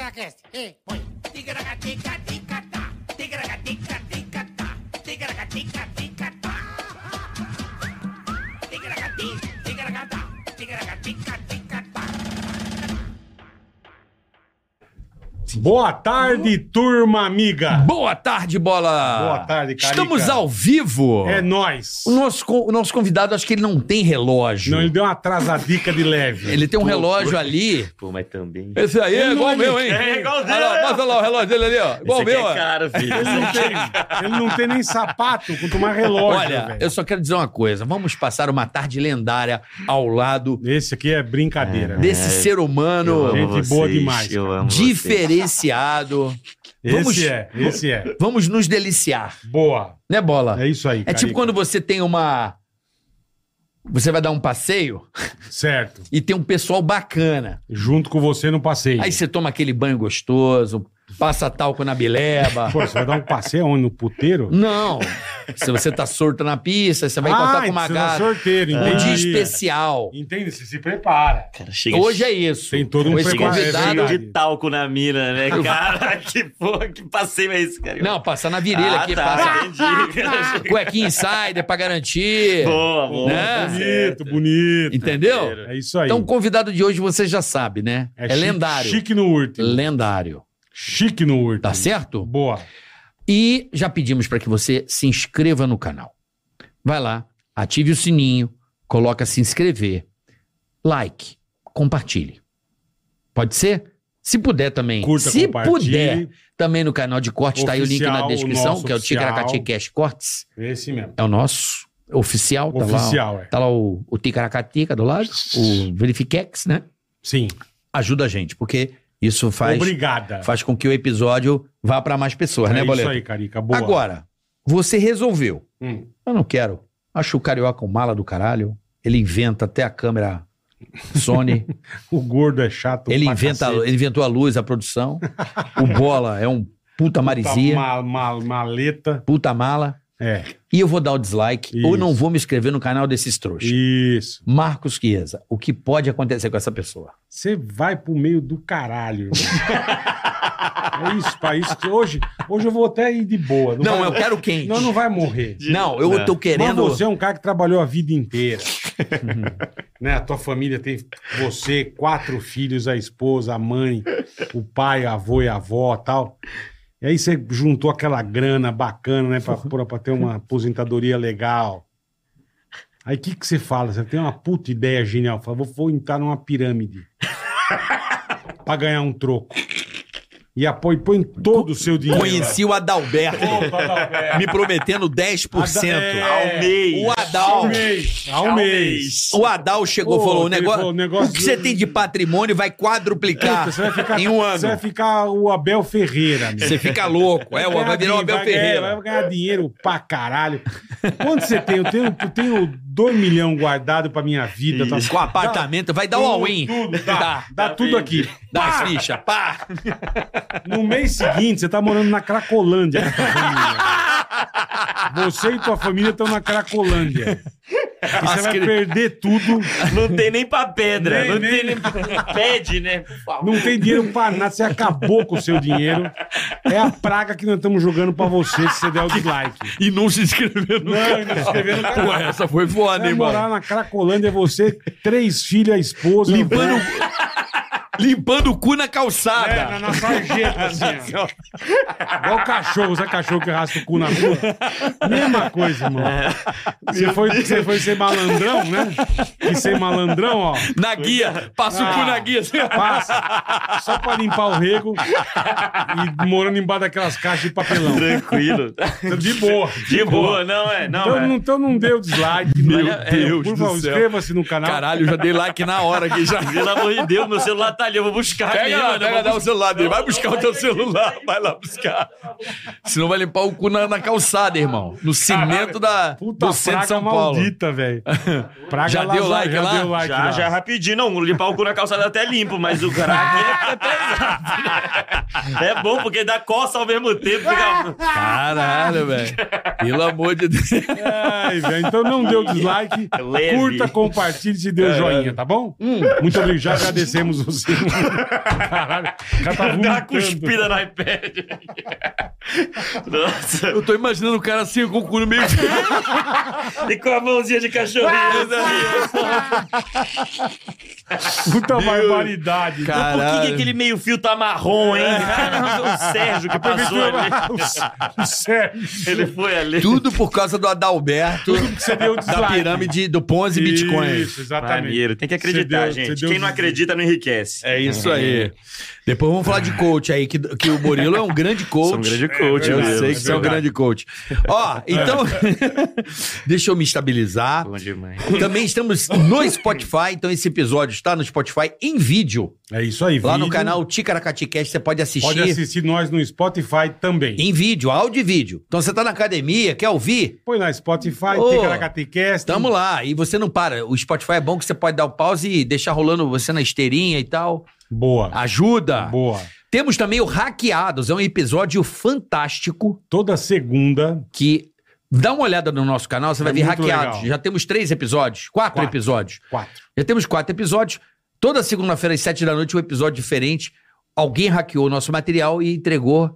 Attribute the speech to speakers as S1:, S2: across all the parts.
S1: Ticaracast. E põe.
S2: Ticaracaticaticatá. Ticaracaticaticatá. Ticaracaticaticatá. Ticaracati, ticaracatá. Ticaracaticatá.
S3: Boa tarde, turma amiga.
S4: Boa tarde, bola!
S3: Boa tarde, Carica.
S4: Estamos ao vivo!
S3: É nóis.
S4: O nosso, co- o nosso convidado, acho que ele não tem relógio.
S3: Não, ele deu uma atrasadica de leve.
S4: Ele tem um relógio ali.
S5: Pô, mas também.
S4: Esse aí é
S3: Não,
S4: igual o
S3: ele-
S4: meu, hein?
S5: É igual o dele,
S4: Olha lá, Mostra lá o relógio dele ali, ó. Igual o
S5: Esse aqui
S4: meu, ó.
S5: é caro, filho.
S3: Ele não tem, ele não tem nem sapato, quanto mais relógio,
S4: Olha,
S3: velho.
S4: eu só quero dizer uma coisa. Vamos passar uma tarde lendária ao lado
S3: Esse aqui é brincadeira. velho.
S4: desse ser humano
S3: Gente boa demais,
S5: Eu amo
S4: diferenciado. vamos-
S3: Esse é, esse é.
S4: Vamos nos deliciar,
S3: Boa.
S4: né, bola?
S3: É isso aí,
S4: É tipo
S3: Carica.
S4: quando você tem uma. Você vai dar um passeio
S3: Certo.
S4: e tem um pessoal bacana.
S3: Junto com você no passeio.
S4: Aí você toma aquele banho gostoso, passa talco na bileba.
S3: Pô, você vai dar um passeio onde? No puteiro?
S4: Não. Se você tá sorto na pista, você vai encontrar com uma
S3: você dá
S4: gata.
S3: sorteio,
S4: Um
S3: é entendi.
S4: dia especial.
S3: Entende? Você se prepara.
S5: Esse. Cara, chega
S4: Hoje é isso.
S3: Tem todo um
S4: Esse
S3: preparo, é
S4: convidado.
S3: verdade.
S5: de talco na mina, né? Cara, que porra, que passeio é esse, cara?
S4: Não, passar na virilha
S5: ah,
S4: aqui,
S5: tá,
S4: passa
S5: entendi.
S4: cuequinha insider pra garantir.
S5: boa, boa.
S4: Né?
S5: tá certo.
S3: Bonito, bonito.
S4: Entendeu?
S3: É isso aí.
S4: Então, o convidado de hoje você já sabe, né? É,
S3: chique-
S4: lendário.
S3: Chique no último.
S4: Lendário.
S3: Chique no último.
S4: Tá certo?
S3: Boa.
S4: E já pedimos para que você se inscreva no canal. Vai lá, ative o sininho, coloca se inscrever, like, compartilhe. Pode ser? Se puder também.
S3: Curta,
S4: se
S3: compartilhe.
S4: puder, também no canal de cortes está aí o link
S3: Oficial,
S4: na
S3: o
S4: descrição,
S3: nosso
S4: que é o
S3: oficial.
S4: Ticaracati Cash Cortes.
S3: Esse mesmo.
S4: É o nosso oficial, tá lá.
S3: Oficial, é.
S4: ó. Tá lá o, o Ticaracatica do lado, o Verifiquex, né?
S3: Sim.
S4: Ajuda a gente, porque isso faz,
S3: Obrigada.
S4: faz com que o episódio vá para mais pessoas, né,
S3: é
S4: Boleto?
S3: isso aí, Carica. Boa.
S4: Agora, você resolveu.
S3: Hum.
S4: Eu não quero. Acho o carioca um mala do caralho. Ele inventa até a câmera Sony.
S3: O gordo é chato.
S4: ele,
S3: pra
S4: inventa,
S3: cacete.
S4: ele inventou a luz, a produção. O Bola é um puta
S3: Tá
S4: marizia,
S3: ma- ma- maleta.
S4: puta mala.
S3: É.
S4: E eu vou dar o dislike ou
S3: Isso.
S4: não vou me inscrever no canal desses trouxas.
S3: Isso.
S4: Marcos Chiesa, o que pode acontecer com essa pessoa?
S3: Você vai pro meio do caralho. irmão. é isso, pai. Isso que hoje, hoje eu vou até ir de boa.
S4: Não, é
S3: vai,
S4: eu quero quente.
S3: Não,
S4: Não,
S3: não vai morrer.
S4: eu
S5: Não.
S4: tô querendo.
S3: Mas você é um cara que trabalhou a vida inteira. né? A tua família tem você, quatro filhos, a esposa, a mãe, o pai, a avô e a avó tal. E aí você juntou aquela grana bacana, né? Pra, pra, pra ter uma aposentadoria legal. Aí o que, que você fala? Você tem uma puta ideia genial. Fala, vou, vou entrar numa pirâmide pra ganhar um troco. E apoio, põe todo o seu dinheiro.
S4: Conheci o Adalberto me prometendo 10%.
S3: É.
S5: Ao mês.
S4: O
S3: Ao
S4: Adal.
S3: mês. Ao
S5: Ao
S3: mês.
S5: mês.
S4: O Adal chegou e
S3: Pô,
S4: falou: o
S3: ele
S4: negócio,
S3: falou, o negócio-
S4: o que você tem de patrimônio vai quadruplicar
S3: Puta, Você vai ficar,
S4: em um ano.
S3: Você vai ficar o Abel Ferreira, meu.
S4: Você fica louco. É, vai virar o Abel
S3: vai ganhar-
S4: Ferreira.
S3: Vai ganhar dinheiro pra caralho. Quanto você tem? Eu tenho, eu tenho 2 milhões guardado pra minha vida. tá?
S4: Com apartamento, vai dar um all-in.
S3: Tudo, dá,
S4: Dá.
S3: dá tudo aqui.
S4: Dá as fichas, pá.
S3: No mês seguinte, você tá morando na Cracolândia. com a família. Você e tua família estão na Cracolândia. E você
S4: As
S3: vai
S4: cri-
S3: perder tudo.
S5: Não tem nem pra pedra.
S3: Nem-
S5: não
S3: nem-
S5: tem nem Pede, né?
S3: Não tem dinheiro pra nada. Você acabou com o seu dinheiro. É a praga que nós estamos jogando pra você se você der o dislike.
S4: E não se inscrever no
S3: Não, e não se inscrever no canal.
S4: Pô, essa foi foda,
S3: Vai
S4: hein,
S3: morar
S4: mano?
S3: na Cracolândia, é você, três filhos, a esposa. né?
S4: Limpando,
S3: a avó.
S4: limpando o cu na calçada.
S3: É, na, na sarjeta, assim. ó. Igual cachorro, sabe cachorro que raspa o cu na rua? Mesma coisa, irmão.
S4: É.
S3: Você foi, você foi ser malandrão, né? E ser malandrão, ó.
S4: Na guia. Passa o cu
S3: Ah.
S4: na guia. assim, ó.
S3: Passa. Só pra limpar o rego e morando embaixo daquelas caixas de papelão.
S5: Tranquilo.
S3: De boa.
S5: De boa, não é? Não,
S3: Então
S5: é.
S3: não, então não dê o dislike.
S4: Meu
S3: né?
S4: Deus
S3: Por
S4: do
S3: favor,
S4: céu.
S3: inscreva-se no canal.
S4: Caralho, eu já dei like na hora aqui já.
S5: Pelo amor de Deus, meu celular tá ali. Eu vou buscar
S4: Pega
S5: mesmo,
S4: lá,
S5: né?
S3: tá
S4: pega,
S5: Vou
S4: dá o celular dele. Vai
S5: Não,
S4: buscar
S5: não,
S4: o teu
S5: vai ter que
S4: celular.
S5: sair.
S4: Vai lá buscar. Senão vai limpar o cu na, na calçada, irmão. No cimento da,
S3: Puta
S4: do centro
S3: praga
S4: de São Paulo.
S3: maldita, velho. Praga
S4: Já deu
S3: lazar-
S4: like
S3: já
S4: lá?
S3: Deu like
S5: Já,
S3: lá.
S5: já rapidinho. Não, limpar o cu na calçada eu até limpo, mas o crack é pesado. É bom porque dá coça ao mesmo tempo. fica-
S4: Caralho, velho. Pelo amor de Deus.
S3: Ai, velho, então não deu dislike,
S5: Leve. É.
S3: curta, compartilhe e dê o joinha, tá bom?
S4: Hum.
S3: Muito obrigado, já agradecemos você. Caralho, o cara tá
S5: Dá uma
S3: vomitando.
S5: cuspida no iPad. Nossa.
S4: Eu tô imaginando o cara assim, com o cu no meio.
S5: E com a mãozinha de cachorrinho.
S3: Puta barbaridade.
S4: Cara,
S5: Por que, que
S4: Caralho.
S5: aquele meio-fio tá marrom, hein? Caramba, o Sérgio que passou ali.
S3: O Sérgio,
S5: Ele foi ali.
S4: Tudo por causa do Adalberto,
S3: você deu
S4: da
S3: dislike.
S4: pirâmide do Ponzi e Bitcoin.
S3: Isso, exatamente.
S5: Maneiro. Tem que
S3: Você
S5: acreditar,
S3: deu- você
S5: gente.
S3: deu
S5: Quem não
S3: des-
S5: acredita não enriquece.
S4: É isso aí. Depois vamos falar de coach aí, que, que o Murilo é um grande coach.
S5: Sou um grande coach,
S4: Eu
S5: Murilo.
S4: sei que você é um
S3: verdade.
S4: grande coach. Ó, então, deixa eu me estabilizar.
S5: Bom demais.
S4: Também estamos no Spotify, então esse episódio está no Spotify em vídeo.
S3: É isso aí,
S4: Lá no
S3: vídeo.
S4: canal Ticaracaticast, você pode assistir.
S3: Pode assistir nós no Spotify também.
S4: Em vídeo, áudio e vídeo. Então você tá na academia, quer ouvir?
S3: Põe lá Spotify, oh,
S4: Ô,
S3: Ticaracatecast.
S4: Tamo lá. E você não para. O Spotify é bom que você pode dar o pause e deixar rolando você na esteirinha e tal.
S3: Boa.
S4: Ajuda.
S3: Boa.
S4: Temos também o Hackeados. É um episódio fantástico
S3: Toda segunda.
S4: que... Dá uma olhada no nosso canal, você
S3: É
S4: vai ver
S3: muito
S4: Hackeados.
S3: legal.
S4: Já temos três episódios, quatro,
S3: Quatro.
S4: episódios.
S3: Quatro.
S4: Já temos quatro episódios. Toda segunda-feira, às sete da noite, um episódio diferente. Alguém hackeou o nosso material e entregou.
S3: Às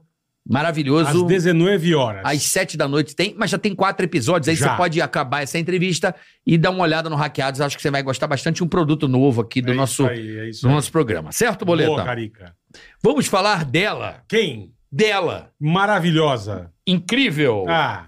S4: Maravilhoso.
S3: 19 horas.
S4: Às sete da noite tem, mas já tem quatro episódios. Aí
S3: Já.
S4: você pode acabar essa entrevista e dar uma olhada no Hackeados. Acho que você vai gostar bastante. Um produto novo aqui do,
S3: É
S4: nosso,
S3: Isso aí, é isso
S4: do
S3: aí.
S4: nosso programa. Certo, Boleta?
S3: Boa, Carica.
S4: Vamos falar dela.
S3: Quem?
S4: Dela.
S3: Maravilhosa.
S4: Incrível.
S3: Ah,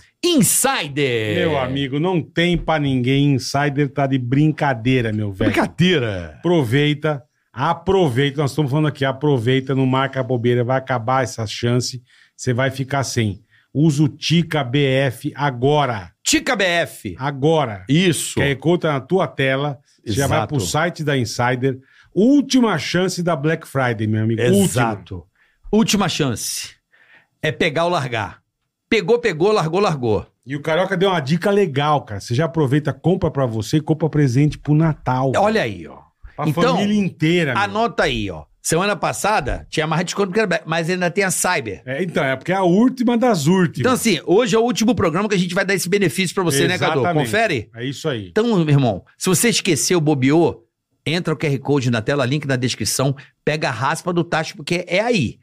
S4: Insider.
S3: meu amigo, não tem pra ninguém. Insider tá de brincadeira, meu velho.
S4: Brincadeira.
S3: Aproveita. Aproveita. Nós estamos falando aqui, aproveita, não marca bobeira. Vai acabar essa chance. Você vai ficar sem. Usa o Tica BF agora.
S4: Tica BF.
S3: Agora.
S4: Isso.
S3: QR Code tá na tua tela. Você já vai
S4: Exato.
S3: pro site da Insider. Última chance da Black Friday, meu amigo. Última.
S4: Exato. Última chance. É pegar ou largar. Pegou, pegou, largou, largou.
S3: E o Carioca deu uma dica legal, cara. Você já aproveita, compra pra você e compra presente pro Natal.
S4: Olha aí, ó.
S3: pra
S4: então,
S3: família inteira. meu.
S4: Anota aí, ó. Semana passada tinha mais desconto, que era Black, mas ainda tem a Cyber.
S3: É, então, é porque é a última das
S4: Então,
S3: últimas.
S4: assim, hoje é o último programa que a gente vai dar esse benefício pra você, né, Cadu?
S3: Exatamente.
S4: Confere?
S3: é isso aí.
S4: Então, meu irmão, se você esqueceu, bobeou, entra o QR Code na tela, link na descrição, pega a raspa do tacho, porque é aí.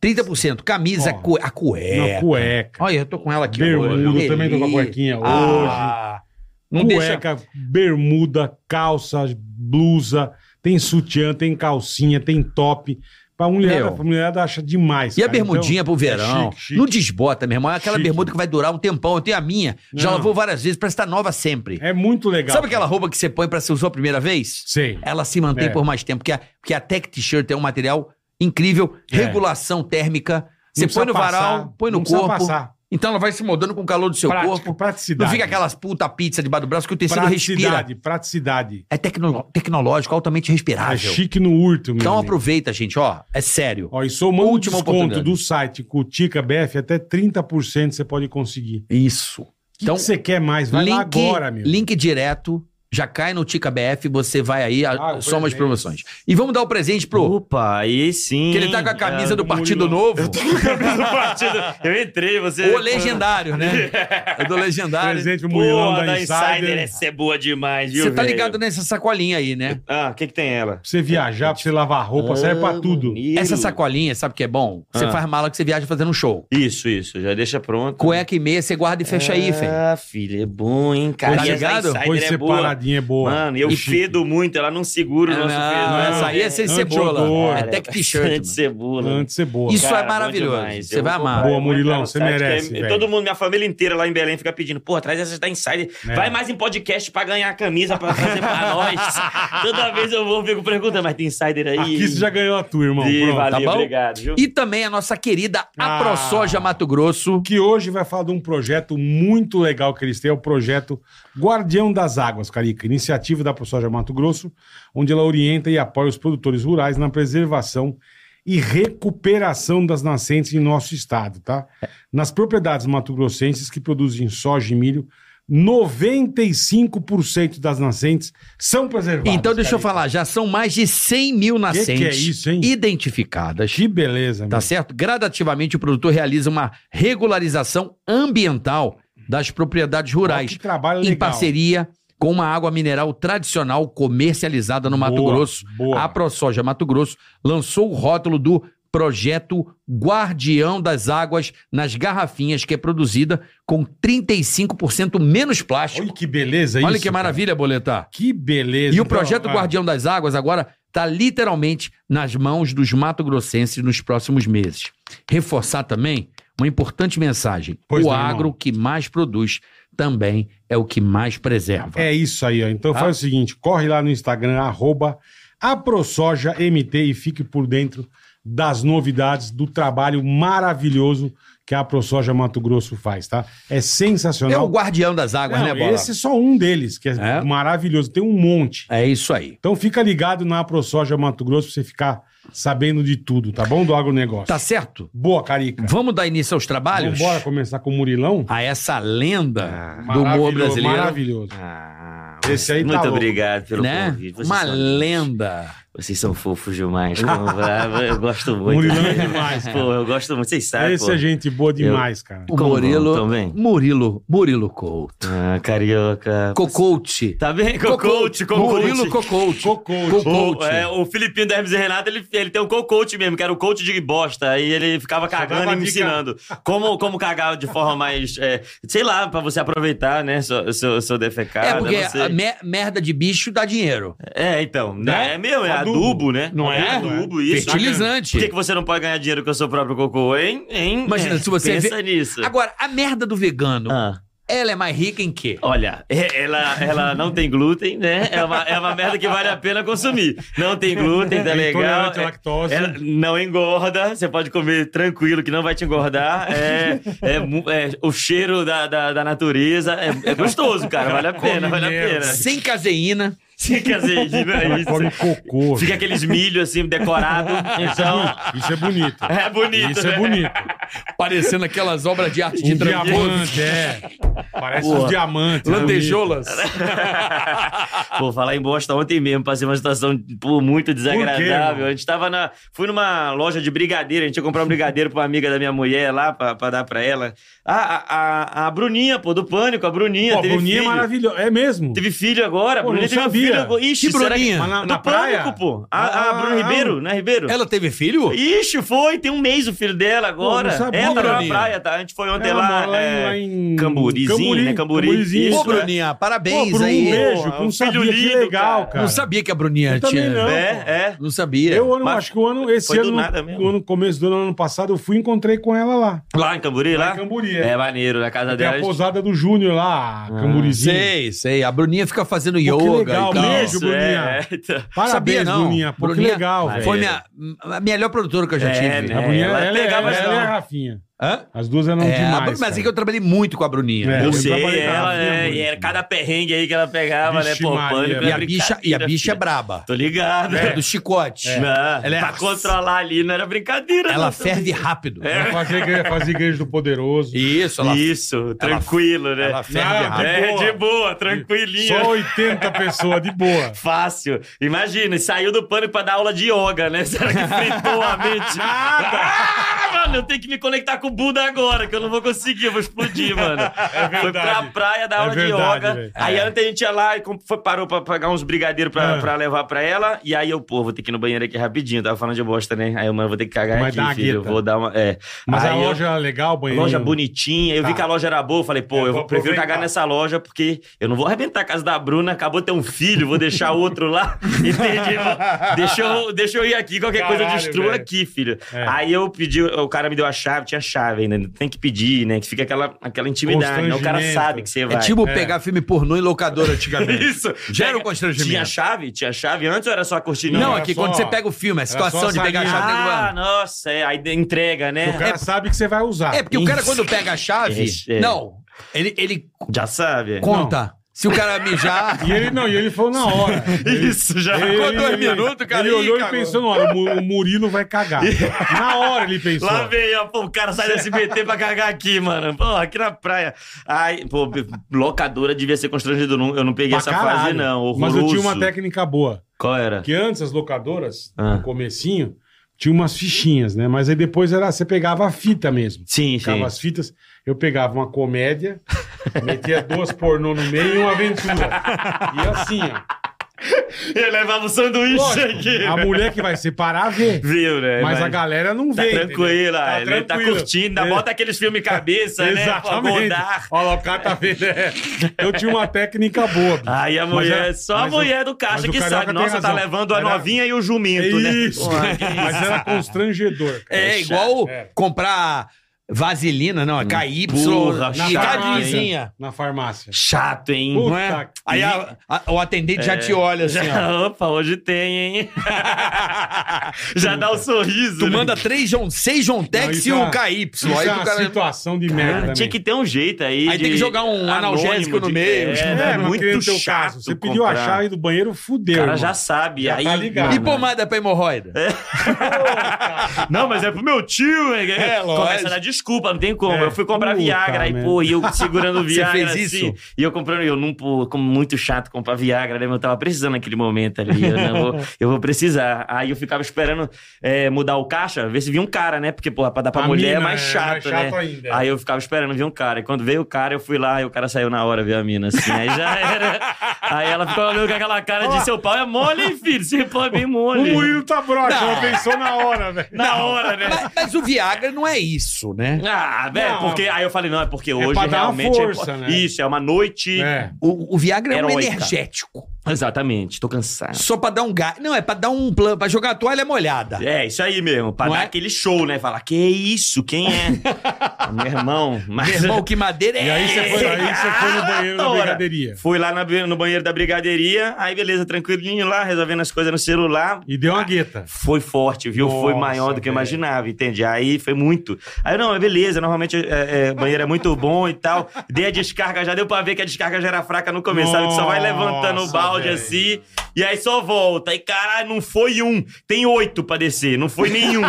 S4: 30%, camisa,
S3: Ó,
S4: cu- a
S3: Na
S4: cueca.
S3: cueca.
S4: É, Olha, eu tô com ela aqui hoje.
S3: bermuda,
S4: uma
S3: eu também tô com a
S4: delícia.
S3: cuequinha
S4: Ah, não deixa...
S3: Cueca, bermuda, calça, blusa. Tem sutiã, tem calcinha, tem top. Pra mulherada,
S4: Meu.
S3: pra mulherada acha demais.
S4: E a
S3: cara. Então,
S4: bermudinha pro verão.
S3: é chique, chique.
S4: Não desbota, meu irmão. É aquela
S3: Chique.
S4: bermuda que vai durar um tempão. Eu tenho a minha. Já
S3: Não.
S4: lavou várias vezes, parece estar nova sempre.
S3: É muito legal.
S4: Sabe aquela
S3: cara.
S4: roupa que você põe pra se usar a primeira vez?
S3: Sei.
S4: Ela se mantém
S3: É.
S4: por mais tempo, porque a, porque a Tech T-shirt é um material incrível,
S3: É.
S4: regulação térmica. Você
S3: Não
S4: põe no
S3: precisa
S4: varal,
S3: passar,
S4: põe no
S3: não precisa
S4: corpo.
S3: passar.
S4: Então ela vai se moldando com o calor do seu
S3: Prática,
S4: corpo.
S3: praticidade.
S4: Não fica aquelas puta pizza debaixo do braço que o tecido respira.
S3: Praticidade, praticidade.
S4: É tecno- tecnológico, altamente
S3: É
S4: respirável.
S3: chique no último, meu
S4: então
S3: amigo.
S4: aproveita, gente, ó. É sério.
S3: Ó, e somando o
S4: Última
S3: desconto
S4: oportunidade.
S3: do site com o Tica BF, até 30% você pode conseguir.
S4: Isso.
S3: O que você quer mais? Vai lá
S4: Então, link,
S3: agora, meu.
S4: link direto, já cai no Tica BF, você vai aí, a-
S3: Ah, o
S4: soma as
S3: presente.
S4: promoções. E vamos dar o presente pro.
S5: Opa, aí sim. é,
S4: Que ele tá com a camisa do
S3: do
S4: Partido
S3: é, Murilo.
S4: Novo.
S5: do partido. Eu entrei, você.
S4: O legendário, né? É do legendário.
S3: Presente pro Murilão
S5: Boa,
S3: da,
S5: da
S3: Insider.
S5: Insider, essa é boa demais, viu?
S4: Você tá
S5: velho?
S4: ligado nessa sacolinha aí, né?
S5: Ah, o que que tem ela?
S3: Pra você viajar, pra você lavar roupa, serve pra tudo.
S4: Essa sacolinha, sabe o que é bom? Você
S5: Ah.
S4: faz mala que você viaja fazendo um show.
S5: Isso, isso, já deixa pronto.
S4: Cueca e meia, você guarda e fecha aí, Fê.
S5: Ah, filho, é bom, hein, cara.
S4: Tá
S5: E essa
S4: ligado?
S5: Insider
S3: Põe
S5: é boa.
S3: separadinha é boa.
S5: Mano, eu
S3: E
S5: fedo muito, ela não segura o
S4: Não,
S5: nosso fedo.
S4: essa aí é
S5: é
S4: sem
S3: Anti-odor.
S4: cebola. É
S3: Cara,
S4: tech t-shirt.
S5: Bastante
S4: mano.
S5: cebola.
S3: Antes ser boa.
S4: Isso é
S5: bom
S4: maravilhoso.
S5: demais.
S4: Você
S5: Eu
S4: vai
S5: vou
S4: amar.
S5: comprar,
S3: Boa,
S5: eu vou
S3: Murilão,
S5: entrar no
S3: você
S5: site,
S3: merece,
S5: que é-
S3: velho.
S5: Todo mundo, minha família inteira lá em Belém fica pedindo, pô, traz essas da Insider.
S3: É.
S5: Vai mais em podcast pra ganhar a camisa pra trazer pra nós. Toda vez eu vou, eu fico perguntando, mas tem Insider aí?
S3: Aqui você já ganhou a tua, irmão.
S5: Ih,
S3: Pronto.
S5: valeu,
S4: Tá bom?
S5: obrigado, viu?
S4: E também a nossa querida
S3: Ah.
S4: AproSoja Mato Grosso.
S3: que hoje vai falar de um projeto muito legal que eles têm, é o projeto Guardião das Águas, Carica, iniciativa da ProSoja Mato Grosso, onde ela orienta e apoia os produtores rurais na preservação e recuperação das nascentes em nosso estado, tá? Nas propriedades mato-grossenses que produzem soja e milho, 95% das nascentes são preservadas.
S4: Então, deixa eu assim,
S3: Carica.
S4: falar, já são mais de 100 mil
S3: Que
S4: nascentes
S3: que é isso, hein?
S4: identificadas.
S3: Que beleza,
S4: Tá
S3: meu.
S4: certo? Gradativamente, o produtor realiza uma regularização ambiental das propriedades
S3: Olha
S4: rurais,
S3: Que trabalho
S4: em
S3: legal.
S4: parceria com uma água mineral tradicional comercializada no Mato
S3: Boa,
S4: Grosso.
S3: Boa.
S4: A ProSoja Mato Grosso lançou o rótulo do Projeto Guardião das Águas nas garrafinhas, que é produzida com 35% menos plástico.
S3: Olha que beleza isso.
S4: Olha que
S3: cara.
S4: maravilha, Boletar.
S3: Que beleza.
S4: E o
S3: Então,
S4: projeto
S3: ah,
S4: Guardião das Águas agora está literalmente nas mãos dos mato-grossenses nos próximos meses. Reforçar também uma importante mensagem:
S3: Pois
S4: o
S3: não, irmão.
S4: agro que mais produz também é o que mais preserva.
S3: É isso aí, ó.
S4: Tá.
S3: Então faz o seguinte, corre lá no Instagram, arroba aprosojamt e fique por dentro das novidades do trabalho maravilhoso que a ProSoja Mato Grosso faz, tá? É
S6: É o
S3: sensacional.
S6: guardião das águas,
S3: Não,
S6: né, Bola?
S3: esse é só um deles, que é,
S4: É?
S3: maravilhoso. Tem um monte.
S4: É isso aí.
S3: Então fica ligado na ProSoja Mato Grosso pra você ficar sabendo de tudo, tá bom? Do agronegócio.
S4: Tá certo?
S3: Boa, Carica.
S4: Vamos dar início aos
S3: Vamos
S4: trabalhos?
S3: bora começar com o Murilão?
S4: A essa lenda do humor
S3: Maravilhoso,
S4: brasileiro.
S3: Maravilhoso.
S5: Ah,
S3: Esse aí tá
S5: Muito
S3: louco.
S5: obrigado pelo
S4: Né?
S5: convite. Vocês
S4: Uma
S5: são-
S4: lenda.
S5: Vocês são fofos demais. pô. Ah, eu gosto muito.
S3: Murilão é demais, cara.
S5: Pô, eu gosto muito. Vocês sabem,
S3: Esse
S5: pô.
S3: é gente boa demais, cara.
S4: O
S5: Como
S4: Murilo.
S5: vão, tão bem?
S4: Murilo. Murilo Couto.
S5: Ah, carioca.
S4: Cocote.
S5: Tá bem? Cocote,
S4: Murilo Cocote.
S5: cocote.
S3: Cocote.
S5: O,
S4: Cocote.
S5: é, o Filipinho da Hermes e Renato, ele, ele tem um co-coach mesmo, que era o coach de bosta. Aí ele ficava cagando
S3: dava
S5: e me
S3: dica.
S5: ensinando como, como cagar de forma mais. é, sei lá, pra você aproveitar, né? Seu, seu, seu defecado.
S4: É porque
S5: eu não sei.
S4: a mer- merda de bicho dá dinheiro.
S5: É, então.
S3: Né?
S5: né? É mesmo, é
S3: Adubo.
S5: adubo, né?
S3: Não é?
S5: Adubo, isso.
S4: Fertilizante.
S5: Por que, que você não pode ganhar dinheiro com o seu próprio cocô, hein? hein?
S4: Imagina, se você
S5: Pensa
S4: vê-
S5: nisso.
S4: Agora, a merda do vegano,
S5: Ah,
S4: ela é mais rica em quê?
S5: Olha, é- ela, ela não tem glúten, né? É uma, é uma merda que vale a pena consumir. Não tem glúten, tá
S3: É
S5: legal.
S3: intolerante à lactose.
S5: ela não engorda, você pode comer tranquilo que não vai te engordar. É, é mu- é o cheiro da, da, da natureza é, é gostoso, cara. Vale a pena, vale a pena.
S4: Sem caseína.
S5: Sim, quer dizer, não é
S3: Ela come
S5: isso.
S3: cocô.
S5: Fica aqueles milho assim, decorado. Então,
S3: Isso é bonito.
S5: é bonito.
S3: Isso é
S5: né?
S3: bonito.
S4: Parecendo aquelas obras de arte
S3: Um
S4: de tramposo.
S3: diamante, é. Parece um diamante.
S4: Lantejoulas.
S5: Pô, falar em bosta ontem mesmo, passei uma situação pô, muito
S3: Por quê,
S5: desagradável.
S3: mano?
S5: a gente tava na. Fui numa loja de brigadeiro, a gente ia comprar um brigadeiro pra uma amiga da minha mulher lá, pra, pra dar pra ela. Ah, A, a, a, a Bruninha, pô, do pânico, a Bruninha.
S3: Pô, a
S5: teve
S3: Bruninha é
S5: filho.
S3: maravilhosa. É mesmo?
S5: Teve filho agora, a
S3: Pô,
S5: Bruninha
S3: não
S5: teve um
S3: sabia.
S5: filho agora. Ixi,
S4: Que
S5: será
S4: Bruninha?
S3: Mas na-
S5: do
S3: na praia?
S5: pânico, pô. A, a
S3: Ah,
S5: Bruno
S3: ah,
S5: Ribeiro, né, Ribeiro?
S4: Ela teve filho?
S5: Ixi, foi, tem um mês o filho dela
S3: Pô,
S5: agora.
S3: não sabia,
S5: é, tá na
S4: Bruninha.
S5: praia, tá? A gente foi ontem
S3: Ela
S5: lá.
S3: mora lá em-
S5: é,
S3: lá em
S5: Camburizinho,
S3: Camburi,
S5: né? Camburi.
S3: Camburizinho.
S5: Isso,
S4: Ô,
S5: é.
S4: Bruninha, parabéns
S3: Pô, Bruno,
S4: aí.
S3: um beijo.
S5: Pô,
S3: Não
S5: um
S3: sabia
S5: filho
S3: que
S5: lindo,
S3: legal,
S5: cara.
S3: cara.
S4: Não sabia que a Bruninha
S3: Eu
S4: tinha.
S3: também não. pô.
S5: É, é.
S4: Não sabia.
S3: Eu ano,
S5: Mas
S3: acho que o ano, esse
S5: foi do
S3: ano,
S5: nada mesmo.
S3: no ano- começo do ano, ano passado, eu fui e encontrei com ela lá.
S5: Lá em Camburi, lá?
S3: em Camburi, é.
S5: é. maneiro, na casa
S3: Tem
S5: dela.
S3: a pousada do Júnior lá,
S5: Ah,
S3: Camburizinho.
S4: Sei, sei. A Bruninha fica fazendo
S3: que
S4: yoga
S3: legal,
S4: e tal.
S3: beijo.
S5: Isso,
S3: Bruninha.
S5: é, então.
S3: Parabéns,
S4: Sabia, não.
S3: Bruninha. Pô, que
S4: Bruninha-
S3: legal,
S5: Ah,
S3: velho.
S4: Foi minha, a melhor produtora que eu já
S5: É,
S4: tive.
S5: né?
S3: A Bruninha,
S5: ela
S3: ela, é-
S5: pegava
S3: ela
S5: as-
S3: é a Rafinha.
S4: Hã?
S3: As duas eram
S4: É, a Bru-
S3: demais.
S4: mas é
S3: cara.
S4: que eu trabalhei muito com a Bruninha.
S3: É.
S5: Eu
S3: Eu
S5: sei,
S3: trabalhei na
S5: ela,
S3: Rafinha
S5: é,
S3: muito.
S5: e era cada perrengue aí que ela pegava,
S3: Vixe,
S5: né? Pô,
S3: Maria.
S5: pânico,
S4: E
S5: era
S4: a bicha, e a
S5: brincadeira,
S4: bicha é
S5: filho.
S4: braba.
S5: Tô ligado.
S4: É. Do chicote.
S5: Não, tá
S4: Ela é-
S5: Pra controlar ali não era brincadeira.
S4: Ela
S5: não.
S4: ferve rápido.
S5: É.
S3: Ela fazia igreja, fazia igreja do Poderoso.
S4: Isso, ela,
S5: Isso, tranquilo, né?
S4: ela Ah, ferve
S3: Não,
S4: rápido.
S5: é,
S3: boa.
S5: de boa,
S4: É,
S5: tranquilinha.
S3: Só 80 pessoas, de boa.
S5: Fácil. Imagina, e saiu do pânico pra dar aula de yoga, né? Será que fritou a mente? Ah, mano, eu tenho que me conectar com o Buda agora, que eu não vou conseguir, eu vou explodir, mano. Foi pra
S3: É verdade.
S5: praia dar
S3: É
S5: aula
S3: verdade,
S5: de yoga.
S3: velho. É.
S5: Aí ontem a gente ia lá e comp- foi, parou pra pagar uns brigadeiros pra,
S3: Ah.
S5: pra levar pra ela. E aí eu, pô, vou ter que ir no banheiro aqui rapidinho. Tava falando de bosta, né? Aí eu, mano, vou ter que cagar
S3: Vai dar uma
S5: aqui, filho.
S3: gueta.
S5: Vou dar uma. É.
S3: Mas
S5: Aí
S3: a
S5: eu-
S3: loja era legal, banheiro.
S5: Loja bonitinha, eu vi
S3: Tá.
S5: que a loja era boa, eu falei, pô,
S3: Eu
S5: eu,
S3: vou
S5: prefiro
S3: aproveitar.
S5: cagar nessa loja, porque eu não vou arrebentar a casa da Bruna, acabou de ter um filho, vou deixar outro lá, entendi? deixa, eu, deixa eu ir aqui, qualquer coisa eu
S3: Caralho,
S5: destruo
S3: velho.
S5: aqui, filho.
S3: É.
S5: Aí eu pedi, o cara me deu a chave, tinha chave ainda, tem que pedir, né, que fica aquela, aquela intimidade, né? o cara
S3: Constrangimento.
S5: sabe que você
S4: É
S5: vai.
S4: tipo pegar filme pornô em locadora antigamente.
S5: Isso.
S4: Gera um
S5: Pega-
S4: constrangimento.
S5: Tinha chave? Tinha chave antes ou era só a cortininha?
S4: Não,
S3: era
S4: é que
S3: só-
S4: quando você pega o filme, a
S3: só
S4: situação
S3: a
S4: de pegar a chave. né,
S5: Ah,
S4: Luan?
S5: nossa, é, aí entrega, né?
S3: é O cara sabe que você vai usar.
S4: É, porque o cara quando pega a chave.
S5: Isso, é.
S4: Não, ele, ele
S5: Já sabe.
S4: conta. Se o cara mijar.
S3: E ele não, e ele falou na hora. Ele-
S5: Isso, já.
S3: ele-
S4: ficou dois minutos, cara,
S3: Ele
S4: ih,
S3: olhou e
S4: cagou.
S3: pensou na hora, o Mu- o Murilo vai cagar. Na hora ele pensou.
S5: Lá vem, ó, pô, o cara sai da SBT pra cagar aqui, mano. Pô, aqui na praia. Ai, pô, locadora devia ser constrangedor. não- Eu não peguei
S3: Pra
S5: essa
S3: caralho.
S5: fase, não.
S3: Mas
S5: Horroroso.
S3: eu tinha uma técnica boa.
S5: Qual era?
S3: Porque antes as locadoras,
S5: Ah.
S3: no comecinho, tinha umas fichinhas, né? Mas aí depois era, você pegava a fita mesmo.
S5: Sim, sim.
S3: Ficava as fitas. Eu pegava uma comédia, metia duas pornô no meio e uma aventura. E assim, ó.
S5: Eu levava o sanduíche
S3: assim. Lógico,
S5: aqui.
S3: a mulher que vai separar vê.
S5: Viu, né?
S3: Mas a galera não
S5: Tá
S3: vê. entendeu?
S5: tranquila, ele tá
S3: tranquilo.
S5: curtindo, ainda
S3: É.
S5: bota aqueles filmes cabeça, né? Pra
S3: Exatamente.
S5: abordar.
S3: Olha lá, o cara tá vendo. é. Eu tinha uma técnica boa. bicho.
S5: Aí a
S3: Mas
S5: mulher,
S3: era-
S5: só a
S3: mas o-
S5: mulher do
S3: mas
S5: caixa
S3: o
S5: que
S3: carioca
S5: sabe.
S3: tem
S5: Nossa, tá
S3: razão.
S5: levando a
S3: Era-
S5: novinha e o jumento, né?
S3: É Isso.
S5: Porra, que isso.
S3: Mas era constrangedor. cara.
S4: É igual
S3: É.
S4: comprar vaselina, não, é KY,
S5: Porra,
S4: e
S5: chato,
S4: tá
S5: hein?
S4: de vizinha.
S3: Na farmácia.
S5: Chato, hein?
S3: Puta
S4: Não é?
S3: que-
S4: Aí a- a- o atendente já te olha assim, ó.
S5: Já, É, opa, hoje tem, hein? Já dá o sorriso.
S4: Tu
S5: né?
S4: manda três John, seis John
S3: Não,
S4: Tex
S3: isso
S4: e
S3: é
S4: um
S3: uma-
S4: KY.
S3: Isso
S4: Aí
S3: é
S4: o
S3: uma
S4: cara...
S3: situação de
S5: Cara,
S3: merda também.
S5: tinha que ter um jeito aí.
S4: Aí tem
S5: de-
S4: que jogar um
S5: anônimo,
S4: analgésico no
S5: de-
S4: meio.
S5: É,
S3: É, mas que nem
S5: muito
S3: no teu
S5: chato.
S3: caso. Você pediu a
S5: comprar.
S3: chave do banheiro,
S5: O
S3: fudeu.
S5: cara
S3: irmão.
S5: já sabe.
S3: Já
S5: aí, um
S3: tá ligado.
S4: E pomada pra hemorroida?
S5: Não, mas é pro meu tio, hein?
S4: É, lógico.
S5: Começa a dar desculpa, não tem como.
S3: É,
S5: eu fui comprar
S3: puta
S5: Viagra, aí,
S3: merda.
S5: pô, e eu segurando o
S4: Você
S5: Viagra.
S4: fez
S5: assim,
S4: isso?
S5: E eu comprando, eu não, pô, como muito chato comprar Viagra, né? mas Eu tava precisando naquele momento ali. Eu, não vou, eu vou precisar. Aí eu ficava esperando é, mudar o caixa, ver se vinha um cara, né? Porque, pô, pra dar pra
S3: A
S5: mulher é
S3: mina,
S5: mais
S3: é,
S5: chato,
S3: mais
S5: né?
S3: chato ainda.
S5: Aí eu ficava esperando vir um cara. E quando veio o cara, eu fui lá e o cara saiu na hora ver a mina, assim. Aí já era. Aí ela ficou olhando com aquela cara de seu pau é mole, hein, filho? Seu pau é bem
S3: O
S5: mole.
S3: Murilo tá broxa,
S4: Não.
S3: ela pensou na hora, velho.
S5: Na hora, né?
S4: Mas, mas o Viagra não é isso, né?
S5: Ah, velho,
S3: Não.
S5: porque aí eu falei, não, é porque hoje
S3: pra dar uma
S5: realmente.
S3: força,
S5: é,
S3: né?
S5: Isso, é uma noite.
S3: É.
S4: O, o Viagra é um
S5: Heróica.
S4: energético.
S5: Exatamente, tô cansado.
S4: Só pra dar um gás. Não, é pra dar um plano, pra jogar a toalha molhada.
S5: É, isso aí mesmo, pra
S4: Não
S5: dar
S4: é?
S5: aquele show, né? Falar, que isso, quem é? Meu irmão, mas.
S4: Meu irmão, que madeira é
S3: E aí você foi, aí você foi no banheiro da
S5: Adora.
S3: brigadeiria.
S5: Fui lá na- no banheiro da brigadeiria, aí beleza, tranquilinho lá, resolvendo as coisas no celular.
S3: E deu uma gueta.
S5: Foi forte, viu? foi
S3: Nossa,
S5: maior do que eu
S3: velho.
S5: imaginava, entende? Aí foi muito. Aí, eu, não, é beleza, normalmente é, é, banheiro é muito bom e tal. Dei a descarga, já deu pra ver que a descarga já era fraca no começo, sabe? Que só vai levantando o
S3: Nossa,
S5: balde
S3: velho.
S5: assim, e aí só volta. E caralho, não foi um, tem oito pra descer, não foi nenhum.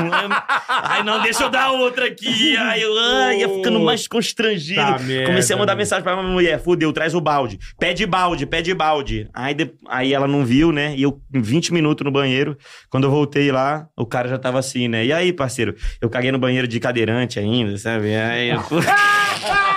S5: aí não, deixa eu dar outra aqui. Aí eu ah, ia ficando mais constrangido.
S3: Tá
S5: Comecei
S3: merda,
S5: a mandar
S3: meu.
S5: mensagem pra minha mulher, fudeu, traz o balde. Pede balde, pede balde. Aí, de- aí ela não viu, né? E eu, em 20 minutos no banheiro, quando eu voltei lá, o cara já tava assim, né? E aí, parceiro? Eu caguei no banheiro de cadeirante ainda, sabe? Aí eu...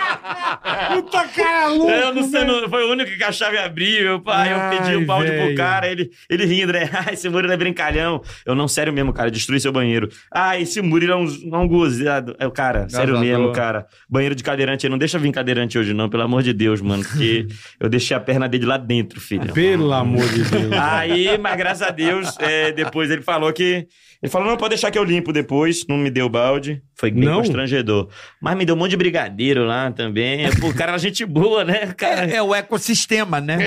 S3: Puta cara louco,
S5: Eu não sei,
S3: velho.
S5: não- foi o único que a chave abriu. Eu, pai, eu
S3: Ai,
S5: pedi o balde pro
S3: velho.
S5: cara, ele, ele rindo, né? Ai, esse Murilo é brincalhão. Eu não, sério mesmo, cara, destruí seu banheiro. Ah, esse Murilo é um, é um gozado. Eu, cara, sério
S4: Gozador.
S5: mesmo, cara. Banheiro de cadeirante, aí, não deixa vir cadeirante hoje, não, pelo amor de Deus, mano, porque eu deixei a perna dele lá dentro, filho.
S3: É Pelo amor de Deus.
S5: Aí, mas graças a Deus, é, depois ele falou que. Ele falou: não, pode deixar que eu limpo depois. Não me deu balde. Foi bem
S3: Não?
S5: constrangedor. Mas me deu um monte de brigadeiro lá também. é, Pô, o cara era gente boa, né? Cara,
S4: É, é o ecossistema, né?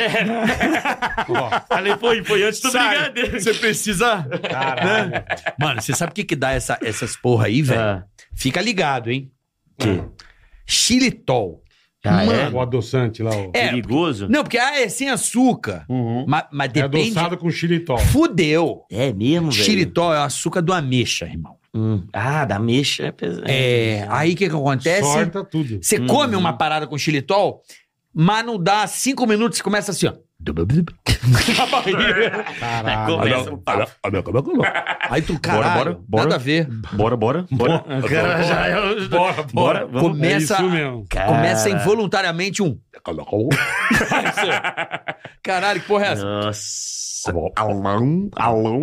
S3: Ó,
S5: Falei, foi, foi antes do
S4: Sabe,
S5: brigadeiro.
S4: Você precisa.
S3: caralho.
S4: Mano, você sabe o que, que dá essa, essas porra aí, velho?
S5: Ah,
S4: Fica ligado, hein? Xilitol.
S5: ah, é?
S3: O adoçante lá, ó.
S4: É.
S5: Perigoso?
S4: Não, porque ah, é sem açúcar.
S5: Uhum.
S4: Mas, mas
S3: É
S4: depende.
S3: adoçado com xilitol.
S4: Fudeu.
S5: É mesmo, velho?
S4: Xilitol é o açúcar do ameixa, irmão.
S5: Hum. Ah, da mexa é pesado.
S4: É, aí o que, que acontece?
S3: Sorta tudo.
S4: Você come uma parada com xilitol, mas não dá cinco minutos e começa assim, ó.
S5: Tá
S3: Caralho.
S5: Começa o papo.
S4: um Aí tu, caralho,
S5: bora, bora.
S4: nada a ver.
S5: Bora, bora, bora. Cara, já é-
S3: Bora,
S5: Bora, vamos.
S4: Começa,
S3: É isso mesmo.
S5: Cara.
S4: começa involuntariamente um... Assim, Caralho, que porra é essa?
S5: Nossa. Alão, alão.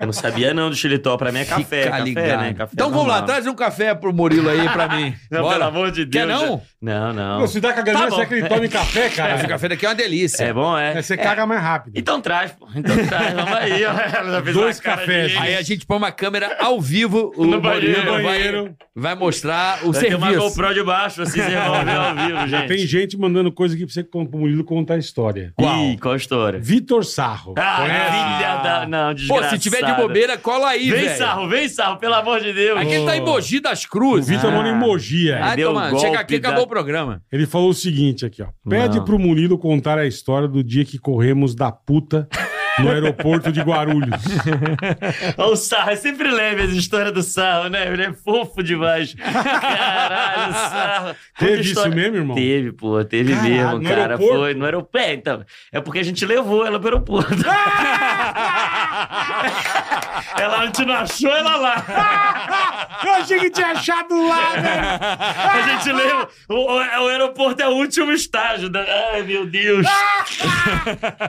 S5: Eu não sabia não do xilitol. Pra mim é café, é
S4: Fica
S5: café,
S4: ligado.
S5: né? Café
S4: então vamos lá,
S5: normal.
S4: traz um café pro Murilo aí pra mim.
S5: Não,
S4: Bora.
S5: pelo amor de
S4: Quer
S5: Deus. é.
S4: não?
S5: Não, não.
S3: Não, se dá caganeira,
S5: Tá bom.
S3: você é que ele tome café,
S4: Mas o
S3: cara.
S4: café daqui é uma delícia.
S5: É bom, é.
S3: Aí Você caga mais rápido.
S5: Então traz, pô. Então traz, vamos aí. ó. Ela já fez
S3: Dois
S5: uma cara de-
S3: cafés.
S4: Aí a gente põe uma câmera ao vivo, o
S5: É. No
S4: Murilo
S5: banheiro,
S4: vai-
S3: banheiro.
S4: vai, mostrar o
S5: Vai ter uma
S4: serviço.
S5: GoPro de baixo, assim, você resolve ao vivo, gente.
S3: Tem gente mandando coisa aqui pra você con- pro Murilo contar a história.
S4: Qual?
S5: Ih, qual a história?
S3: Vitor Sarro.
S5: Ah,
S3: Conhece?
S5: filha da... Não,
S4: Pô,
S5: desgraçado.
S4: se tiver de bobeira, cola aí,
S5: Vem
S4: velho.
S5: sarro, vem sarro, pelo amor de Deus.
S4: Aqui ele tá em Mogi das Cruzes.
S3: Vitor
S5: Ah.
S3: mora em Mogi, é.
S4: Ah,
S5: deu
S4: toma,
S5: golpe
S4: chega aqui,
S5: da-
S4: acabou o programa.
S3: Ele falou o seguinte aqui, ó. Pede
S5: Não.
S3: pro Murilo contar a história do dia que corremos da puta no aeroporto de Guarulhos.
S5: Olha o sarro, eu sempre leve as histórias do sarro, né? Ele é fofo demais. Caralho, sarro. Conta
S3: Teve isso
S5: história-
S3: mesmo, irmão?
S5: Teve, pô, teve
S3: Caralho,
S5: mesmo,
S3: no
S5: cara.
S3: aeroporto?
S5: Foi no aeroporto. É, então, é porque a gente levou ela pro aeroporto. ela a gente não achou ela lá.
S3: Eu achei que tinha achado lá, velho.
S5: a gente leva. O, o- o aeroporto é o último estágio. da- Ai, meu Deus.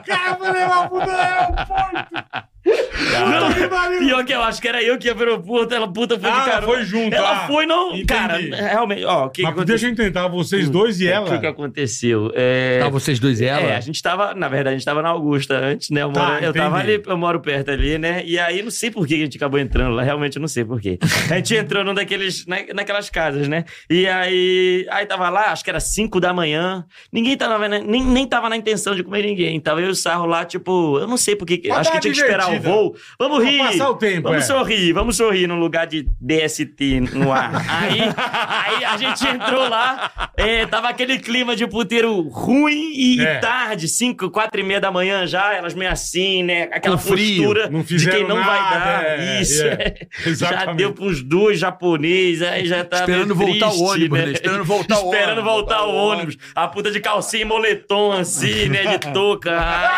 S3: Cara, eu vou levar pro aeroporto. Puta que pariu.
S5: Pior que eu acho que era eu que ia pro aeroporto, ela puta foi
S3: Ah,
S5: de
S3: ela
S5: carona.
S3: foi junto,
S5: Ela
S3: ah,
S5: foi, não.
S3: entendi.
S5: Cara, realmente, ó, o que, que
S3: Mas
S5: aconteceu?
S3: deixa eu tentar vocês dois e
S5: O
S3: ela.
S5: que, que aconteceu? É...
S7: Tá, vocês dois e ela?
S5: É, a gente tava, na verdade, a gente tava na Augusta antes, né? Eu,
S3: Tá,
S5: moro, eu
S3: entendi.
S5: tava ali, eu moro perto ali, né? E aí não sei por que a gente acabou entrando lá, realmente eu não sei por quê. A gente entrou num daqueles, na, naquelas casas, né? E aí, aí tava lá, acho que era 5 da manhã, ninguém tava, na- nem, nem tava na intenção de comer ninguém. Tava eu e o Sarro lá, tipo, eu não sei por que, que-
S3: Mas
S5: acho
S3: tá
S5: que tinha que esperar o
S3: divertida.
S5: voo. Vamos
S3: Pra
S5: rir!
S3: passar o tempo,
S5: Vamos
S3: é.
S5: sorrir, vamos sorrir num lugar de DST no ar. Aí, aí a gente entrou lá, é, tava aquele clima de puteiro ruim e
S3: É.
S5: tarde, 5, 4 e meia da manhã já, elas meio assim, né? Aquela
S4: Com frio,
S5: postura
S3: não
S5: de quem
S3: fizeram
S5: não vai
S3: nada,
S5: dar.
S3: é,
S5: Isso.
S3: é.
S5: é. Já
S3: Exatamente.
S5: deu pros dois japoneses, aí já tá meio
S4: Esperando voltar
S5: triste,
S4: o ônibus,
S5: né?
S4: né? Esperando voltar o
S5: Esperando
S4: ônibus,
S5: voltar
S4: voltar
S5: o
S4: o
S5: ônibus. A puta de calcinha e moletom, assim, né? De touca.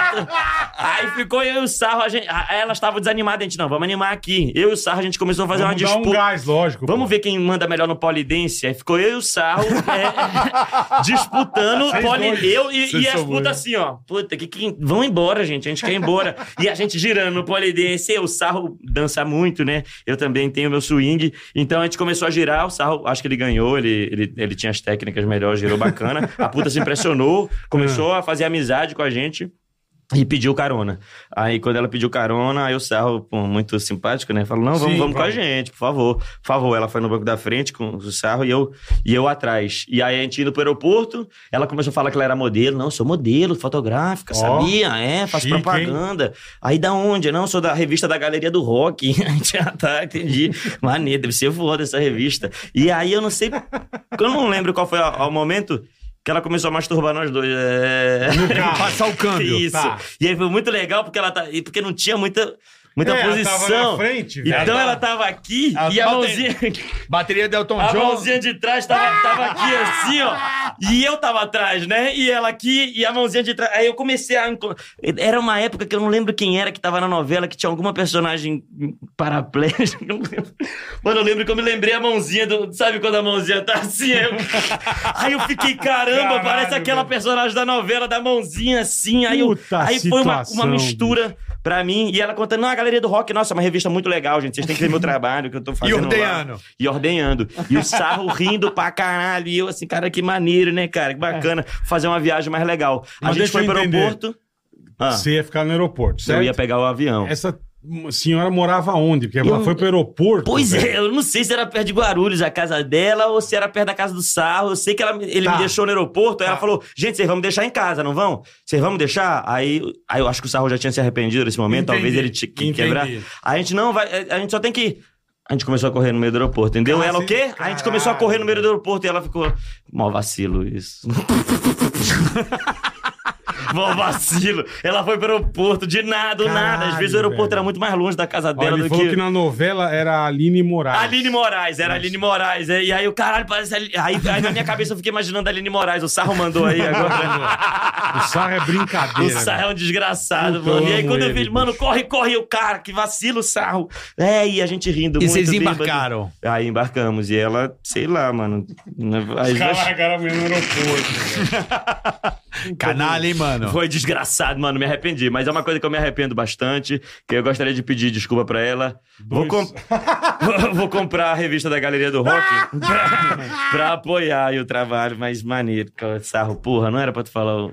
S5: Aí
S3: Ah.
S5: ficou eu e o Sarro, a gente, a- elas estavam desanimadas, a gente, não, vamos animar aqui. Eu e o Sarro, a gente começou a fazer
S3: Vamos
S5: uma
S3: dar um
S5: disputa.
S3: gás, lógico.
S5: Vamos
S3: pô.
S5: ver quem manda melhor no polidense. Aí ficou eu e o Sarro é, disputando
S3: Vocês
S5: poli...
S3: dois.
S5: Eu e,
S3: Vocês
S5: e as
S3: são
S5: putas
S3: bons.
S5: assim, ó. Puta, que, que... vão embora, gente. A gente quer ir embora. e a gente girando no polidense. Eu, O Sarro dança muito, né? Eu também tenho meu swing. Então a gente começou a girar. O Sarro, acho que ele ganhou. Ele, ele, ele tinha as técnicas melhores, girou bacana. A puta se impressionou. Começou
S3: Ah.
S5: a fazer amizade com a gente. E pediu carona. Aí, quando ela pediu carona, aí o Sarro, pô, muito simpático, né? Falou, não, vamos,
S3: Sim,
S5: vamos com a
S3: vamos.
S5: gente, por favor. Por favor. Ela foi no banco da frente com o Sarro e eu, e eu atrás. E aí, a gente indo pro aeroporto, ela começou a falar que ela era modelo. Não, sou modelo, fotográfica,
S3: Ó,
S5: sabia? É, faço
S3: chique, hein?
S5: propaganda. Aí, da onde? Não, sou da revista da Galeria do Rock. A gente, ah, tá, entendi. Maneiro, deve ser foda essa revista. E aí, eu não sei... Eu não lembro qual foi a- o momento... Que ela começou a masturbar nós dois. É...
S3: No carro.
S4: Passar o câmbio.
S5: Isso.
S3: Tá.
S5: E aí foi muito legal porque ela tá, e porque não tinha muita muita
S3: É, ela
S5: posição.
S3: tava na frente, velho.
S5: então ela tava aqui
S4: Ela
S5: e a
S4: tava-
S5: mãozinha
S4: Bateria Delton
S5: a
S4: John.
S5: mãozinha de trás tava, tava aqui assim, ó. E eu tava atrás, né? E ela aqui e a mãozinha de trás. Aí eu comecei a enco- era uma época que eu não lembro quem era que tava na novela que tinha alguma personagem paraplégica, eu não lembro. Mano, eu lembro que eu me lembrei a mãozinha do, sabe quando a mãozinha tá assim? Aí eu, aí eu fiquei, caramba,
S3: Caralho,
S5: parece aquela
S3: velho.
S5: personagem da novela da mãozinha assim. Aí eu,
S3: Puta
S5: aí foi uma, uma
S3: situação,
S5: mistura pra mim e ela contando, não, a galeria do rock, nossa, é uma revista muito legal, gente. Vocês têm que ver meu trabalho que eu tô
S4: E
S5: fazendo lá."
S4: ordenhando.
S5: e ordenhando. E o sarro rindo pra caralho. E eu assim, cara, que maneiro, né, cara? Que bacana. Fazer uma viagem mais legal. A
S3: É. Mas
S5: gente
S3: deixa
S5: foi
S3: eu
S5: pro
S3: entender.
S5: aeroporto. Ah,
S3: Você ia ficar no aeroporto, certo? É
S5: eu ia pegar o avião.
S3: Essa senhora morava onde? Porque ela
S5: Eu-
S3: foi pro aeroporto.
S5: Pois
S3: velho.
S5: é, eu não sei se era perto de Guarulhos a casa dela ou se era perto da casa do Sarro. Eu sei que ela, me- ele
S3: Tá.
S5: me deixou no aeroporto. Aí ela
S3: Tá.
S5: falou: gente, vocês vão me deixar em casa, não vão? Vocês vão me deixar? Aí, aí eu acho que o Sarro já tinha se arrependido nesse momento,
S3: Entendi.
S5: talvez ele te, que,
S3: Entendi.
S5: quebrar. A gente não vai. A gente só tem que. A gente começou a correr no meio do aeroporto, entendeu?
S3: Cara,
S5: ela o quê? A
S3: Ah, caralho.
S5: gente começou a correr no meio do aeroporto e ela ficou. Mó vacilo isso. Mó vacilo. Ela foi pro aeroporto de nada, do nada. Às
S3: Caralho,
S5: vezes o aeroporto
S3: velho.
S5: era muito mais longe da casa
S3: Olha,
S5: dela
S3: ele
S5: do
S3: falou que...
S5: que
S3: na novela era a Aline Moraes.
S5: Aline Moraes, era Aline Moraes. é, E aí o caralho parece. Ali- Aí, aí na minha cabeça eu fiquei imaginando a Aline Moraes. O Sarro mandou aí agora.
S3: O Sarro é
S5: o
S3: brincadeira.
S5: Sarro é um desgraçado,
S3: Puta,
S5: mano. E
S3: eu
S5: aí
S3: amo
S5: quando eu
S3: ele,
S5: vi, ele, mano,
S3: bicho.
S5: corre, corre, o cara, que vacilo o Sarro. É, e a gente rindo
S4: E
S5: muito.
S4: vocês
S5: bêbado.
S4: embarcaram.
S5: Aí embarcamos. E ela, sei lá, mano. né, aí nós-
S3: a mulher no aeroporto.
S4: Canalha, hein, mano?
S5: Foi desgraçado, mano. Me arrependi. Mas é uma coisa que eu me arrependo bastante. Que eu gostaria de pedir desculpa pra ela. Vou,
S3: Dois.
S5: com- Vou comprar a revista da Galeria do Rock pra, pra apoiar aí o trabalho. Mas maneiro. cara. Sarro, porra, não era pra tu falar. o-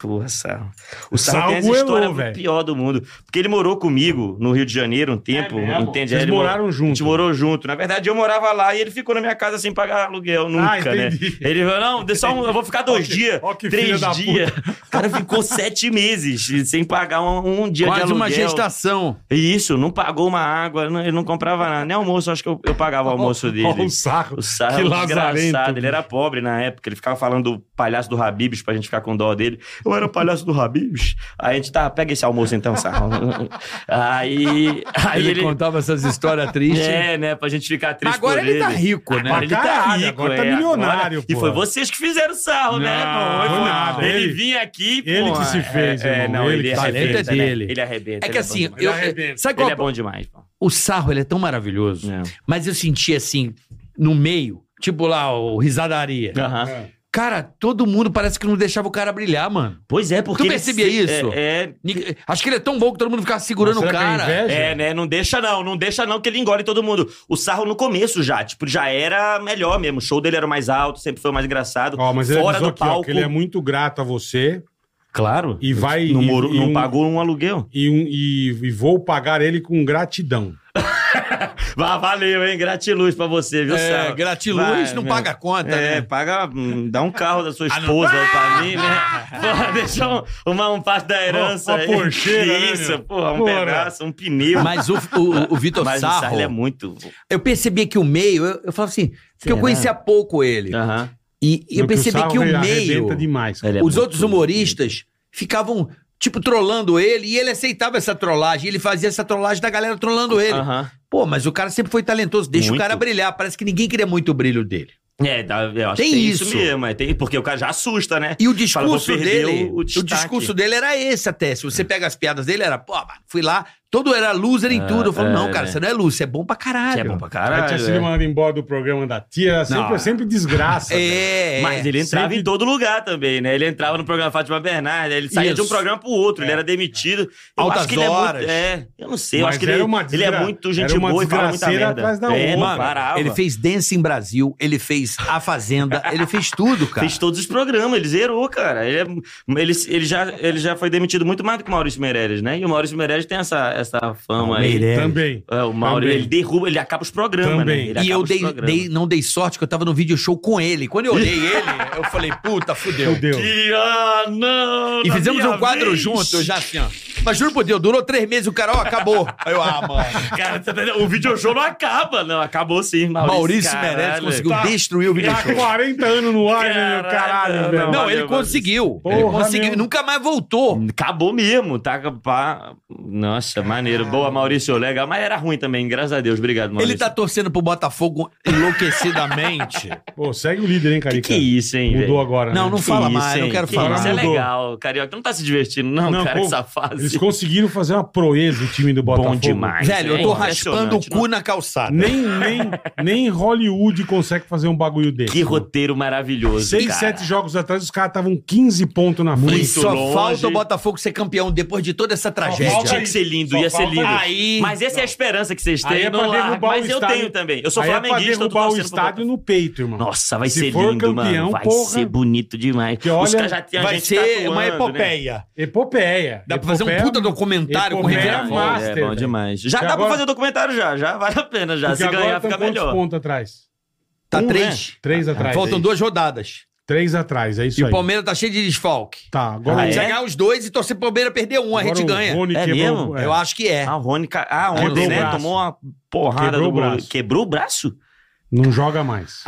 S5: Porra, Sarro. O Sarro,
S3: Sarro
S5: tem essa
S3: goelou,
S5: história
S3: velho.
S5: pior do mundo. Porque ele morou comigo no Rio de Janeiro um tempo,
S3: mesmo?
S5: entende?
S3: Vocês
S5: Aí ele mor-
S3: moraram junto.
S5: A gente morou junto. Na verdade, eu morava lá e ele ficou na minha casa sem pagar aluguel nunca,
S3: Ah,
S5: né?
S3: entendi.
S5: Ele falou, não, dê só um, eu vou ficar dois
S3: Ó que-
S5: dias,
S3: ó que filha
S5: três
S3: da
S5: dias. O cara ficou sete meses sem pagar um, um dia de
S4: Quase
S5: aluguel.
S4: uma gestação.
S5: E isso, não pagou uma água, não- ele não comprava nada. Nem almoço, acho que eu, eu pagava o almoço dele.
S3: Olha o Sarro.
S5: O
S3: que
S5: Sarro era um
S3: lazarento.
S5: desgraçado, ele era pobre na época, ele ficava falando do palhaço do Habibs pra gente ficar com dó dele. Eu era o palhaço do Rabibs. Aí a gente tá, pega esse almoço então, sarro. Aí, aí
S4: ele,
S5: ele.
S4: contava essas histórias tristes.
S5: É, né? Pra gente ficar triste.
S4: Agora
S5: por
S4: ele tá rico, né?
S5: Agora ele tá
S3: Caralho,
S5: rico,
S3: agora tá
S5: é,
S3: milionário,
S5: E
S3: pô.
S5: foi vocês que fizeram sarro, né,
S3: Não,
S5: irmão?
S3: foi
S5: Ele-
S3: nada,
S5: Ele,
S3: ele-
S5: vinha aqui, pô.
S3: ele que se fez,
S5: é,
S3: irmão,
S5: não,
S3: ele
S5: ele,
S3: que se
S5: arrebenta,
S4: fez.
S5: né?
S4: dele.
S5: Ele
S4: É
S5: arrebenta. ele
S4: que assim,
S5: bom
S3: Ele
S4: eu,
S3: arrebenta.
S4: sabe
S5: demais.
S4: qual
S5: Ele é bom demais, pô.
S4: O sarro, ele é tão maravilhoso.
S5: É.
S4: Mas eu senti assim, no meio, tipo lá, o risadaria.
S5: Aham.
S3: É.
S4: Cara, todo mundo parece que não deixava o cara brilhar, mano.
S5: Pois é, porque...
S4: Tu
S5: ele
S4: percebia
S5: se-
S4: isso?
S5: É, é,
S4: Ninguém- Acho que ele é tão bom que todo mundo ficava
S3: Mas
S4: segurando
S3: será
S4: o
S3: que é
S4: cara.
S3: inveja?
S5: É, né? Não deixa não, não deixa não que ele engole todo mundo. O Sarro no começo já, tipo, já era melhor mesmo. O show dele era o mais alto, sempre foi o mais engraçado.
S3: Ó, mas ele
S5: Fora
S3: avisou
S5: do
S3: aqui, ó,
S5: palco.
S3: que ele é muito grato a você
S5: Claro.
S3: e vai...
S5: Não,
S3: e,
S5: morou-
S3: e
S5: não
S3: um-
S5: pagou um aluguel.
S3: E, um- e- e vou pagar ele com gratidão.
S5: Vá, valeu, hein? Gratiluz pra você, viu, Sarro?
S4: É, gratiluz
S5: Vai,
S4: não
S5: né?
S4: paga a conta,
S5: É, Ah!
S4: né?
S5: paga, hum, dá um carro da sua esposa aí pra mim, né? Pô, deixa um, uma, um parte da herança
S3: Uma- uma
S5: aí.
S3: porcheira, né,
S5: Isso,
S3: meu?
S5: porra, um
S3: Porra.
S5: pedaço, um pneu.
S4: Mas
S5: Mas,
S4: o, o, o Vitor
S5: o Sarro
S4: Sarro,
S5: ele é muito...
S4: eu percebi que o meio, eu, eu falava assim, porque eu
S5: Será?
S4: conhecia pouco ele.
S5: Aham.
S4: E, e eu
S3: Porque
S4: percebi
S3: Sarro
S4: que o meio,
S3: arrebenta demais. cara.
S5: Ele é
S4: os
S5: muito- né?
S4: outros humoristas ficavam, tipo, trolando ele, e ele aceitava essa trollagem, ele fazia essa trollagem da galera trollando ele.
S5: Aham.
S4: Pô, mas o cara sempre foi talentoso, deixa
S5: Muito.
S4: o cara brilhar, parece que ninguém queria muito o brilho dele.
S5: É, dá- eu acho
S4: Tem
S5: que tem isso,
S4: isso.
S5: mesmo. é, tem- porque o cara já assusta, né?
S4: E o
S5: Fala, vou
S4: discurso
S5: perder
S4: dele,
S5: o- o
S4: o,
S5: destaque. É.
S4: discurso dele era esse até. Se você pega as piadas dele, era, pô, mano, fui lá, todo era loser em
S5: É,
S4: tudo. Eu falo,
S5: é,
S4: não, cara,
S5: né?
S4: você não é loser, você é bom pra caralho.
S5: Que é bom pra
S3: Aí
S5: caralho.
S3: tinha sido
S5: é.
S3: mandado embora do programa da tia, era sempre,
S4: Não.
S3: é sempre desgraça. velho.
S4: É,
S5: Mas ele entrava
S3: sempre-
S5: em todo lugar também, né? Ele entrava no programa Fátima Bernardes, ele saía de um
S4: Isso.
S5: programa pro outro, ele era demitido. Eu
S4: Altas
S5: acho que ele é
S4: horas.
S5: muito. É, eu não sei, eu
S3: Mas
S5: acho que ele,
S3: era uma
S5: ele é
S3: desgra-
S5: muito gente
S3: era uma
S5: boa e fala muita
S3: desgraceira
S5: merda.
S3: atrás da
S5: é,
S3: outra.
S5: não parava.
S4: Ele fez Dance em Brasil, ele fez A Fazenda, ele fez tudo, cara.
S5: Fez todos os programas, ele zerou, cara. Ele, é- ele, ele já, ele já foi demitido muito mais do que o Maurício Meirelles, né? E o Maurício Meirelles tem essa, essa fama aí.
S4: Meirelles.
S3: Também.
S5: É, o Maurício,
S3: Também.
S5: ele derruba, ele acaba os programas,
S3: Também.
S5: né? Ele
S4: E
S5: acaba
S4: eu
S5: os
S4: dei,
S5: programas.
S4: dei- não dei sorte que eu tava no vídeo show com ele. Quando eu olhei ele, eu falei, puta, fudeu.
S3: Meu Deus.
S5: Que, ah, não,
S4: E
S5: na
S4: fizemos
S5: minha
S4: um quadro
S5: vez.
S4: junto, eu já assim, ó. Mas juro por Deus, durou três meses, o cara, ó, acabou. Aí eu, ah, mano.
S5: Cara, tá entendendo? o video show não acaba, não. Acabou sim, Maurício.
S4: Maurício
S5: caralho.
S4: Meirelles conseguiu
S5: Tá.
S4: destruir o vídeo
S3: Tá
S4: show.
S3: 40 anos no ar, né, meu
S5: Caralho,
S3: caralho,
S5: não,
S3: velho.
S4: Não,
S5: Valeu,
S4: ele
S5: Maurício.
S4: conseguiu. ele
S3: Porra,
S4: conseguiu.
S3: meu.
S4: E nunca mais voltou.
S5: Acabou mesmo, tá? Pá. Nossa, maneiro. Boa, Maurício, legal. Mas era ruim também, graças a Deus. Obrigado, Maurício.
S4: Ele tá torcendo pro Botafogo enlouquecidamente.
S3: Pô, segue o líder, hein,
S5: Que
S3: Carica?
S5: que é isso, hein,
S3: Mudou
S5: velho?
S3: agora,
S4: Não,
S3: né?
S4: não fala
S5: Que
S4: mais,
S5: isso,
S4: não
S5: hein?
S4: quero
S5: Que
S4: falar
S5: Isso é
S3: mudou.
S5: legal. Carioca, não tá se divertindo, não,
S3: Não,
S5: cara,
S3: pô,
S5: essa fase.
S3: Eles conseguiram fazer uma proeza o time do Botafogo.
S5: Bom demais.
S4: Velho, eu tô
S5: É
S4: raspando o
S5: impressionante,
S4: cu na calçada.
S3: Nem, nem, nem Hollywood consegue fazer um bagulho desse.
S5: Que roteiro maravilhoso,
S3: Seis,
S5: cara.
S3: sete jogos atrás, os caras estavam 15 pontos na
S4: e
S3: frente.
S5: Muito
S4: só
S5: longe.
S4: falta o Botafogo ser campeão depois de toda essa
S3: falta
S4: tragédia.
S5: Tinha que ser lindo,
S3: Só
S5: ia ser
S3: falta
S5: lindo.
S3: isso.
S4: Aí-
S5: Mas essa é a esperança que vocês
S3: Aí
S5: têm.
S3: é pra
S5: não larga.
S3: derrubar
S5: Mas
S3: o
S5: eu
S3: estádio.
S5: tenho também. Eu sou
S3: Aí é pra
S5: flamenguista, eu tô
S3: derrubar o
S5: torcendo pro
S3: estádio no peito, irmão.
S5: Nossa, vai
S3: Se
S5: ser
S3: for
S5: lindo,
S3: campeão,
S5: mano. Vai
S3: porra.
S5: ser bonito demais.
S3: Que olha,
S5: Os caras já tem a
S4: Vai
S5: gente
S4: ser
S5: tatuando,
S4: uma
S5: né?
S4: epopeia.
S3: Epopeia.
S4: Dá pra fazer um puta documentário com o
S3: epopeia
S4: Rivera
S5: É,
S4: Volta.
S3: master,
S5: é bom
S3: velho.
S5: demais. Já
S3: Porque
S5: dá
S3: agora-
S5: pra fazer documentário já, já vale a pena já.
S3: Porque
S5: Se
S3: agora
S5: ganhar
S3: estão
S5: fica
S3: quantos
S5: melhor.
S3: pontos atrás?
S4: Tá
S5: Um,
S4: três.
S3: Três atrás.
S4: Faltam
S3: Três.
S4: Tá duas rodadas.
S3: Três atrás, é isso
S4: E
S3: aí.
S4: o Palmeiras tá cheio de desfalque.
S3: Tá, agora
S5: Ah,
S3: o-
S5: é?
S4: Se ganhar os dois e torcer pro Palmeiras perder um, a
S3: agora
S4: gente
S3: o
S4: ganha.
S3: Rony
S5: É
S3: quebrou-
S5: mesmo?
S3: é.
S4: Eu acho que é.
S5: A Rônica, ah,
S3: Quebrou
S5: ontem,
S3: o
S5: né?
S3: braço.
S5: Tomou uma porrada
S3: Quebrou
S5: do
S3: o
S5: goleiro.
S3: braço.
S5: Quebrou o braço?
S3: Não joga mais.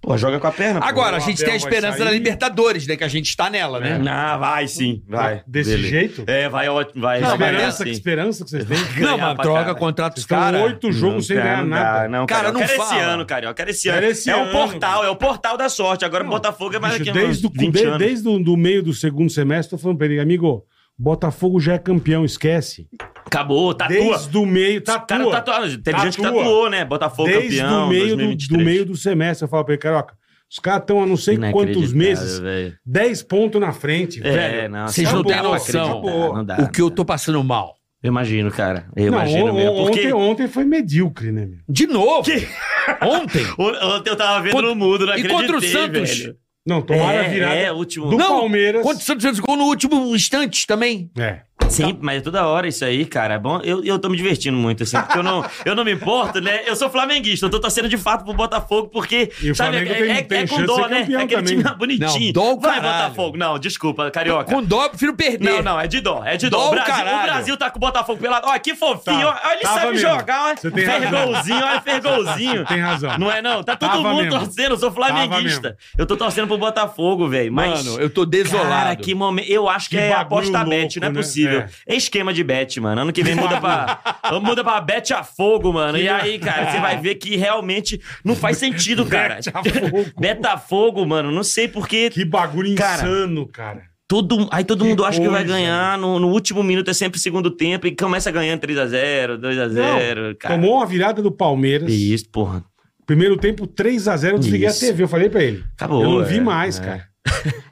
S5: Pô, joga com a perna. pô.
S4: Agora, a
S3: o
S4: gente
S3: Abel vai
S4: tem a esperança
S3: sair. É.
S4: da Libertadores, né? Que a gente tá nela, né?
S5: Ah, vai sim, vai.
S3: Desse
S5: Beleza.
S3: jeito?
S5: É, vai ótimo, vai.
S4: Não, mas
S5: vai ganhar,
S3: esperança, que
S5: sim.
S3: esperança que vocês têm.
S4: Não,
S5: Ganhar
S4: mano,
S5: pra
S4: troca
S5: caralho.
S4: contratos,
S3: Vocês estão
S4: cara.
S3: oito jogos
S5: Não,
S3: sem
S5: cara,
S3: ganhar
S5: não dá,
S3: nada.
S5: não,
S4: Cara,
S5: cara,
S4: não
S5: eu quero
S4: fala.
S5: esse ano, cara. Eu quero esse ano.
S3: Quero esse
S5: é
S3: ano,
S5: o portal, é o portal da sorte. Agora
S3: Não,
S5: o Botafogo é mais
S3: Bicho,
S5: do que
S3: desde o
S5: 20
S3: de-
S5: anos.
S3: desde o do meio do segundo semestre, tô falando pra ele, amigo, Botafogo já é campeão, esquece.
S5: Acabou, tatua.
S3: Desde o meio,
S5: Tá Os caras
S3: tatua.
S5: tatuaram. Teve gente que
S3: Tatua.
S5: tatuou, né? Botafogo
S3: Desde
S5: campeão
S3: o meio do,
S5: 2023.
S3: do meio do semestre, eu falo pra ele, Carioca, os caras estão há não sei quantos
S5: Inacreditável,
S3: meses,
S5: velho.
S3: 10 pontos na frente,
S5: É,
S3: velho.
S5: não.
S4: Vocês
S5: assim,
S4: não têm
S5: dá pra
S4: noção.
S5: acreditar,
S3: Tipo,
S5: Não dá.
S4: o que eu tô passando mal.
S5: Eu imagino, cara. Eu
S3: Não,
S5: imagino
S3: on-
S5: mesmo. Porque...
S3: ontem, ontem foi medíocre, né, meu?
S4: De novo? Ontem?
S5: Ontem eu tava vendo no mundo, não
S4: E
S5: acreditei,
S4: contra o Santos?
S5: velho.
S3: Não, tomaram
S5: É,
S3: a virada
S5: é, último.
S3: do
S4: Não,
S3: Palmeiras.
S4: Quanto o Santos fez gol no último instante também?
S3: É.
S5: Sempre, mas é toda hora isso aí, cara. É Bom, eu, eu tô me divertindo muito, assim, porque eu não, eu não me importo, né? Eu sou flamenguista, eu tô torcendo de fato pro Botafogo, porque.
S3: E o Flamengo
S5: é,
S3: tem-
S5: é-
S3: tem
S5: é
S3: chance
S5: com
S3: de
S5: dó,
S3: ser
S5: né?
S3: campeão
S5: É aquele
S3: também.
S5: time bonitinho.
S4: Não, dó o
S5: Vai,
S4: caralho.
S5: Botafogo. Não, desculpa, carioca.
S4: Com dó, eu prefiro perder.
S5: Não, não, é de dó, é de dó.
S4: Dó
S5: o,
S4: o
S5: Brasil,
S4: caralho.
S5: o Brasil tá com o Botafogo pelado. Ó, que fofinho,
S3: Tá.
S5: ó, ele
S3: Tava
S5: sabe
S3: mesmo.
S5: jogar, ó.
S3: Você tem
S5: Fez
S3: razão.
S5: golzinho, ó, fez golzinho.
S3: Tem razão.
S5: Não é, não? Tá todo
S3: Tava
S5: mundo
S3: mesmo.
S5: torcendo, eu sou flamenguista. Eu tô torcendo pro Botafogo, velho. Mas.
S4: Mano, eu tô desolado.
S5: Cara, que momento. Eu acho que,
S3: Que
S5: é
S3: bagulho
S5: aposta
S3: louco,
S5: bet, não é
S3: né?
S5: possível.
S3: É.
S5: É. esquema de bet, mano. Ano que vem muda pra, muda pra bet a fogo, mano. E aí, cara, você vai ver que realmente não faz sentido, cara.
S3: Bet a fogo.
S5: Bet a fogo, mano. Não sei porque
S3: Que bagulho
S5: Cara,
S3: insano, cara.
S5: todo, aí todo
S3: Que
S5: mundo acha que vai
S3: coisa,
S5: ganhar. No, no último minuto é sempre segundo tempo e começa ganhando 3x0, 2x0, cara.
S3: Tomou um- uma virada do Palmeiras.
S5: Que isso, porra.
S3: Primeiro tempo, 3x0. Eu desliguei
S5: Isso.
S3: a TV. Eu falei pra ele.
S5: Acabou,
S3: Eu não vi
S5: é,
S3: mais,
S5: é.
S3: cara.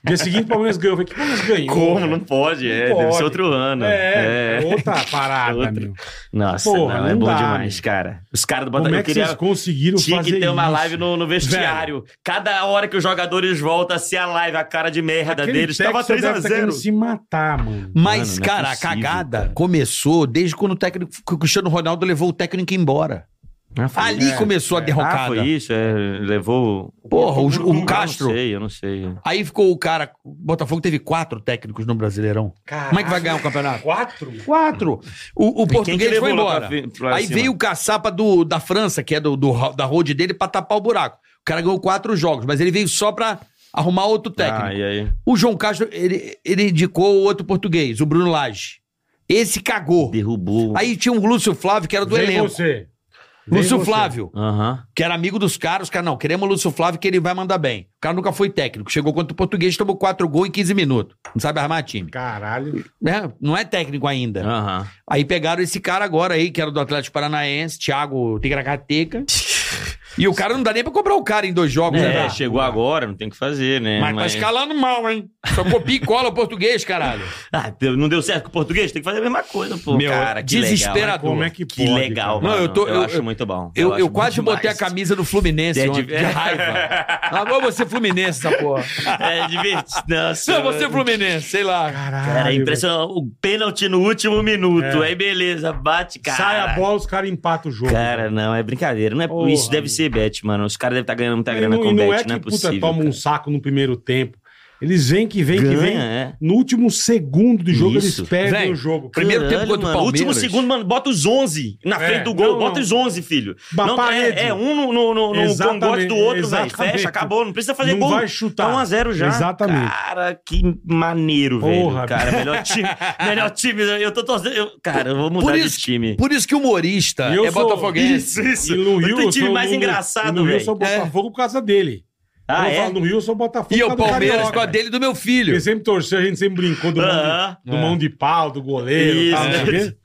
S3: Dia seguinte, o Palmeiras ganhou. Eu falei, que Palmeiras ganhou?
S5: Como?
S3: cara?
S5: Não pode, é.
S3: Não
S5: Deve ser
S3: pode.
S5: outro ano.
S3: É, é outra parada,
S5: Outra.
S3: meu.
S5: Nossa,
S3: Porra,
S5: não, é
S3: não
S5: bom
S3: dá,
S5: demais,
S3: meu.
S5: cara. Os caras do
S3: Como
S5: Botafogo
S3: é
S5: eu
S3: que
S5: queria.
S3: vocês conseguiram
S5: Tinha
S3: fazer
S5: que ter uma
S3: isso?
S5: live no, no vestiário. Cada hora que os jogadores voltam, se a live, a cara de merda
S3: Aquele
S5: deles. Tava
S3: Texas deve tá querendo
S5: 3x0.
S3: se matar, mano.
S4: Mas,
S5: Mano, não é
S4: cara,
S5: possível,
S4: a cagada
S5: cara.
S4: começou desde quando o técnico, que o Cristiano Ronaldo levou o técnico embora. Ali
S3: É,
S4: começou a derrocada.
S5: Ah, foi isso? É, levou.
S4: Porra, o, o
S5: Eu
S4: Castro.
S5: Não sei, eu não sei.
S4: Aí ficou o cara. O Botafogo teve quatro técnicos no Brasileirão.
S3: Caralho.
S4: Como é que vai
S5: um
S4: ganhar o campeonato?
S3: Quatro?
S4: Quatro. O, o português foi embora. Aí veio
S5: o.
S4: o caçapa do, da França, que é do, do- da road dele, pra tapar o buraco. O cara ganhou quatro jogos, mas ele veio só pra arrumar outro técnico.
S5: Ah, e aí?
S4: O João Castro, ele, ele indicou o outro português, o Bruno Lage. Esse cagou.
S5: Derrubou.
S4: Aí tinha um Lúcio Flávio, que era do
S3: Vem
S4: elenco.
S3: você. Vem
S4: Lúcio
S3: você.
S4: Flávio,
S5: Aham.
S4: que era amigo dos caras. Os caras, não, queremos o Lúcio Flávio que ele vai mandar bem. O cara nunca foi técnico. Chegou contra o português, tomou quatro gols em 15 minutos. Não sabe armar time.
S3: Caralho.
S4: Né? Não é técnico ainda.
S5: Aham.
S4: Aí pegaram esse cara agora aí, que era do Atlético Paranaense, Thiago Tigracateca. e o cara não dá nem pra comprar o cara em dois jogos. né?
S5: É, chegou agora, não tem o que fazer, né?
S4: Mas, tá escalando mal, hein? Só copia e cola o português, caralho.
S5: Ah, deu- não deu certo com o português? Tem que fazer a mesma coisa, pô.
S4: Meu,
S5: cara, que
S4: desesperador.
S5: legal.
S3: Como é que pode?
S5: Que legal,
S4: Não,
S5: mano.
S4: eu tô-
S5: eu,
S4: eu-
S5: acho
S4: eu-
S5: muito bom.
S4: Eu, eu,
S5: acho
S4: quase
S5: bom
S4: botei a
S5: demais.
S4: camisa do Fluminense,
S5: É,
S4: ontem,
S5: de-
S4: de, raiva. Agora você Fluminense, essa porra.
S5: É divertido. Nossa,
S4: Não, você Fluminense, sei lá.
S3: Caralho.
S5: Cara, é
S3: velho. É.
S5: impressionante. O pênalti no último minuto. Aí beleza, bate, cara.
S3: Sai a bola, os caras empatam o jogo.
S5: Cara, não, é brincadeira. Não é,
S3: Porra,
S5: isso deve
S3: amigo.
S5: ser bet, mano. Os caras devem estar ganhando muita
S3: E
S5: grana
S3: não,
S5: com
S3: e não
S5: bet,
S3: é que
S5: não é possível.
S3: puta, toma um
S5: cara.
S3: saco no primeiro tempo. Eles vêm que vem que
S5: Ganha,
S3: vem.
S5: é.
S3: No último segundo de jogo,
S5: Isso.
S3: eles perdem
S4: Velho,
S3: o jogo.
S4: prim- Primeiro tempo contra o
S5: mano.
S4: Palmeiras.
S5: Último segundo, mano, bota os 11 na
S3: É,
S5: frente do gol.
S3: não,
S5: bota
S3: não.
S5: os 11, filho.
S3: Ba-
S5: Não,
S3: parede.
S5: é, é um no, no, no, no
S3: Exatamente,
S5: congote do outro, velho.
S3: exatamente.
S5: Fecha, acabou. Não precisa fazer
S3: Não
S5: gol.
S3: vai chutar.
S4: um
S5: Tá 1x0 já.
S3: Exatamente.
S5: Cara, que maneiro, velho.
S3: Porra,
S5: Cara, melhor time. melhor time. né? Eu tô torcendo. eu- Cara, eu vou mudar
S4: Por
S5: de
S4: isso,
S5: time.
S4: por isso que humorista
S3: E eu
S4: é
S3: sou-
S4: botafoguense.
S3: E no
S5: Não
S3: Rio,
S5: tem
S3: eu
S5: time
S3: sou-
S5: mais
S3: no-
S5: engraçado,
S3: no Rio, eu
S5: velho.
S3: sou Botafogo por causa dele.
S5: Ah,
S3: eu
S5: é?
S3: falo no Rio, eu sou Botafogo
S4: É. E
S3: por
S4: o
S3: causa do
S4: Palmeiras
S3: Carioca.
S4: com a dele Ah. e do meu filho.
S3: Ele sempre torceu, a gente sempre brincou do,
S5: Aham.
S3: mão, de, do mão de pau, do goleiro.
S5: Isso.
S3: tal, não sei o quê.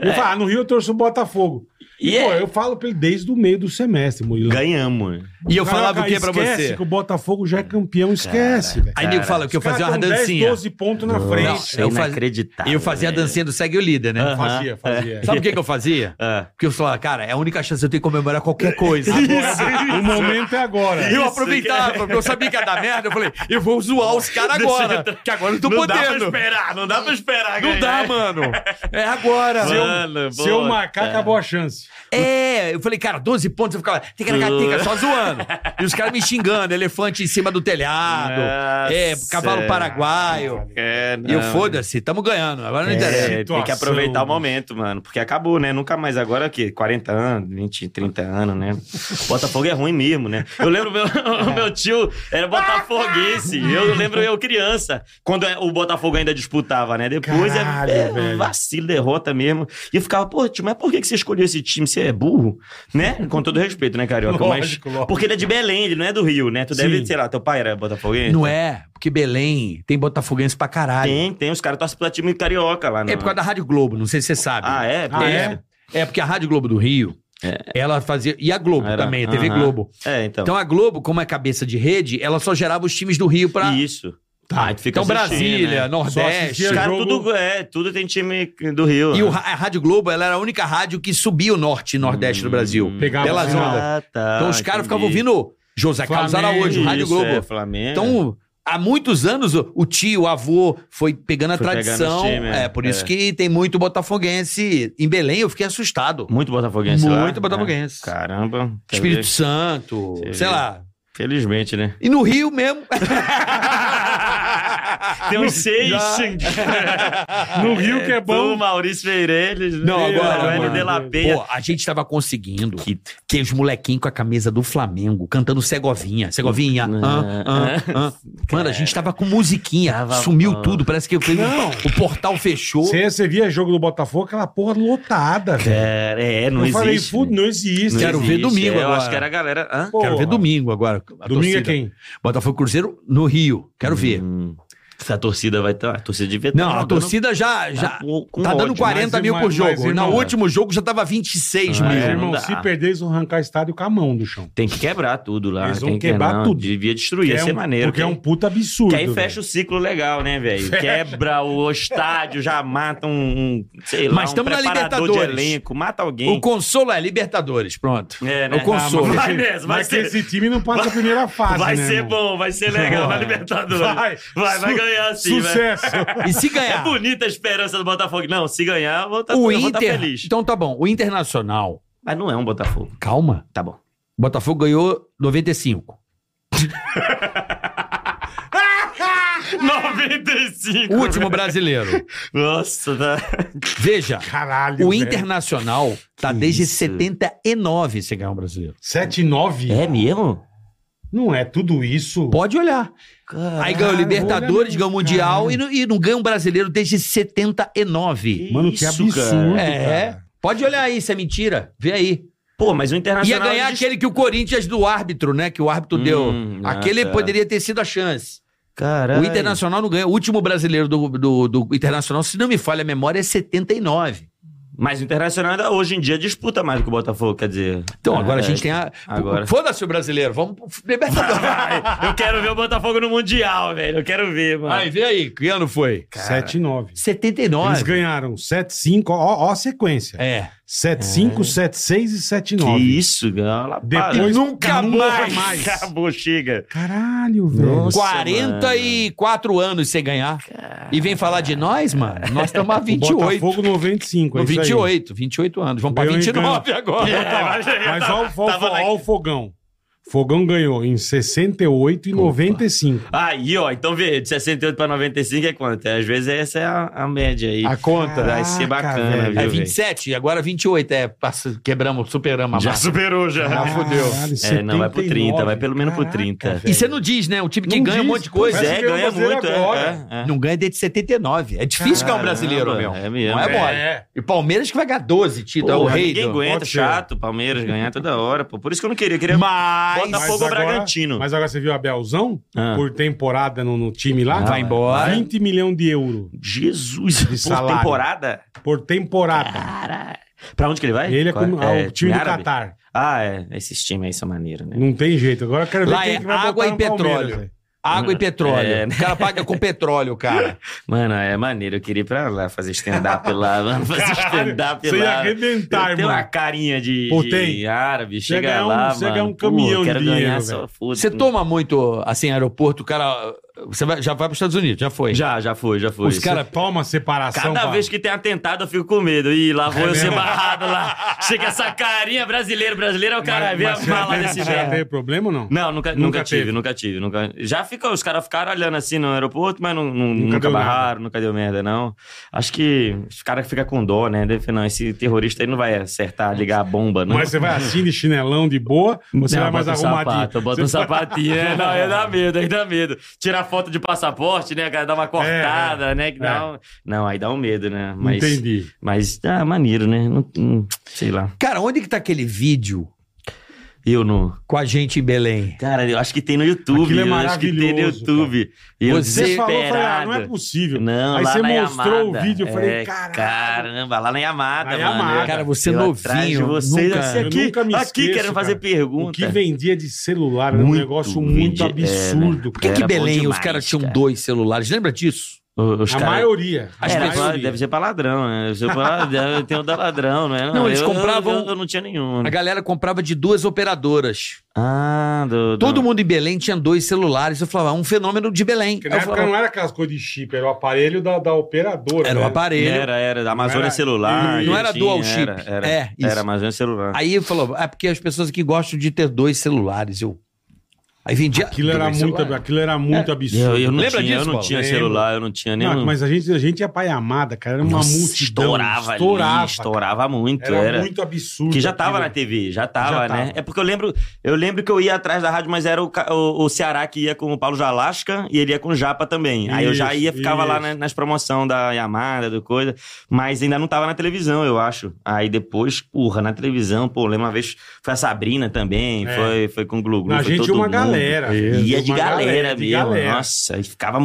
S4: É.
S3: Eu falo, ah, no Rio eu torço o Botafogo. E,
S5: E
S3: pô,
S5: é-
S3: eu falo pra ele desde o meio do semestre, Murilo.
S5: Ganhamos.
S4: E eu
S3: Caraca,
S4: falava o que pra
S3: esquece
S4: você?
S3: que o Botafogo já é campeão, esquece, velho.
S4: Aí nego fala que eu
S3: Os caras
S4: fazia uma
S3: tão 10,
S4: dancinha.
S3: 12 pontos na
S5: Nossa,
S3: frente.
S4: eu
S5: eu
S4: fazia-
S5: inacreditável.
S4: Eu fazia a
S5: velho.
S4: dancinha do segue o líder, né?
S5: Tá, Aham.
S3: Fazia, fazia.
S4: Sabe o que, que eu fazia?
S5: Ah.
S4: Porque eu falava, cara, é a única chance que eu tenho de comemorar qualquer coisa.
S3: Agora, o momento é agora.
S4: E eu
S5: Isso,
S4: aproveitava, porque eu sabia que ia dar merda. Eu falei, eu vou zoar os caras agora. Que agora eu tô
S5: Não dá pra
S4: podendo.
S5: esperar, não dá pra esperar.
S4: Não dá,
S5: ganhar.
S4: mano. É agora.
S5: Se eu-
S3: Se eu marcar, acabou a chance.
S4: É, eu falei, cara, 12 pontos. Eu ficava, tica só zoando. E os caras me xingando, elefante em cima do telhado.
S5: Nossa.
S4: É, cavalo paraguaio.
S5: É,
S4: E eu,
S5: não.
S4: foda-se, tamo ganhando. Agora não
S5: É,
S4: interessa.
S5: tem que
S3: Situação.
S5: aproveitar o momento, mano. Porque acabou, né? Nunca mais agora o quê? 40 anos, 20, 30 anos, né? Botafogo é ruim mesmo, né? Eu lembro, meu, o meu tio era botafoguense. Eu lembro eu criança, quando é- o Botafogo ainda disputava, né? Depois é-
S3: Caralho,
S5: é,
S3: velho.
S5: vacilo, derrota mesmo. E eu ficava, pô, tio, mas por que que você escolheu esse time? Você é burro? Né? Com todo respeito, né, Carioca?
S3: Lógico,
S5: mas,
S3: lógico.
S5: Porque ele é de Belém, ele não é do Rio, né? Tu deve,
S3: Sim.
S5: sei lá, teu pai era botafoguense?
S4: Não é, porque Belém tem botafoguense pra caralho.
S5: Tem, tem. Os caras torcem pra time carioca lá, né?
S4: É por causa da Rádio Globo, não sei se você sabe.
S5: Ah, é?
S3: Ah, é?
S4: É porque a Rádio Globo do Rio, ela fazia. E a Globo
S5: Era-
S4: também, a TV
S5: Aham.
S4: Globo.
S5: É, então.
S4: Então a Globo, como é cabeça de rede, ela só gerava os times do Rio pra.
S5: Isso.
S3: Tá.
S5: ah, Aí tu fica
S4: Então
S5: assistindo,
S4: Brasília,
S5: né?
S3: Só
S4: Nordeste.
S3: assistia
S5: Os caras
S3: Jogo-
S5: tudo, é, tudo tem time do Rio.
S4: E
S5: né?
S4: o ra- a Rádio Globo, ela era a única rádio que subia o norte e nordeste do Brasil.
S3: Pegava
S4: Pelas
S3: o sinal.
S4: ondas.
S5: Hum. Ah, tá,
S4: Então os caras
S5: entendi.
S4: ficavam ouvindo José Carlos
S3: Flamengo,
S4: Araújo, Rádio
S5: Isso,
S4: Globo.
S5: É, Flamengo.
S4: Então há muitos anos o, o tio, o avô foi pegando a
S5: Foi pegando
S4: tradição.
S5: os times,
S4: é,
S5: é.
S4: por
S5: É.
S4: isso que tem muito botafoguense. Em Belém eu fiquei assustado.
S5: Muito botafoguense lá.
S4: Muito botafoguense.
S5: É. Caramba. quer
S4: Espírito
S5: ver?
S4: Santo,
S5: Você
S4: sei
S5: vê.
S4: lá.
S5: Felizmente, né?
S4: E no Rio mesmo.
S5: Tem uns seis.
S4: Ah, Já-
S5: gente.
S3: um No Rio que é
S5: Tu,
S3: bom.
S5: Maurício Meirelles. né?
S4: Não,
S5: eu,
S4: agora,
S5: Hélio
S4: mano.
S5: de La Penha.
S4: Pô, a gente tava conseguindo que, que os molequinhos com a camisa do Flamengo cantando Cegovinha. Cegovinha. ah,
S5: É.
S4: ah, ah. Mano, a gente tava com musiquinha.
S5: Né? Tava
S4: sumiu
S5: bom.
S4: tudo. Parece que eu-
S3: Não.
S4: o portal fechou.
S3: Você, você via jogo do Botafogo, aquela porra lotada, velho.
S5: Cara, é, não
S3: eu
S5: existe.
S3: falei, "Fud- não existe.
S5: Não
S4: Quero ver
S5: existe,
S4: domingo
S5: é, Eu
S4: agora.
S5: acho que era a galera... Hã?
S4: Quero ver
S3: Porra.
S4: domingo agora. a
S3: Domingo é
S4: torcida.
S3: quem?
S4: Botafogo Cruzeiro no Rio. Quero ver.
S5: Hum, se a torcida vai ter... A torcida devia
S4: Não,
S5: tá
S4: a torcida já. já
S5: Tá com- com
S4: tá dando
S5: ódio,
S4: 40
S3: mas
S4: mil
S3: irmão-
S4: por
S3: mas
S4: jogo.
S3: irmão-
S4: No último jogo já tava 26
S5: Ah,
S4: mil.
S3: Mas,
S5: é, não
S3: irmão,
S5: dá.
S3: se perder, eles vão arrancar estádio com a mão do chão.
S5: Tem que quebrar tudo lá.
S3: Eles vão
S5: tem que
S3: quebrar
S5: não,
S3: tudo.
S5: Devia destruir, ia
S3: Que é
S5: ser
S3: um-
S5: maneiro.
S3: Porque é
S5: que-
S3: um É. puta absurdo.
S5: Que aí fecha o ciclo legal, né, velho? Quebra o estádio, já mata um, um, sei lá,
S4: Mas
S5: um
S4: tamo na
S5: preparador de
S4: Libertadores.
S5: elenco, mata alguém.
S4: O consolo é Libertadores. Pronto.
S5: É, né?
S4: O consolo.
S5: Ah, mas-
S3: Vai
S5: Vai mesmo, vai
S3: mas
S5: ser-
S3: que esse time não passa a primeira fase,
S5: vai
S3: né,
S5: ser
S3: irmão?
S5: bom, vai ser legal na
S3: Vai.
S5: Libertadores.
S3: Vai.
S5: Vai, vai,
S3: Su-
S5: ganhar sim, velho.
S3: Sucesso.
S4: E se
S5: É
S4: ganhar?
S5: bonita a esperança do Botafogo. Não, se ganhar, eu vou tá,
S4: o
S5: eu vou tá
S4: Inter.
S5: feliz.
S4: então tá bom. O Internacional.
S5: Mas não é um Botafogo.
S4: Calma.
S5: Tá bom.
S4: Botafogo ganhou 95.
S5: 95.
S4: Último brasileiro.
S5: Nossa, tá.
S4: Veja,
S3: Caralho,
S4: o
S3: velho.
S4: Internacional tá desde
S5: isso?
S4: 79 sem ganhar um brasileiro.
S3: 7 9?
S5: É mesmo?
S3: Não é tudo isso.
S4: Pode olhar.
S5: Ah,
S4: Aí ganhou
S3: Caralho,
S4: Libertadores,
S3: olha,
S4: ganhou Mundial e não, e não ganha um brasileiro desde 79.
S3: Mano, que
S5: Isso,
S3: absurdo,
S5: cara.
S4: É.
S3: cara.
S4: Pode olhar aí, isso é mentira. Vê aí.
S5: Pô, mas o
S4: Ia
S5: Internacional...
S4: ganhar
S5: des-
S4: aquele que o Corinthians do árbitro, né? Que o árbitro
S5: Hum,
S4: deu.
S5: ah,
S4: Aquele
S5: tá.
S4: poderia ter sido a chance.
S5: Caralho.
S4: O Internacional não ganha. O último brasileiro do, do, do Internacional, se não me falha a memória, é 79.
S5: Mas o Internacional ainda hoje em dia disputa mais do que o Botafogo, quer dizer.
S4: Então, agora a
S5: É,
S4: gente tem a.
S5: agora.
S4: Foda-se o brasileiro, vamos pro Libertadores.
S5: Ai, eu quero ver o Botafogo no Mundial, velho. Eu quero ver, mano.
S4: Aí, vê aí, que ano foi?
S3: 7 9. Eles
S4: 79.
S3: ganharam 7 5, ó, ó a sequência.
S4: É.
S3: 7 5, 7 6 e 7
S5: que
S3: 9.
S5: isso, gala.
S3: Depois
S4: Nunca mais.
S5: Acabou, chega.
S3: Caralho, velho.
S5: Nossa.
S4: 44 anos sem ganhar. E vem falar de nós, mano? Nós estamos há
S3: O
S4: 28.
S3: Botafogo 95, é
S4: No
S3: isso aí.
S4: 28, 28 anos. Vamos pra
S3: Ganhou É, e
S4: 29 agora. É,
S5: mas
S3: Mas ó, o fo-
S5: tava
S3: ó
S5: na-
S3: o fogão. Fogão ganhou em 68 e 95.
S5: Aí, ó, então vê, de 68 pra 95 é quanto? Às vezes essa é a, a média aí.
S8: A conta.
S5: Vai ser bacana,
S3: velho.
S5: viu?
S4: É
S5: velho?
S4: 27, agora 28. É, passa- quebramos, superamos a
S5: Já
S4: marca.
S5: superou, já.
S3: Caralho,
S5: Ah, É, não, vai pro 30,
S3: 79.
S5: vai pelo menos pro é
S3: Caraca,
S5: 30.
S4: E você não diz, né? O time que
S3: Não
S4: ganha um
S3: diz,
S4: monte de coisa.
S3: mas
S5: Pois é,
S3: ganhou
S5: ganha
S3: o brasileiro
S5: muito. é,
S3: agora.
S5: é, é.
S4: Não ganha desde 79. É difícil ganhar um brasileiro, meu.
S5: Caramba, é mesmo.
S4: Não é mole.
S3: É.
S4: E Palmeiras que vai ganhar 12 títulos.
S3: Então,
S4: é o
S5: Porra,
S4: rei.
S5: ninguém
S4: do-
S5: aguenta,
S3: Pode ser.
S5: chato, Palmeiras ganhar toda hora, pô. Por isso que eu não queria, eu queria
S4: Mas.
S5: Bota- Botafogo
S3: agora-
S5: Bragantino.
S3: Mas agora você viu a Belzão
S5: Ah.
S3: por temporada no, no time lá?
S5: Ah,
S4: Vai embora.
S3: 20 milhões de euros
S5: Jesus, por
S3: salário.
S5: temporada?
S3: por temporada.
S5: Caralho. Pra onde que ele vai?
S3: Ele é, como,
S5: Qual-
S3: é, o time do
S5: Ah. árabe?
S3: Catar.
S5: Ah, é. Esses times aí são maneiros, né?
S3: Não tem jeito. Agora eu quero ver
S4: Lá
S3: quem
S4: é
S3: que vai
S4: água
S3: botar
S4: e
S3: no Palmeiras,
S4: petróleo.
S3: velho.
S4: Água e petróleo.
S5: É, né?
S4: O cara paga com petróleo, cara.
S5: Mano, é maneiro. Eu queria ir pra lá fazer stand-up lá, mano. Fazer
S3: Caralho,
S5: stand-up
S3: Você ia
S5: lá.
S3: arrebentar,
S5: Eu tenho uma
S3: irmão.
S5: carinha de,
S3: Pô,
S5: de
S3: tem.
S5: árabe,
S3: Você
S5: chega
S3: ganha um-
S5: lá,
S3: você
S5: mano.
S3: ganha um caminhão
S5: Pô,
S3: de
S5: quero
S3: dinheiro,
S5: ganhar
S3: velho.
S5: só foda.
S4: Você toma muito, assim, aeroporto, o cara. Você vai- já vai para os Estados Unidos, já foi.
S5: Já, já foi, já foi.
S4: Os
S5: Isso.
S4: cara-
S3: Você toma separação.
S5: Cada
S3: pra-
S5: vez que tem atentado, eu fico com medo. Ih, lá vou
S3: É
S5: eu ser
S3: mesmo?
S5: barrado lá. Chega essa carinha brasileiro, brasileiro, é o cara
S3: Mas-
S5: vê a
S3: mas você já
S5: mala
S3: teve-
S5: desse
S3: você já
S5: velho.
S3: teve problema ou não?
S5: Não, nunca,
S3: Nunca
S5: nunca, tive,
S3: teve.
S5: nunca tive, nunca. Já fica, os caras ficaram olhando assim no aeroporto, mas não,
S3: Nunca
S5: não- nunca,
S3: deu
S5: barraram, nunca deu merda, não. Acho que os caras ficam com dó, né? Deve falar, não, esse terrorista aí não vai acertar, ligar a bomba, não.
S3: Mas você vai assim de chinelão de boa, ou você
S5: Não,
S3: vai mais
S5: bota um
S3: arrumadinho.
S5: Sapato, bota
S3: Você
S5: um sapatinho, né? Não, aí dá medo, aí dá medo. Tirar foto de passaporte, né, cara? Dá uma cortada, né? Que dá
S3: É.
S5: um- Não, aí dá um medo, né? Mas,
S3: Entendi.
S5: Mas, ah, maneiro, né? Não- hum, sei lá.
S4: Cara, onde que tá aquele vídeo
S5: Eu não...
S4: com a gente em Belém?
S5: Cara, eu acho que tem no YouTube.
S3: Aquilo é
S5: eu acho que tem no
S3: maravilhoso,
S5: YouTube. Eu
S4: Você
S3: Você falou, eu falei, ah, não é
S5: desesperado.
S3: possível.
S5: Não,
S3: Aí
S5: lá
S3: você
S5: na
S3: mostrou
S5: Yamada.
S3: o vídeo, eu falei,
S5: É,
S3: caralho.
S5: Caramba, lá na Yamada,
S3: Na
S5: mano.
S3: Yamada.
S4: Cara, você
S5: eu atrás de
S4: novinho.
S5: vocês,
S4: nunca-
S5: assim,
S3: Eu
S5: aqui,
S3: nunca me
S5: aqui
S3: esqueço,
S5: querendo fazer
S3: cara. O
S5: pergunta.
S3: que vendia de celular era um
S5: Muito
S3: negócio muito
S5: vídeo, é, né?
S3: absurdo,
S4: Por que,
S3: cara.
S5: Era
S4: que
S5: bom
S4: Belém os
S5: demais,
S4: caras tinham
S5: cara.
S4: dois celulares? Lembra disso?
S5: Os
S3: a
S5: caras-
S3: maioria. A
S5: É, deve-
S3: maioria.
S5: deve ser pra ladrão, né? Deve ser pra ladrão, tem o da ladrão, né?
S7: Não, eles
S5: eu-
S7: compravam-
S5: Eu, eu não tinha nenhum.
S4: A
S5: né?
S4: galera comprava de duas operadoras.
S5: Ah, do, do-
S4: Todo mundo em Belém tinha dois celulares. Eu falava, um fenômeno de Belém.
S3: Porque
S4: Eu
S3: na época
S4: falava,
S3: não era aquelas coisas de chip, era o aparelho da, da operadora.
S4: era o
S3: né?
S4: aparelho.
S5: Era, era. Da Amazônia
S3: Não era-
S5: Celular.
S4: Não era
S5: tinha,
S4: dual chip.
S5: Era, era,
S4: É, isso.
S5: era Amazônia Celular.
S4: Aí ele falou, é porque as pessoas aqui gostam de ter dois celulares. Eu... Aí vendia.
S3: Aquilo era,
S4: dois
S3: muito,
S4: celulares.
S3: aquilo era muito absurdo.
S5: É. Eu, eu não
S4: Lembra
S5: tinha,
S4: disso,
S5: eu não
S4: Paulo?
S5: tinha
S3: Lembro.
S5: celular, eu não tinha
S3: Não,
S5: nenhum.
S3: mas a gente, a gente ia pra Yamada, cara. Era uma
S5: Nossa,
S3: multidão.
S5: Estourava,
S3: estourava.
S5: ali, estourava muito.
S3: Era,
S5: Era,
S3: muito absurdo.
S5: Que já tava
S3: aquilo.
S5: na TV, já tava,
S3: Já tava.
S5: né? É porque eu lembro, eu lembro que eu ia atrás da rádio, mas era o, ca- o, o Ceará que ia com o Paulo Jalasca e ele ia com o Japa também. Aí eu já
S3: Isso,
S5: ia, ficava lá
S3: isso.
S5: na- nas promoções da Yamada, do coisa, mas ainda não tava na televisão, eu acho. Aí depois, porra, na televisão, pô, lembro uma vez, foi a Sabrina também,
S3: É.
S5: foi, foi com o Glu Glu,
S3: Na
S5: foi
S3: gente
S5: todo
S3: uma
S5: mundo.
S3: galera.
S5: Ia
S3: Uma
S5: de galera,
S3: de
S5: mesmo,
S3: galera.
S5: nossa, e ficava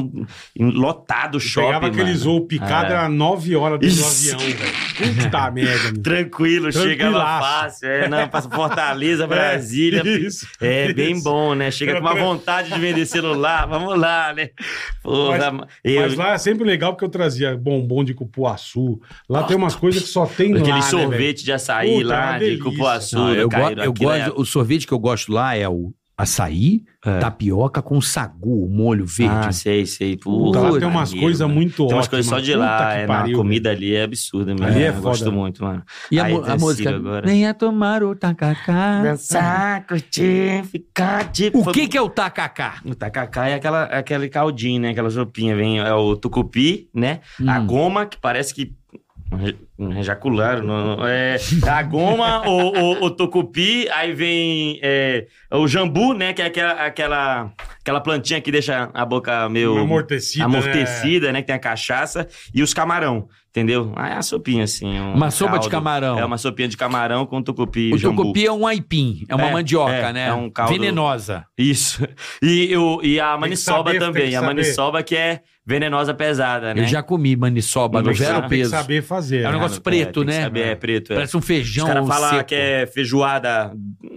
S5: lotado o shopping,
S3: Pegava aquele
S5: mano. É.
S3: zoo picado, era 9 horas dentro do
S5: Isso.
S3: avião, velho. Puta merda, meu.
S5: Tranquilo, chegava
S3: Tranquilaço. É,
S5: fácil. É, não, passa Fortaleza, Brasília,
S3: Isso.
S5: É, bem
S3: Isso.
S5: bom, né? Chega com uma vontade de vender celular, vamos lá, né? Porra, eu,
S3: Mas lá é sempre legal porque eu trazia bombom de cupuaçu. Lá tem umas coisas que só tem
S5: aquele
S3: lá, né, velho?
S5: sorvete de açaí
S3: Puta,
S5: lá,
S3: uma
S5: de
S3: delícia.
S5: cupuaçu,
S4: Não,
S5: do
S4: eu go-
S5: Cairo,
S4: eu
S5: aquilo é-
S4: gosto, o sorvete que eu gosto lá é o açaí,
S5: É.
S4: tapioca com sagu, molho verde.
S5: Ah, sei, sei.
S3: Puta,
S5: Puta,
S3: lá tem umas
S5: maneiro,
S3: coisas
S5: mano.
S3: muito
S5: Tem umas
S3: ótimas.
S5: coisas só de
S3: Puta
S5: lá,
S3: que
S5: é, não, a
S3: pariu,
S5: comida ali é absurda mesmo.
S3: Ali é
S5: eu
S3: foda.
S5: gosto muito, mano.
S4: e a,
S5: Aí,
S4: mu- a
S5: Tecido
S4: música.
S5: agora.
S4: Nem é tomar o tacacá.
S5: Dançar, curtir, ficar de...
S4: O que que é o tacacá?
S5: O tacacá é aquela, aquele caldinho, né? Aquela sopinha, vem é o tucupi, né? A
S4: Hum.
S5: goma, que parece que um ejacularam. Não, não, é, a goma, o, o, o tucupi, aí vem é, o jambu, né? Que é aquela, aquela, aquela plantinha que deixa a boca meio
S3: Uma amortecida,
S5: amortecida, né? Que tem a cachaça. E os camarão, entendeu? Ah, é a sopinha, assim. um
S4: Uma sopa de
S5: caldo.
S4: camarão.
S5: É uma sopinha de camarão com tucupi e
S4: O
S5: jambu.
S4: tucupi é um aipim, é uma
S5: É,
S4: mandioca,
S5: é,
S4: né?
S5: é um caldo-
S4: Venenosa.
S5: Isso. E, o, e a maniçoba
S3: saber, tem que
S5: também. A
S3: saber.
S5: maniçoba que é venenosa pesada, né?
S4: Eu já comi maniçoba,
S5: Não
S4: no
S5: precisa-
S4: zero
S3: Tem que
S4: peso.
S3: saber fazer.
S4: É um
S3: né?
S4: negócio
S5: É,
S4: preto,
S5: tem que
S4: né?
S5: saber, é preto. É.
S4: Parece um feijão
S5: Os caras falam
S4: seco. É.
S5: que é feijoada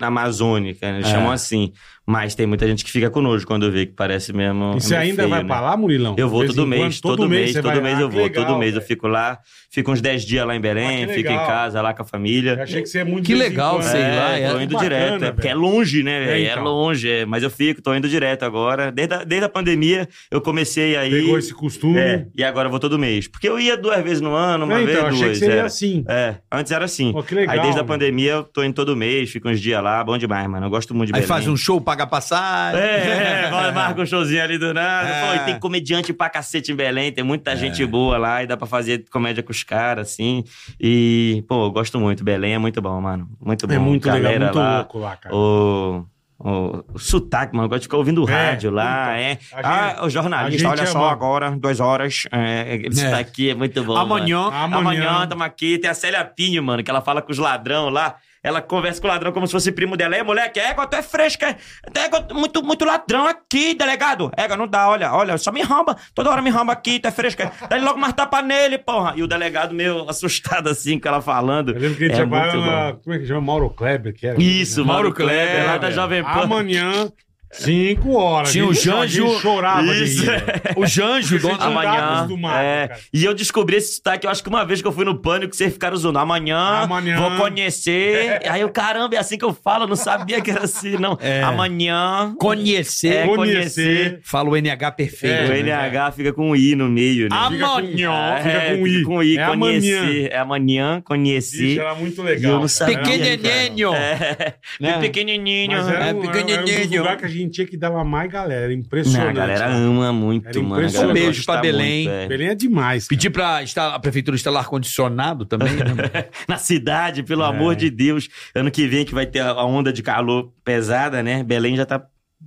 S5: amazônica, né? Eles chamam assim. Mas tem muita gente que fica com nojo quando vê que parece mesmo.
S3: E você
S5: meio
S3: ainda
S5: feio,
S3: vai
S5: né?
S3: pra lá, Murilão?
S5: Eu vou
S3: De vez
S5: todo
S3: em quando,
S5: mês, todo mês,
S3: você
S5: todo
S3: vai.
S5: mês,
S3: Ah,
S5: eu
S3: que
S5: vou.
S3: legal,
S5: todo mês eu
S3: velho.
S5: fico lá, fico uns 10 dias lá em Belém,
S3: Ah, que
S5: fico em
S3: legal.
S5: casa, lá com a
S3: Eu
S5: família.
S3: achei que você é muito
S4: Que
S3: de vez em
S4: legal,
S3: quando.
S4: sei
S5: é,
S4: lá,
S5: tô
S4: é.
S5: indo
S3: Bacana,
S5: direto, é
S3: velho.
S5: porque é longe, né, velho? É,
S3: então.
S5: longe, é, mas eu fico, tô indo direto agora. Desde a, desde a pandemia, eu comecei aí.
S3: Pegou esse costume.
S5: é, e agora eu vou todo mês. Porque eu ia duas vezes no ano, uma
S3: É,
S5: vez,
S3: então,
S5: duas.
S3: achei que seria
S5: era.
S3: assim.
S5: É, antes era assim.
S3: Pô, que legal,
S5: Aí desde a
S3: mano.
S5: pandemia eu tô indo todo mês, fico uns dias lá, bom demais, mano. Eu gosto muito de
S4: Aí
S5: Belém.
S4: faz um show, paga passagem.
S5: É, é, vai, marca um showzinho ali do nada.
S4: É.
S5: Pô, e tem comediante pra cacete em Belém, tem muita gente boa lá e dá pra fazer comédia com os caras, assim. E, pô, eu gosto muito. Belém é muito bom, mano. Muito bom.
S3: É muito
S5: Galera
S3: legal, muito
S5: lá,
S3: louco lá, cara.
S5: O, o, o sotaque, mano. Eu gosto de ficar ouvindo o
S3: É,
S5: rádio lá.
S3: puta.
S5: É.
S3: A
S5: ah,
S3: gente-
S5: o
S3: a
S5: jornalista,
S3: gente
S5: olha
S3: é
S5: só
S3: bom.
S5: agora, duas hohoras. É, ele
S4: É.
S5: está aqui, é muito bom. mano.
S4: Amanhã.
S5: Amanhã,
S3: Amanhã.
S5: tamo aqui. Tem a Célia Pinho, mano, que ela fala com os ladrão lá. Ela conversa com o ladrão como se fosse primo dela. É, moleque, égua, tu é fresca. é? Égua, muito, muito ladrão aqui, delegado. Égua, não dá, olha, olha, só me ramba. Toda hora me ramba aqui, tu é fresca. Dá logo mais tapa nele, porra. E o delegado meio assustado assim com ela falando.
S3: Eu lembro que ele
S5: é
S3: tinha
S5: muito
S3: na...
S5: bom.
S3: Como é que chama? Mauro Kleber, que era.
S5: Isso, Mauro,
S4: Mauro
S5: Kleber,
S4: Kleber,
S5: lá da Jovem Pan.
S3: Amanhã, 5 horas.
S4: Tinha
S3: A
S4: o
S3: gente- a gente
S4: Janjo.
S3: chorava
S5: Isso. é.
S3: de rir. velho.
S4: O Janjo, dono
S3: Amanhã.
S5: Amanhã.
S3: do mato,
S5: é.
S3: cara.
S5: E eu descobri esse sotaque, eu acho que uma vez que eu fui no pânico, vocês ficaram zoando. Amanhã,
S3: Amanhã.
S5: vou conhecer. Aí eu, caramba, é assim que eu falo, eu não sabia que era assim, não.
S3: É.
S5: Amanhã.
S4: conhecer.
S5: É,
S3: Conhecer.
S4: Fala o NH perfeito.
S5: o
S3: É,
S4: né?
S5: NH fica com um I no meio, né?
S3: Fica com-
S4: Amanhã.
S3: Fica
S5: É,
S3: com I.
S5: fica com I,
S3: É
S5: conhecer.
S3: amanhã.
S5: É amanhã,
S3: Isso
S5: conhecer.
S3: era muito
S5: E eu
S3: legal.
S5: não
S3: cara.
S5: sabia.
S3: Era muito legal.
S4: Pequenininho.
S5: É,
S4: Né?
S5: pequenininho.
S3: Mas era,
S4: É,
S3: um, era, era um dos
S4: pequenininho.
S3: lugares que a gente tinha que dar pra mais galera. Era
S5: Não,
S3: impressionante.
S5: a galera
S3: cara.
S5: ama muito,
S3: Era
S5: mano. A galera
S3: impressionante.
S4: Um beijo
S5: gosta
S4: pra Belém.
S5: muito, é.
S3: Belém é demais. cara.
S4: Pedir pra instalar- a prefeitura instalar ar-condicionado também, né?
S5: na cidade,
S3: É.
S5: pelo amor de Deus. Ano que vem que vai ter a onda de calor pesada, né? Belém já tá,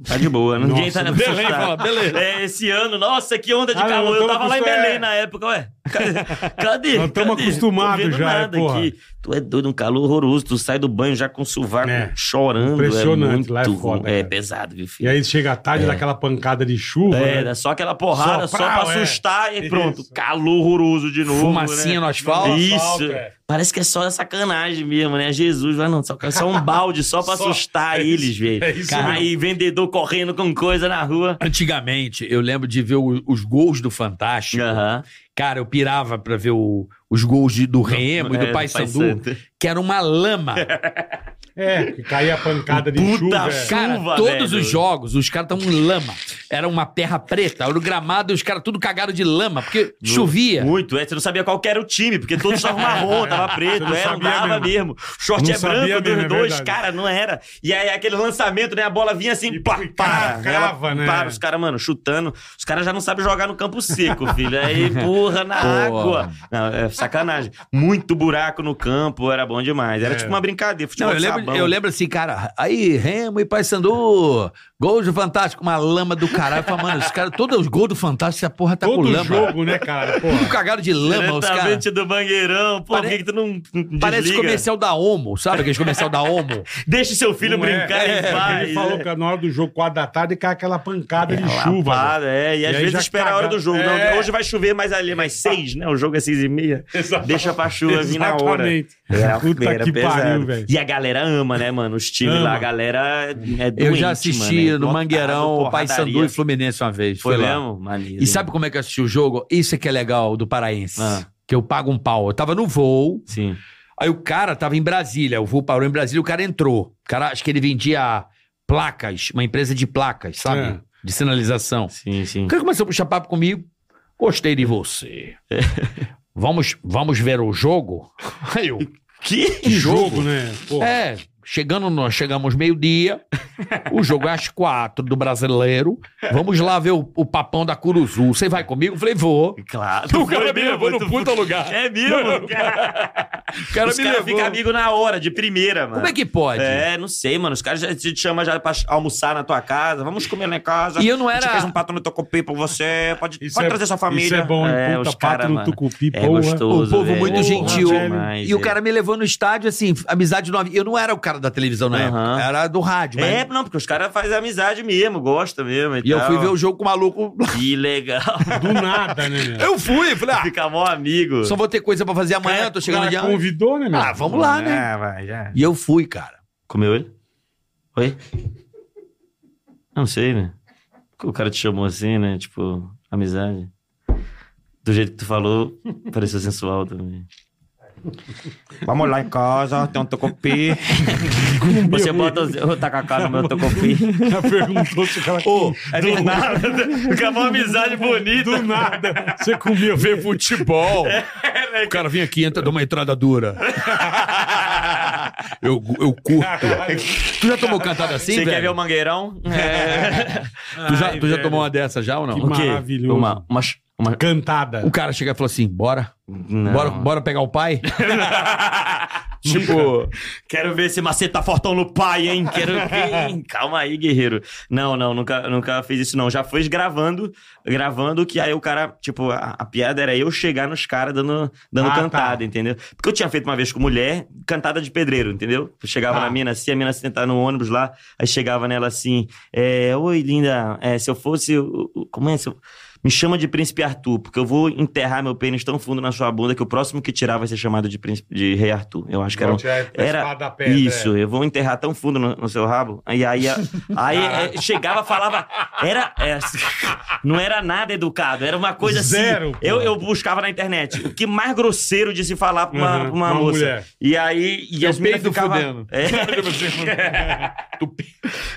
S5: tá de boa. né? Ninguém tá na
S4: Belém, fala, beleza.
S5: É, esse ano, nossa, que onda de
S3: Ah,
S5: calor.
S3: não
S5: Eu
S3: tamo
S5: tava lá em
S3: acostum-
S5: Belém
S3: é.
S5: na época, ué. Cadê? Cadê?
S3: Nós tamo
S5: Cadê?
S3: acostumado
S5: Tô vendo
S3: já,
S5: nada
S3: porra.
S5: aqui. Tu é doido, um calor horroroso. Tu sai do banho já com o sovaco
S3: É.
S5: chorando.
S3: Impressionante,
S5: é muito,
S3: lá é foda,
S5: é
S3: cara.
S5: pesado, viu,
S3: E
S5: filho?
S3: aí chega à tarde daquela pancada de chuva.
S5: É,
S3: né?
S5: dá só aquela porrada,
S3: Só
S5: só,
S3: pra-
S5: pra
S3: é.
S5: assustar e pronto.
S3: Isso.
S5: Calor horroroso de novo.
S4: Fumacinha
S5: né?
S4: no asfalto.
S5: Isso.
S3: Asfalto, é.
S5: Parece que é só sacanagem mesmo, né? Jesus, vai não, só, só um balde só pra
S3: Só-
S5: assustar
S3: é
S5: eles,
S3: isso-
S5: velho.
S3: é isso
S5: Cara,
S3: mesmo.
S5: e vendedor tô correndo com coisa na rua.
S4: Antigamente, eu lembro de ver o- os gols do Fantástico.
S5: Aham.
S4: Cara, eu pirava pra ver o- os gols de- do Remo e
S5: É,
S4: do Paysandu,
S5: Santo.
S4: que era uma lama.
S3: É, que caía a pancada de
S5: Puta
S3: chuva. é.
S5: chuva.
S4: Cara,
S5: Chuva,
S4: todos
S5: velho.
S4: os jogos, os caras estavam em lama. Era uma terra preta, era o gramado e os caras tudo cagaram de lama, porque chovia.
S5: Muito, é. Você não sabia qual que era o time, porque todos estavam marrom, tava preto,
S3: não
S5: é, não
S3: sabia
S5: dava mesmo. O short
S3: Não
S5: é
S3: sabia
S5: branco
S3: mesmo, é
S5: dos dois,
S3: verdade.
S5: cara, não era. E aí aquele lançamento, né? A bola vinha assim,
S3: E
S5: pá,
S3: ficava,
S5: para.
S3: crava,
S5: ela,
S3: né?
S5: Para, os caras, mano, chutando. Os caras já não sabem jogar no campo seco, filho. Aí empurra na
S4: Pô.
S5: água. Não, é sacanagem. Muito buraco no campo, era bom demais. Era
S3: É.
S5: tipo uma brincadeira, futebol
S4: Não, eu
S5: de
S4: lembro,
S5: sabão.
S4: eu lembro assim, cara, aí Remo e Paysandu, gols do Fantástico, uma lama do caralho. Eu falava, mano, os caras, todos os gols do Fantástico, essa porra tá com
S3: Todo
S4: lama.
S3: jogo, né, cara?
S4: Tudo
S3: Porra.
S4: cagado de lama, os caras.
S5: Diretamente do banheirão. Pô, por
S4: Pare-
S5: que, que tu não não
S4: Parece
S5: desliga?
S4: comercial da Omo, sabe? Aqueles comercial da Omo.
S5: Deixa seu filho
S3: Não é.
S5: brincar
S3: É,
S5: em paz.
S3: Ele falou
S5: né?
S3: que na hora do jogo, 4 da tarde, cai aquela pancada de
S5: É,
S3: chuva. né? velho.
S5: lapada, é, e
S3: E aí
S5: às
S3: já
S5: vezes espera a hora
S3: caga-
S5: do jogo.
S3: É.
S5: Não, hoje vai chover mais ali, mais seis, né? O jogo é seis e meia.
S3: Exato.
S5: Deixa pra chuva vir na hora.
S3: Exatamente.
S5: É,
S3: Puta
S5: era
S3: que
S5: pesado.
S3: pariu, velho.
S5: E a galera ama, né, mano? Os times
S3: Ama.
S5: lá, a galera é doente,
S4: Eu já assisti
S5: mano, é
S4: no
S5: lotado,
S4: Mangueirão,
S5: porradaria.
S4: Paysandu e Fluminense uma vez.
S5: Foi
S4: Foi lá.
S5: mesmo? Maneiro.
S4: E sabe como é que eu assisti o jogo? Isso é que é legal do Paraense.
S5: Ah.
S4: Que eu pago um pau. Eu tava no voo,
S5: Sim.
S4: aí o cara tava em Brasília. O voo parou em Brasília, o cara entrou. O cara, acho que ele vendia placas, uma empresa de placas, sabe?
S3: É.
S4: De sinalização.
S5: Sim,
S4: O
S5: sim.
S4: cara começou a puxar papo comigo. Gostei de você.
S5: É.
S4: Vamos, vamos ver o jogo? Aí eu,
S5: Que?
S3: Que jogo, né? Porra.
S4: é, chegando, nós chegamos meio-dia, o jogo é às quatro do brasileiro. Vamos lá ver o, o papão da Curuzu. Você vai comigo? Eu falei, vou.
S5: Claro.
S4: O cara me levou no puta lugar.
S5: É mesmo? cara.
S4: O cara
S5: Os
S4: me
S5: caras
S4: levou.
S5: ficam amigos na hora, de primeira, mano.
S4: Como é que pode?
S5: É, não sei, mano. Os caras já te chamam já pra almoçar na tua casa. Vamos comer lá em casa.
S4: E eu não
S5: A gente
S4: era-
S5: fez um pato no tocopê pra você. Pode,
S3: Isso
S5: pode
S3: é-
S5: trazer sua família.
S3: Isso é bom, hein? Puta,
S5: os
S3: pato
S5: cara,
S3: no
S5: mano.
S3: tucupi,
S5: É
S3: porra.
S5: gostoso,
S4: O povo
S5: velho.
S4: muito
S5: Porra,
S4: gentil.
S5: demais,
S4: E o
S5: é.
S4: cara me levou no estádio, assim, amizade nova. Eu não era o cara da televisão na
S5: Aham.
S4: época, era do rádio. mas-
S5: É, então. não, porque os caras fazem amizade mesmo, gostam mesmo.
S4: E eu fui ver
S5: o.
S4: o jogo com o maluco.
S5: Que legal.
S3: Do nada, né, meu?
S4: Eu fui, falei, ah,
S5: Fica mó amigo.
S4: só vou ter coisa pra fazer amanhã, tô
S3: O
S4: chegando
S3: cara
S4: de ano.
S3: convidou, né, meu?
S4: Ah, vamos lá, né?
S5: Ah, vai, já.
S4: E eu fui, cara.
S5: Comeu ele? Oi? Não sei, né? O cara te chamou assim, né? Tipo, amizade. Do jeito que tu falou, pareceu sensual também. Vamos lá em casa, tem um tocopi. Você bota o tacacá no meu tocopi.
S3: Já perguntou se o cara
S4: Ô,
S5: É Do nada, fica uma amizade bonita.
S3: Do nada. Você comia
S5: É.
S4: ver futebol.
S5: né?
S4: O cara vem aqui e entra, dá uma entrada dura. Eu, eu curto. Tu já tomou cantada assim,
S5: Você
S4: velho?
S5: quer ver o mangueirão? É.
S4: Tu, já,
S3: Ai,
S4: tu já
S3: velho.
S4: tomou uma dessa já ou não?
S3: Que
S5: O quê?
S3: Maravilhoso.
S5: Uma, uma, uma...
S3: cantada.
S4: O cara chega e fala assim, bora?
S5: Não.
S4: Bora, bora pegar o pai?
S5: tipo, quero ver esse maceta fortão no pai, hein? Quero ver. Calma aí, guerreiro. Não, não, nunca, nunca fiz isso, não. Já foi gravando, gravando, que aí o cara, tipo, a, a piada era eu chegar nos caras dando, dando
S3: Ah,
S5: cantada,
S3: tá.
S5: entendeu? Porque eu tinha feito uma vez com mulher, cantada de pedreiro, entendeu? Eu chegava
S3: Tá.
S5: na mina assim, a mina sentada no ônibus lá, aí chegava nela assim, é, oi, linda, é, se eu fosse. o- o- Como é? Se eu- me chama de príncipe Arthur, porque eu vou enterrar meu pênis tão fundo na sua bunda que o próximo que tirar vai ser chamado de, príncipe, de rei Arthur. Eu acho que era um,
S3: Volte a espada
S5: era
S3: a pedra,
S5: isso, eu vou enterrar tão fundo no, no seu rabo. E aí, a- aí é, chegava, falava, era é, não era nada educado, era uma coisa
S3: Zero,
S5: assim.
S3: pô.
S5: Eu, eu buscava na internet o que mais grosseiro de se falar pra uma,
S3: Uhum,
S5: pra uma
S3: uma
S5: moça.
S3: mulher.
S5: E aí e
S3: Teu
S5: as minas
S3: peido
S5: ficava,
S3: fudendo.
S5: É.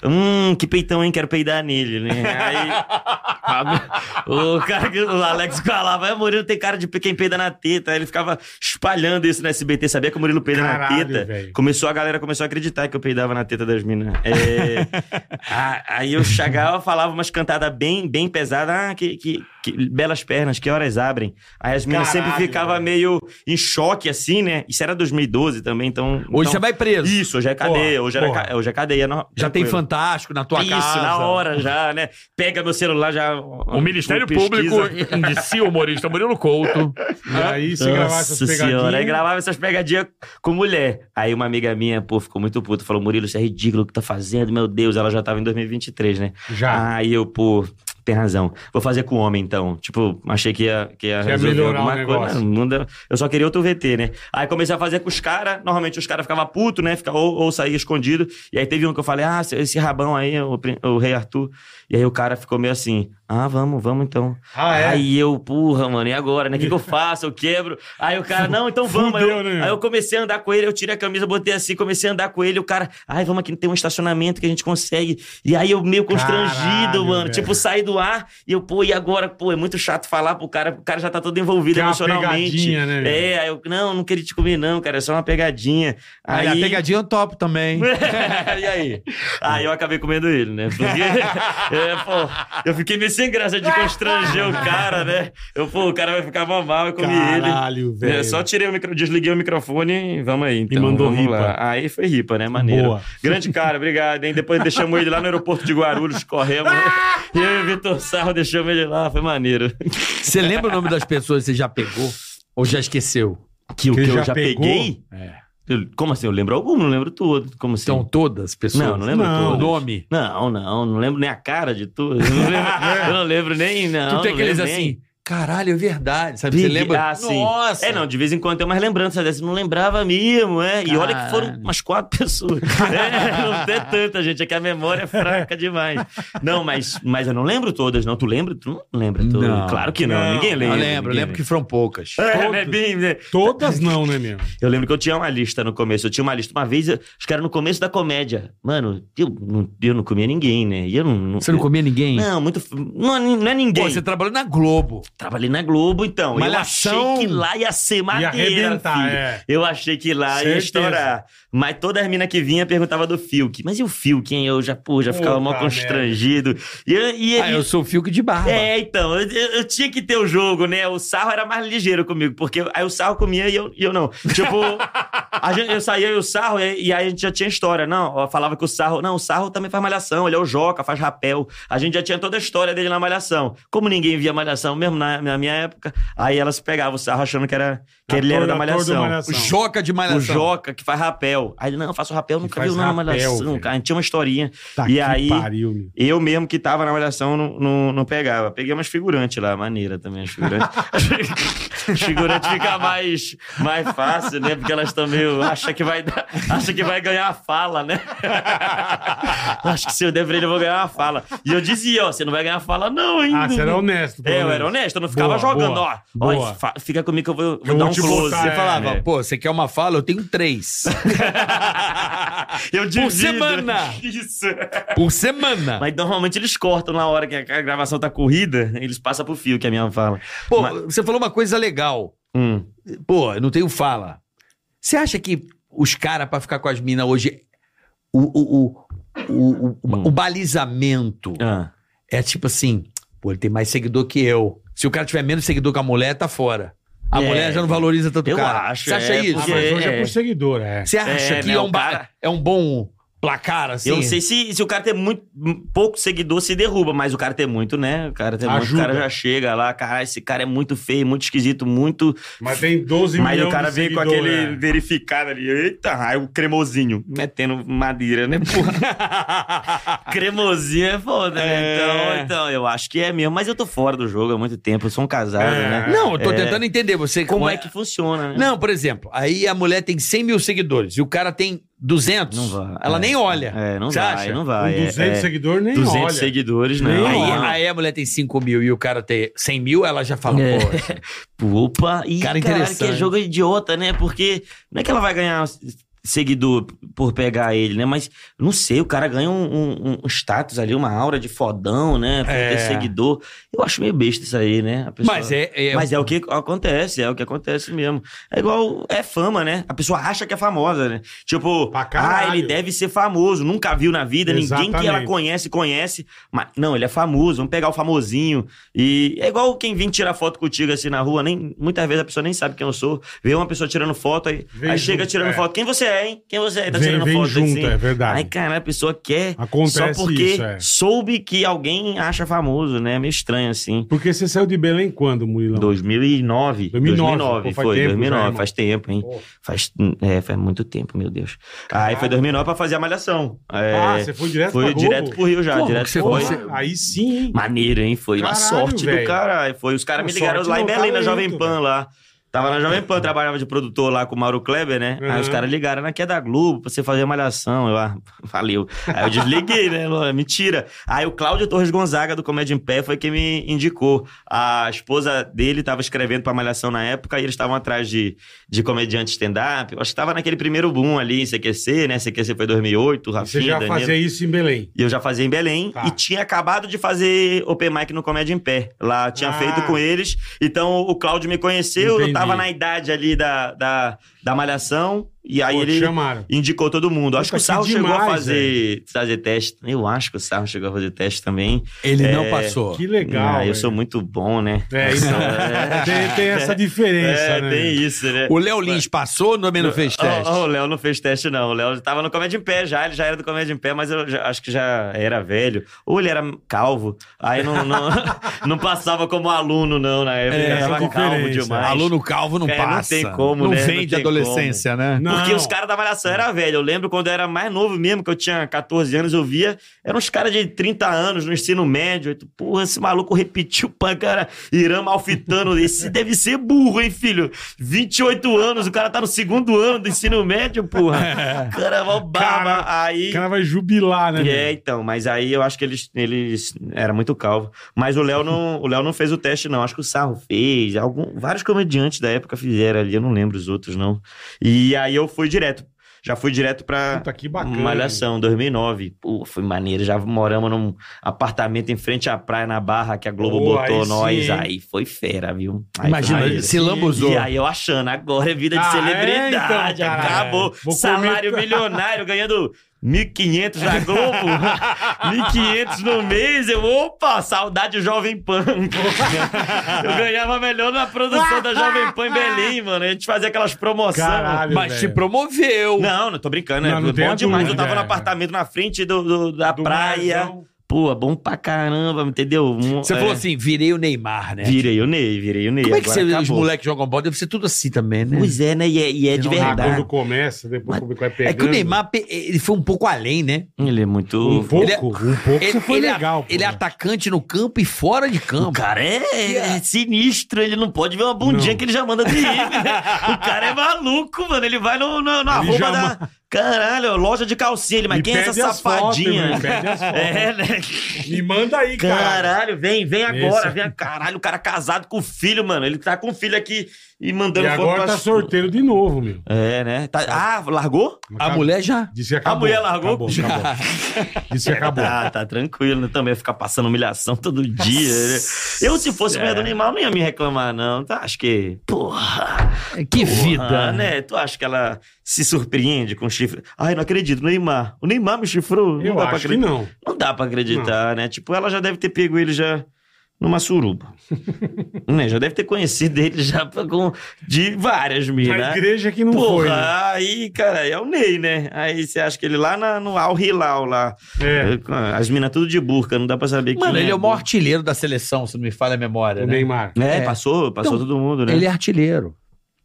S5: Hum, que peitão, hein? Quero peidar nele, né? Aí. a- o cara que o Alex falava, é, Murilo tem cara de pe- quem peida na teta. Aí ele ficava espalhando isso no SBT. Sabia que o Murilo peida na
S3: Caralho,
S5: teta?
S3: velho.
S5: Começou, a galera começou a acreditar que eu peidava na teta das minas. É, a- aí eu chegava, falava umas cantadas bem, bem pesadas. Ah, que, que, que belas pernas, que horas abrem. Aí as minas sempre
S3: Caralho,
S5: ficavam
S3: velho.
S5: meio em choque, assim, né? Isso era 2012 também, então...
S4: Hoje
S5: então-
S4: você vai preso.
S5: Isso, hoje é cadeia, hoje, era,
S3: porra.
S5: ca- hoje é cadeia. não-
S4: Já tem
S5: tranquilo.
S4: Fantástico na tua
S5: Isso,
S4: casa.
S5: na hora já, né? Pega meu celular já.
S4: O Ministério Público indicia o humorista Murilo Couto.
S3: E
S5: Né?
S3: aí você gravava essas pegadinhas.
S5: Senhora, é aí gravava essas pegadinhas com mulher. Aí uma amiga minha, pô, ficou muito puta. Falou, Murilo, isso é ridículo o que tá fazendo, meu Deus. Ela já tava em 2023, né?
S3: Já.
S5: Aí eu, pô, Tem razão. Vou fazer com o homem, então. Tipo, achei que ia, que ia
S3: Que ia
S5: resolver
S3: melhorar
S5: alguma
S3: o
S5: coisa.
S3: negócio.
S5: Não, não deu. Eu só queria outro VT, né? Aí comecei a fazer com os caras. Normalmente os caras ficavam putos, né? Ficava, ou, ou saía escondido. E aí teve um que eu falei, ah, esse- esse rabão aí, o, prin- o rei Arthur. E aí o cara ficou meio assim, ah, vamos, vamos então.
S3: Ah, é?
S5: Aí eu, porra, mano, e agora, né? O que, que eu faço? Eu quebro. Aí o cara, não, então vamos. Aí eu,
S3: Fudeu, né?
S5: aí eu comecei a andar com ele, eu tirei a camisa, botei assim, comecei a andar com ele. O cara, ai, vamos aqui, tem um estacionamento que a gente consegue. E aí eu meio constrangido,
S3: Caralho,
S5: mano.
S3: velho.
S5: Tipo, saí do ar e eu, pô, e agora? Pô, é muito chato falar pro cara, o cara já tá todo envolvido
S3: Que é uma
S5: emocionalmente.
S3: pegadinha, né, velho?
S5: é, aí eu, não, não queria te comer, não, cara, é só uma pegadinha. Aí,
S4: Aí, a pegadinha é top também.
S5: e aí? Aí eu acabei comendo ele, né? Porque, é, pô, eu fiquei meio sem graça de constranger o cara, né? Eu, pô, o cara vai ficar mó mal, eu comi
S3: Caralho,
S5: ele.
S3: velho.
S5: É, só tirei o micro, desliguei o microfone e vamos aí. Então,
S3: mandou
S5: vamos
S3: ripa.
S5: lá. Aí foi ripa, né? Maneiro.
S3: Boa.
S5: Grande cara, obrigado, hein? Depois deixamos ele lá no aeroporto de Guarulhos, corremos. né? E eu e o Vitor Sarro deixamos ele lá, foi maneiro.
S4: Você lembra o nome das pessoas que você já pegou? Ou já esqueceu?
S5: Que o
S3: Que
S5: que, eu
S3: já
S5: já
S3: pegou?
S5: peguei?
S4: É.
S5: Eu- como assim? Eu lembro algum, não lembro todo. Como assim?
S4: São Então todas as pessoas?
S5: Não, não lembro
S4: O
S5: todas.
S4: nome?
S5: Não, não, não lembro nem a cara de tudo. Eu não lembro, eu não lembro nem, não.
S4: tu tem
S5: não
S4: aqueles
S5: lembro nem.
S4: assim, caralho, é verdade, sabe? Você
S5: Big-
S4: lembra?
S5: Ah, sim.
S4: Nossa!
S5: É, não, de vez em quando tem umas lembranças dessas. Não lembrava mesmo, é. E olha que foram
S4: Caralho.
S5: umas quatro pessoas. É, não tem tanta, gente. É que a memória é fraca demais. Não, mas, mas eu não lembro todas, não. Tu lembra? Tu não lembra todas.
S4: Não.
S5: Claro que não.
S3: Não,
S5: Ninguém
S4: Eu
S5: lembra.
S4: lembro, eu
S5: ninguém
S4: lembro que foram poucas.
S5: lembra. É,
S3: Todos.
S5: né, bem, né?
S3: Todas não, né, meu?
S5: Eu lembro que eu tinha uma lista no começo. Eu tinha uma lista. Uma vez, eu- acho que era no começo da comédia. Mano, eu não, eu não comia ninguém, né? E eu não, não-
S4: Você não comia ninguém?
S5: Não, muito. f- Não, é nin- não é ninguém.
S4: Pô, você trabalhou na Globo.
S5: Trabalhei na Globo, então. Eu
S4: Malhação.
S5: achei que lá ia ser
S3: E
S5: madeira,
S3: arrebentar,
S5: filho.
S3: é.
S5: Eu achei que lá ia
S3: Certeza.
S5: estourar. Mas toda as mina que vinha perguntava do Fiuk. Mas e o Fiuk, hein? Eu já, pô, já ficava
S3: Puta
S5: mal constrangido. E, eu- e
S4: Ah,
S5: ele-
S4: eu sou o Fiuk de
S3: Tá
S4: barba.
S5: É, então, eu, eu- eu tinha que ter o jogo, né? O sarro era mais ligeiro comigo, porque eu- aí o sarro comia e eu, e eu não. Tipo, a gente- eu saía e o sarro, e, e aí a gente já tinha história. Não, eu falava que o sarro. Não, o sarro também faz malhação, ele é o Joca, faz rapel. A gente já tinha toda a história dele na malhação. Como ninguém via malhação, mesmo na, na minha época, aí elas pegavam o sarro achando que, era, que ele era da
S3: Ator- ator do
S5: malhação.
S4: O
S3: Malhação.
S4: Joca de Malhação.
S5: O Joca, que faz rapel. Aí ele, não, eu faço rapel, nunca
S3: faz
S5: viu, não, na
S3: rapel,
S5: malhação.
S3: velho.
S5: cara. A gente tinha uma historinha.
S3: Tá
S5: E
S3: que
S5: aí-
S3: pariu, meu.
S5: Eu mesmo que tava na malhação não, não, não pegava. Peguei umas figurantes lá, maneira também, as figurantes. as figurantes fica mais, mais fácil, né? Porque elas estão meio. Acha que vai dar, acha que vai ganhar a fala, né? Acho que se eu der pra ele, eu vou ganhar uma fala. E eu dizia, ó, você não vai ganhar fala, não, hein?
S3: Ah, você era honesto. pelo
S5: É, eu
S3: menos.
S5: era honesto, eu não
S3: Boa,
S5: ficava jogando,
S3: boa,
S5: ó. ó,
S3: boa.
S5: fa- fica comigo que eu vou, vou
S3: Eu
S5: dar
S3: vou
S5: um
S3: te
S5: close.
S3: botar,
S5: Você
S3: é.
S5: falava,
S4: Falava, pô, você quer uma fala? Eu tenho três.
S5: eu divido.
S4: semana.
S5: Isso.
S4: Por semana.
S5: Mas normalmente eles cortam na hora que a gravação tá corrida, eles passam pro fio, que a minha fala.
S4: Pô,
S5: Mas-
S4: você falou uma coisa legal.
S5: Hum.
S4: Pô, eu não tenho fala. Você acha que os caras, pra ficar com as minas hoje, o, o, o, o, o-
S5: Hum.
S4: o balizamento
S5: Ah.
S4: é tipo assim, pô, ele tem mais seguidor que eu. Se o cara tiver menos seguidor que a mulher, tá fora. A
S5: É.
S4: mulher já não valoriza tanto o
S5: Eu
S4: cara.
S5: acho,
S4: Você acha
S5: é,
S4: isso?
S3: Ah, mas
S5: porque-
S3: hoje é
S5: É.
S3: por seguidor, é.
S4: Você acha
S5: É,
S4: que
S5: né,
S4: é,
S5: o
S4: um ba-
S5: cara-
S4: é um bom placar, assim?
S5: Eu não sei se, se o cara tem muito pouco seguidor se derruba, mas o cara tem muito, né? O cara tem muito, o
S3: Ajuda.
S5: cara já chega lá, cara, esse cara é muito feio, muito esquisito, muito.
S3: Mas tem 12
S5: mas
S3: milhões
S5: o cara
S3: de
S5: vem com
S3: seguidor,
S5: aquele
S3: né?
S5: verificado ali, eita, aí o cremosinho, metendo madeira, né? Porra. cremosinho é foda, né?
S3: É.
S5: Então, então, eu acho que é mesmo, mas eu tô fora do jogo há muito tempo, eu sou um casado,
S3: É.
S5: né?
S4: Não, eu tô
S5: É.
S4: tentando entender. Você,
S5: Como é que funciona, né?
S4: Não, por exemplo, aí a mulher tem 100 mil seguidores e o cara tem 200.
S5: Não vai.
S4: Ela
S5: É.
S4: nem olha.
S5: É, não
S4: Você
S5: vai,
S4: acha? Um
S5: não
S3: Com
S5: vai. é,
S3: 200
S5: é,
S3: seguidores, nem
S5: 200
S3: olha.
S5: seguidores, não.
S3: Nem
S5: Aí,
S4: Aí,
S3: olha.
S4: aí a mulher tem 5 mil e o cara tem 100 mil, ela já fala,
S5: É.
S4: pô,
S5: Opa, e
S4: Cara,
S5: cara, que
S4: interessante.
S5: é jogo idiota, né? Porque não é que ela vai ganhar seguidor por pegar ele, né? Mas não sei, o cara ganha um, um- um status ali, uma aura de fodão, né? Por
S4: É.
S5: ter seguidor. Eu acho meio besta isso aí, né? A pessoa-
S4: Mas é, é-
S5: Mas é o que acontece, é o que acontece mesmo. É igual, é fama, né? A pessoa acha que é famosa, né? Tipo,
S3: Pra caralho.
S5: ah, ele deve ser famoso, nunca viu na vida, ninguém
S3: Exatamente.
S5: que ela conhece, conhece. Mas, não, ele é famoso, vamos pegar o famosinho. E é igual quem vem tirar foto contigo assim na rua, nem, muitas vezes a pessoa nem sabe quem eu sou. Vê uma pessoa tirando foto, aí, aí
S3: Vejo,
S5: chega tirando
S3: é.
S5: foto, quem você é? é, hein? Quem você é? Tá
S3: vem
S5: tirando
S3: vem
S5: foto
S3: junto,
S5: assim.
S3: é verdade.
S5: Ai, cara, a pessoa quer
S3: Acontece
S5: só porque
S3: isso, é.
S5: soube que alguém acha famoso, né? É meio estranho, assim.
S3: Porque você saiu de Belém quando, Murilão?
S5: 2009.
S3: 2009,
S5: 2009,
S3: pô, faz
S5: foi.
S3: tempo já,
S5: 2009,
S3: irmão.
S5: faz tempo, hein?
S3: Pô.
S5: Faz, é, faz muito tempo, meu Deus. Aí foi 2009 pra fazer a Malhação. É,
S3: Ah, você foi direto
S5: foi
S3: pra Globo?
S5: direto pro Rio já,
S4: Como
S5: direto
S4: que você
S5: pro
S3: Porra,
S5: Rio.
S4: Você-
S3: Aí sim, hein?
S5: Maneiro, hein? Foi uma
S3: Caralho,
S5: sorte
S3: velho.
S5: do caralho. Foi, os caras me
S3: Uma
S5: ligaram
S3: sorte
S5: lá em
S3: não,
S5: Belém, na
S3: talento,
S5: Jovem Pan
S3: velho.
S5: lá. Tava na Jovem Pan, trabalhava de produtor lá com o Mauro Kleber, né?
S3: Uhum.
S5: Aí os caras ligaram na queda da Globo pra você fazer malhação. Eu, ah, valeu. Aí eu desliguei, né? Lô? Mentira. Aí o Cláudio Torres Gonzaga, do Comédia em Pé, foi quem me indicou. A esposa dele tava escrevendo pra malhação na época e eles estavam atrás de, de comediante stand-up. Eu Acho que tava naquele primeiro boom ali em CQC, né? CQC foi 2008,
S3: Você
S5: Rafinha,
S3: já
S5: Danilo.
S3: fazia isso em Belém.
S5: E eu já fazia em Belém
S3: Tá.
S5: e tinha acabado de fazer open mic no Comédia em Pé. Lá tinha
S3: Ah.
S5: feito com eles. Então o Cláudio me conheceu,
S3: Entendi.
S5: eu tava na idade ali da, da, da malhação. E aí
S3: Pô, te
S5: ele
S3: chamaram.
S5: indicou todo mundo. Acho
S3: Puta,
S5: que o Sarro
S3: que
S5: chegou a
S3: demais,
S5: fazer, fazer teste. Eu acho que o Sarro chegou a fazer teste também.
S4: Ele
S5: é,
S4: não passou.
S3: Que legal.
S5: Ah, eu
S3: velho.
S5: sou muito bom, né?
S3: É, então, tem, tem essa diferença,
S5: É,
S3: né?
S5: tem isso, né?
S4: O Léo Lins passou no menos fez teste?
S5: Ó, ó, o Léo não fez teste, não. O Léo tava no Comédia em Pé já, ele já era do Comédia em Pé, mas eu já- acho que já era velho. Ou ele era calvo, aí não, não, não passava como aluno, não, na época.
S4: É,
S5: ele
S3: essa
S5: tava calvo
S3: diferença.
S5: demais.
S4: Aluno calvo não
S5: É, não
S4: passa.
S5: tem como,
S4: Não
S5: né?
S4: vem
S5: Não
S4: de
S5: tem
S4: adolescência, né?
S3: Não.
S5: Porque os caras da Malhação era velho. Eu lembro quando eu era mais novo mesmo, que eu tinha 14 anos, eu via. Eram uns caras de 30 anos no ensino médio. Eu, Porra, esse maluco repetiu pra cara. Irã malfitano. Esse deve ser burro, hein, filho? 28 anos, o cara tá no segundo ano do ensino médio, porra. Cara, mó baba.
S3: O
S5: Aí.
S3: cara vai jubilar, né?
S5: É,
S3: meu?
S5: então, mas aí eu acho que eles, eles era muito calvo. Mas o Léo não, o Léo não fez o teste não, acho que o Sarro fez, algum, vários comediantes da época fizeram ali, eu não lembro os outros não. E aí eu fui direto, já fui direto pra
S3: Puta, que bacana.
S5: Hum, Malhação, 2009. Pô, foi maneiro, já moramos num apartamento em frente à praia na Barra que a Globo
S3: Pô,
S5: botou
S3: aí
S5: nós,
S3: sim, hein?
S5: aí foi fera, viu? Aí foi
S4: Imagina,
S5: maneiro.
S4: se lambuzou.
S5: E aí eu achando, agora é vida de
S3: Ah,
S5: celebridade,
S3: é, então, cara.
S5: acabou.
S3: Vou
S5: Salário
S3: comer-
S5: milionário, ganhando 1.500 na Globo, 1.500 no mês, eu, opa, saudade Jovem Pan. eu ganhava melhor na produção da Jovem Pan em Belém, mano, a gente fazia aquelas promoções.
S3: Caralho,
S4: Mas tipo, te
S3: velho.
S4: promoveu.
S5: Não, não tô brincando,
S3: Não,
S5: é
S3: não tem a
S5: bom demais.
S3: dúvida,
S5: eu tava no
S3: é.
S5: apartamento na frente do, do- da
S3: Do
S5: praia.
S3: marzão.
S5: Pô, bom pra caramba, entendeu? Um-
S4: Você
S5: é.
S4: falou assim, virei o Neymar, né?
S5: Virei o Ney, virei o Ney.
S4: Como é que
S5: agora
S4: você, os
S5: acabou.
S4: moleques jogam bola? Deve ser tudo assim também, né?
S5: Pois é, né? E é, e é de
S3: Ah,
S5: verdade.
S3: Quando começa, depois
S5: Mas-
S3: o vai pegando.
S4: É que
S5: né?
S4: o Neymar, pe- ele foi um pouco além, né?
S5: Ele é
S3: Um
S5: muito.
S3: pouco,
S4: Ele é-
S3: um pouco
S4: Ele,
S3: você foi
S4: ele é-
S3: legal. pô.
S4: ele é atacante no campo e fora de
S5: O
S4: campo.
S5: cara é, é sinistro, ele não pode ver uma bundinha
S3: Não.
S5: que ele já manda de livre, né? O cara é maluco, mano. Ele vai no, no, na
S3: Ele
S5: roupa
S3: já
S5: da. Caralho, loja de calcinha. Ele, mas
S3: Me
S5: quem é essa
S3: pede as fotos,
S5: safadinha?
S3: irmão, me pede as fotos.
S5: é, né?
S3: Me manda aí, cara.
S5: Caralho, vem, vem agora,
S3: Esse- é
S5: vem. Caralho, o cara casado com o filho, mano. Ele tá com o filho aqui e
S3: E
S5: mandando
S3: agora
S5: foto
S3: tá
S5: pras-
S3: sorteiro de novo, meu.
S5: É, né? Tá- Ah, largou?
S4: A mulher já.
S3: Disse que acabou.
S5: A mulher largou?
S3: Acabou, acabou. Disse que acabou.
S5: Ah, tá tranquilo, né? Também ficar passando humilhação todo dia. né? Eu, se
S4: É,
S5: fosse mulher do Neymar, eu não ia me reclamar, não. Tá? Acho que. Porra!
S4: Que
S5: porra,
S4: vida.
S5: né? Tu acha que ela se surpreende com chifre? Ai, não acredito, Neymar. O Neymar me chifrou?
S3: Eu
S5: não dá pra
S3: acho que
S5: acreditar.
S3: não.
S5: Não dá pra acreditar, né? Tipo, ela já deve ter pego ele já numa suruba. né? Já deve ter conhecido ele já pra- com, de várias minas.
S3: A igreja que não
S5: Porra,
S3: foi. né?
S5: aí, cara, é o Ney, né? Aí você acha que ele lá na- no Al Hilal lá.
S3: É,
S5: As minas tudo de burca, não dá pra saber
S4: Mano,
S5: quem
S4: ele é o maior
S5: morte.
S4: artilheiro da seleção, se não me falha a memória,
S3: o
S4: né?
S3: Neymar.
S5: É,
S4: É.
S5: passou, passou todo mundo, né?
S4: Ele é artilheiro.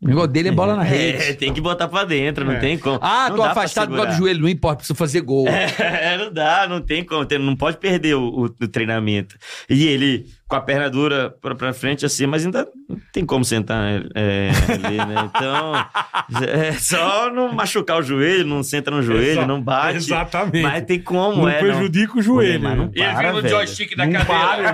S4: O negócio dele é bola na
S5: É,
S4: rede.
S5: tem que botar pra dentro, não
S3: É.
S5: tem como.
S4: Ah,
S5: não
S4: tô
S5: dá pra
S4: afastado por causa
S5: segurar.
S4: do joelho, não importa, preciso fazer gol.
S5: É, não dá, não tem como, tem- não pode perder o, o- o treinamento. E ele com a perna dura pra, pra frente assim, mas ainda não tem como sentar né, é, ali, né? Então, é só não machucar o joelho, não senta no joelho,
S3: Exa-
S5: não bate.
S3: Exatamente.
S5: Mas tem como,
S3: não
S5: é. não.
S3: prejudica o joelho.
S5: Neymar não
S3: né?
S5: Para,
S8: Ele vira no
S5: velho.
S8: joystick da
S3: Não
S8: cadeira.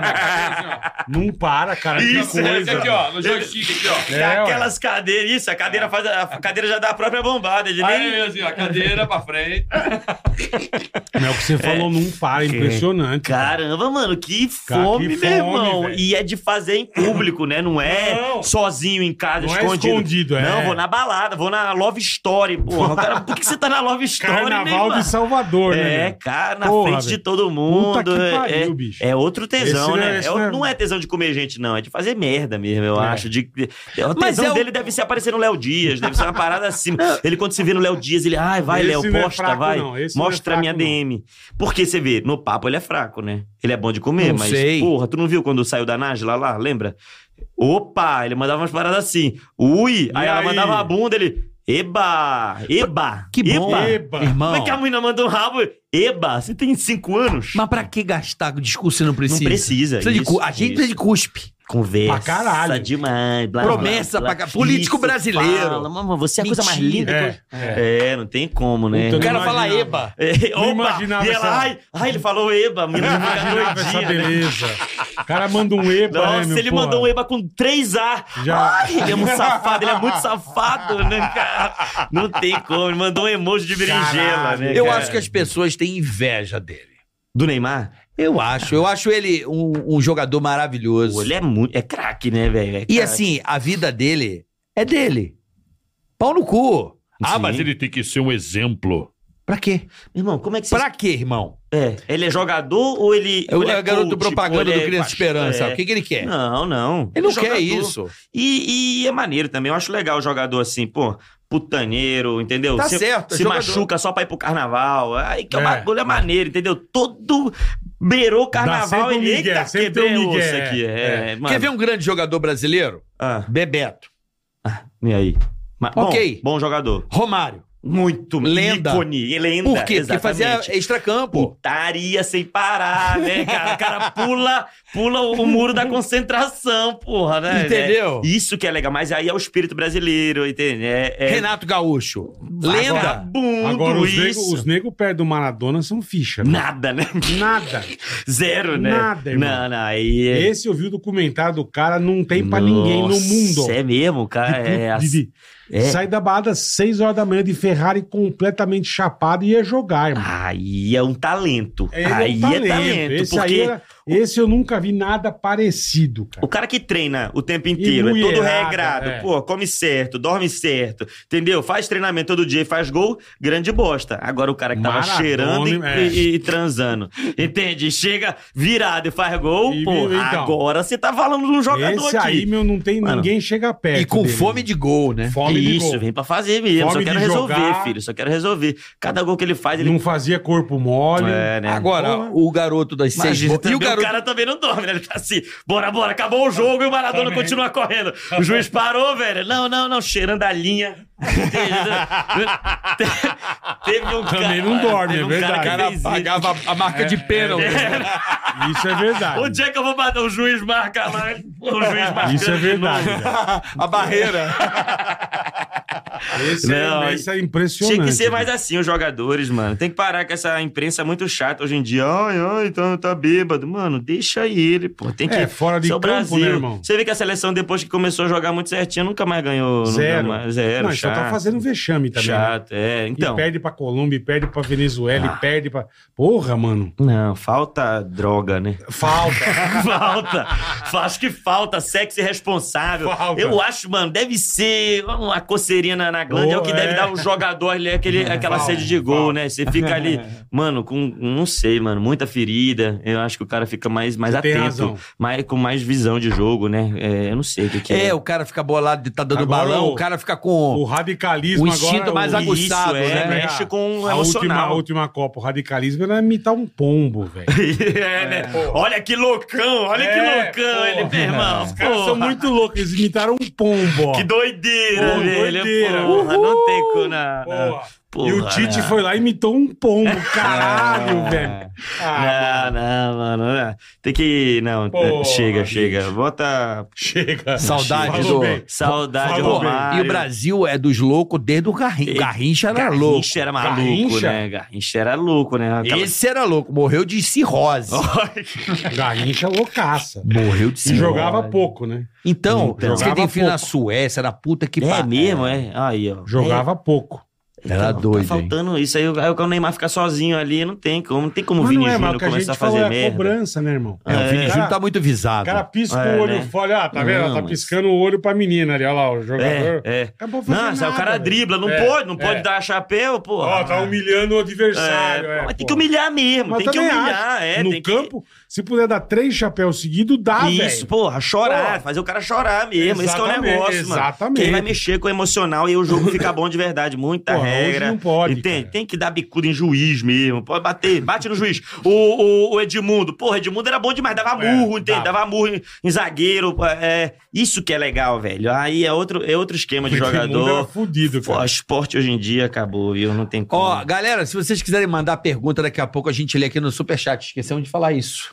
S3: para,
S8: Da cadeira, assim,
S3: Não para, cara. que
S5: Isso,
S8: ó.
S3: coisa.
S8: Esse aqui, ó, no joystick aqui,
S3: É,
S8: ó.
S5: É,
S3: ué.
S5: aquelas cadeiras, isso, a
S3: Ah.
S5: cadeira faz a, a cadeira já dá a própria bombada, ele
S8: Aí,
S5: nem
S8: assim, ó, cadeira pra frente.
S3: Mas o que você falou não para, é impressionante.
S5: Caramba, mano, que
S3: Cara,
S5: fome,
S3: que
S5: meu
S3: fome,
S5: irmão. Então,
S3: velho.
S5: e é de fazer em público, né? Não é
S3: Não.
S5: sozinho em casa,
S3: Não é
S5: escondido.
S3: escondido, é.
S5: Não, vou na balada, vou na Love Story, porra. O cara, por que que você tá na Love Story,
S3: Carnaval
S5: né,
S3: de Salvador, né?
S5: É,
S3: velho?
S5: cara, na
S3: Porra,
S5: frente
S3: velho.
S5: de todo mundo.
S3: Puta que
S5: é-
S3: pariu,
S5: é,
S3: bicho.
S5: é outro
S3: Esse
S5: tesão,
S3: não é-
S5: né? É
S3: esse
S5: o-
S3: não é-
S5: não é tesão de comer gente, não. É de fazer merda mesmo, eu
S3: É.
S5: acho. De, é, o tesão
S4: Mas é o-
S5: dele deve ser aparecer no Léo Dias, deve ser uma parada assim. Ele, quando se vê no Léo Dias, ele, ai,
S3: É.
S5: vai,
S3: Esse
S5: Léo,
S3: não é
S5: posta,
S3: fraco,
S5: vai.
S3: não. Esse não é
S5: Mostra a minha
S3: fraco, não.
S5: DM. Porque você vê, no papo ele é fraco, né? Ele é bom de comer,
S4: Não
S5: mas,
S4: sei.
S5: porra, tu não viu quando saiu da Nájila lá, lembra? Opa, ele mandava umas paradas assim. Ui, aí, ela
S3: aí?
S5: mandava a bunda, ele. Eba! Eba!
S4: Que bom,
S5: Eba!
S3: Eba.
S4: irmão.
S5: Como é que a menina manda um rabo? Eba, você tem cinco anos?
S4: Mas pra que gastar com discurso se não precisa?
S5: Não precisa,
S4: de
S5: isso,
S4: cu- a gente
S5: isso.
S4: precisa de cuspe.
S5: Conversa
S3: Pra caralho.
S5: demais. Blá,
S4: Promessa
S5: blá,
S4: pra
S5: blá.
S4: ca- político
S5: Isso,
S4: brasileiro.
S5: Fala, mamãe, você é a coisa mais
S4: Mentira.
S5: linda.
S3: É, é.
S5: É. não tem como, né?
S3: Puta,
S4: O cara
S3: não
S4: fala
S3: imaginava.
S4: eba.
S5: É,
S3: Não
S5: opa,
S3: imaginava
S5: e ela,
S3: essa-
S5: ai, ai, ele falou eba, a menina fica
S3: Imaginava essa
S5: doidinha, né?
S3: beleza. O cara manda um eba, né,
S5: Nossa,
S3: meu,
S5: ele
S3: porra.
S5: mandou um eba com três A.
S3: Já.
S5: Ai, ele é um safado, ele é muito safado, né, cara? Não tem como, ele mandou um emoji de berinjela,
S3: Caralho.
S5: né,
S4: Eu
S5: cara?
S4: acho que as pessoas têm inveja dele.
S5: Do Neymar?
S4: Eu acho. Eu acho ele um, um jogador maravilhoso.
S5: Pô, ele é muito... É craque, né, velho? É
S4: E
S5: craque.
S4: assim, a vida dele é dele. Pau no cu.
S5: Sim.
S8: tem que ser um exemplo.
S4: Pra quê?
S5: Irmão, como é que você
S4: Pra quê, irmão?
S5: É, ele é jogador ou ele.
S4: É
S5: ou
S4: o
S5: ele
S4: é o garoto
S5: coach, ou
S4: propaganda
S5: ele
S4: do
S5: é
S4: Criança
S5: pastor,
S4: Esperança.
S5: é.
S4: O que, que ele quer?
S5: Não, não.
S4: Ele não
S5: é
S4: quer
S5: jogador.
S4: isso.
S5: E, e é maneiro também. Eu acho legal o jogador assim, pô, putaneiro, entendeu?
S4: Tá
S5: se
S4: certo, é
S5: se
S4: jogador.
S5: machuca só pra ir pro carnaval. Aí que o
S3: É.
S5: bagulho é maneiro, entendeu? Todo. Beirou o carnaval
S3: sempre um
S5: ele.
S3: migué,
S5: Eita,
S3: sempre
S5: quebrei
S3: tem um
S5: a osso
S3: migué,
S5: aqui. É, mano.
S4: Quer ver um grande jogador brasileiro?
S5: Ah,
S4: Bebeto.
S5: e aí? Mas, bom,
S4: Ok.
S5: Bom jogador.
S4: Romário.
S5: Muito.
S4: Lenda.
S5: Ícone. Lenda.
S4: Por quê? Porque
S5: exatamente.
S4: fazia extracampo.
S5: putaria sem parar, né, cara? O cara pula, pula o muro da concentração, porra, né?
S4: Entendeu?
S5: né? Isso que é legal, mas aí é o espírito brasileiro, entende? É, é
S4: Renato Gaúcho. Lenda.
S5: vagabundo,
S3: Agora, os negros
S5: isso.
S3: os nego perto do Maradona são ficha. né?
S5: Nada, né?
S3: Nada.
S5: Zero, né?
S3: Nada, irmão.
S5: Não, não, aí... é-
S3: Esse eu vi o documentário do cara, não tem pra ninguém no
S5: Nossa,
S3: mundo.
S5: É mesmo, cara. É,
S3: De- de-
S5: é.
S3: Sai da balada às 6 horas da manhã de Ferrari completamente chapado e ia jogar, irmão.
S5: Aí é um talento.
S3: Ele é um
S5: aí é talento.
S3: esse,
S5: porque
S3: aí é era- esse eu nunca vi nada parecido,
S5: O
S3: cara.
S5: cara que treina o tempo inteiro, é todo
S3: mulherada,
S5: regrado,
S3: é.
S5: pô, come certo, dorme certo, entendeu? Faz treinamento todo dia e faz gol, grande bosta. Agora o cara que tava
S3: Maradona,
S5: cheirando e,
S3: é.
S5: e- e transando, entende? Chega virado e faz gol,
S3: E,
S5: pô,
S3: então.
S5: agora você tá falando de um jogador
S3: Esse
S5: aqui.
S3: aí, meu, não tem
S5: Mano.
S3: ninguém chega perto.
S4: E com
S3: dele.
S4: fome de gol, né?
S3: Fome de
S5: Isso,
S3: gol.
S5: vem pra fazer mesmo,
S3: Fome
S5: só quero
S3: de
S5: resolver,
S3: jogar.
S5: filho, só quero resolver. Cada gol que ele faz, ele...
S3: Não fazia corpo mole.
S5: É, né?
S4: Agora,
S3: Porra.
S4: o garoto das seis...
S5: Imagina,
S4: E o
S5: também, o,
S4: garoto...
S5: cara também não dorme, né? Ele tá assim, bora, bora, acabou o jogo e o Maradona
S3: Tá. Também.
S5: continua correndo. O juiz parou, velho. Não, não, não, cheirando a linha. Teve um cara...
S3: Também não dorme,
S5: teve
S3: é
S5: um cara
S3: verdade.
S5: que
S3: O cara
S5: fez isso.
S4: a marca de pênalti. né?
S3: Isso é verdade.
S5: Onde é que eu vou bater? O juiz marca lá, o juiz marcando
S3: Isso é
S5: de
S3: verdade.
S5: novo.
S3: cara.
S4: a barreira.
S3: Esse,
S5: Não,
S3: é, esse é
S5: Tinha
S3: impressionante. né?
S5: que ser mais assim os jogadores, mano. Tem que parar com essa imprensa muito chata hoje em dia. Ai, ai, então tá bêbado. Mano, deixa ele, pô. Tem que.
S3: É, fora de
S5: Isso é o
S3: campo, né, irmão?
S5: Você vê que a seleção, depois que começou a jogar muito certinho, nunca mais ganhou. nunca
S3: Zero.
S5: mais- zero.
S3: Não, só
S5: chato,
S3: tá fazendo vexame também. né?
S5: Chato, é.
S3: E
S5: Então.
S3: perde pra Colômbia, e perde pra Venezuela,
S5: Ah.
S3: e perde pra. Porra, mano.
S5: Não, falta droga, né?
S3: Falta.
S5: falta. Acho que falta sexo irresponsável.
S3: Falta.
S5: Eu acho, mano, deve ser uma coceirinha na, na glande, é o que
S3: Oh,
S5: deve
S3: é.
S5: dar o jogador ali, aquele, aquela
S3: Falta,
S5: sede de gol,
S3: falta.
S5: né? Você fica ali, mano, com, não sei, mano, muita ferida. Eu acho que o cara fica mais, mais
S3: Você tem
S5: atento,
S3: razão.
S5: mais, com mais visão de jogo, né? É, eu não sei o que, que é.
S4: É, o cara fica bolado de tá dando
S3: Agora
S4: balão,
S3: o-
S4: o... cara fica com.
S3: o radicalismo
S4: O
S3: agora.
S4: instinto mais
S5: Isso,
S3: o...
S4: tá aguçado,
S5: é,
S4: né?
S5: mexe com o
S3: a última, a
S5: emocional.
S3: última Copa, o radicalismo era imitar um pombo, velho.
S5: é, né? Olha que loucão, olha
S3: É,
S5: que loucão,
S3: porra.
S5: ele, meu irmão.
S3: Os caras são
S5: porra.
S3: muito loucos, eles imitaram um pombo, ó.
S5: Que doideira,
S3: Porra,
S5: velho.
S3: doideira.
S5: Porra, não tem como. não, não.
S3: Porra.
S5: Porra, né? É.
S3: e o Tite
S5: não.
S3: foi lá e imitou um pombo, caralho, velho. Ah,
S5: Não, não, mano. não. Tem que. Não,
S3: Porra,
S5: chega,
S3: bicho.
S5: chega. Bota.
S3: chega.
S4: Saudade
S3: Falou
S4: do.
S3: bem.
S5: Saudade,
S3: Falou bem.
S5: Romário.
S4: E o Brasil é dos loucos desde o Garrincha.
S5: E-
S4: Garrincha era
S5: Garrincha
S4: louco.
S5: era maluco,
S3: Garrincha?
S5: né? Garrincha era louco, né? Aquela-
S4: Esse era louco. Morreu de cirrose.
S3: Garrincha é loucaça.
S4: Morreu de
S3: E
S4: cirrose.
S3: jogava pouco, né?
S4: Então,
S3: Então.
S4: diz que ele
S3: Jogava
S4: tem filho na
S3: pouco.
S4: Suécia, na puta que
S5: É
S4: pariu.
S5: mesmo, é? Aí, ó.
S3: Jogava pouco.
S4: Era doido,
S5: Tá
S4: hein?
S5: faltando isso. Aí, eu- aí o Neymar fica sozinho ali, não tem como. Não tem como o
S3: Mas
S5: Vini
S3: não é, mas
S5: Júnior
S3: o que a gente
S5: começar a
S3: falou
S5: fazer
S3: é a
S5: merda.
S3: cobrança, né, irmão?
S4: É, o Vini
S3: Cara-
S4: Júnior tá muito
S3: O
S4: visado.
S3: cara pisca
S5: É,
S3: o olho
S5: né?
S3: fora. Ah, tá vendo? Ela
S5: Não,
S3: tá
S5: mas-
S3: piscando o olho pra menina ali. Olha lá, o jogador.
S5: É, é.
S3: Acabou fazendo
S5: Não, se o
S3: nada,
S5: cara
S3: velho.
S5: dribla, não
S3: É,
S5: pode, não
S3: é.
S5: pode dar chapéu, pô.
S3: Ó, tá humilhando o adversário.
S5: É,
S3: é,
S5: mas
S3: pô.
S5: tem que humilhar mesmo,
S3: Mas
S5: tem que
S3: também
S5: humilhar,
S3: acho.
S5: é.
S3: No
S5: tem que-
S3: campo, se puder dar três chapéus seguidos, dá, Ah, velho.
S5: Isso, porra, chorar,
S3: Porra.
S5: fazer o cara chorar mesmo. Esse que é o
S3: Exatamente,
S5: negócio, mano.
S3: exatamente.
S5: Quem vai mexer com o emocional e o jogo fica bom de verdade. Muita
S3: Porra, hoje
S5: regra.
S3: não pode,
S5: Entende?
S3: cara.
S5: Tem que dar bicuda em juiz mesmo. Pode bater, bate no juiz. O, o, o Edmundo, porra, Edmundo era bom demais, dava
S3: É,
S5: murro, entende?
S3: dava.
S5: Dava murro em, em zagueiro. É, isso que é legal, velho. Aí é outro, é outro esquema de
S3: Porque o mundo era
S5: jogador.
S3: fudido,
S5: Pô,
S3: cara.
S5: esporte hoje em dia acabou, viu? Não tem como.
S4: Ó, galera, se vocês quiserem mandar pergunta daqui a pouco, a gente lê aqui no Superchat. Esquecemos de falar isso.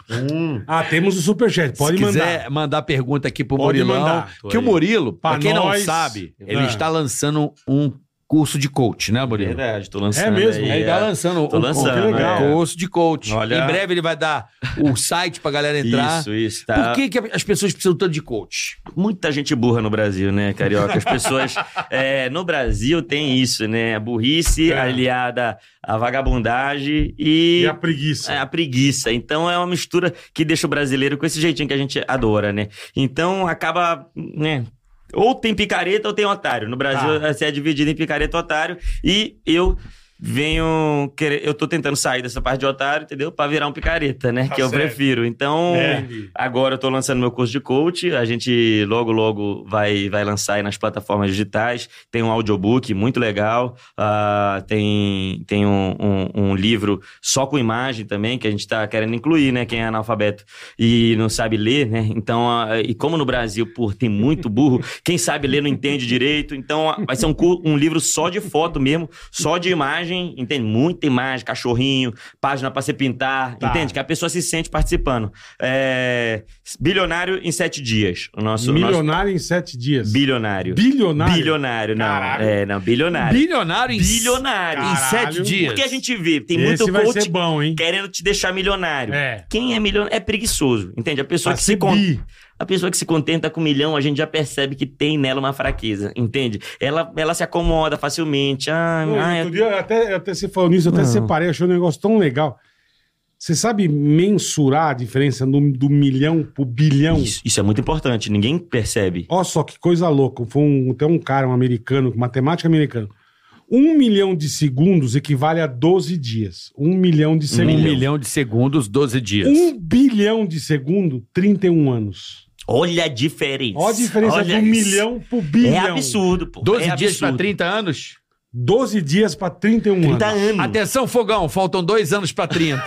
S3: Ah, temos o superchat. Pode
S4: se
S3: mandar.
S4: quiser mandar pergunta aqui pro
S3: Pode
S4: Murilão.
S3: mandar.
S4: Que o Murilo, pra,
S3: Pra
S4: quem
S3: nós,
S4: não sabe, ele
S3: né?
S4: está lançando um curso de coach, né, Murilo?
S5: Verdade, tô lançando.
S3: É mesmo?
S5: aí,
S4: Ele tá lançando
S5: Tô
S4: um
S5: lançando,
S4: curso,
S3: é.
S4: um curso de coach.
S5: Olha-
S4: Em breve ele vai dar o site pra galera entrar.
S5: Isso, isso. Tá.
S4: Por que, que as pessoas precisam tanto de coach?
S5: Muita gente burra no Brasil, né, Carioca? As pessoas. é, no Brasil tem isso, né? A burrice
S3: É.
S5: aliada à vagabundagem e.
S3: E a preguiça.
S5: É, a preguiça. Então é uma mistura que deixa o brasileiro com esse jeitinho que a gente adora, né? Então acaba, né? Ou tem picareta ou tem otário. No Brasil
S3: Ah.
S5: você é dividido em picareta e otário. E eu venho. Querer, eu tô tentando sair dessa parte de otário, entendeu? Pra virar um picareta, né?
S3: Tá
S5: que eu
S3: certo.
S5: prefiro.
S3: É.
S5: Então.
S3: Entendi.
S5: Agora eu tô lançando meu curso de coach. A gente logo, logo vai, vai lançar aí nas plataformas digitais. Tem um audiobook muito legal. ah, tem tem um, um- um livro só com imagem também, que a gente tá querendo incluir, né? Quem é analfabeto e não sabe ler, né? Então, ah, e como no Brasil, por tem muito burro, quem sabe ler não entende direito. Então, ah, vai ser um, cu- um livro só de foto mesmo, só de imagem, entende? Muita imagem, cachorrinho, página pra você pintar,
S3: Tá.
S5: entende? Que a pessoa se sente participando. É, Bilionário em sete dias. O nosso, o nosso
S3: Milionário em sete dias.
S5: bilionário.
S3: Bilionário.
S5: Bilionário, não.
S3: Caralho.
S5: É, não, bilionário.
S4: Bilionário em,
S5: Bilionário.
S4: em
S3: Caralho.
S4: sete dias.
S5: Porque a gente vê, tem
S3: Esse
S5: muito
S3: vai
S5: coach
S3: ser bom, hein?
S5: querendo te deixar milionário.
S3: É.
S5: Quem é milionário é preguiçoso, entende? A pessoa
S3: Pra
S5: que
S3: ser
S5: se con-
S3: bi.
S5: a pessoa que se contenta com um milhão, a gente já percebe que tem nela uma fraqueza, entende? Ela, ela se acomoda facilmente. Ah,
S3: Pô,
S5: ah,
S3: outro dia, eu até, eu até você falou nisso, eu até
S5: Não.
S3: separei, achei um negócio tão legal. Você sabe mensurar a diferença do, do milhão pro bilhão?
S5: isso, isso é muito importante, ninguém percebe.
S3: Olha só que coisa louca. Foi um, até um cara, um americano, matemático americano. Um milhão de segundos equivale a 12 dias. Um milhão de
S4: Um
S3: segundos.
S4: milhão de segundos, 12 dias.
S3: Um bilhão de segundo, 31 anos.
S5: Olha a diferença.
S3: Olha a diferença
S5: Olha
S3: do
S5: isso.
S3: milhão pro
S5: É
S3: bilhão.
S5: absurdo, pô.
S4: 12
S5: é
S4: dias para
S5: absurdo.
S4: 30 anos?
S3: 12 dias pra 31
S5: 30
S3: anos.
S5: anos.
S4: Atenção, fogão, faltam dois anos para 30.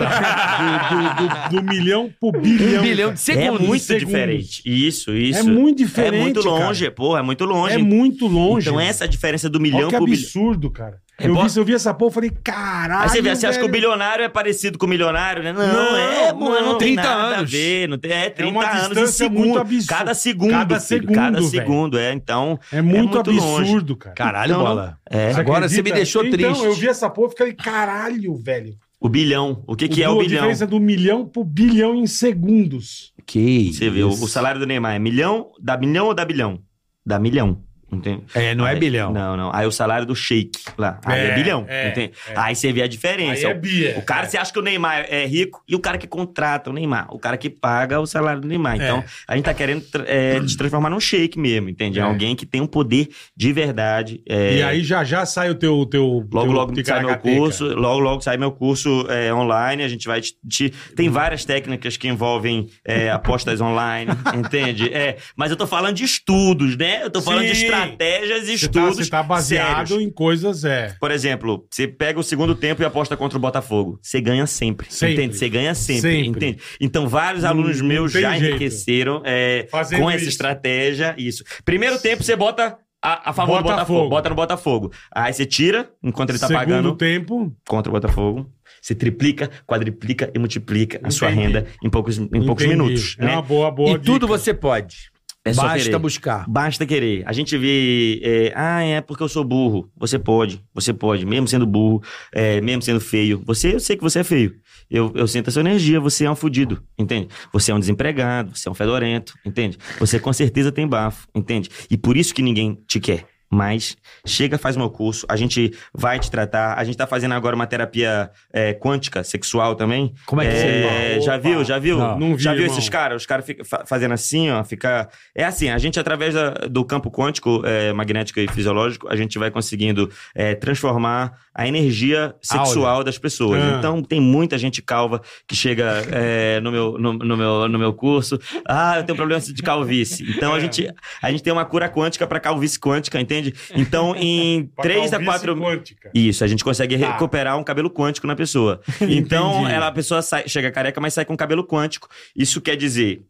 S3: Do, do- do milhão pro
S4: um
S3: bilhão.
S4: bilhão
S3: cara.
S4: de
S5: É
S4: segundos.
S5: muito
S3: segundos.
S5: diferente. Isso, isso.
S3: É muito diferente.
S5: É muito longe, porra, é muito
S3: cara.
S5: longe.
S3: É muito longe.
S5: Então essa é a diferença do
S3: Olha
S5: milhão
S3: que
S5: pro bilhão.
S3: absurdo, cara.
S5: É
S3: eu,
S5: bo-
S3: vi, isso- eu vi essa porra e falei, caralho.
S5: Aí você vê, você acha que o
S3: velho.
S5: bilionário é parecido com o milionário, né? Não,
S3: Não,
S5: é, mano, não, tem
S4: 30
S5: nada
S4: anos.
S5: a ver. Não tem, é 30
S3: uma
S5: anos em
S3: distância muito
S5: segundo.
S3: absurda.
S5: Cada segundo,
S3: Cada
S5: filho,
S3: segundo,
S5: cada
S3: velho.
S5: segundo, é. Então,
S3: É muito,
S5: muito
S3: absurdo, cara.
S4: Caralho,
S5: Não, não.
S4: bola.
S5: é.
S4: Agora você me
S3: acredita?
S4: deixou triste.
S3: Então, eu vi essa porra e falei, caralho, velho.
S5: O bilhão. O que, que é o
S3: A
S5: bilhão?
S3: diferença do milhão pro bilhão em segundos.
S4: Que
S5: Você vê, o, o salário do Neymar é milhão, dá milhão ou dá bilhão? Dá milhão. Entende?
S4: É, não é
S5: Aí-
S4: bilhão.
S5: Não, não. Aí o salário do Sheik lá. Aí é,
S3: É,
S5: bilhão.
S3: é,
S5: entende? Aí você vê a diferença. é O-
S3: Bia.
S5: O cara, você acha que o Neymar é rico e o cara que contrata o Neymar, o cara que paga o salário do
S3: É.
S5: Neymar. Então, a gente tá querendo tra- é, te transformar num shake mesmo, entende? É.
S3: É.
S5: Alguém que tem um poder de verdade. é,
S3: E aí já já sai o teu. teu
S5: Logo,
S3: teu
S5: logo sai meu
S3: ticaracateca.
S5: curso, logo, logo sai meu curso é, online, a gente vai te, te- Tem várias técnicas que envolvem é, apostas online, entende? É, mas eu tô falando de estudos, né? Eu tô falando de
S3: Sim.
S5: estratégias e
S3: Você tá,
S5: estudos
S3: você tá baseado
S5: sérios.
S3: em coisas, é.
S5: Por exemplo, você pega o segundo tempo e aposta contra o Botafogo. Você ganha sempre.
S3: Sempre.
S5: Entende? Você ganha sempre,
S3: Sempre.
S5: Entende? Então, vários
S3: Não-
S5: alunos
S3: não
S5: meus
S3: tem
S5: já
S3: jeito.
S5: enriqueceram é,
S3: Fazendo
S5: com essa
S3: isso.
S5: estratégia. Isso. Primeiro tempo, você bota. A, a favor do
S3: Botafogo.
S5: Botafogo, bota no Botafogo. Aí você tira, enquanto ele tá
S3: Segundo
S5: pagando,
S3: tempo,
S5: contra o Botafogo. Você triplica, quadriplica e multiplica a sua
S3: Entendi.
S5: renda em poucos, em poucos
S3: entendi.
S5: minutos.
S3: É
S5: né?
S3: uma boa, boa.
S4: E
S3: dica.
S4: tudo você pode.
S5: É só
S4: Basta
S5: querer.
S4: buscar.
S5: Basta querer. A gente vê, é, ah, é porque eu sou burro. Você pode, você pode, mesmo sendo burro, é, mesmo sendo feio. Você, eu sei que você é feio. Eu, eu sinto a sua energia, você é um fudido, entende? Você é um desempregado, você é um fedorento, entende? Você com certeza tem bafo, entende? E por isso que ninguém te quer. Mas chega, faz meu curso, a gente vai te tratar. A gente tá fazendo agora uma terapia é, quântica, sexual também.
S4: Como é que
S5: É,
S3: Opa.
S5: já viu, já viu?
S3: Não. Não vi,
S5: já viu
S3: irmão.
S5: esses caras? Os caras ficam fa- fazendo assim, ó, fica... É assim, a gente através da- do campo quântico, é, magnético e fisiológico, a gente vai conseguindo é, transformar a energia sexual das pessoas.
S3: Ah.
S5: Então tem muita gente calva que chega é, no, meu, no, no meu, no meu curso, ah, eu tenho problema de calvície. Então
S3: É.
S5: a gente, a gente tem uma cura quântica para calvície quântica, entende? Então em
S3: Pra
S5: 3 a
S3: calvície
S5: 4
S3: quântica.
S5: isso, a gente consegue
S3: Tá.
S5: recuperar um cabelo quântico na pessoa. Então,
S3: Entendi.
S5: ela, a pessoa sai- chega careca, mas sai com cabelo quântico. Isso quer dizer.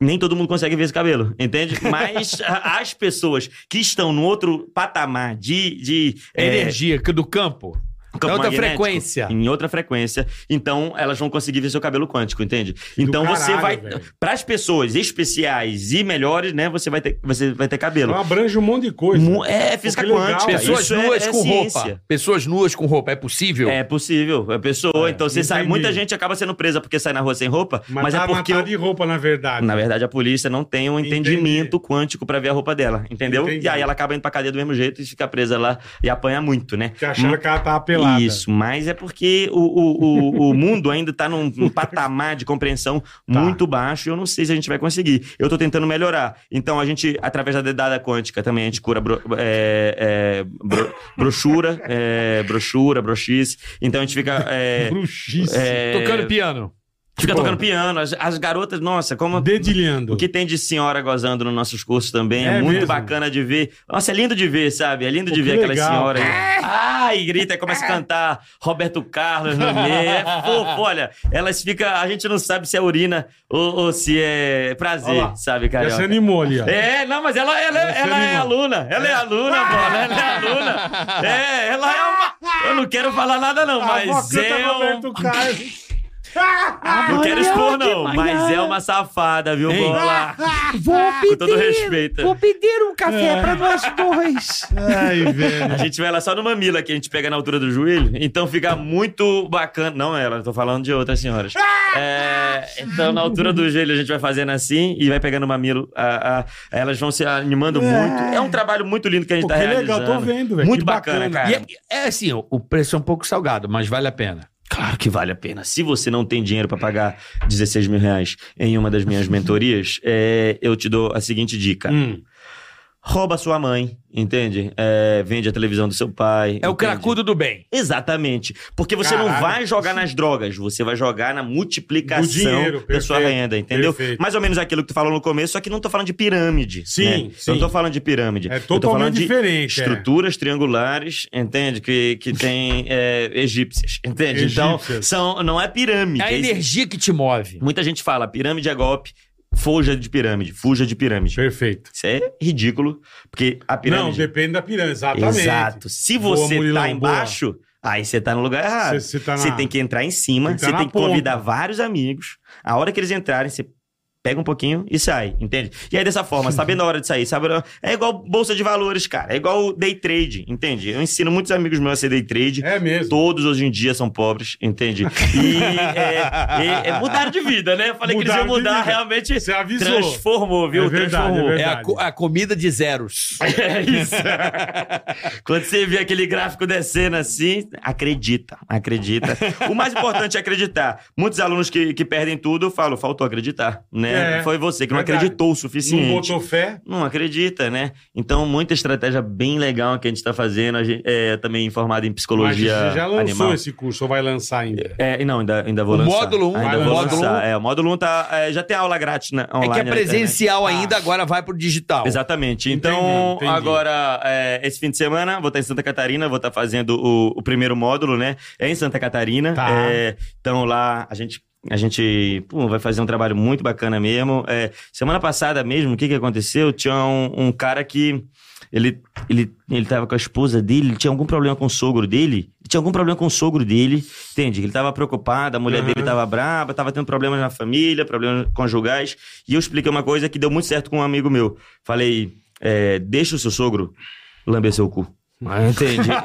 S5: Nem todo mundo consegue ver esse cabelo, entende? Mas a- as pessoas que estão no outro patamar de. de
S4: É,
S5: eh,
S4: energia que- do campo.
S5: campo
S4: é outra
S5: magnético,
S4: frequência.
S5: Em outra frequência. Então, elas vão conseguir ver seu cabelo quântico, entende? Então, você
S3: caralho,
S5: vai.
S3: velho.
S5: Para as pessoas especiais e melhores, né? Você vai ter, você vai ter
S3: Então
S5: cabelo.
S3: abrange um monte de coisa.
S5: Mu- É física
S3: que legal,
S5: quântica.
S3: cara.
S4: Pessoas
S5: isso é-
S4: nuas
S5: é
S4: com
S5: ciência.
S4: roupa. Pessoas nuas com roupa. É possível?
S5: É possível, é pessoa. então você sai.
S3: entendi.
S5: Muita gente acaba sendo presa porque sai na rua sem roupa, mas,
S3: Mas, tá,
S5: é porque.
S3: de roupa, na verdade.
S5: Na verdade, a polícia não tem um
S3: Entendi.
S5: entendimento quântico pra ver a roupa dela, entendeu?
S3: Entendi.
S5: E aí ela acaba indo pra cadeia do mesmo jeito e fica presa lá e apanha muito, né?
S3: Que acharam que ela tava pelada.
S5: Isso, mas é porque o, o, o, o mundo ainda está num, num patamar de compreensão muito baixo e eu não sei se a gente vai conseguir. Eu estou tentando melhorar. Então, a gente, através da dedada quântica também, a gente cura bro, é, é, bro- brochura, é, brochura, broxice. Então, a gente fica... é,
S3: Bruxice.
S5: é, tipo,
S4: Tocando piano.
S5: Fica tocando piano. As, as garotas, nossa, como...
S3: Dedilhando.
S5: O que tem de senhora gozando nos nossos cursos também é,
S3: É
S5: muito
S3: mesmo?
S5: bacana de ver. Nossa, é lindo de ver, sabe? É lindo
S3: Pô,
S5: de
S3: que
S5: ver aquela
S3: legal.
S5: senhora. Ai, grita, começa a cantar Roberto Carlos no meio. É fofo, olha. Elas ficam. A gente não sabe se é urina ou, ou se é prazer,
S3: Olha lá.
S5: sabe,
S3: Já se
S5: carioca?
S3: animou ali, ó.
S5: É, não, mas ela, ela,
S3: Esse
S5: ela é
S3: animal.
S5: aluna. Ela é aluna, bola. Ela é aluna. É, ela é uma. Eu não quero falar nada, não,
S3: A avó
S5: mas
S3: canta
S5: é um-
S3: Roberto Carlos. Ah,
S5: Não quero expor, não, mas é uma safada, viu, bola?
S3: Ah,
S5: Com todo respeito.
S3: um Café pra nós dois. É. Ai, velho.
S5: A gente vai lá só no mamila, que a gente pega na altura do joelho. Então fica muito bacana. Não ela, eu tô falando de outras senhoras.
S3: Ah,
S5: É, então na altura do joelho a gente vai fazendo assim e vai pegando o mamilo. A, a- ah, elas vão se animando muito. É um trabalho muito lindo que a gente
S3: Pô,
S5: tá
S3: que
S5: realizando.
S3: legal, tô vendo, velho.
S5: Muito
S3: Que
S5: bacana,
S3: bacana.
S5: cara.
S4: E é, é assim, o o preço é um pouco salgado, mas vale a pena.
S5: Claro que vale a pena. Se você não tem dinheiro pra pagar 16 mil reais em uma das minhas mentorias, é, eu te dou a seguinte dica.
S3: Hum.
S5: Rouba sua mãe, entende? É, vende a televisão do seu pai.
S4: É o
S5: entende?
S4: cracudo do bem.
S5: Exatamente. Porque você não
S3: Caralho.
S5: vai jogar nas drogas, você vai jogar na multiplicação
S3: Do dinheiro,
S5: da sua
S3: perfeito,
S5: renda, entendeu?
S3: perfeito.
S5: Mais ou menos aquilo que tu falou no começo, só que não tô falando de pirâmide.
S3: Sim,
S5: né?
S3: sim.
S5: Eu não tô falando de pirâmide.
S3: É
S5: Eu tô falando
S3: totalmente
S5: de
S3: diferente. é.
S5: Estruturas triangulares, entende? Que, que tem é, egípcias, entende? Então,
S3: Egípcias.
S5: são, não é pirâmide.
S4: É a
S5: é isso.
S4: energia que te move.
S5: Muita gente fala, pirâmide é golpe, fuja de pirâmide, fuja de pirâmide.
S3: Perfeito.
S5: Isso é ridículo, porque a
S3: Não,
S5: pirâmide...
S3: depende da pirâmide, exatamente.
S5: Exato. Se
S3: Boa,
S5: você
S3: Murilão,
S5: tá
S3: boa.
S5: embaixo, aí você tá no lugar errado.
S3: Você tá
S5: Você
S3: na-
S5: tem que entrar em cima,
S3: Tem que
S5: você
S3: tá
S5: tem
S3: na
S5: que convidar
S3: ponta.
S5: vários amigos. A hora que eles entrarem, você pega um pouquinho e sai, entende? E aí dessa forma, sabendo a hora de sair, sabe? É igual bolsa de valores, cara. É igual o day trade, entende? Eu ensino muitos amigos meus a ser day trade.
S3: É mesmo.
S5: Todos hoje em dia são pobres, entende? E é, é- é, mudaram de vida, né? Eu falei que
S3: Mudaram
S5: eles
S3: de
S5: iam mudar,
S3: vida.
S5: realmente
S3: Você avisou.
S5: transformou, viu?
S3: É verdade, é
S5: transformou.
S3: verdade.
S4: É a, co- a comida de zeros.
S5: É isso. Quando você vê aquele gráfico descendo assim, acredita, acredita. O mais importante é acreditar. Muitos alunos que, que perdem tudo, eu falo, faltou acreditar, né?
S3: É,
S5: Foi você que não
S3: verdade.
S5: acreditou o
S3: Não
S5: suficiente.
S3: botou fé?
S5: Não acredita, né? Então, muita estratégia bem legal que a gente está fazendo. A gente é também formado em
S3: Mas
S5: psicologia
S3: você já lançou
S5: animal.
S3: esse curso, ou vai lançar ainda?
S5: É, e não, ainda, ainda vou
S4: O
S5: lançar.
S4: módulo um,
S5: ainda
S3: vai
S5: vou
S4: lançar.
S5: lançar. É, o módulo 1 tá, é, já tem aula grátis na,
S4: É
S5: online.
S4: que é
S5: na internet.
S4: presencial ainda, agora vai pro digital.
S5: Exatamente.
S3: Entendi,
S5: Então,
S3: entendi.
S5: agora, é, esse fim de semana, vou estar em Santa Catarina, vou estar fazendo o, o primeiro módulo, né? É em Santa Catarina.
S3: Tá.
S5: É, então, lá a gente. A gente pô, vai fazer um trabalho muito bacana mesmo. É, semana passada mesmo, o que, que aconteceu? Tinha um, um cara que. Ele, ele, ele tava com a esposa dele, ele tinha algum problema com o sogro dele. Ele tinha algum problema com o sogro dele, entende? Ele tava preocupado, a mulher
S3: Aham.
S5: dele tava braba, tava tendo problemas na família, problemas conjugais. E eu expliquei uma coisa que deu muito certo com um amigo meu. Falei, é, deixa o seu sogro lamber seu cu. Ah, entendi.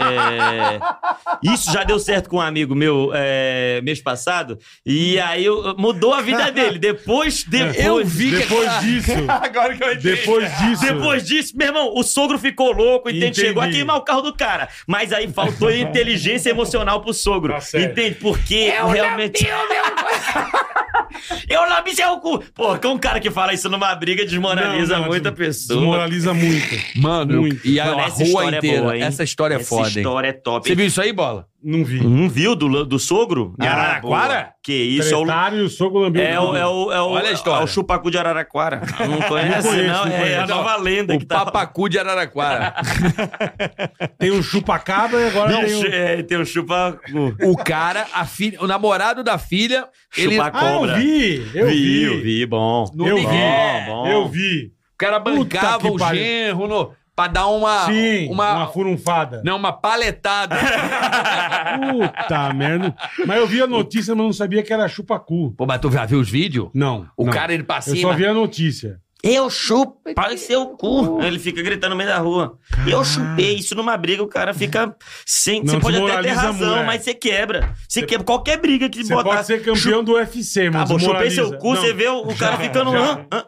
S5: É, Isso já deu certo com um amigo meu é, mês passado. E aí eu- mudou a vida dele. Depois, depois.
S4: Eu vi que
S3: Depois disso,
S5: Agora que eu entendi.
S3: depois disso.
S5: Depois disso, meu irmão, o sogro ficou louco, entende?
S3: Entendi.
S5: Chegou a queimar o carro do cara. Mas aí faltou inteligência emocional pro sogro.
S3: Tá certo.
S5: entende? Porque realmente. Eu lambi seu cu. Pô, que um cara que fala isso numa briga desmoraliza
S3: Não, não,
S5: muita
S3: des-
S5: pessoa.
S3: Desmoraliza muito.
S4: Mano,
S3: Muito.
S4: e a,
S5: Não,
S4: a
S5: essa
S4: rua
S5: história é
S4: inteira.
S5: boa, hein?
S4: essa história é
S5: Essa
S4: foda, hein?
S5: história é top.
S4: Você viu isso aí, bola?
S3: Não vi.
S5: Não viu do, do sogro? De
S4: Ah,
S5: Araraquara?
S4: boa.
S5: Que isso, é o,
S3: Tretário e o sogro lambeu.
S5: é o, é o, é o,
S4: Olha a história.
S5: é o chupacu de Araraquara. Não conhece, não?
S3: conheço, não
S5: é
S3: conheço.
S5: a nova lenda
S4: O
S5: que tá...
S4: papacu de Araraquara.
S3: Tem o chupacabra e agora
S5: Não,
S3: tem um-
S5: chu-
S3: o...
S5: é, tem o chupacu.
S4: o cara, a filha, o namorado da filha, ele,
S5: Chupa-
S4: o
S3: Ah, eu
S5: cobra.
S3: vi, eu vi.
S5: eu vi, bom.
S4: No
S3: eu, vi.
S4: Miguel.
S5: Bom,
S3: eu vi.
S4: cara
S3: Puta que
S4: bancava o
S3: pariu.
S4: genro no, pra dar uma,
S3: Sim, uma,
S4: uma,
S3: furunfada.
S4: não, uma paletada.
S3: Puta merda. Mas eu vi a notícia, mas não sabia que era chupacu.
S4: Pô, mas tu já viu os vídeos?
S3: Não.
S4: O
S3: não.
S4: cara, ele pra
S3: Eu
S4: cima.
S3: só vi a notícia.
S5: Eu chupo e seu cu. Ele fica gritando no meio da rua. Eu chupei. Isso numa briga, o cara fica sem.
S3: Não
S5: você pode até ter
S3: desmoraliza
S5: razão,
S3: muito, é.
S5: mas você quebra. Você quebra qualquer briga que
S3: Você
S5: botar.
S3: pode ser campeão do UFC, mas
S5: Acabou, chupei
S3: desmoraliza.
S5: seu cu,
S3: Não.
S5: você vê o, o cara ficando. hã? Hã?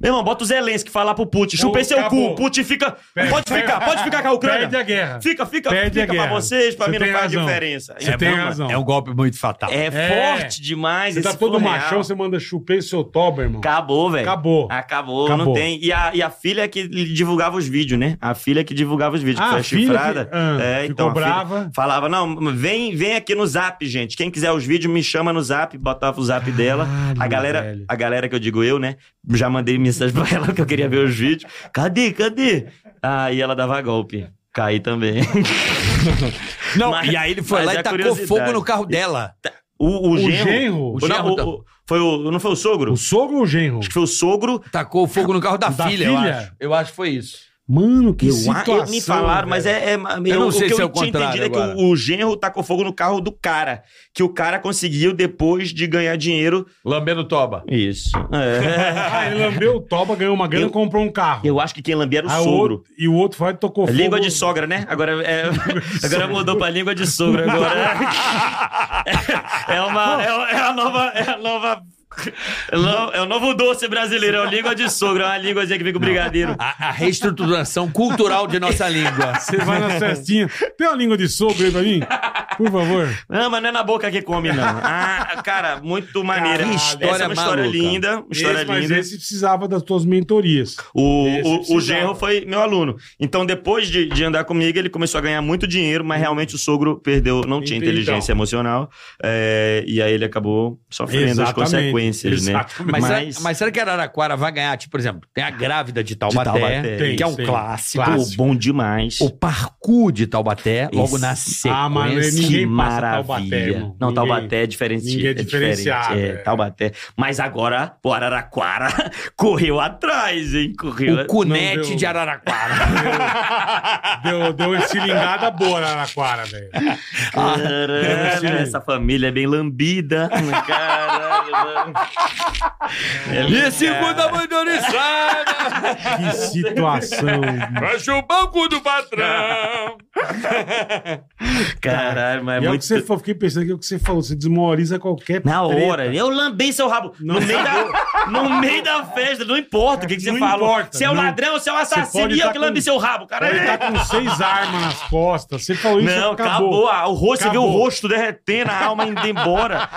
S5: Meu irmão, bota o Zelensky falar pro Putin. Chupei
S3: Ô,
S5: seu
S3: acabou.
S5: cu. Putin fica.
S3: Perde-
S5: pode ficar, pode ficar com a Ucrânia.
S3: Perde a guerra.
S5: Fica, fica,
S3: Perde a
S5: fica pra
S3: guerra.
S5: vocês, pra
S3: Você
S5: mim não
S3: tem
S5: faz
S3: razão.
S5: diferença.
S3: Você
S5: é,
S3: tem
S5: bom, mano.
S3: razão.
S4: É um golpe muito fatal.
S5: É
S3: É.
S5: forte demais.
S3: Você tá
S5: esse
S3: todo
S5: surreal.
S3: machão, você manda chupei seu toba, irmão.
S5: Acabou, velho.
S3: Acabou.
S5: Acabou,
S3: Acabou.
S5: não tem. E a, e a filha que divulgava os vídeos, né? A filha que divulgava os vídeos,
S3: Ah, a
S5: que foi
S3: filha que-
S5: chifrada.
S3: ah,
S5: é,
S3: ficou
S5: então, a filha
S3: brava.
S5: Falava, não, vem, vem aqui no zap, gente. Quem quiser os vídeos, me chama no zap, botava o zap dela.
S3: Caralho,
S5: A galera,
S3: velho.
S5: a galera que eu digo eu, né? Já mandei mensagem pra ela que eu queria ver os vídeos. Cadê? Cadê? Aí ela dava golpe. Caí também.
S4: Não,
S5: É, Mas-
S4: e aí ele foi
S5: mas
S4: lá
S5: é
S4: e
S5: a
S4: tacou
S5: curiosidade.
S4: fogo no carro dela.
S5: O, o,
S3: O
S5: genro.
S3: genro?
S5: o-
S4: O genro
S5: não,
S4: tá-
S5: o- foi o, não foi o sogro?
S3: O sogro ou o genro?
S5: Acho que foi o sogro
S4: Tacou fogo no carro da,
S3: Da
S4: filha, eu
S3: filha?
S4: acho. Eu acho que foi isso.
S3: Mano, que
S5: Eu,
S3: situação.
S5: eu me falaram, mas
S3: velho.
S5: é, é-
S4: Eu não sei
S5: o que
S4: se é
S5: eu
S4: o
S5: tinha
S4: contrário
S5: entendido é
S4: agora.
S5: que o, o genro tacou fogo no carro do cara, que o cara conseguiu depois de ganhar dinheiro.
S4: Lambendo toba.
S5: Isso. É.
S3: Ah, ele lambeu o toba, ganhou uma grana e
S5: Eu-
S3: comprou um carro.
S5: Eu acho que quem lambia era o
S3: Ah,
S5: sogro.
S3: outro- e o outro foi e tocou fogo.
S5: Língua de sogra, né? Agora, é- agora mudou pra língua de sogra. Agora é, uma, é, uma- é a nova. É a nova... é no- É o novo doce brasileiro, é o língua de sogra, é uma língua que vem com brigadeiro.
S4: A, a reestruturação cultural de nossa língua.
S3: Você vai nas festinhas. Tem uma língua de sogro aí pra mim? Por favor.
S5: Não, mas não é na boca que come, não. Ah, cara, muito maneira.
S4: Que história
S5: Essa é uma história
S4: maluca.
S5: linda. Uma história
S3: Esse- mas
S5: linda.
S3: esse precisava das tuas mentorias.
S5: O,
S3: Esse é
S5: o,
S3: precisava.
S5: o genro foi meu aluno. Então, depois de, de andar comigo, ele começou a ganhar muito dinheiro, mas realmente o sogro perdeu, não tinha
S3: Então.
S5: inteligência emocional. é, e aí ele acabou sofrendo as consequências,
S3: Exatamente.
S5: né?
S4: Mas, será- mas será que Araraquara vai ganhar? Tipo, por exemplo, tem a grávida de Taubaté,
S5: Taubaté.
S4: que é um
S3: Tem, tem.
S4: clássico.
S5: Pô,
S3: Clássico.
S5: Tipo, bom demais.
S4: O parkour de Taubaté, logo
S5: Esse-
S4: na
S3: Ah, mas
S4: sequência.
S3: ninguém
S5: que
S3: passa
S5: maravilha.
S3: Taubaté, irmão.
S5: não,
S3: Ninguém-
S5: Taubaté é diferente.
S3: ninguém é
S5: é diferente.
S3: diferenciado,
S5: é,
S3: é.
S5: Taubaté. Mas agora, o Araraquara correu atrás, hein? Correu.
S4: o cunete
S3: Não deu.
S4: de Araraquara.
S3: Deu, deu uma cilingada boa na Araquara, velho.
S5: Caralho, essa família é bem lambida. Caralho, mano. É
S4: e segunda monitorizada,
S3: Que situação.
S5: É
S3: bicho.
S8: Vai chupar o cu do patrão.
S5: Caralho, mas
S3: e
S5: é
S3: é o
S5: muito.
S3: que você falou, fiquei pensando que é o que você falou, você desmoraliza qualquer
S5: Na
S3: treta.
S5: hora, eu lambei seu rabo.
S3: Não
S5: No meio, da, no meio da festa, não importa o que, que você
S3: Não
S5: falou.
S3: importa,
S5: você é o
S3: não-
S5: ladrão, você é o assassino
S3: pode
S5: e eu
S3: tá
S5: que lambi
S3: com-
S5: seu rabo,
S3: Ele
S5: caralho.
S3: tá com seis armas nas costas. Você falou isso,
S5: Não, acabou. Ah, O rosto, você vê o
S3: Acabou.
S5: rosto derretendo, a alma indo embora.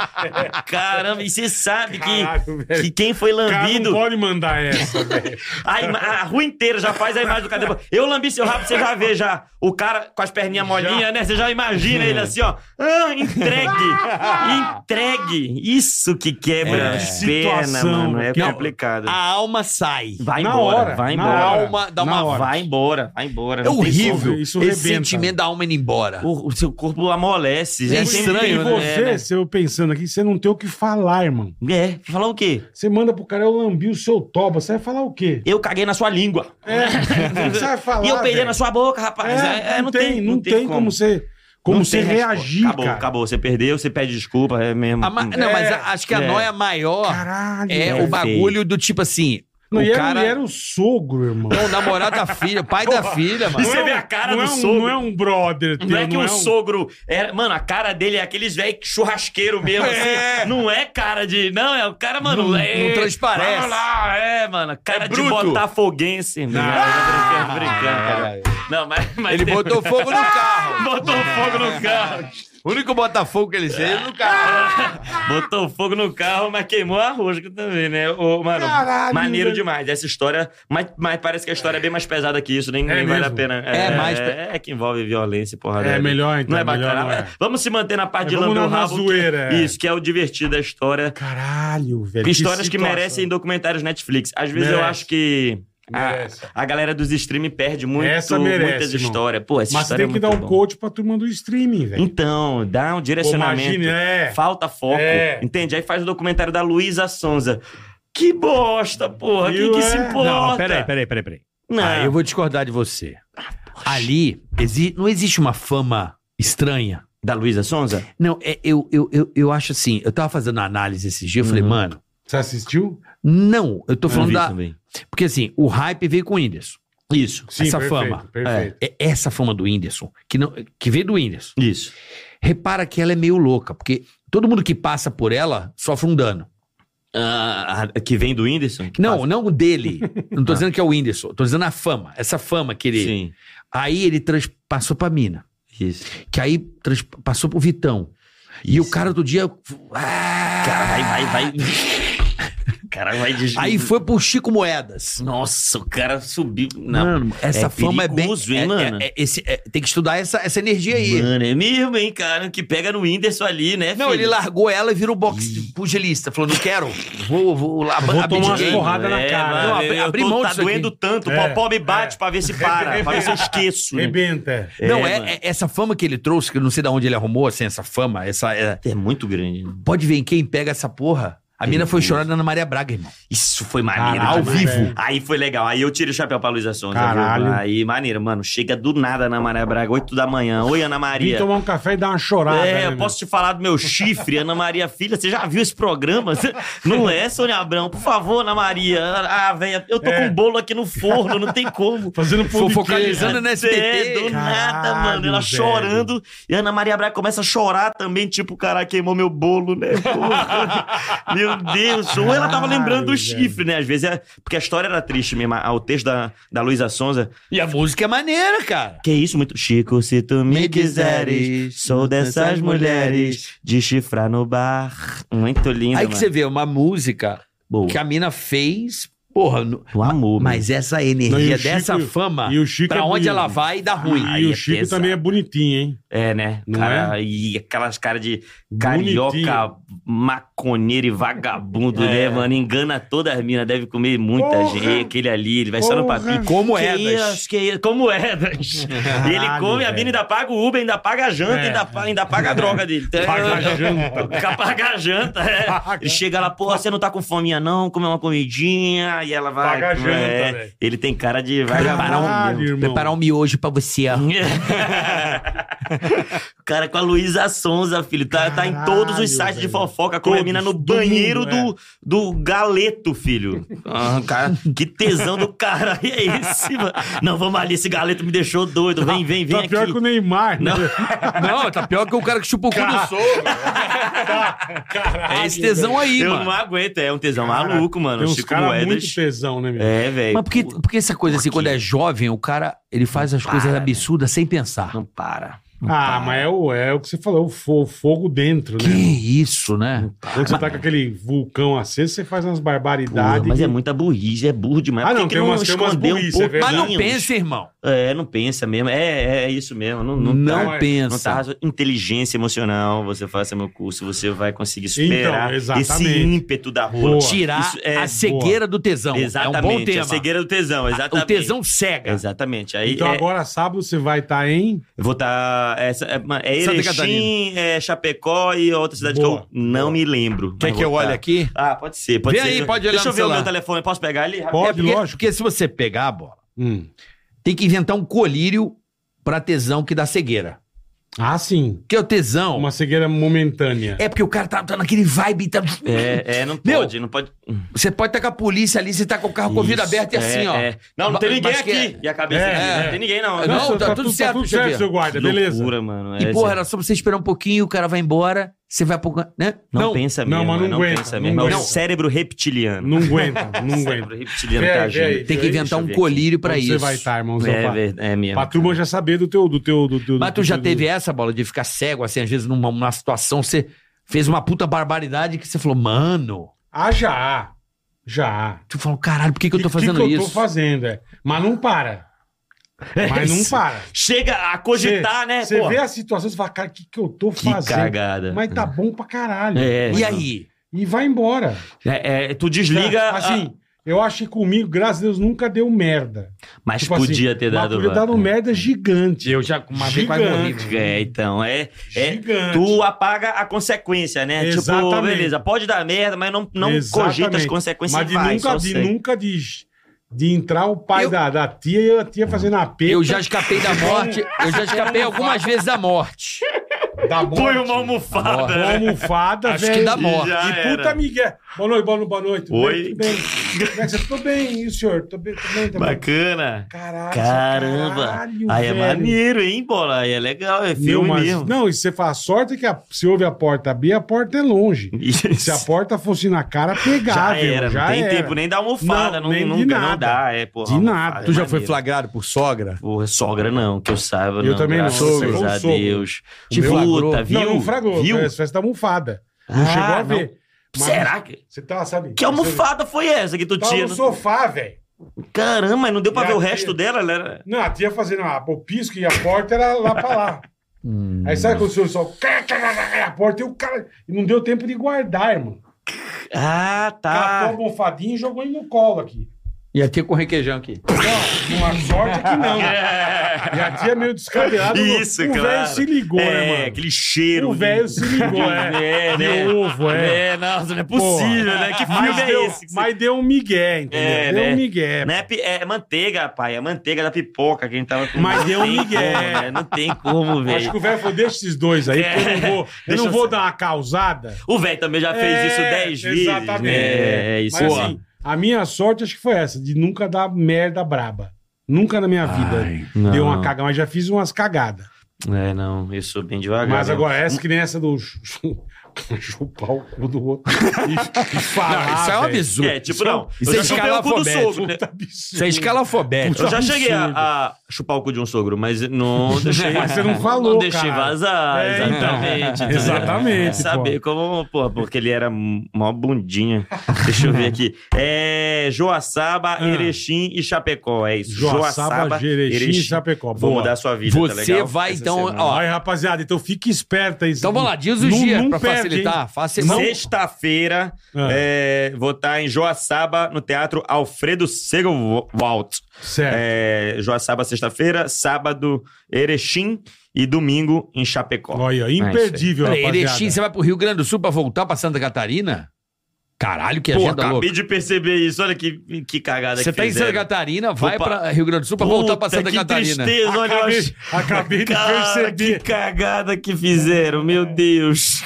S5: Caramba, e você sabe
S3: Caralho,
S5: que,
S3: velho.
S5: que É quem foi
S3: O cara não
S5: lambido.
S3: pode mandar essa, velho.
S5: A, ima- a rua inteira já faz a imagem do cara. depois. Eu lambi seu rabo, você já vê já o cara com as perninhas molinhas, né? Você já imagina ele assim, ó. Ah, entregue! entregue! Isso que quebra
S4: É.
S5: as
S3: Que
S5: pernas,
S3: situação,
S5: mano. É
S3: que-
S5: complicado.
S4: a alma sai.
S5: Vai
S3: na
S5: embora,
S3: hora,
S5: vai
S3: na
S5: embora.
S4: A
S3: hora.
S4: alma dá
S3: Na
S4: uma
S3: hora.
S5: Vai embora, vai embora.
S4: É
S5: não tem como.
S4: horrível.
S3: isso
S4: Esse
S3: rebenta.
S4: sentimento da alma indo embora.
S5: O, o seu corpo amolece.
S4: É
S5: né?
S4: estranho,
S3: e
S4: né?
S3: você,
S5: É, né?
S3: se eu pensando aqui, você não tem o que falar, irmão.
S5: É, falar o quê?
S3: Você manda pro cara, eu lambi o seu toba. Você vai falar o quê?
S5: Eu caguei na sua língua.
S3: É, você vai falar.
S5: e eu peguei
S3: velho.
S5: na sua boca, rapaz. É,
S3: É, não tem, não tem como você como
S5: Não
S3: você
S5: tem resposta.
S3: reagir,
S5: Acabou,
S3: cara.
S5: acabou. Você perdeu, você pede desculpa, é mesmo.
S4: A ma- Não, mas a- acho que a
S5: É.
S4: noia maior
S3: Caralho.
S4: é
S5: é
S4: o
S5: feio.
S4: bagulho do tipo assim:
S3: Não,
S4: O
S3: e, era,
S4: cara-
S3: e era o sogro, irmão.
S4: Não, o namorado da filha, pai da filha,
S5: E
S4: mano.
S5: você
S3: é
S5: vê
S3: um-
S5: a cara
S3: não
S5: do
S3: é um,
S5: sogro.
S3: Não é um brother teu,
S5: Não é que o
S3: um
S5: sogro. era- mano, a cara dele é aqueles velho churrasqueiro mesmo, assim. Não é cara de. Não, é o cara, mano.
S4: Não-
S5: é,
S4: não transparece.
S5: vamos lá, é, mano. Cara de
S8: bruto.
S5: botafoguense. irmão.
S3: Não.
S5: Ah, brincando, brincando, cara. Não, mas. mas
S4: Ele
S5: tem-
S4: botou fogo no carro.
S5: botou fogo no carro.
S4: O único Botafogo que ele fez é no
S5: Ah,
S4: carro.
S5: Botou fogo no carro, mas queimou a rosca também, né? Ô, mano,
S3: Caralho,
S5: maneiro
S3: velho.
S5: demais. Essa história. Mas, mas parece que a história é bem mais pesada que isso, nem, nem vale a
S3: mesmo?
S5: pena.
S4: É mais pe-
S5: É, é que envolve violência, porra.
S3: É
S5: velho.
S3: melhor, então,
S5: Não é
S3: melhor
S5: bacana.
S3: não é.
S5: Vamos se manter na
S3: É,
S5: parte de
S3: vamos
S5: lamber o
S3: na- na
S5: rabo. que-
S3: zoeira, é.
S5: Isso, que é o divertido da história.
S3: Caralho, velho.
S5: Histórias que
S3: situação.
S5: merecem documentários Netflix. Às vezes eu
S3: Merece.
S5: acho que. A,
S3: Merece.
S5: a galera dos streaming perde muito,
S3: Essa merece,
S5: muitas
S3: irmão.
S5: histórias. Pô, essa
S3: Mas você tem
S5: história é
S3: que
S5: muito
S3: dar um
S5: bom.
S3: coach pra turma do streaming, velho.
S5: Então, dá um direcionamento.
S3: Pô, imagina, é.
S5: Falta foco.
S3: É.
S5: Entende? Aí faz o documentário da Luísa Sonza. Que bosta, porra. Quem
S3: Viu,
S5: que se
S3: é?
S5: importa?
S7: Não, peraí, peraí, peraí, peraí.
S5: Não.
S4: Ah, eu vou discordar de você. Ali, exi- não existe uma fama estranha.
S5: Da Luísa Sonza?
S4: Não, é- eu, eu, eu, eu acho assim, eu tava fazendo uma análise esses dias, eu falei,
S5: Uhum.
S4: mano,
S3: Você assistiu?
S4: não, eu tô falando
S5: vi
S4: da...
S5: também.
S4: Porque assim, o hype veio com o Whindersson. Isso. Essa
S3: perfeito,
S4: fama.
S3: Perfeito.
S4: É essa fama do Whindersson, que, não, que veio do Whindersson.
S5: Isso.
S4: Repara que ela é meio louca, porque todo mundo que passa por ela sofre um dano.
S5: Ah, a- que vem do Whindersson? Que
S4: Não,
S5: passa-
S4: não o dele. Não tô dizendo que é o Whindersson. Tô dizendo a fama. Essa fama que ele.
S5: Sim.
S4: Aí ele trans- passou pra mina.
S5: Isso.
S4: Que aí trans- passou pro Vitão. E o
S5: Isso.
S4: cara do dia. Ah!
S5: Cara, vai, vai, vai. cara, vai de...
S4: aí foi pro Chico Moedas.
S5: Nossa, o cara subiu. Não.
S4: Mano, essa
S5: é
S4: fama é bem.
S5: perigoso, hein,
S4: é- é-
S5: mano?
S4: é- esse- é- tem que estudar essa, essa energia aí.
S5: Mano, é mesmo, hein, cara? Que pega no Whindersson ali, né?
S4: Não,
S5: filho?
S4: ele largou ela e virou boxe pugilista. Falou, não quero. Vou, vou lá.
S3: Vou
S4: abdiquei.
S3: tomar umas porradas na cara.
S5: É, mano,
S4: Não, abri-
S5: eu- eu
S4: abri
S5: tô-
S4: mão
S5: tá
S4: disso aqui.
S5: doendo tanto.
S3: É,
S5: o pau me bate pra ver se para, pra ver se eu esqueço. né?
S3: Rebenta. é.
S4: Não,
S5: mano.
S4: é, é- essa fama que ele trouxe, que eu não sei de onde ele arrumou, assim, essa fama, essa. é-
S5: É muito grande. né?
S4: pode ver em quem pega essa porra. A mina foi chorar na Ana Maria Braga, irmão.
S5: Isso foi maneiro.
S3: Caralho,
S5: demais.
S3: velho.
S5: Aí foi legal. Aí eu tiro o chapéu pra Luísa Sonza. viu?
S3: Caralho.
S5: Aí, maneiro, mano. Chega do nada Ana Maria Braga, 8 da manhã. Oi, Ana
S3: Vim
S5: Maria.
S3: tomar um café e dar uma chorada. né,
S5: É, eu
S3: meu?
S5: posso te falar do meu chifre, Ana Maria Filha. Você já viu esse programa? Você- Não é, Sônia Abrão? Por favor, Ana Maria. Ah, velho, eu tô
S3: É.
S5: com um bolo aqui no forno, não tem como.
S3: Fazendo podcast.
S4: Fofocalizando na
S5: É, do
S4: SBT.
S5: nada,
S3: Caralho,
S5: mano. Ela
S3: velho.
S5: chorando. E a Ana Maria Braga começa a chorar também, tipo, caralho, queimou meu bolo, né? Porra. meu Deus. Ou ela tava
S3: Caralho,
S5: lembrando do
S3: velho.
S5: chifre, né? Às vezes, é... porque a história era triste mesmo. a- O texto da, da Luísa Sonza.
S4: E a música é maneira, cara.
S5: Que é isso, muito. Chico, se tu me
S4: Me
S5: quiseres,
S4: quiseres, hum,
S5: sou dessas
S4: dessas
S5: mulheres
S4: mulheres
S5: de chifrar no bar. Muito lindo.
S4: Aí que
S5: mano.
S4: você vê uma música
S5: Boa.
S4: que a mina fez, porra, no-
S5: O amor.
S4: mas essa
S3: Não, e
S4: energia
S3: o Chico-
S4: dessa fama,
S3: e o Chico é
S4: pra onde
S3: bonito.
S4: ela vai, dá ruim.
S3: E
S5: Aí
S3: o
S5: é
S3: Chico
S5: pesado.
S3: também é bonitinho, hein?
S5: É, né?
S3: Não
S5: Cara, E aquelas caras de
S3: Bonitinho. É.
S5: carioca, maconheiro e vagabundo, né, mano? Engana todas as minas, deve comer muita
S3: Porra!
S5: gente. Aquele ali, ele vai só no
S3: Porra!
S5: papinho.
S4: Como é,
S5: Que
S4: Edas.
S5: isso, que isso, como Edas. E ele
S3: Caralho,
S5: come, a
S3: velho.
S5: mina ainda paga o Uber, ainda paga a janta,
S3: É.
S5: ainda, pa- ainda paga a droga dele. Então,
S3: Paga a janta.
S5: Fica paga a janta, é.
S3: Paga.
S5: Ele chega lá, porra, você não tá com fominha não, comer uma comidinha, e ela vai...
S3: Paga a janta,
S5: é.
S3: velho.
S5: Ele tem cara de... Vai
S4: Preparar um-
S3: Caralho, irmão.
S4: Preparar um miojo pra você. ó.
S5: O cara com a Luísa Sonza, filho. Tá, tá em todos os
S3: Caralho,
S5: sites de
S3: velho.
S5: fofoca com a
S3: Todos,
S5: mina no
S3: do
S5: banheiro
S3: mundo, é.
S5: do, do galeto, filho. Ah, cara, que tesão do cara é esse, mano. Não, vamos ali, esse galeto me deixou doido. Vem, vem, vem
S3: Tá
S5: aqui.
S3: pior que o Neymar, né?
S5: Não.
S4: Não, tá pior que o cara que chupa o cu do sogro.
S3: Caralho.
S4: É esse tesão aí,
S5: Eu
S4: mano.
S5: não aguento, é um tesão
S3: Cara,
S5: maluco, mano.
S3: Tem uns
S5: Chico
S3: caras
S5: Moedas.
S3: muito tesão, né, meu?
S5: É, velho.
S4: Mas porque, porque essa coisa assim,
S5: Por quê?
S4: quando é jovem, o cara, ele faz as coisas
S5: para,
S4: absurdas sem pensar.
S5: Não para.
S3: Ah, mas é o, é o que você falou, o fo- o fogo, dentro,
S4: Que
S3: né?
S4: isso, né?
S3: Quando você tá com aquele vulcão aceso, você faz umas
S5: Porra,
S3: barbaridades.
S5: mas é
S3: que-
S5: muita burrice, é burro demais.
S3: Ah,
S5: Por que
S3: não,
S5: que
S3: tem
S5: não
S3: umas- tem umas
S5: escondeu um
S3: burrice, é
S5: pouquinho?
S4: Mas não
S3: Verdade.
S4: pensa, irmão.
S5: É, não pensa mesmo. É, é, é isso mesmo. Não, não,
S4: Não
S5: tá,
S4: pensa.
S5: Não tá razo- inteligência emocional. Você faça meu curso, você vai conseguir superar
S3: Então, exatamente.
S5: esse ímpeto da rua.
S3: Boa.
S4: Tirar
S5: Isso é
S4: a cegueira do tesão.
S5: Exatamente.
S4: É um bom tema.
S5: A cegueira tá do tesão, exatamente.
S4: O tesão cega.
S5: Exatamente. Aí
S3: Então
S5: é-
S3: agora sábado você vai estar tá em.
S5: eu vou estar. essa é, uma- é
S4: Santa
S5: Erechim,
S4: Catarina.
S5: é Chapecó e outra cidade
S3: Boa.
S5: que eu não
S3: Boa.
S5: me lembro.
S4: Quer
S5: Mas
S4: que eu
S5: vou
S4: olhe
S5: tá.
S4: aqui?
S5: Ah, pode ser, pode
S4: Vê
S5: ser.
S4: aí, pode olhar
S5: Deixa eu
S4: no
S5: ver o
S4: celular.
S5: meu telefone. Posso pegar ali?
S3: Pode,
S5: rapidinho? É
S4: É, porque,
S3: lógico.
S4: porque se você pegar, bola,
S3: Hum.
S4: tem que inventar um colírio pra tesão que dá cegueira.
S3: Ah, sim.
S4: Que é o tesão.
S3: Uma cegueira momentânea.
S4: É porque o cara tá, tá naquele vibe. Tá...
S5: É, é, não
S4: Meu,
S5: pode, não pode.
S4: Você pode estar com a polícia ali, você tá com o carro com o vidro
S5: Isso,
S4: aberto e
S5: é,
S4: assim, ó.
S5: é. Não, não tem
S4: Ba-
S5: ninguém
S4: mas que
S5: aqui. E a cabeça
S3: É,
S5: aqui.
S3: é.
S5: Não tem ninguém, não.
S4: Não,
S3: Nossa,
S4: tá tudo certo,
S3: Tá tudo
S4: deixa eu
S3: certo,
S4: ver.
S3: seu guarda, beleza.
S5: Loucura, mano.
S4: E
S5: é,
S4: porra, era só você esperar um pouquinho, o cara vai embora, você vai pro. can- Né?
S5: Não,
S3: Não,
S5: pensa
S3: não,
S5: mesmo.
S3: mas não
S5: Não,
S3: aguenta,
S5: pensa
S3: não
S5: mesmo. é o
S3: aguenta.
S5: cérebro reptiliano.
S3: Não aguenta, não aguenta.
S5: cérebro reptiliano
S3: Vê
S5: tá
S3: aí, vê aí.
S5: agindo.
S4: Tem que
S5: Deixa eu
S4: inventar um
S5: ver aqui.
S4: colírio pra
S3: Onde
S4: isso.
S3: Você vai tá? estar, irmão.
S5: É,
S3: pra,
S5: ver- é mesmo.
S3: pra turma já saber do teu... Do teu do, teu-
S4: Mas
S3: do
S4: tu
S3: teu-
S4: já
S3: do-
S4: teve essa bola de ficar cego, assim, às vezes numa, numa situação, você fez uma puta barbaridade que você falou, mano.
S3: Ah, já. Já.
S4: Tu falou, caralho, por que, que eu tô
S3: Que-
S4: fazendo
S3: que que eu
S4: isso?
S3: tô fazendo, é. Mas não para. Mas não
S5: É isso.
S3: para.
S5: Chega a cogitar, né?
S3: Você
S5: pô?
S3: vê a situação e fala, cara, o que, que eu tô
S5: que
S3: fazendo?
S5: cagada.
S3: Mas tá bom pra caralho.
S5: É,
S4: E
S5: não.
S4: aí?
S3: E vai embora.
S5: É, é, tu desliga. a-
S3: Assim, eu acho que comigo, graças a Deus, nunca deu merda.
S5: mas
S3: Tipo assim,
S5: podia ter
S3: mas
S5: dado. Hum.
S3: Podia dar um merda gigante.
S4: Eu já uma vez quase
S3: Gigante.
S4: morri.
S5: É, então, é. é
S3: Gigante.
S5: tu apaga a consequência, né? Tipo,
S3: Exatamente.
S5: beleza, pode dar merda, mas não, não
S3: Exatamente.
S5: cogita as consequências
S3: Mas de
S5: e vai,
S3: nunca,
S5: só
S3: de,
S5: segue.
S3: nunca de, de entrar o pai
S4: Eu-
S3: da, da tia e a
S5: Hum.
S3: tia fazendo a peta.
S4: Eu já escapei da morte, eu já escapei algumas vezes da morte.
S3: da morte.
S5: Põe uma
S4: Uma
S5: almofada.
S3: Uma almofada,
S4: Acho
S3: velho.
S4: que da morte.
S5: Já
S3: E
S5: era.
S3: puta, Miguel. Boa noite, boa noite, boa noite. Tudo
S5: Oi.
S3: bem, Tudo bem? Como é que você... Tô bem, e o senhor? Tô bem, tô bem, tô bem.
S5: Bacana.
S3: Caralho,
S5: Caramba.
S3: caralho,
S5: aí é
S3: velho.
S5: maneiro, hein, bola? Aí é legal, é
S3: Meu,
S5: filme
S3: mas-
S5: mesmo.
S3: Não, e você fala, a sorte que a, se ouve a porta abrir, a porta é longe. Se a
S5: Isso.
S3: porta fosse na cara, pegava.
S5: Já era, não tem tempo nem dar almofada,
S3: Não,
S5: não,
S3: nem
S5: não,
S3: de
S5: não
S3: nada.
S5: dá, é, porra.
S3: De
S5: almofada
S3: nada.
S5: é
S4: Tu já
S5: maneiro.
S4: foi flagrado por sogra?
S5: Porra, sogra não, que eu saiba,
S3: Eu
S5: não,
S3: também não,
S5: graças
S3: eu sou um
S5: a
S3: sogro. Um
S5: Deus.
S4: Te flagrou.
S5: Puta, viu?
S3: Não, não fragou.
S5: Viu?
S3: Viu? Festa da almofada. um né? Não
S5: Ah,
S3: chegou a
S5: não.
S3: ver. Mas
S5: Será que...
S3: Você tava, sabe?
S5: Que almofada foi essa que tu
S3: Você Tava
S5: tinha?
S3: no sofá, velho.
S5: Caramba, mas não deu pra
S3: E
S5: ver o
S3: aqui-
S5: resto dela, né? ela era...
S3: Não, a tia fazendo a, o pisco e a porta era lá pra lá.
S5: Hum.
S3: Aí sabe quando o senhor só... A porta e o cara... E não deu tempo de guardar, irmão.
S5: Ah,
S3: Catou a
S5: tá.
S3: almofadinha e jogou ele no colo aqui.
S4: Ia ter com requeijão aqui.
S3: Não, uma sorte que não. E a tia meio descadeada.
S5: Isso,
S3: o
S5: cara.
S3: velho se ligou,
S5: é,
S3: né, mano?
S5: aquele cheiro.
S3: O velho se ligou, é.
S5: É,
S3: De
S5: né?
S3: ovo, é.
S5: É, nossa, não é possível, né? Que
S3: Mas,
S5: filme é
S3: deu,
S5: esse? que você-
S3: mas deu um migué, entendeu?
S5: É,
S3: deu um
S5: né?
S3: migué.
S5: Não é, pi- é manteiga, pai. É manteiga da pipoca que a gente tava com.
S3: Mas deu um
S5: tem
S3: migué.
S5: como, né? Não tem como,
S3: Acho
S5: velho.
S3: que o velho falou, deixa esses dois aí, porque eu não vou, eu
S5: Deixa
S3: não
S5: eu
S3: vou
S5: ser-
S3: dar uma causada.
S5: O velho também já fez isso
S3: É,
S5: dez vezes.
S3: Exatamente.
S5: Né? É, é isso.
S3: Mas,
S5: Pô,
S3: assim, a minha sorte acho que foi essa, de nunca dar merda braba. Nunca na minha vida
S5: não.
S3: assim, deu uma cagada, mas já fiz umas cagadas.
S5: É, não, isso bem devagar.
S3: Mas
S5: né?
S3: agora, essa que nem essa do chu- chu- chupar o cu do outro e, e falar.
S4: isso é um
S3: velho.
S4: absurdo.
S5: É, tipo, não.
S4: Isso é
S5: eu já chupei o cu do
S4: escalafobético.
S5: sogro, né?
S3: Puta absurdo.
S4: Isso é escalafobético.
S5: Eu já cheguei a, a chupar o cu de um sogro, mas não deixei.
S3: Mas você não falou,
S5: Não deixei
S3: cara.
S5: vazar,
S3: É, então.
S5: exatamente.
S3: Exatamente,
S5: É, saber como, pô, porque ele era mó bundinha. Deixa eu ver aqui. É Joaçaba,
S3: Ah.
S5: Erechim e Chapecó, é isso.
S3: Joaçaba, Jerechim e Chapecó.
S5: Vou
S3: Boa.
S5: mudar a sua vida, tá
S4: Você
S5: legal?
S4: vai,
S5: Essa
S4: então,
S5: semana.
S4: ó.
S3: Aí, rapaziada, então fique esperta aí.
S4: Então vamos lá, diz os
S3: Não-
S4: dias
S3: não
S4: pra
S3: perde,
S4: facilitar. Faça
S5: Sexta-feira,
S3: Ah.
S5: é, vou estar em Joaçaba, no Teatro Alfredo Segelwalt.
S3: Certo.
S5: É, Joaçaba, sexta-feira, sábado, Erechim e domingo em Chapecó.
S3: Olha, imperdível,
S4: Peraí,
S3: rapaziada.
S4: Erechim, você vai pro Rio Grande do Sul pra voltar pra Santa Catarina? Caralho, que
S5: Pô,
S4: agenda
S5: acabei
S4: louca.
S5: de perceber isso, olha que, que cagada
S4: Você
S5: que
S4: tá em Santa
S5: fizeram.
S4: Catarina, vai
S5: Opa.
S4: pra Rio Grande do Sul pra voltar pra
S5: Puta,
S4: Santa
S5: que
S4: Catarina.
S5: tristeza, olha, eu
S3: Acabei,
S5: acho-
S3: acabei de
S5: Cara,
S3: perceber.
S5: que cagada que fizeram,
S4: É.
S5: meu Deus.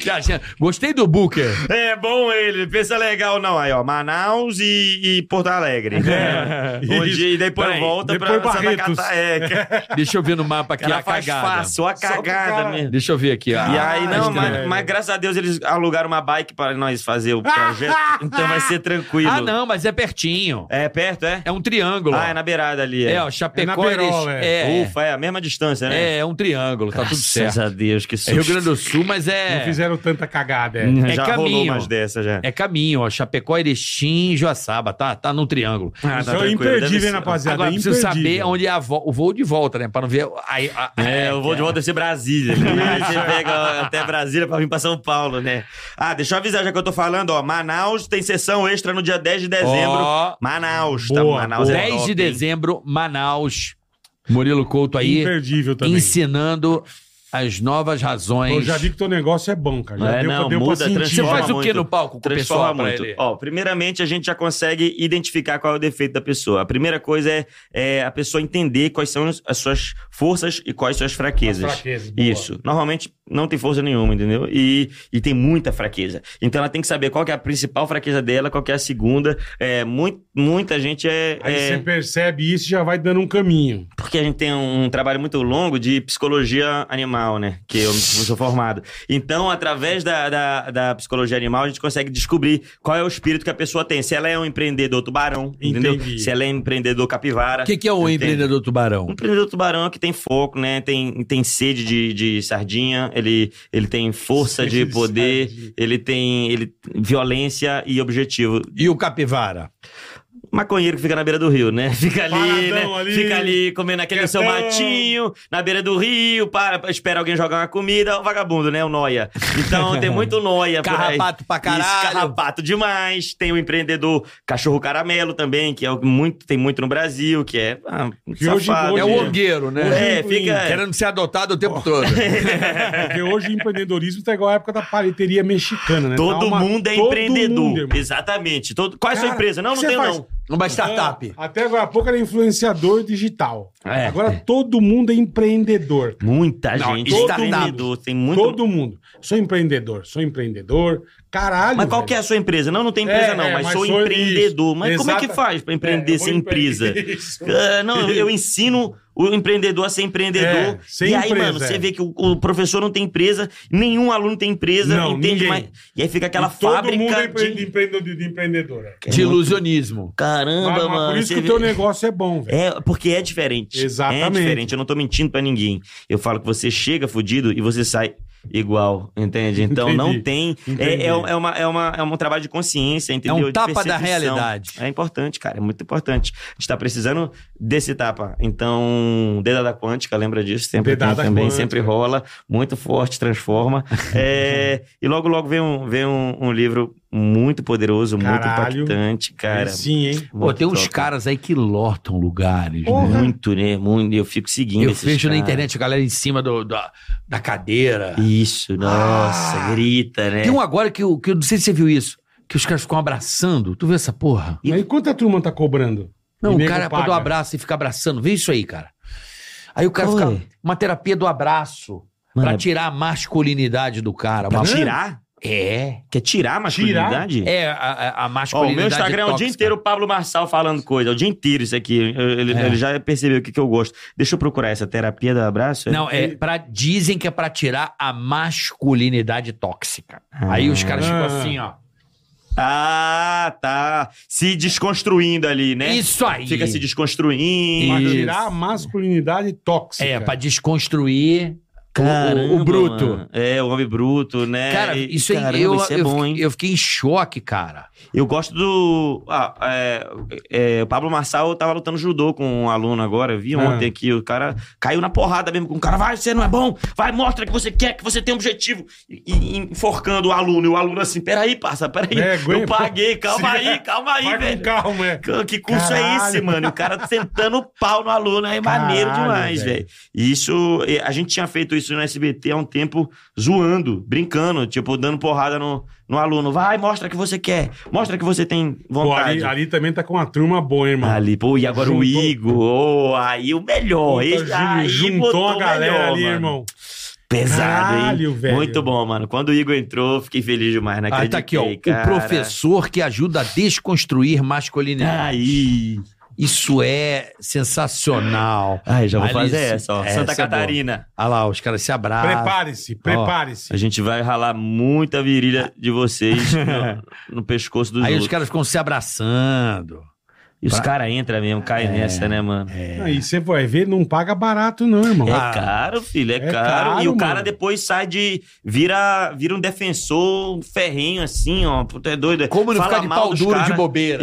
S4: Que agenda- Gostei do Booker.
S5: É bom ele, pensa legal não. Aí, ó, Manaus e, e Porto Alegre.
S3: É,
S5: Um
S3: isso.
S5: dia e depois
S3: Peraí,
S5: volta
S3: depois
S5: pra Santa
S3: Barretos.
S5: Catarina. É, cara,
S4: Deixa eu ver no mapa aqui
S5: ela
S4: a
S5: faz
S4: cagada.
S5: fácil, a
S3: pro cara.
S5: cagada mesmo.
S4: Deixa eu ver aqui. ó.
S5: E aí, não,
S3: Caralho,
S5: mas,
S4: é.
S3: velho.
S5: mas graças a Deus eles alugaram uma bike para nós fazer o projeto. então vai ser tranquilo.
S4: ah, não, mas é pertinho.
S5: É perto, é?
S4: É um triângulo.
S5: Ah, é na beirada ali.
S4: É,
S5: É,
S4: ó, Chapecó.
S3: É na Berola,
S4: Erechim-
S3: é.
S4: é.
S5: Ufa, é a mesma distância, né?
S4: É, é um triângulo, tá tudo certo.
S5: Graças a Deus, que
S4: É
S5: susto.
S4: Rio Grande do Sul, mas
S3: Não
S4: é.
S3: fizeram tanta cagada, é.
S4: É
S5: já rolou né?
S4: caminho.
S5: mais dessa já.
S4: É caminho, ó. Chapecó, Erechim, Joaçaba, tá? Tá no triângulo.
S5: Ah,
S3: Isso
S5: tá
S3: é
S5: tranquilo, deve
S3: imperdível, hein,
S5: ser.
S3: rapaziada?
S4: Agora
S3: é
S4: preciso saber
S3: imperdível.
S4: onde é a vo- o voo de volta, né? Pra não ver. aí, a-
S5: É, eu vou de volta a ser Brasília. né? Aí você pega até Brasília pra vir pra São Paulo, né? Ah, deixa eu avisar, já que eu tô falando, ó. Manaus tem sessão extra no dia 10 de é dezembro.
S4: Ó,
S5: Manaus,
S3: Boa,
S5: tá? Manaus é
S4: 10
S5: top,
S4: de
S5: hein?
S4: dezembro, Manaus. Murilo Couto aí
S3: Imperdível também.
S4: ensinando as novas razões.
S3: Eu já vi que teu negócio é bom, cara. Já
S5: É,
S3: deu,
S5: não,
S3: deu
S5: muda,
S3: pra sentir.
S4: Você
S5: transforma.
S4: faz o que
S5: muito.
S4: no palco com o
S5: Transforma
S4: pessoal pra
S5: muito.
S4: ele?
S5: Ó, primeiramente, a gente já consegue identificar qual é o defeito da pessoa. A primeira coisa é, é a pessoa entender quais são as suas forças e quais suas fraquezas.
S3: As fraquezas, boa.
S5: Isso. Normalmente não tem força nenhuma, entendeu? E, e tem muita fraqueza. Então ela tem que saber qual que é a principal fraqueza dela, qual que é a segunda. É, mui- muita gente é.
S3: Aí
S5: é-
S3: você percebe isso e já vai dando um caminho.
S5: porque a gente tem um trabalho muito longo de psicologia animal, né? Que eu, eu sou formado. Então, através da, da, da psicologia animal, a gente consegue descobrir qual é o espírito que a pessoa tem. Se ela é um empreendedor tubarão, entendeu?
S3: Entendi.
S5: Se ela é um empreendedor capivara.
S4: O que, que é o
S5: Entende?
S4: empreendedor tubarão?
S5: Um empreendedor tubarão é que tem foco, né? Tem, tem sede de, de sardinha, ele, ele tem força de
S3: Sede de
S5: poder,
S3: sardinha.
S5: ele tem ele, violência e objetivo.
S4: E o capivara?
S5: Maconheiro que fica na beira do rio, né? Fica ali,
S3: Paradão
S5: né?
S3: ali.
S5: Fica ali comendo aquele seu
S3: Quietão.
S5: matinho, na beira do rio, para, espera alguém jogar uma comida. O vagabundo, né? O noia. Então tem muito noia por aí.
S4: Carrapato pra caralho.
S5: Isso, carrapato demais. Tem o empreendedor cachorro caramelo também, que é o- muito, tem muito no Brasil, que é ah,
S3: Que hoje-
S5: safado.
S3: hoje-
S4: É o orgueiro, né?
S5: É, fica-
S4: Querendo ser adotado o tempo todo.
S5: É.
S3: Porque hoje o empreendedorismo tá igual a época da paleteria mexicana, né?
S5: Todo
S3: Tá uma-
S5: mundo é
S3: todo
S5: empreendedor.
S3: mundo, irmão.
S5: Exatamente. Todo... Qual é a sua
S3: Cara,
S5: empresa? Não,
S3: o
S5: não
S3: que
S5: tenho,
S3: você
S5: não.
S4: Uma startup.
S3: É, até agora há pouco era influenciador digital.
S5: É.
S3: agora todo mundo é empreendedor.
S5: Muita
S4: Não,
S5: gente.
S4: todo
S5: empreendedor. Tem muito.
S3: Todo mundo. Sou empreendedor, sou empreendedor. Caralho.
S5: Mas qual que é a sua empresa? Não, não tem empresa
S3: É,
S5: não,
S3: é,
S5: mas,
S3: mas
S5: sou
S3: sou
S5: empreendedor.
S3: isso.
S5: Mas como é que
S3: Exata-
S5: faz pra empreender
S3: É, eu vou
S5: sem empresa?
S3: empreender isso.
S5: Ah, não, eu ensino o empreendedor a ser empreendedor.
S3: É, sem
S5: e aí,
S3: empresa,
S5: mano, você
S3: é.
S5: vê que o, o professor não tem empresa, nenhum aluno tem empresa,
S3: Não,
S5: entende
S3: ninguém.
S5: mais. E aí fica aquela
S3: Todo
S5: fábrica
S3: mundo é
S5: de...
S3: empre- de... empreendedor. De empreendedor é.
S4: De ilusionismo.
S5: Caramba,
S3: Mas- mas
S5: mano.
S3: por isso
S5: você
S3: que o
S5: vê-
S3: teu negócio é bom, velho.
S5: É, porque é diferente.
S3: Exatamente.
S5: É diferente, eu não tô mentindo pra ninguém. Eu falo que você chega fudido e você sai igual, entende? Então
S3: Entendi.
S5: não tem... É,
S3: Entendi.
S5: é, um- é uma, é, uma, é um trabalho de consciência, entendeu? De
S4: É um tapa da
S5: percepção.
S4: realidade.
S5: É importante, cara, é muito importante. A gente tá precisando desse tapa. Então, dedada quântica, lembra disso? Sempre tem
S3: Dedada
S5: também,
S3: quântica.
S5: sempre rola. Muito forte, transforma. É, e logo, logo vem um, vem um, um livro muito poderoso,
S3: Caralho.
S5: muito impactante,
S3: Aí
S5: É, cara.
S3: Sim, hein?
S4: Pô, tem uns
S5: Muito top.
S4: caras aí que lotam lugares, né?
S3: Porra.
S5: Muito, né? Muito. Eu fico seguindo
S4: Eu
S5: esses
S4: vejo na
S5: caras.
S4: internet a galera em cima do- da, da cadeira.
S5: Isso, nossa,
S3: Ah!
S5: grita, né?
S4: Tem um agora que eu, que eu não sei se você viu isso. Que os caras ficam abraçando. Tu viu essa porra?
S3: E aí, quanto a turma tá cobrando?
S4: Não,
S3: E
S4: o
S3: nego
S5: é
S4: cara pra
S3: paga.
S4: dar um abraço e ficar abraçando. Vê isso aí, cara. Aí o cara
S5: Oi.
S4: fica. Uma terapia do abraço.
S5: é. Mano,
S4: pra
S5: é-
S4: tirar a masculinidade do cara.
S5: pra
S4: Uma-
S5: tirar?
S4: É.
S5: Quer tirar a masculinidade?
S4: É, a- a, a
S5: Ó, o
S4: masculinidade.
S5: meu Instagram é o dia
S4: tóxica.
S5: inteiro o Pablo Marçal falando coisa. é O dia inteiro isso aqui. Ele, ele-
S4: É.
S5: ele já percebeu o que, que eu gosto. Deixa eu procurar essa terapia do abraço.
S4: Não, é pra, dizem que é pra tirar a masculinidade tóxica. Aí os caras ficam
S3: Ah.
S4: assim, ó.
S5: Ah, tá. Se desconstruindo ali, né?
S4: Isso aí.
S5: Fica se desconstruindo.
S3: Pra
S4: Isso.
S3: tirar a masculinidade tóxica.
S4: É, pra desconstruir o-
S5: Caramba,
S4: o, o bruto.
S5: mano. É, o homem bruto, né?
S4: Cara,
S5: E-
S4: isso aí
S5: caramba,
S4: eu,
S5: isso é
S4: eu
S5: bom,
S4: fiquei,
S5: hein?
S4: eu fiquei em choque, cara.
S5: Eu gosto do. Ah, é, é, o Pablo Marçal tava lutando judô com um aluno agora. eu Vi
S3: Ah.
S5: ontem aqui, o cara caiu na porrada mesmo com o cara. Vai, você não é bom, vai, mostra que você quer, que você tem um objetivo. E, e enforcando o aluno. E o aluno assim: peraí, parça, peraí.
S3: É,
S5: eu
S3: aguenta.
S5: paguei, calma
S3: Sim.
S5: aí, calma aí,
S3: Vai
S5: velho.
S3: com calma, é.
S5: Que curso é
S3: Caralho.
S5: esse, mano? E o cara sentando o pau no aluno, é maneiro
S3: Caralho,
S5: demais,
S3: velho.
S5: velho. E Isso, e a gente tinha feito isso no SBT há um tempo, zoando, brincando, tipo, dando porrada no, no aluno. Vai, mostra que você quer, mostra que você tem
S3: Pô,
S5: vontade.
S3: ali, ali também tá com uma turma boa, hein, irmão.
S5: Ali, pô, e agora o
S3: Juntou-
S5: Igor, ô, aí o melhor.
S3: Puta,
S5: esse, aí
S3: juntou a
S5: botou o
S3: galera
S5: melhor,
S3: ali,
S5: mano.
S3: irmão.
S5: Pesado,
S3: Caralho,
S5: hein?
S3: velho.
S5: Muito bom, mano. Quando o Igor entrou, fiquei feliz demais, né?
S4: Aí tá aqui, ó. O
S5: cara.
S4: professor que ajuda a desconstruir masculinidade.
S5: Aí.
S4: Isso é sensacional.
S5: Ai, já vou
S4: Ali,
S5: fazer
S4: sim.
S5: essa, ó.
S4: Essa
S5: Santa
S4: é boa.
S5: Catarina.
S4: Olha lá, os caras se
S5: Ah,
S4: abraçam.
S3: Prepare-se, prepare-se.
S5: A gente vai ralar muita virilha de vocês no, no pescoço dos
S4: Ah. Aí os
S5: outros.
S4: caras ficam se abraçando.
S5: E os caras entram mesmo, caem nessa, né, mano? É,
S3: Aí você vai ver, não paga barato, não, irmão.
S4: Ah,
S5: caro, filho, é,
S3: É
S5: caro.
S3: caro,
S5: E o cara
S3: mano.
S5: depois sai de. Vira, vira um defensor, um ferrenho assim, ó. Puta, é doido.
S4: Como não
S5: Fala
S4: ficar de
S5: mal
S4: pau
S5: dos
S4: duro
S5: cara.
S4: de bobeira?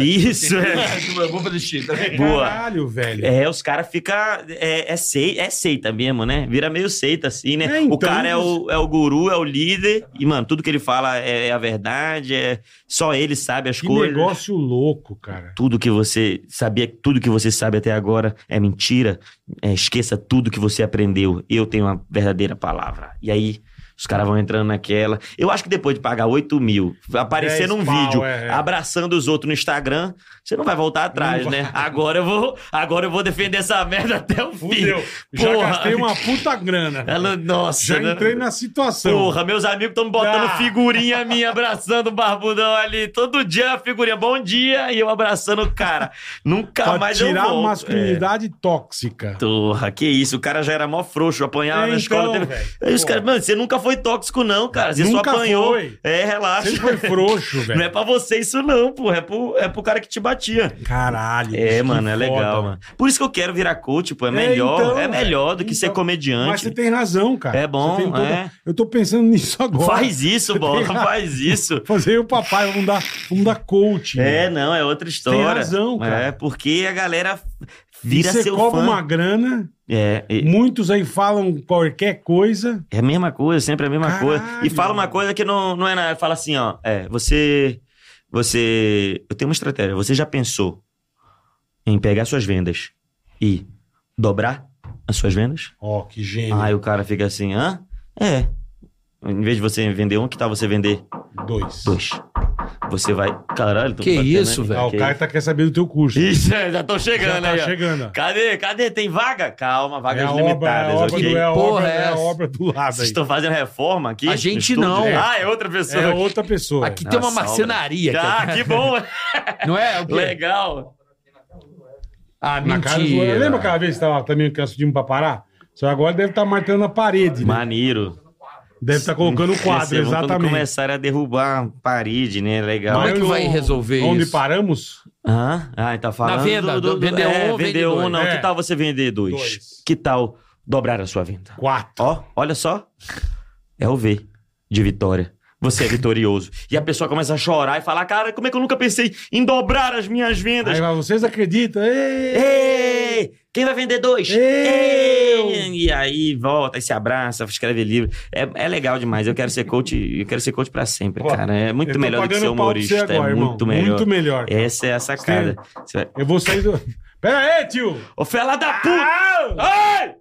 S5: Isso, é.
S4: Eu vou fazer xixi, tá vendo?
S5: Boa.
S3: é Caralho, velho.
S5: É, os caras ficam. É, é, sei- é seita mesmo, né? Vira meio seita, assim, né?
S3: É,
S5: o
S3: então,
S5: cara é
S3: isso.
S5: o, é o guru, é o líder. E, mano, tudo que ele fala é, é a verdade. É, só ele sabe as
S3: que
S5: coisas.
S3: negócio louco, cara.
S5: tudo que você você sabia que tudo que você sabe até agora é mentira, é, esqueça tudo que você aprendeu. Eu tenho uma verdadeira palavra. E aí, os caras vão entrando naquela. Eu acho que depois de pagar 8 mil, aparecer
S3: 10
S5: num
S3: pau,
S5: vídeo,
S3: é, é.
S5: abraçando os outros no Instagram, você não vai voltar atrás,
S3: Não vai.
S5: né? Agora eu vou, agora eu vou defender essa merda até o fim.
S3: Fudeu. Já
S5: Porra.
S3: gastei uma puta grana.
S5: Ela, nossa,
S3: Já
S5: né?
S3: entrei na situação.
S5: Porra, meus amigos estão botando
S3: Ah.
S5: figurinha minha, abraçando o barbudão ali. Todo dia a figurinha, bom dia, e eu abraçando o cara. Nunca
S3: pra
S5: mais eu
S3: tirar
S5: volto.
S3: a masculinidade tóxica.
S5: É. Porra, que isso, o cara já era mó frouxo, apanhava
S3: É,
S5: na escola.
S3: então,
S5: teve-
S3: velho.
S5: Aí os
S3: Pô.
S5: caras, mano, você nunca foi tóxico não, cara, você
S3: Nunca
S5: só apanhou.
S3: foi.
S5: É, relaxa.
S3: Sempre foi frouxo,
S5: Não é
S3: velho.
S5: pra você isso não, porra, é pro, é pro cara que te batia.
S3: Caralho.
S5: É,
S3: que
S5: mano, é
S3: foda.
S5: legal, mano. Por isso que eu quero virar coach, pô, é
S3: É,
S5: melhor,
S3: então,
S5: é
S3: velho.
S5: melhor do que ser
S3: Então.
S5: comediante.
S3: Mas você tem razão, cara.
S5: É bom,
S3: Você tem
S5: é.
S3: Eu tô pensando nisso agora.
S5: Faz isso, bola, faz isso.
S3: Fazer o papai, vamos dar, vamos dar coaching.
S5: É, não, é outra história.
S3: razão, cara.
S5: É, porque a galera
S3: E
S5: vira
S3: você
S5: seu
S3: cobra
S5: fã.
S3: uma grana,
S5: É, e-
S3: muitos aí falam qualquer coisa.
S5: é a mesma coisa, sempre a mesma
S3: Caralho.
S5: coisa. E fala uma coisa que não, não é nada. Fala assim, ó, é, você... Você... Eu tenho uma estratégia. Você já pensou em pegar suas vendas e dobrar as suas vendas?
S3: Ó, que gênio.
S5: Aí o cara fica assim, hã? É. Em vez de você vender um, que tal você vender
S3: Dois.
S5: dois? Você vai... Caralho, tô
S7: Que
S5: batendo,
S7: isso,
S5: né?
S3: Ah, o
S5: Que
S3: cara tá quer saber do teu curso.
S5: Isso, é, já tô chegando
S3: Já
S5: aí,
S3: tá
S5: ó.
S3: chegando. ó.
S5: Cadê? Cadê? Tem vaga? Calma,
S3: é
S5: vagas
S3: a obra, é a
S5: limitadas,
S3: obra,
S5: ok?
S3: do, é a
S7: Porra,
S3: obra,
S7: é
S3: é a
S7: essa?
S3: obra do lado
S5: Vocês
S3: aí.
S5: estão fazendo reforma aqui?
S7: A gente
S5: No estúdio?
S7: não.
S5: Ah, é outra pessoa.
S3: É
S5: aqui.
S3: outra pessoa.
S7: Aqui
S5: Nossa,
S7: tem uma
S5: obra.
S7: marcenaria. né?
S5: Ah,
S7: cara.
S5: que bom.
S7: Não é? O quê?
S5: Legal.
S7: Ah,
S3: Ah, Na cara do...
S7: mentira.
S3: Lembra aquela vez que tava também que nós pedimos um pra parar? Só agora deve estar martelando a parede, né?
S5: Maneiro.
S3: Deve estar colocando o quadro,
S5: Vocês vão Quando
S3: exatamente.
S5: começaram a derrubar a parede, né? Legal.
S7: Mas- Como é que
S3: eu-
S7: vai resolver
S3: onde
S7: isso?
S3: paramos?
S5: Hã? Ah, tá falando.
S7: Na venda, do- vender um ou
S5: vender
S7: vender
S5: um,
S7: dois?
S5: não.
S3: É.
S5: Que tal você vender dois?
S3: Dois.
S5: Que tal dobrar a sua venda?
S3: Quatro.
S5: Ó, olha só. É o V de vitória. Você é vitorioso. E a pessoa começa a chorar e falar: Cara, como é que eu nunca pensei em dobrar as minhas vendas?
S3: Aí vai, vocês acreditam?
S5: É
S3: Ei!
S5: Ei! Quem vai vender dois?
S3: Eu!
S5: Ei! E aí volta e se abraça, escreve livro. É, é legal demais. Eu quero ser coach, eu quero ser coach pra sempre,
S3: Ó,
S5: cara. É
S3: eu
S5: muito
S3: tô
S5: melhor do que
S3: pagando
S5: ser
S3: pau pra
S5: humorista.
S3: você agora,
S5: é
S3: irmão.
S5: muito melhor.
S3: Muito melhor.
S5: Essa é a sacada. Você vai...
S3: Eu vou sair do... Pera aí, tio!
S5: Ô, fela da puta!
S3: Ah!
S5: Ai!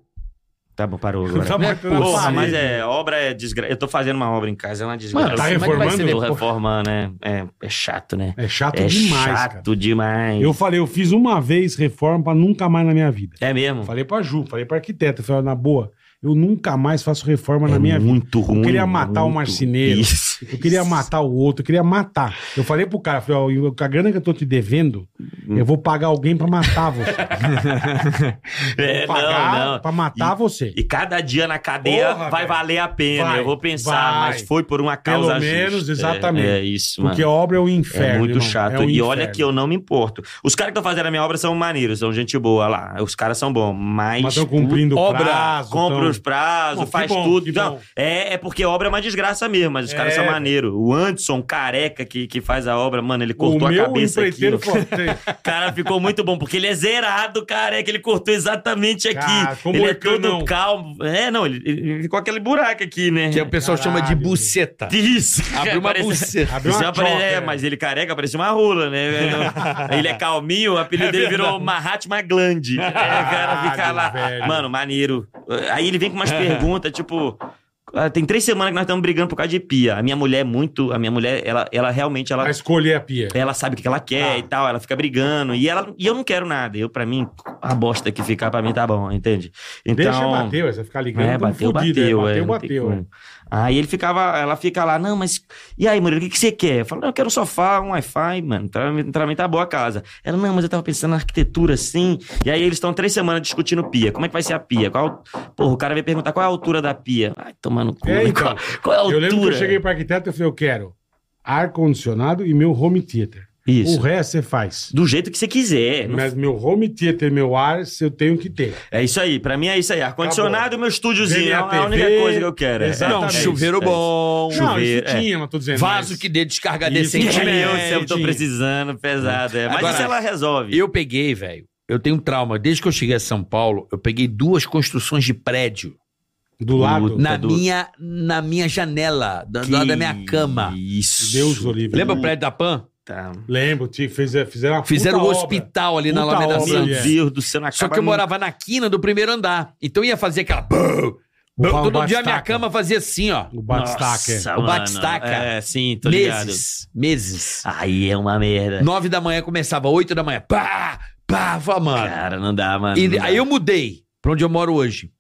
S5: Tá bom, parou agora.
S3: Tá martelando a
S5: Porra,
S3: parede.
S5: mas é, obra é desgraça. Eu tô fazendo uma obra em casa, é uma desgraça.
S7: Mano,
S3: Tá
S7: como é que vai
S3: reformando?
S7: ser
S5: Tô
S7: depois?
S5: reformando, né? É, é chato, né?
S3: É chato
S5: É
S3: demais,
S5: chato
S3: cara.
S5: demais.
S3: Eu falei, eu fiz uma vez reforma pra nunca mais na minha vida.
S5: É mesmo?
S3: Falei pra Ju, falei pra arquiteta, falei, na boa, eu nunca mais faço reforma na minha vida.
S5: É muito ruim.
S3: Eu queria matar o
S5: muito-
S3: marceneiro.
S5: Isso.
S3: Eu queria matar o outro, eu queria matar. Eu falei pro cara, falei, ó, eu- com a grana que eu tô te devendo,
S5: Hum.
S3: eu vou pagar alguém pra matar você.
S5: É,
S3: vou pagar
S5: não, não.
S3: pra matar você.
S5: E cada dia na cadeia
S3: Porra,
S5: vai
S3: velho.
S5: valer a pena.
S3: Vai,
S5: eu vou pensar,
S3: vai.
S5: mas foi por uma
S3: Pelo
S5: causa justa.
S3: menos, exatamente.
S5: É, é isso, mano.
S3: Porque a obra é um inferno.
S5: é muito
S3: irmão.
S5: chato.
S3: É um
S5: e olha
S3: inferno.
S5: que eu não me importo. Os caras que estão fazendo a minha obra são maneiros, são gente boa lá. Os caras são bons, mas.
S3: Mas estão cumprindo o
S5: obra,
S3: prazo.
S5: compra
S3: tão-
S5: os prazos,
S3: Bom, que
S5: faz
S3: bom,
S5: tudo.
S3: que
S5: Não,
S3: bom.
S5: é, é porque obra é uma desgraça mesmo, mas os caras
S3: É.
S5: são maneiros. O Anderson, careca, que, que faz a obra, mano, ele cortou
S3: o
S5: a
S3: meu
S5: cabeça aqui.
S3: empreiteiro
S5: ó.
S3: falou, "Tem-
S5: Cara, ficou muito bom, porque ele é zerado, cara. É que ele cortou exatamente aqui.
S3: Cara, como
S5: ele é
S3: Orcanão.
S5: todo calmo. É, não, ele, ele ficou aquele buraco aqui, né?
S4: Que é o pessoal
S3: Caralho,
S4: chama de
S3: velho.
S4: buceta.
S5: Isso.
S4: Abriu uma
S5: Parece-
S4: buceta.
S3: Abriu uma
S5: Isso apare-
S3: choca,
S5: É,
S3: né?
S5: mas ele careca, parecia uma rola, né? ele é calminho, o apelido dele virou Mahatma Gandhi. É, o cara fica
S3: Caralho,
S5: lá.
S3: velho.
S5: Mano, maneiro. Aí ele vem com umas perguntas, tipo. "Ah, Tem três semanas que nós estamos brigando por causa de pia. A minha mulher é muito. A minha mulher, ela, ela realmente. Ela
S3: Pra escolher a pia.
S5: ela sabe o que que ela quer
S3: Tá.
S5: e tal, ela fica brigando. E, ela, e eu não quero nada. Eu, pra mim, a bosta que ficar pra mim tá bom, entende? Então.
S3: Deixa bater, ué, você ficar ligando.
S5: É,
S3: tamo fudido,
S5: bateu, bateu, é,
S3: é,
S5: não tem
S3: bateu, bateu.
S5: como. Aí ele ficava, ela fica lá, não, mas. E aí, Murilo, o que, que você quer? Eu falo, não, eu quero um sofá, um Wi-Fi, mano. Pra, mim- pra mim tá boa a casa. Ela, não, mas eu tava pensando na arquitetura, sim. E aí eles estão três semanas discutindo pia. Como é que vai ser a pia? Qual. Porra, o cara vai perguntar qual é a altura da pia. Ai, tomando cu.
S3: É, então.
S5: qual, qual é a
S3: Eu
S5: altura?
S3: lembro que eu cheguei pra arquiteto e falei, eu quero ar-condicionado e meu home theater.
S5: Isso.
S3: O resto você faz.
S5: Do jeito que você quiser. Não
S3: Mas meu home theater e meu ar, se eu tenho que ter.
S5: É isso aí, pra mim é isso aí. Ar-condicionado e meu estúdiozinho. É
S3: Vem a
S5: a única
S3: TV,
S5: coisa que eu quero. é.
S3: exatamente.
S5: É
S4: Não,
S5: isso,
S4: chuveiro
S5: é isso.
S4: bom.
S5: Chuveiro,
S3: não, isso
S5: é.
S3: tinha, mas tô dizendo.
S4: Vaso
S3: mas-
S4: que dê descarga
S3: Isso.
S5: Que
S4: decentemente.
S5: nem eu, se eu tô
S3: Gente.
S5: precisando, pesado. é. Mas
S4: É, Agora,
S5: isso ela resolve.
S4: Eu peguei, velho. Eu tenho um trauma. Desde que eu cheguei a São Paulo, eu peguei duas construções de prédio
S3: Do lado.
S5: Puta.
S4: na
S5: do-
S4: minha, na minha janela, do do
S5: Que
S4: lado da minha cama.
S5: Isso.
S3: Deus o livre.
S4: Lembra o prédio da Pan?
S5: Tá.
S3: Lembro, tinha- fez- fizeram uma
S4: Fizeram o
S3: puta obra.
S4: hospital ali na
S3: Puta
S4: Alameda
S3: obra,
S4: Santos.
S5: Meu
S3: é.
S5: Deus do céu, não
S4: Só
S5: acaba
S4: que eu
S5: nunca.
S4: morava na quina do primeiro andar. Então ia fazer aquela. Bum, bum.
S3: ba- o
S4: Todo dia a minha
S3: batistaca.
S4: cama fazia assim, ó.
S3: O Batistaca.
S5: Nossa,
S4: O
S5: mano.
S4: Batistaca.
S5: É, sim, tô ligado.
S4: Meses. Meses.
S5: Aí é uma merda.
S4: Nove da manhã começava, oito da manhã. Pá! Pá! vá, Mano.
S5: Cara, não dá, mano.
S4: E
S5: não dá.
S4: aí eu mudei pra onde eu moro hoje.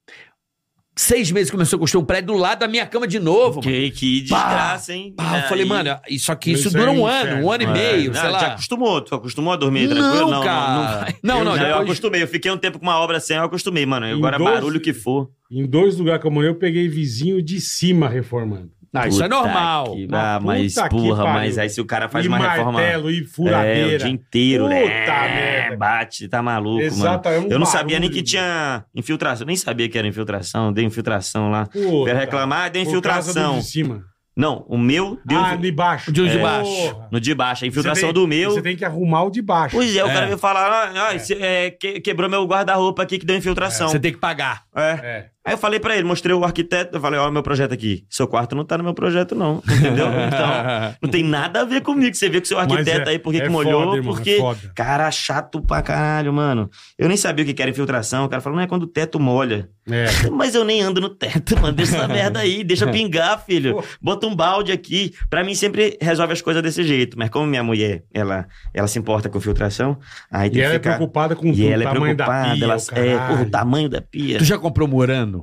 S4: Seis meses começou a construir um prédio do lado da minha cama de novo. mano.
S5: Que, que desgraça, hein?
S4: Ah, eu falei,
S5: Aí-
S4: mano, só que isso
S3: Isso
S4: dura
S3: é
S4: um
S3: um
S4: ano,
S3: inferno.
S4: um ano e
S5: É,
S4: meio,
S5: não,
S4: sei
S5: Já
S4: lá.
S5: acostumou, tu acostumou a dormir tranquilo?
S4: Não, cara. Não,
S5: Não,
S4: não,
S5: não, eu
S4: depois-
S5: acostumei, eu fiquei um tempo com uma obra sem, eu acostumei, mano.
S3: Em
S5: Agora
S3: 12
S5: barulho que for.
S3: Em dois lugares que eu morei, eu peguei vizinho de cima reformando.
S4: Ah, isso é
S5: Puta
S4: normal.
S5: que-
S3: Mas
S5: Ah, mas
S3: puta que
S5: porra,
S3: pariu.
S5: mas aí se o cara faz
S3: e
S5: uma reforma
S3: martelo, e
S5: é, o
S3: furadeira.
S5: dia inteiro, né?
S3: Puta
S5: É,
S3: merda.
S5: Bate, tá maluco, mano.
S3: Exato, é um
S5: Eu não
S3: barulho,
S5: sabia nem que
S3: mano.
S5: tinha infiltração, nem sabia que era infiltração, deu infiltração lá.
S3: Puta,
S5: Quer reclamar, deu
S3: por causa do
S5: infiltração.
S3: de cima.
S5: Não, o meu deu
S3: ah,
S5: infil-
S3: de baixo.
S4: O de
S3: Porra.
S4: baixo.
S5: no de baixo, a
S3: Você
S5: infiltração
S3: tem-
S5: do meu.
S3: Você tem que arrumar o de baixo.
S5: Pois é, o
S4: É.
S5: cara veio falar, ah, ah, esse- é, que- quebrou meu guarda-roupa aqui que deu infiltração.
S4: Você tem que pagar.
S5: É.
S3: É.
S5: Aí eu falei pra ele, mostrei o arquiteto, eu falei, ó, meu projeto aqui. Seu quarto não tá no meu projeto, não. Entendeu? Então, não tem nada a ver comigo. Você vê que seu arquiteto
S3: é-
S5: aí, por que
S3: é
S5: que molhou,
S3: foda, irmão, é
S5: porque...
S3: foda.
S5: Cara, chato pra caralho, mano. Eu nem sabia o que que era infiltração. O cara falou, não é quando o teto molha.
S3: É.
S5: Mas eu nem ando no teto, mano. Deixa essa merda aí, deixa pingar, filho. Bota um balde aqui. Pra mim sempre resolve as coisas desse jeito. Mas como minha mulher, ela, ela se importa com filtração, aí
S3: E
S5: tem que
S3: ela é
S5: ficar...
S3: preocupada com
S5: E
S3: tudo,
S5: ela é
S3: tamanho da
S5: preocupada,
S3: pia,
S5: ela
S3: o
S5: é, porra,
S3: caralho.
S5: o tamanho da pia.
S4: Tu já comprou morando?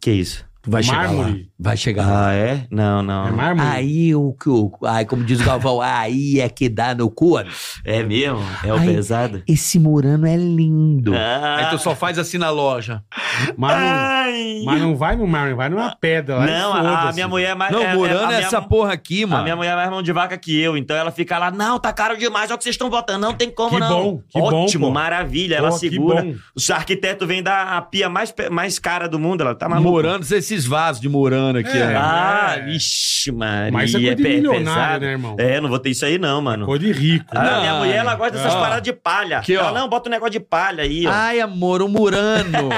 S5: Que isso?
S4: Tu vai chegar
S3: Mármore.
S4: lá. Vai chegar lá.
S5: Ah, é? Não, não.
S3: É mármore?
S4: Ah, Aí o que o. Ai, como diz o Galvão, aí é que dá no cu. amigo.
S5: É mesmo? É o
S4: Ai.
S5: pesado?
S4: Esse morano é lindo.
S5: Ah.
S4: Aí tu só faz assim na loja.
S3: Mas não,
S5: Ai.
S3: um. mas não vai no mar, vai numa pedra lá. e
S5: Não, a, a
S3: foda-se.
S5: minha mulher é mais.
S4: Não,
S5: é, é-
S4: morando
S5: a
S4: é
S5: minha-
S4: essa porra aqui,
S5: A
S4: mano.
S5: minha mulher é mais mão de vaca que eu, então ela fica lá, não, tá caro demais, olha o que vocês estão botando, não tem como
S3: Que
S5: não.
S3: bom, que bom,
S5: Ótimo,
S3: pô.
S5: maravilha, ela
S3: Pô, que
S5: segura.
S3: bom.
S5: O arquiteto vem da a pia mais, pe- mais cara do mundo, ela tá maluca.
S4: Morando, esses vasos de morando aqui.
S3: É.
S4: né?
S5: Ah,
S3: É.
S5: ixi, Maria,
S3: Mas isso é coisa de
S5: pe-
S3: milionário,
S5: pesado.
S3: né, irmão? É
S5: É, não vou ter isso aí não, mano.
S3: Coisa de Ah. rico.
S5: Ah,
S4: Não,
S5: minha mulher, ela gosta dessas
S4: não.
S5: paradas de palha.
S4: Aqui, ó.
S5: ela, não, bota um negócio de palha aí, ó.
S3: Ah,
S4: Ai, amor, o Murano.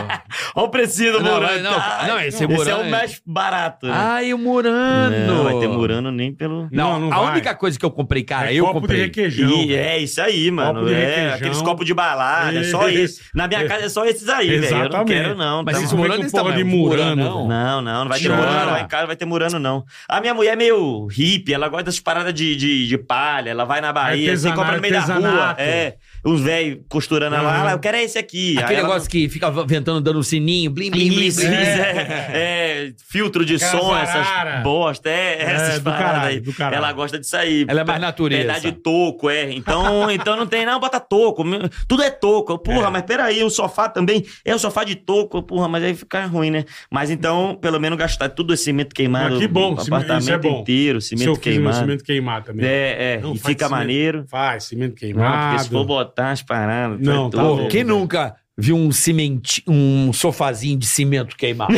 S5: Olha o preço do
S4: Não,
S5: Murano.
S4: não,
S5: Ai,
S4: não, esse
S5: é
S4: Murano Ah,
S5: o
S4: é-
S5: mais barato. né?
S4: Ai, o Murano.
S5: não, vai ter Murano nem pelo...
S3: Não,
S4: Não,
S3: não
S4: a
S3: vai.
S4: única coisa que eu comprei, cara,
S3: é
S4: eu
S3: copo de
S4: comprei.
S3: requeijão.
S5: E é isso aí, mano.
S3: Copo de
S5: é,
S3: requeijão.
S5: aqueles copos de balada, é só
S3: Isso.
S5: isso. Na minha casa é só esses aí, velho. Eu não
S3: Exatamente. é
S5: quero, não.
S4: Mas
S5: tá
S4: isso
S3: Vem
S4: Murano
S3: com
S4: desse
S3: porra
S4: tamanho,
S3: de
S4: um
S3: Murano,
S4: Murano.
S5: Não, não, não vai ter
S4: Chora.
S5: Murano lá em casa, vai ter Murano não. A minha mulher é meio hippie, ela gosta das paradas de, de, de palha, ela vai na Bahia, você
S3: Artesanato,
S5: compra no meio da rua.
S3: artesanato.
S5: É, uns velhos costurando lá,
S3: Uhum.
S5: ela, eu quero é esse aqui.
S4: Aquele
S5: Aí ela-
S4: negócio que fica ventando, dando um sininho, blim, blim, blim,
S5: Isso,
S4: blim.
S5: isso, é, é, filtro de
S3: Né? Aquelas
S5: som,
S3: araras.
S5: essas bosta, é, essas
S3: do
S5: paradas
S3: caralho,
S5: aí.
S3: do caralho.
S5: Ela gosta de sair.
S4: Ela é mais natureza.
S5: Pedaço de toco, é. Então, então não tem, não, bota toco. Tudo é toco. Eu, Porra, mas peraí, o sofá também é o sofá de toco. Eu, Porra, mas aí fica ruim, né? Mas então, pelo menos gastar tudo esse cimento queimado.
S3: Mas que bom, cimento-
S5: o
S3: isso é
S5: apartamento
S3: bom.
S5: inteiro,
S3: Seu
S5: cimento
S3: filho no
S5: queimado.
S3: cimento queimado também.
S5: É, é.
S3: Não,
S5: e
S3: faz
S5: fica
S3: cimento.
S5: maneiro.
S3: Faz, cimento
S5: Não, porque se for
S3: queimado.
S5: botar as paradas.
S3: Não,
S5: tá
S3: tá
S5: tudo-
S4: Pô, quem nunca viu um cimenti, um sofazinho de cimento queimado?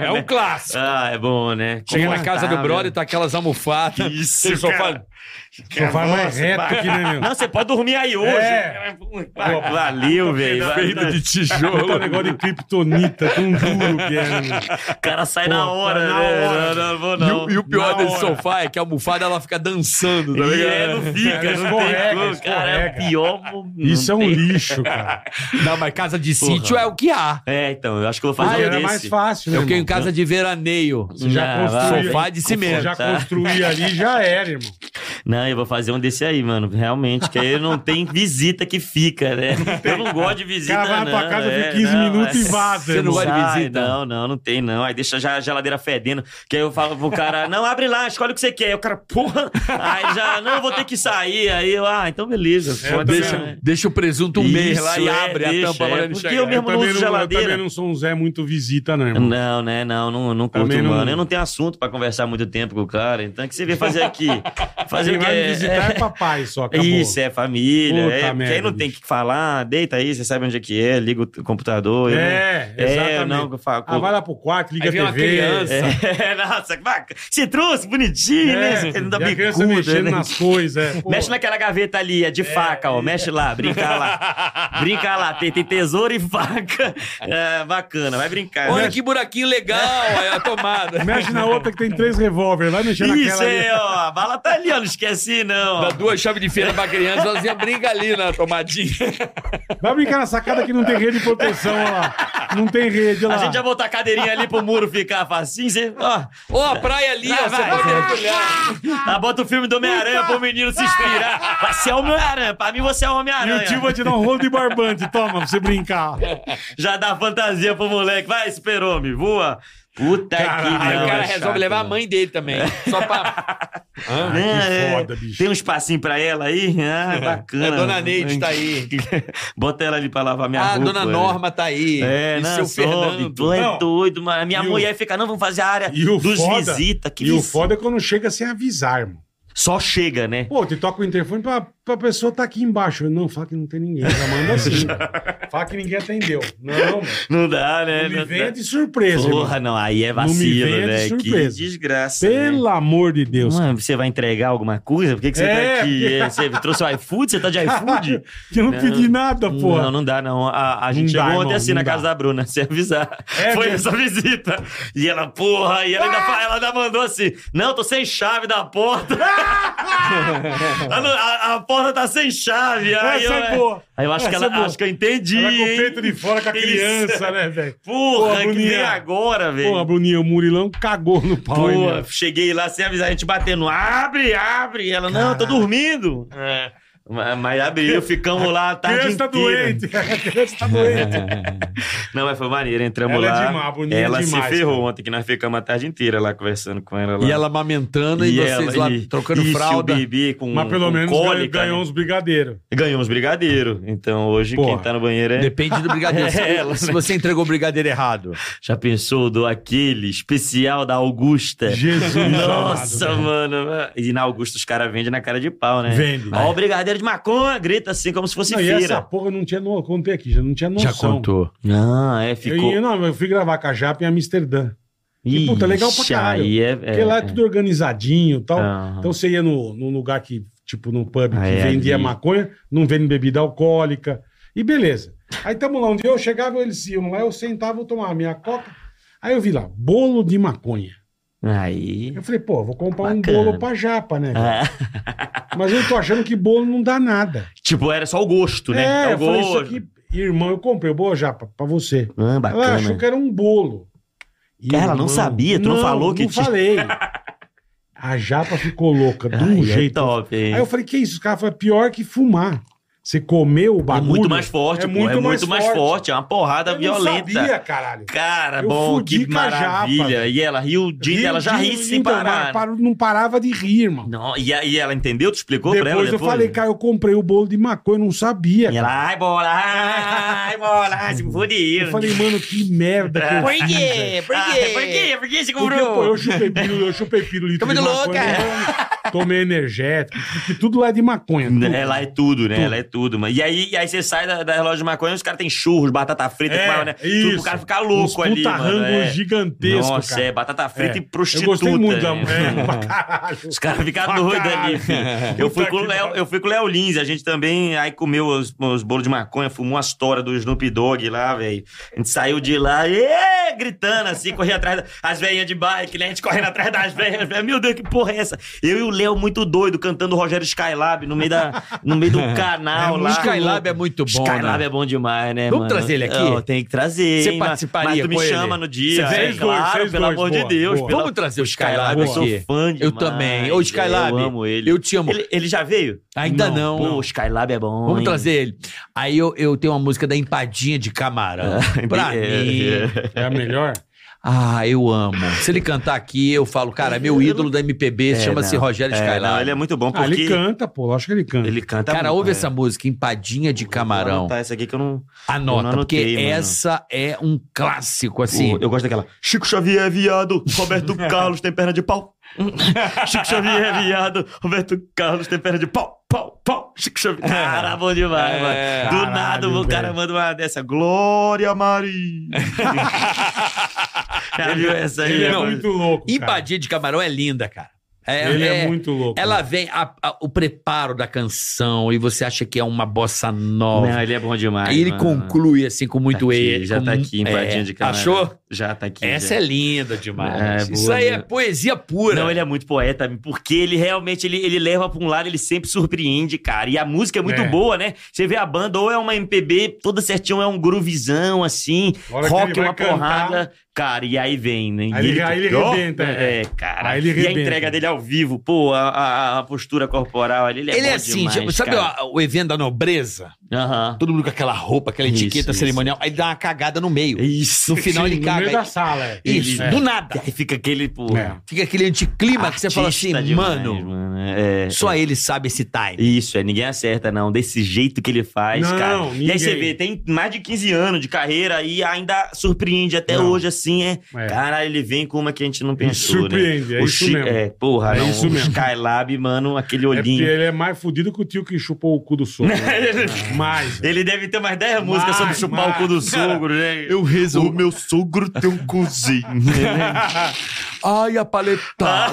S4: é um clássico.
S5: Ah, é bom, né?
S4: Chega na casa do
S5: Confortável.
S4: brother, tá aquelas almofadas.
S5: Isso,
S4: Tem sofá-
S5: cara.
S4: é
S3: Só vai mais reto aqui, né, meu?
S5: Não, Ah, você pode dormir aí hoje.
S3: É. tá
S5: Pô, Valeu, velho.
S4: Feito
S5: Valeu.
S4: de
S3: Puta
S4: tijolo.
S3: um negócio de kryptonita, tão duro que é, né, meu?
S5: O cara sai
S3: Pô,
S5: na hora,
S3: na
S5: né?
S3: hora.
S5: Não, não vou
S4: E
S5: não.
S4: o, e o pior
S3: Na
S4: desse
S3: hora.
S4: sofá é que a almofada ela fica dançando, tá
S5: E
S4: ligado?
S5: é, não fica,
S3: Cara,
S5: não tem
S3: escorrega,
S5: como. Cara, é o
S3: escorrega.
S5: pior. mo-
S3: Isso é
S5: não
S3: um
S5: tem.
S3: lixo, cara.
S4: Não, mas casa de sítio é o que há.
S5: É, então, eu acho que eu vou
S3: Ah,
S5: fazer um
S3: era
S5: desse.
S3: mais fácil, né,
S4: Eu fiquei em
S3: irmão?
S4: casa de veraneio.
S3: Você já
S5: Não,
S3: construiu.
S4: sofá de cimento.
S3: Já
S5: tá?
S3: construí ali, já era, irmão.
S5: um Não, eu vou fazer um desse aí, mano. Realmente, que aí não tem visita que fica, né? Eu não gosto de visita,
S3: Cara, vai na
S5: não.
S3: tua casa,
S5: é,
S3: fica 15
S5: não,
S3: minutos
S5: é.
S3: e vaza,
S4: Você não
S3: irmão.
S4: vai de
S5: Ai,
S4: visita?
S5: Não, não, não tem, não. Aí deixa já a geladeira fedendo. Que aí eu falo pro cara, não, abre lá, escolhe o que você quer. Aí o cara, porra. Aí já, não, eu vou ter que sair. Aí eu, ah, então beleza.
S3: É,
S5: foda-se, né?
S4: Deixa, deixa o presunto um mês lá e
S5: Isso, é,
S4: abre a
S5: deixa,
S4: tampa
S5: é,
S4: pra ele
S5: porque
S4: chegar.
S7: né?
S5: eu mesmo-
S3: Eu
S5: não
S3: também,
S5: uso
S3: não, eu
S5: geladeira.
S3: também não sou um Zé muito visita, não, irmão.
S5: Não, né? Não, não, não curto,
S3: Também não-
S5: mano. Eu não tenho assunto pra conversar muito tempo com o cara. Então, o que você veio fazer aqui? Fazer
S3: Quem
S5: o que
S3: vai me
S5: é...
S3: visitar é papai só, acabou.
S5: Isso, é família.
S3: Puta
S5: é, porque
S3: merda,
S5: aí não tem o
S3: bicho.
S5: que falar. Deita aí, você sabe onde é que é. Liga o t- computador. eu
S3: É,
S5: não...
S3: exatamente.
S5: É, não, eu falo...
S3: Ah, vai lá pro quarto, liga
S4: Aí
S3: a
S4: vem uma
S3: TV.
S4: criança.
S5: É, nossa, que vaca. Se trouxe, bonitinho, né?
S3: É,
S5: Não dá
S3: e a criança
S5: bicuda,
S3: mexendo
S5: né?
S3: nas coisas. é. Pô,
S5: Mexe naquela gaveta ali, é de faca, ó. Mexe lá, brinca lá. brinca lá, tem, tem tesouro e faca. É, bacana, vai brincar. né?
S4: Olha
S5: Mexe-
S4: que buraquinho
S7: é
S4: legal, aí a tomada.
S3: Mexe na outra que tem três revólver. Vai mexer
S5: Isso,
S3: naquela ali.
S5: é, ó. A bala tá ali, ó. não esqueci, não.
S7: Dá duas chaves de feira pra criança, elas brinca ali na tomadinha.
S3: Vai brincar na sacada que não tem rede de proteção, olha lá. Não tem rede olha
S5: A
S3: lá.
S5: gente já botar a cadeirinha ali pro muro ficar facinho, você... Ó,
S7: Ó, a praia ali, ó,
S5: Vai,
S7: você
S5: vai.
S7: pode mergulhar.
S5: ah, bota o filme do Homem-Aranha pro menino se inspirar. Vai ser o Homem-Aranha. Pra mim, você é
S3: E
S5: o Homem-Aranha.
S3: o tio vai te dar um rolo de barbante, toma, pra você brincar.
S5: Já dá fantasia pro moleque. Vai, super-homem, voa. Puta
S3: Caralho,
S5: que
S7: Aí o
S5: pariu.
S7: cara
S3: é
S7: resolve
S3: chato,
S7: levar a
S3: né?
S7: mãe dele também. Só pra.
S3: Ah,
S5: É,
S3: que
S5: é.
S3: foda, bicho.
S5: Tem um espacinho pra ela aí? Ah, bacana.
S7: É, dona Neide tá aí.
S5: Bota ela ali pra lavar minha
S7: Ah,
S5: roupa.
S7: dona Norma tá aí.
S5: né? É,
S7: e
S5: não,
S7: seu
S5: sobe,
S7: Fernando.
S5: Tu é
S3: Não.
S5: doido, mano. Minha
S3: E o-
S5: mulher fica, não, vamos fazer a área
S3: E o
S5: dos
S3: foda-
S5: visita. Que
S3: E o
S5: visita.
S3: foda é quando chega sem avisar, irmão.
S5: Só chega, né?
S3: Pô, te toca o interfone pra, pra pessoa tá aqui embaixo. Não, fala que não tem ninguém. Já manda assim. fala que ninguém atendeu. Não, mano.
S5: Não dá, né?
S3: Não me
S5: Não
S3: venha
S5: dá.
S3: de surpresa. irmão.
S5: É, Porra, não, aí é
S3: Não me
S5: vacilo,
S3: venha de
S5: né? Que
S3: surpresa.
S5: desgraça. né?
S3: Pelo amor de Deus.
S5: Mano, você vai entregar alguma coisa? Por que, que você
S3: É.
S5: tá aqui? É, Você trouxe o iFood? Você tá de iFood?
S3: Que eu não,
S5: Não.
S3: pedi nada, porra.
S5: Não, não dá, não. A, a gente
S3: Não
S5: chegou
S3: dá,
S5: ontem
S3: irmão,
S5: assim
S3: não
S5: na
S3: dá.
S5: casa da Bruna, sem avisar.
S3: É Ah!
S5: Foi
S3: mesmo?
S5: essa visita. E ela, porra, e ela ainda, fa- ela ainda mandou assim: não, tô sem chave da porta. a, a- a porta tá sem chave. Aí
S3: Essa
S5: eu,
S3: é boa.
S5: Aí eu acho, que
S3: Essa
S5: ela,
S3: é boa.
S5: acho que eu entendi.
S3: Ela com o
S5: hein?
S3: peito de fora com a
S5: Isso.
S3: criança, né, velho?
S5: Porra,
S3: Pô,
S5: que
S3: Bruninha.
S5: nem agora,
S3: Porra,
S5: velho.
S3: Bruninho, o Murilão cagou no pau. hein,
S5: Pô,
S3: meu?
S5: cheguei lá sem avisar, a gente batendo. Abre, abre. E ela, não, eu tô dormindo. É. Mas, mas abriu, ficamos lá a tarde
S3: criança tá
S5: inteira.
S3: doente. A criança tá doente.
S5: Não, mas foi maneiro, entramos
S3: Ela é
S5: lá.
S3: demais, bonita
S5: ela
S3: demais,
S5: se ferrou
S3: cara.
S5: ontem, que nós ficamos a tarde inteira lá conversando com ela lá.
S7: E ela amamentando e, vocês lá
S5: e-
S7: trocando
S5: e se
S7: fralda.
S5: o bebê com
S3: Mas pelo
S5: com
S3: menos ganhou,
S5: cólica,
S3: ganhou
S5: né?
S3: uns brigadeiros.
S5: Ganhou uns brigadeiros. Então hoje
S3: Porra.
S5: quem tá no banheiro é...
S7: Depende do brigadeiro. Se-
S5: É, ela-
S7: se você entregou o brigadeiro errado.
S5: Já pensou do aquele especial da Augusta?
S3: Jesus
S5: É. Nossa,
S3: amado,
S5: mano. E na Augusta os caras vendem na cara de pau, né?
S3: Vende.
S5: Ó, o brigadeiro de maconha, grita assim como se fosse
S3: Não, e essa
S5: feira.
S3: porra não tinha no... contei aqui, já não tinha noção.
S5: Não, é,
S3: Eu,
S5: ficou...
S3: ia- não, eu fui gravar com a Japa em Amsterdã. E, puta, legal pra
S5: Ixi,
S3: caralho.
S5: Aí é...
S3: Porque lá é tudo organizadinho e tal.
S5: Aham.
S3: Então você ia no, num lugar que, tipo, num pub que
S5: Ah, é,
S3: vendia
S5: ali.
S3: maconha, não vende bebida alcoólica. E beleza. Aí tamo lá, um dia eu chegava, eles iam lá, eu sentava, eu tomava minha coca. Aí eu vi lá, bolo de maconha.
S5: Aí...
S3: Eu falei, pô, vou comprar
S5: Bacana.
S3: um bolo pra japa, né? cara?
S5: Ah.
S3: Mas eu tô achando que bolo não dá nada.
S5: Tipo, era só o gosto,
S3: É,
S5: né? o
S3: eu falei, isso
S5: gosto.
S3: aqui, irmão, eu comprei o bolo japa pra você.
S5: Ah,
S3: Ela achou
S5: bacana.
S3: que era um bolo.
S5: Cara, ela não sabia, tu não falou que
S3: não
S5: tinha.
S3: falei. A japa ficou louca, de
S5: Ai,
S3: um
S5: é
S3: jeito.
S5: top, hein?
S3: Aí eu falei, que isso? O cara falou, é pior que fumar. Você comeu o
S5: É
S3: bagulho.
S5: muito mais forte,
S3: É
S5: pô.
S3: muito
S5: é muito
S3: mais
S5: mais
S3: forte.
S5: forte. É uma porrada
S3: Eu
S5: violenta.
S3: Não sabia, caralho.
S5: Cara,
S3: Eu
S5: bom,
S3: fudi
S5: que
S3: com a japa,
S5: maravilha.
S3: velho.
S5: e ela riu, de, ela já ri
S3: de-
S5: sem
S3: então,
S5: parar. né?
S3: mas parou- Não parava de rir, irmão.
S5: Não, e, a- e ela entendeu? Tu explicou
S3: Depois,
S5: pra ela né?
S3: eu
S5: depois?
S3: falei, cara, eu comprei o bolo de maconha, eu não sabia.
S5: E ela, ai, bola, ai, bola, ai, se fodeu.
S3: Eu falei, mano, que merda que eu fiz, velho.
S5: Ah, Por quê? Por quê? Por que você
S3: Porque,
S5: comprou?
S3: pô, eu chupei pílula, eu chupei pílula.
S7: Tô muito
S3: então, Tomei energético, porque tudo lá é de maconha. tudo.
S5: Ela é tudo, né?
S3: Tudo.
S5: Ela é tudo, mano. E aí, e aí você sai da, da relógio de maconha, os caras têm churros, batata frita,
S3: É,
S5: com maionese, tudo
S3: isso.
S5: pro cara ficar louco
S3: Uns
S5: ali,
S3: puta
S5: mano.
S3: rango
S5: é.
S3: gigantesco,
S5: Nossa,
S3: cara.
S5: é, batata frita
S3: É.
S5: e prostituta.
S3: Eu gostei muito da
S5: né?
S3: é, pra caralho.
S5: Os caras ficam
S3: Pra
S5: doidos
S3: caralho.
S5: ali, filho. Eu fui,
S3: Puta
S5: com o
S3: que
S5: Léo,
S3: pariu.
S5: eu fui com o Léo Lins, a gente também aí comeu os, os bolos de maconha, fumou as toras do Snoop Dogg lá, velho. A gente saiu de lá, "Ê!", gritando assim, corria atrás das velhinhas de bike, né? A gente correndo atrás das velhinhas. Meu Deus, que porra é essa? Eu e o Léo muito doido, cantando Rogério Skylab no meio, da, no meio do canal lá.
S7: Skylab é muito bom.
S5: Skylab
S7: né?
S5: é bom demais, né,
S7: Vamos
S5: mano?
S7: trazer ele aqui?
S5: Não, tem que trazer,
S7: Você
S5: hein, mas-
S7: participaria
S5: Mas tu me
S7: com ele?
S5: chama no dia,
S3: Vocês
S5: é,
S3: dois,
S5: claro,
S3: vocês
S5: pelo
S3: dois,
S5: amor de
S3: boa,
S5: Deus.
S3: boa.
S5: pelo-
S7: Vamos trazer o
S5: Skylab, é
S7: Skylab
S5: eu sou
S7: aqui.
S5: fã demais.
S7: Eu também. Ô, Skylab,
S5: Eu amo ele.
S7: eu te amo.
S5: Ele, ele já veio?
S7: Ainda não.
S5: Pô, o Skylab é bom.
S7: Vamos
S5: hein?
S7: trazer ele. Aí eu, eu tenho uma música da empadinha de camarão. pra
S5: É,
S7: mim.
S5: é.
S3: É a melhor?
S7: Ah, eu amo. Se ele cantar aqui, eu falo, cara, meu ídolo da MPB
S5: É,
S7: chama-se
S5: não.
S7: Rogério
S5: É,
S7: Skylab.
S5: não, ele é muito bom
S3: Ah,
S5: porque
S3: ele canta, pô, lógico que ele canta.
S5: ele canta
S7: Cara,
S5: muito,
S7: ouve
S5: é.
S7: essa música, Empadinha de
S5: Vou
S7: Camarão.
S5: anotar essa aqui que eu não. Eu
S7: Anota,
S5: não anotei,
S7: porque
S5: mano.
S7: essa é um clássico, assim.
S5: Sim. Eu gosto daquela. Chico Xavier é viado, Roberto Carlos tem perna de pau. Chico Xavier é viado, Roberto Carlos tem perna de pau. Pau, pau, Chico Xavier. Cara, bom demais,
S7: É,
S5: mano. Do
S3: caralho,
S5: nada o cara
S3: velho.
S5: manda uma dessa. Glória Maria. Já viu essa aí?
S3: Ele é
S5: mano?
S3: muito louco. cara.
S7: Empadinha de Camarão é linda, cara. É,
S3: Ele
S7: é-
S3: é, muito louco.
S7: Ela vem, a- a- o preparo da canção, e você acha que é uma bossa nova.
S5: Não, ele é bom demais.
S7: Aí ele
S5: mano.
S7: conclui assim com muito
S5: Tá aqui,
S7: erro.
S5: já
S7: com
S5: tá
S7: um-
S4: é,
S5: aqui, empadinha de camarão.
S7: Achou?
S5: Já tá aqui.
S4: Essa
S5: já.
S4: é linda demais.
S5: É,
S4: Isso
S5: boa,
S4: aí
S5: né?
S4: é poesia pura.
S5: Não, ele é muito poeta, porque ele realmente ele, ele leva pra um lado, ele sempre surpreende, cara. E a música é muito
S3: É.
S5: boa, né? Você vê a banda, ou é uma MPB toda certinho, ou é um groovizão, assim,
S3: Na hora que ele
S5: rock,
S3: vai
S5: uma
S3: cantar-
S5: porrada. Cara, e aí vem, né? E
S3: Aí ele- aí ele
S5: Ó,
S3: arrebenta, né?
S5: É, cara.
S3: Aí ele
S5: e a
S3: arrebenta.
S5: entrega dele ao vivo, pô, a, a- a postura corporal ali, ele é
S4: ele
S5: bom
S4: é assim,
S5: demais,
S4: tipo, sabe
S5: cara.
S4: ó, o evento da nobreza?
S5: Aham.
S4: Todo mundo com aquela roupa, aquela
S5: Isso,
S4: etiqueta
S5: isso.
S4: cerimonial. Aí dá uma cagada no meio.
S5: Isso.
S4: No final
S3: Sim,
S4: ele
S3: No
S4: caga.
S3: meio da sala, é.
S4: Isso,
S5: Ele-
S4: do
S5: é.
S4: nada.
S5: Aí fica aquele, pô.
S3: É.
S4: Fica aquele anticlima que você fala assim,
S5: artista demais,
S4: mano,
S5: mano. É,
S4: só ele sabe esse time.
S5: Isso, é, ninguém acerta, não. Desse jeito que ele faz,
S3: Não,
S5: cara. E
S3: ninguém.
S5: aí você vê, tem mais de 15 anos de carreira e ainda surpreende até
S3: Não.
S5: hoje, assim, é.
S3: É.
S5: Caralho, ele vem com uma que a gente não
S3: Ele
S5: pensou, né?
S3: surpreende, é
S5: o
S3: isso
S5: Chi-
S3: mesmo.
S5: É, porra,
S3: É
S5: não.
S3: isso
S5: o
S3: mesmo.
S5: Skylab, mano, aquele
S3: É porque
S5: olhinho.
S3: ele é mais fudido que o tio que chupou o cu do sogro. né? mais. velho.
S5: Ele deve ter mais 10 músicas sobre
S3: Mais,
S5: chupar
S3: mais.
S5: o cu do sogro, né? Eu resolvo. O meu sogro tem um cozinho. é
S4: Ai, a paletada.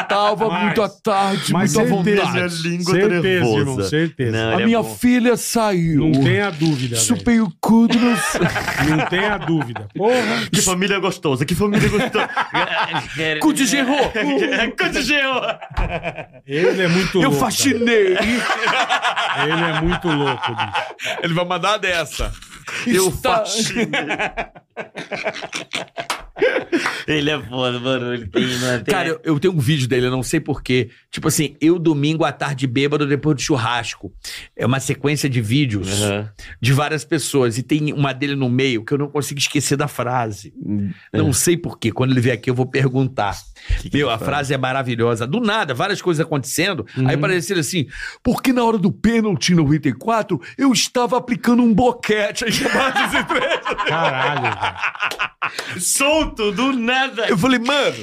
S4: Estava
S3: Mas-
S4: muito à tarde,
S3: Mas
S4: muito à
S3: certeza,
S4: vontade.
S5: língua
S3: Certeza, irmão, certeza.
S5: Não,
S4: A
S5: ele é
S4: minha
S5: bom.
S4: filha saiu.
S3: Não, tenha dúvida, velho.
S4: Chupei o cu do meu...
S3: Não tenha dúvida. Porra.
S5: Que família gostosa, que família gostosa.
S4: cu
S5: né?
S4: de gerro.
S5: Cu de gerro.
S3: Ele é muito
S4: Eu
S3: louco.
S4: faxinei.
S3: cara. Ele é muito louco, bicho.
S4: Ele vai mandar dessa. Eu faxinei.
S5: Ele é foda, mano. Ele tem, mano, tem-
S4: Cara, eu, eu tenho um vídeo dele, eu não sei porquê. Tipo assim, eu domingo à tarde bêbado depois do churrasco. É uma sequência de vídeos
S5: Aham.
S4: de várias pessoas. E tem uma dele no meio que eu não consigo esquecer da frase.
S5: Hum, é.
S4: Não sei porquê. Quando ele vier aqui, eu vou perguntar. Meu, a frase é maravilhosa. Do nada, várias coisas acontecendo.
S5: Uhum.
S4: Aí parecia assim: porque na hora do pênalti no 84, eu estava aplicando um boquete. Aí bate esse trecho.
S3: Caralho, velho.
S5: Solto do nada.
S4: eu falei, mano.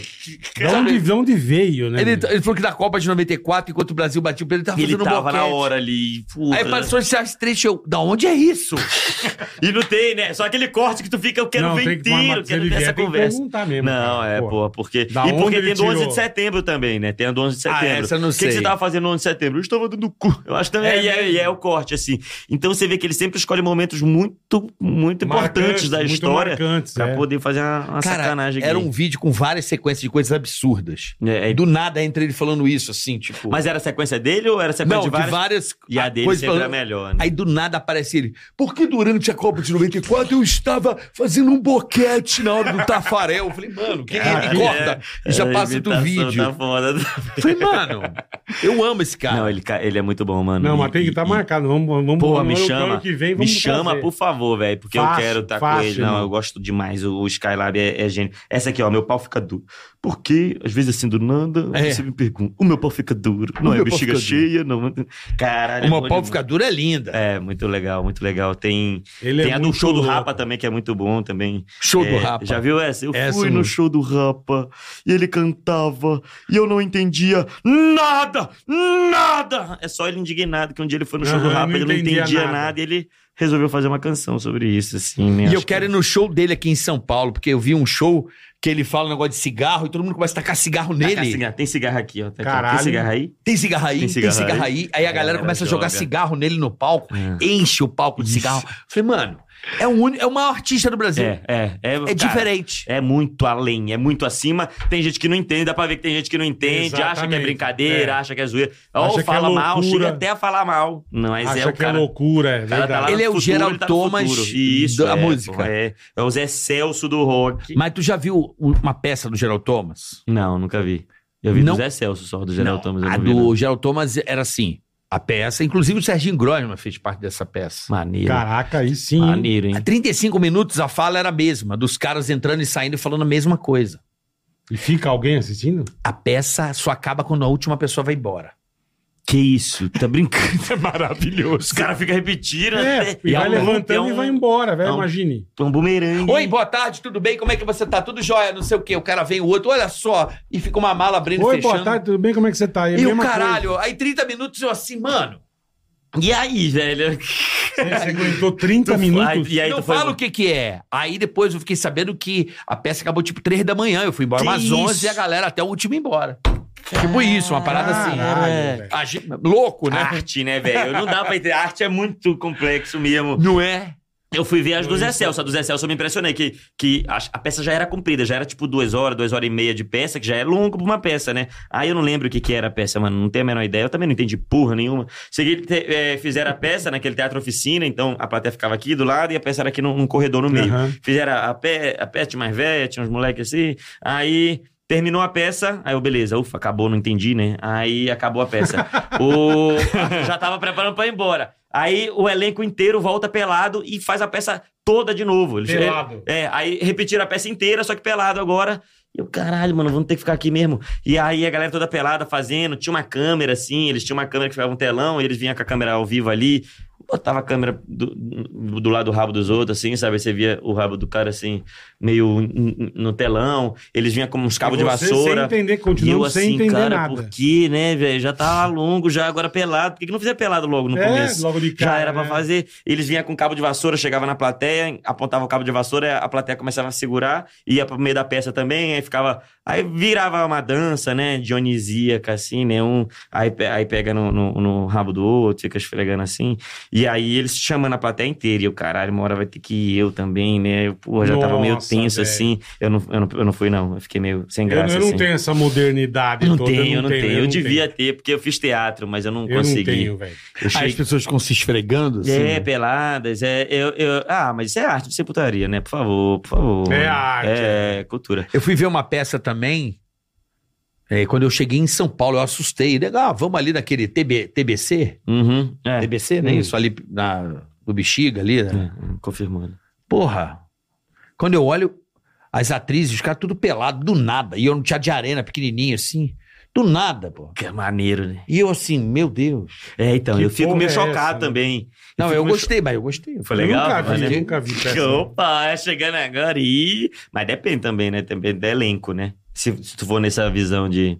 S3: De onde, de onde veio, né?
S4: Ele,
S5: tá-
S3: bicho?
S4: ele falou que na Copa de 94, enquanto o Brasil batia o pênalti, ele tava
S5: Ele
S4: fazendo um
S5: tava
S4: boquete.
S5: na hora ali. né? porra.
S4: Aí passou esse trecho, eu, da onde é isso?
S5: E não tem, né? Só aquele corte que tu fica, eu quero
S3: Não,
S5: ver
S3: tem que- mas-
S5: inteiro,
S3: mas se ele
S5: quero ver
S3: vier,
S5: essa
S3: tem que
S5: conversa.
S3: perguntar mesmo,
S5: não,
S3: cara,
S5: é,
S3: porra.
S5: porra, porque.
S3: Da
S5: e
S3: onde
S5: porque
S3: ele
S5: tem do 11
S3: tirou?
S5: de setembro também, né? Tem a do 11 de
S4: Ah,
S5: setembro.
S4: essa eu não
S5: O que, que
S4: sei.
S5: você tava fazendo no 11 de setembro? Eu estava dando cu. Eu acho também.
S3: É
S5: É, e é,
S3: mesmo.
S5: e é o corte, assim. Então você vê que ele sempre escolhe momentos muito, muito importantes
S3: Marcantes,
S5: da
S3: muito
S5: história
S3: marcantes,
S5: pra
S3: é.
S5: poder fazer uma, uma
S4: Cara,
S5: sacanagem
S4: era
S5: aqui.
S4: um vídeo com várias sequências de coisas absurdas.
S5: É, é-
S4: Do nada entra ele falando isso, assim, tipo...
S5: Mas era a sequência dele ou era a sequência
S4: não,
S5: de várias? E a dele
S4: coisas
S5: sempre é
S4: falando-
S5: melhor, né?
S4: Aí do nada aparece ele. Porque durante a Copa de 94 eu estava fazendo um boquete na hora do Tafarel. Eu falei, mano, que
S3: Cara,
S4: ele corta e já
S5: É,
S4: passa do
S5: imitação
S4: vídeo.
S5: Tá foda.
S4: Eu falei, mano, eu amo esse cara.
S5: Não, ele, ca- ele é muito bom, mano.
S3: Não,
S5: E-
S3: mas tem que estar
S5: e-
S3: marcado. Vamos, vamos,
S5: Porra,
S3: vamos
S5: me
S3: ano
S5: chama.
S3: que vem,
S5: me
S3: vamos
S5: chama,
S3: trazer.
S5: por favor, velho. Porque
S3: Fácil,
S5: eu quero estar com
S3: fácil,
S5: ele. Não,
S3: irmão.
S5: eu gosto demais. O, o Skylab é, é gênio. Essa aqui, ó, meu pau fica duro. Porque, às vezes, assim, do nada,
S4: É.
S5: você me pergunta: o meu pau fica duro. Não é
S4: meu pau fica
S5: bexiga
S4: duro.
S5: cheia, não. Caralho. é
S4: Uma
S5: bom
S4: pau
S5: demais.
S4: fica dura é linda.
S5: É, muito legal, muito legal. Tem,
S3: Ele
S5: tem
S3: é
S5: a do
S3: muito
S5: show do
S3: louco.
S5: Rapa também, que é muito bom também.
S4: Show do
S5: É,
S4: Rapa.
S5: Já viu essa? Eu
S4: Essa
S5: fui
S4: eu
S5: no
S4: não-
S5: show do Rapa e ele cantava e eu não entendia nada, nada. É só ele indignado que um dia ele foi no show do
S3: Aham,
S5: Rapa,
S3: não
S5: ele não
S3: entendia
S5: entendia,
S3: nada.
S5: nada. e ele resolveu fazer uma canção sobre isso, assim, né?
S4: E
S5: Acho
S4: eu quero ir no show dele aqui em São Paulo, porque eu vi um show que ele fala um negócio de cigarro e todo mundo começa a tacar cigarro
S5: que...
S4: nele.
S5: Taca Tá, cigarro. Tem cigarro aqui, ó. Tá aqui.
S3: Caralho.
S5: Tem cigarro aí?
S4: Tem cigarro aí,
S5: Tem
S4: tem
S5: cigarro
S4: cigarro,
S5: aí.
S4: aí. Aí a galera começa a jogar
S5: joga. É.
S4: cigarro nele no palco, enche o palco de
S5: Isso.
S4: cigarro. Falei, mano, é, um, é o maior artista do Brasil.
S5: É,
S4: É,
S5: é. É, cara,
S4: diferente.
S5: É muito além, é muito acima. Tem gente que não entende, dá pra ver que tem gente que não entende, acha que é
S3: Exatamente.
S5: brincadeira,
S3: É.
S5: acha que é zoeira. Ou
S3: Acha que é
S5: fala mal,
S3: loucura.
S5: chega até a falar mal. Não, mas é
S3: Acha
S5: o
S3: que é
S5: cara.
S3: loucura, é
S5: cara
S3: verdade.
S5: tá lá
S4: Ele
S5: no
S4: é o
S5: futuro,
S4: Gerald
S5: ele tá no
S4: Thomas
S5: futuro. Isso,
S4: da
S5: é,
S4: música.
S5: pô, É, é o Zé Celso do rock.
S4: Mas tu já viu uma peça do Gerald Thomas?
S5: Não, nunca vi. Eu vi
S4: Não.
S5: do Zé Celso só, do Gerald Thomas. Eu
S4: a
S5: não vi,
S4: do
S5: não.
S4: Gerald Thomas era assim, a peça. Inclusive o Serginho Grosman fez parte dessa peça.
S5: Maneiro.
S3: Caraca, aí sim.
S5: Maneiro,
S4: Há
S5: hein?
S4: 35 minutos a fala era a mesma, dos caras entrando e saindo e falando a mesma coisa.
S3: E fica alguém assistindo?
S4: A peça só acaba quando a última pessoa vai embora.
S5: Que isso, tá brincando. É maravilhoso. Os caras ficam repetindo.
S3: É,
S5: até-
S3: e vai
S5: é um-
S3: levantando
S5: é um-
S3: e vai embora, velho.
S5: é um-
S3: Imagine.
S5: É um bumerangue.
S4: Oi, boa tarde, tudo bem? Como é que você tá? Tudo jóia, não sei o quê. O cara vem, o outro, olha só, e fica uma mala abrindo e
S3: Oi,
S4: fechando.
S3: boa tarde, tudo bem? Como é que você tá? É a
S4: E o
S3: mesma
S4: caralho, aí 30 minutos eu assim, mano,
S5: E aí, velho?
S3: coisa. Você aguentou 30
S5: Aí-
S3: minutos.
S5: e aí
S4: não
S5: tu foi-
S4: fala o que que é. Aí depois eu fiquei sabendo que a peça acabou tipo 3 da manhã, eu fui embora
S5: Que
S4: umas
S5: isso?
S4: 11 e a galera até o último ia embora. Tipo isso, uma parada assim.
S3: Caralho,
S5: é.
S3: velho.
S4: A gente- louco, né?
S5: Ah. Arte, né, velho? Não dá pra entender. Arte é muito complexo mesmo.
S4: Não é?
S5: Eu fui ver as do Zé Celso. A do Zé Celso eu me impressionei, que, que a, a peça já era comprida, já era tipo duas horas, duas horas e meia de peça, que já é longo pra uma peça, né? Aí eu não lembro o que, que era a peça, mano, não tenho a menor ideia. Eu também não entendi porra nenhuma. Segui, te- eh, fizeram a peça naquele teatro oficina, então a plateia ficava aqui do lado e a peça era aqui num, num corredor no meio.
S3: Aham.
S5: Fizeram a, pe, a peça de mais velha, tinha uns moleques assim. Aí terminou a peça, aí eu, beleza, ufa, acabou, não entendi, né? Aí acabou a peça. o, já tava preparando pra ir embora. Aí o elenco inteiro volta pelado e faz a peça toda de novo. Eles-
S3: Pelado.
S5: É, aí repetiram a peça inteira, só que pelado agora. E eu, caralho, mano, vamos ter que ficar aqui mesmo. E aí a galera toda pelada fazendo, tinha uma câmera assim, eles tinham uma câmera que ficava um telão, e eles vinham com a câmera ao vivo ali, botava a câmera do, do lado do rabo dos outros, assim, sabe? Você via o rabo do cara assim, meio n- n- no telão, eles vinham com uns cabos de
S3: Você
S5: vassoura.
S3: Sem entender,
S5: E eu
S3: continuo sem
S5: assim,
S3: entender
S5: cara,
S3: nada.
S5: por que, né, velho? Já tava longo, já agora pelado. Por que, que não fizer pelado logo no
S3: É,
S5: começo?
S3: logo de
S5: já
S3: cara,
S5: era pra
S3: né?
S5: fazer. Eles vinham com cabo de vassoura, chegava na plateia, apontava o cabo de vassoura, a plateia começava a segurar, ia pro meio da peça também, aí ficava. Aí virava uma dança, né? Dionisíaca, assim, né? Um, aí, pe- aí pega no, no- no rabo do outro, fica esfregando assim. E aí eles chamando a plateia inteira. E eu, caralho, uma hora vai ter que ir eu também, né? Eu, porra, já tava meio
S3: Nossa,
S5: tenso,
S3: velho.
S5: assim. Eu não, eu, não, eu não fui, não. Eu fiquei meio sem
S3: Eu,
S5: graça.
S3: eu não
S5: assim.
S3: tenho essa modernidade
S5: Não
S3: toda.
S5: tenho, eu não tenho. Eu,
S3: não
S5: devia ter, porque eu fiz teatro, mas eu não
S3: tenho. Eu não
S5: consegui.
S3: tenho, velho.
S5: Eu
S9: Aí as
S5: cheguei...
S9: pessoas ficam se esfregando, assim.
S5: É, peladas, é. Eu, eu- Ah, mas isso é arte, isso é putaria, né? Por favor, por favor.
S3: É arte,
S5: É, cultura.
S4: Eu fui ver uma peça também. é, quando eu cheguei em São Paulo, eu assustei. Legal, vamos ali naquele TB, TBC.
S5: Uhum. É.
S4: TBC, né? Isso ali na, no Bexiga ali. Né?
S5: É, Confirmando.
S4: Porra. Quando eu olho as atrizes, os caras tudo pelado, do nada. E eu no teatro de arena, pequenininho assim. Do nada, pô.
S5: Que maneiro, né?
S4: E eu assim, meu Deus.
S5: É, então,
S3: Que
S5: eu fico
S3: porra
S5: meio
S3: é
S5: chocado
S3: essa, né?
S5: também.
S4: Não,
S5: fico
S4: eu
S5: meio
S4: gostei, mas eu gostei.
S5: Foi
S3: Eu
S5: legal,
S3: nunca vi,
S5: mas, né?
S3: nunca vi peça.
S5: Opa, é chegando agora e... Mas depende também, né? Depende do elenco, né? Se, se tu for nessa visão de...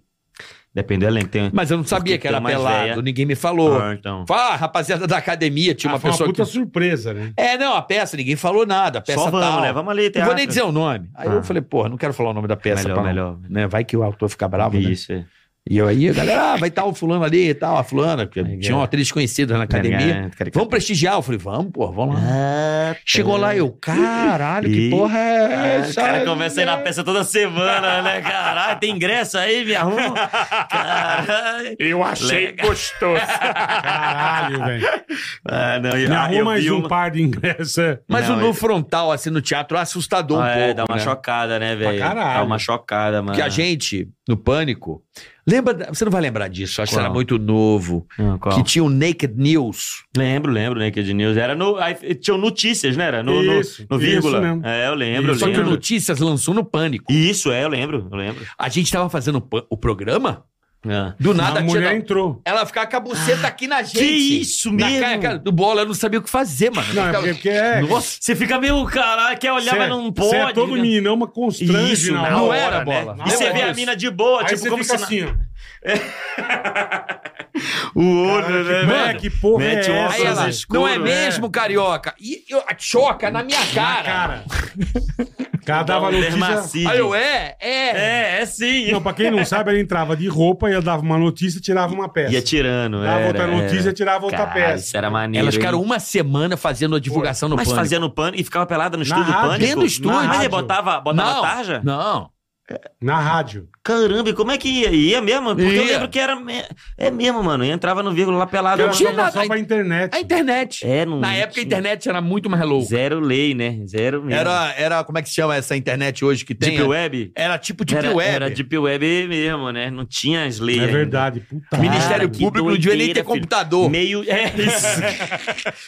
S5: Depende do elenco. Tem...
S4: Mas eu não sabia
S5: Porque
S4: que era
S5: tem mais
S4: pelado,
S5: véia.
S4: ninguém me falou.
S5: Ah, então.
S4: Fala, ah, rapaziada da academia, tinha
S3: Ah,
S4: uma
S3: foi
S4: pessoa
S3: uma puta
S4: que...
S3: surpresa, né?
S4: É, não, a peça, ninguém falou nada, a peça
S5: Só vamos,
S4: tal.
S5: né? Vamos ali,
S4: Não
S5: teatro.
S4: vou nem dizer o nome. Aí
S5: Ah.
S4: eu falei, porra, não quero falar o nome da peça.
S5: Melhor,
S4: pra não-
S5: melhor.
S4: Né? Vai que o autor fica bravo, né?
S5: Isso, é.
S4: E eu aí, a galera, ah, vai estar o fulano ali e tal, a fulana. porque
S5: Legal.
S4: Tinha uma atriz conhecida na academia. Vamos prestigiar? Eu falei, vamos, porra, vamos lá.
S5: Ah,
S4: Chegou lá eu, caralho, que
S5: Ih,
S4: porra é
S5: Os
S4: essa?
S5: caras conversam aí na peça toda semana, né? Caralho, tem ingresso aí, me arruma. Caralho.
S9: Eu achei
S5: Legal.
S9: gostoso.
S3: Caralho, velho.
S5: Ah, não, eu,
S3: Me arruma
S5: eu
S3: mais
S5: vi
S3: um
S5: uma-
S3: par de ingressos. é.
S4: Mas
S5: Não,
S4: o nu
S5: eu-
S4: frontal, assim, no teatro, assustador um
S5: Ah, é,
S4: pouco,
S5: dá uma Ah.
S4: né?
S5: chocada, né, velho?
S3: caralho.
S5: Dá uma chocada, mano.
S4: Porque a gente, no Pânico, lembra... da- Você não vai lembrar disso, acho que você era
S5: Qual?
S4: muito novo.
S5: Não, qual?
S4: Que tinha o Naked News.
S5: Lembro, lembro, né, que de News. Era no... Aí, tinha o notícias, né? Era no, no,
S3: Isso,
S5: no vírgula.
S3: isso mesmo.
S5: É, eu
S3: Isso,
S5: lembro, eu
S4: Só que o
S5: lembro.
S4: Notícias lançou no Pânico.
S5: Isso, é, eu lembro, eu lembro.
S4: A gente tava fazendo o pan- o programa,
S5: Ah.
S4: do nada
S3: a
S4: tia
S3: mulher
S4: da-
S3: entrou.
S4: Ela ficava com a buceta aqui na gente.
S5: isso
S4: na
S5: mesmo?
S4: Cara, cara, do bola, eu não sabia o que fazer, mano.
S3: Não, é
S4: Ficava-
S3: porque, porque é.
S4: Nossa,
S5: Você fica meio, caralho, quer olhar,
S3: cê é-
S5: mas não pode.
S3: cê é todo
S5: né?
S3: meninão, mas constrange
S5: Isso,
S3: na
S5: na
S3: hora.
S4: não
S5: hora,
S4: era
S5: né?
S4: bola.
S5: E
S3: Na
S5: você
S3: hora.
S5: vê a mina de boa,
S3: Aí
S5: tipo,
S3: você
S5: como
S3: fica
S5: se... na-
S3: assim, ó.
S5: O
S3: Cara,
S5: olho,
S3: que
S5: né,
S3: merda,
S5: velho?
S3: que porra é
S5: Mete o
S3: essa?
S5: óculos
S4: Aí ela,
S5: escuro,
S4: não é
S5: né?
S4: mesmo, carioca? E eu, choca na minha cara.
S3: Cara. O cara dava notícia...
S5: Dermacide.
S4: Aí eu, é, é.
S5: É, é sim.
S3: Não, pra quem não sabe, ele entrava de roupa, ia dava uma notícia e tirava uma peça.
S5: Ia tirando,
S3: Dava
S5: era,
S3: outra notícia e
S5: era.
S3: tirava outra
S5: Cara,
S3: peça.
S5: Isso era maneiro.
S4: Elas
S5: hein?
S4: ficaram uma semana fazendo a divulgação no
S5: Mas
S4: Pânico.
S5: fazia no pano e ficava pelada no
S3: Na
S5: estúdio do
S3: rádio.
S5: pânico.
S4: Dentro do estúdio.
S5: Mas ele
S3: rádio.
S5: botava, botava
S4: não,
S5: tarja?
S4: Não. é-
S3: Na rádio.
S5: Caramba, e como é que ia? Ia mesmo? Porque eu
S4: Ia.
S5: lembro que era. me- É mesmo, mano. Eu entrava no vírgula lá pelado.
S3: Era
S5: mano.
S3: só,
S4: tinha
S3: pra-
S4: nada.
S3: só pra internet.
S4: A internet.
S5: É, não
S4: Na época a
S5: tinha.
S4: internet era muito mais louca.
S5: Zero lei, né? Zero mesmo.
S4: Era, era, como é que se chama essa internet hoje que tem?
S5: Deep Web?
S4: Era tipo Deep
S5: era,
S4: Web.
S5: Era Deep Web mesmo, né? Não tinha as leis.
S3: É
S5: ainda.
S3: verdade, puta.
S4: O Ministério
S5: Cara, Ah, que
S4: Público não devia nem ter
S5: doideira, filho.
S4: computador.
S5: Meio. É isso.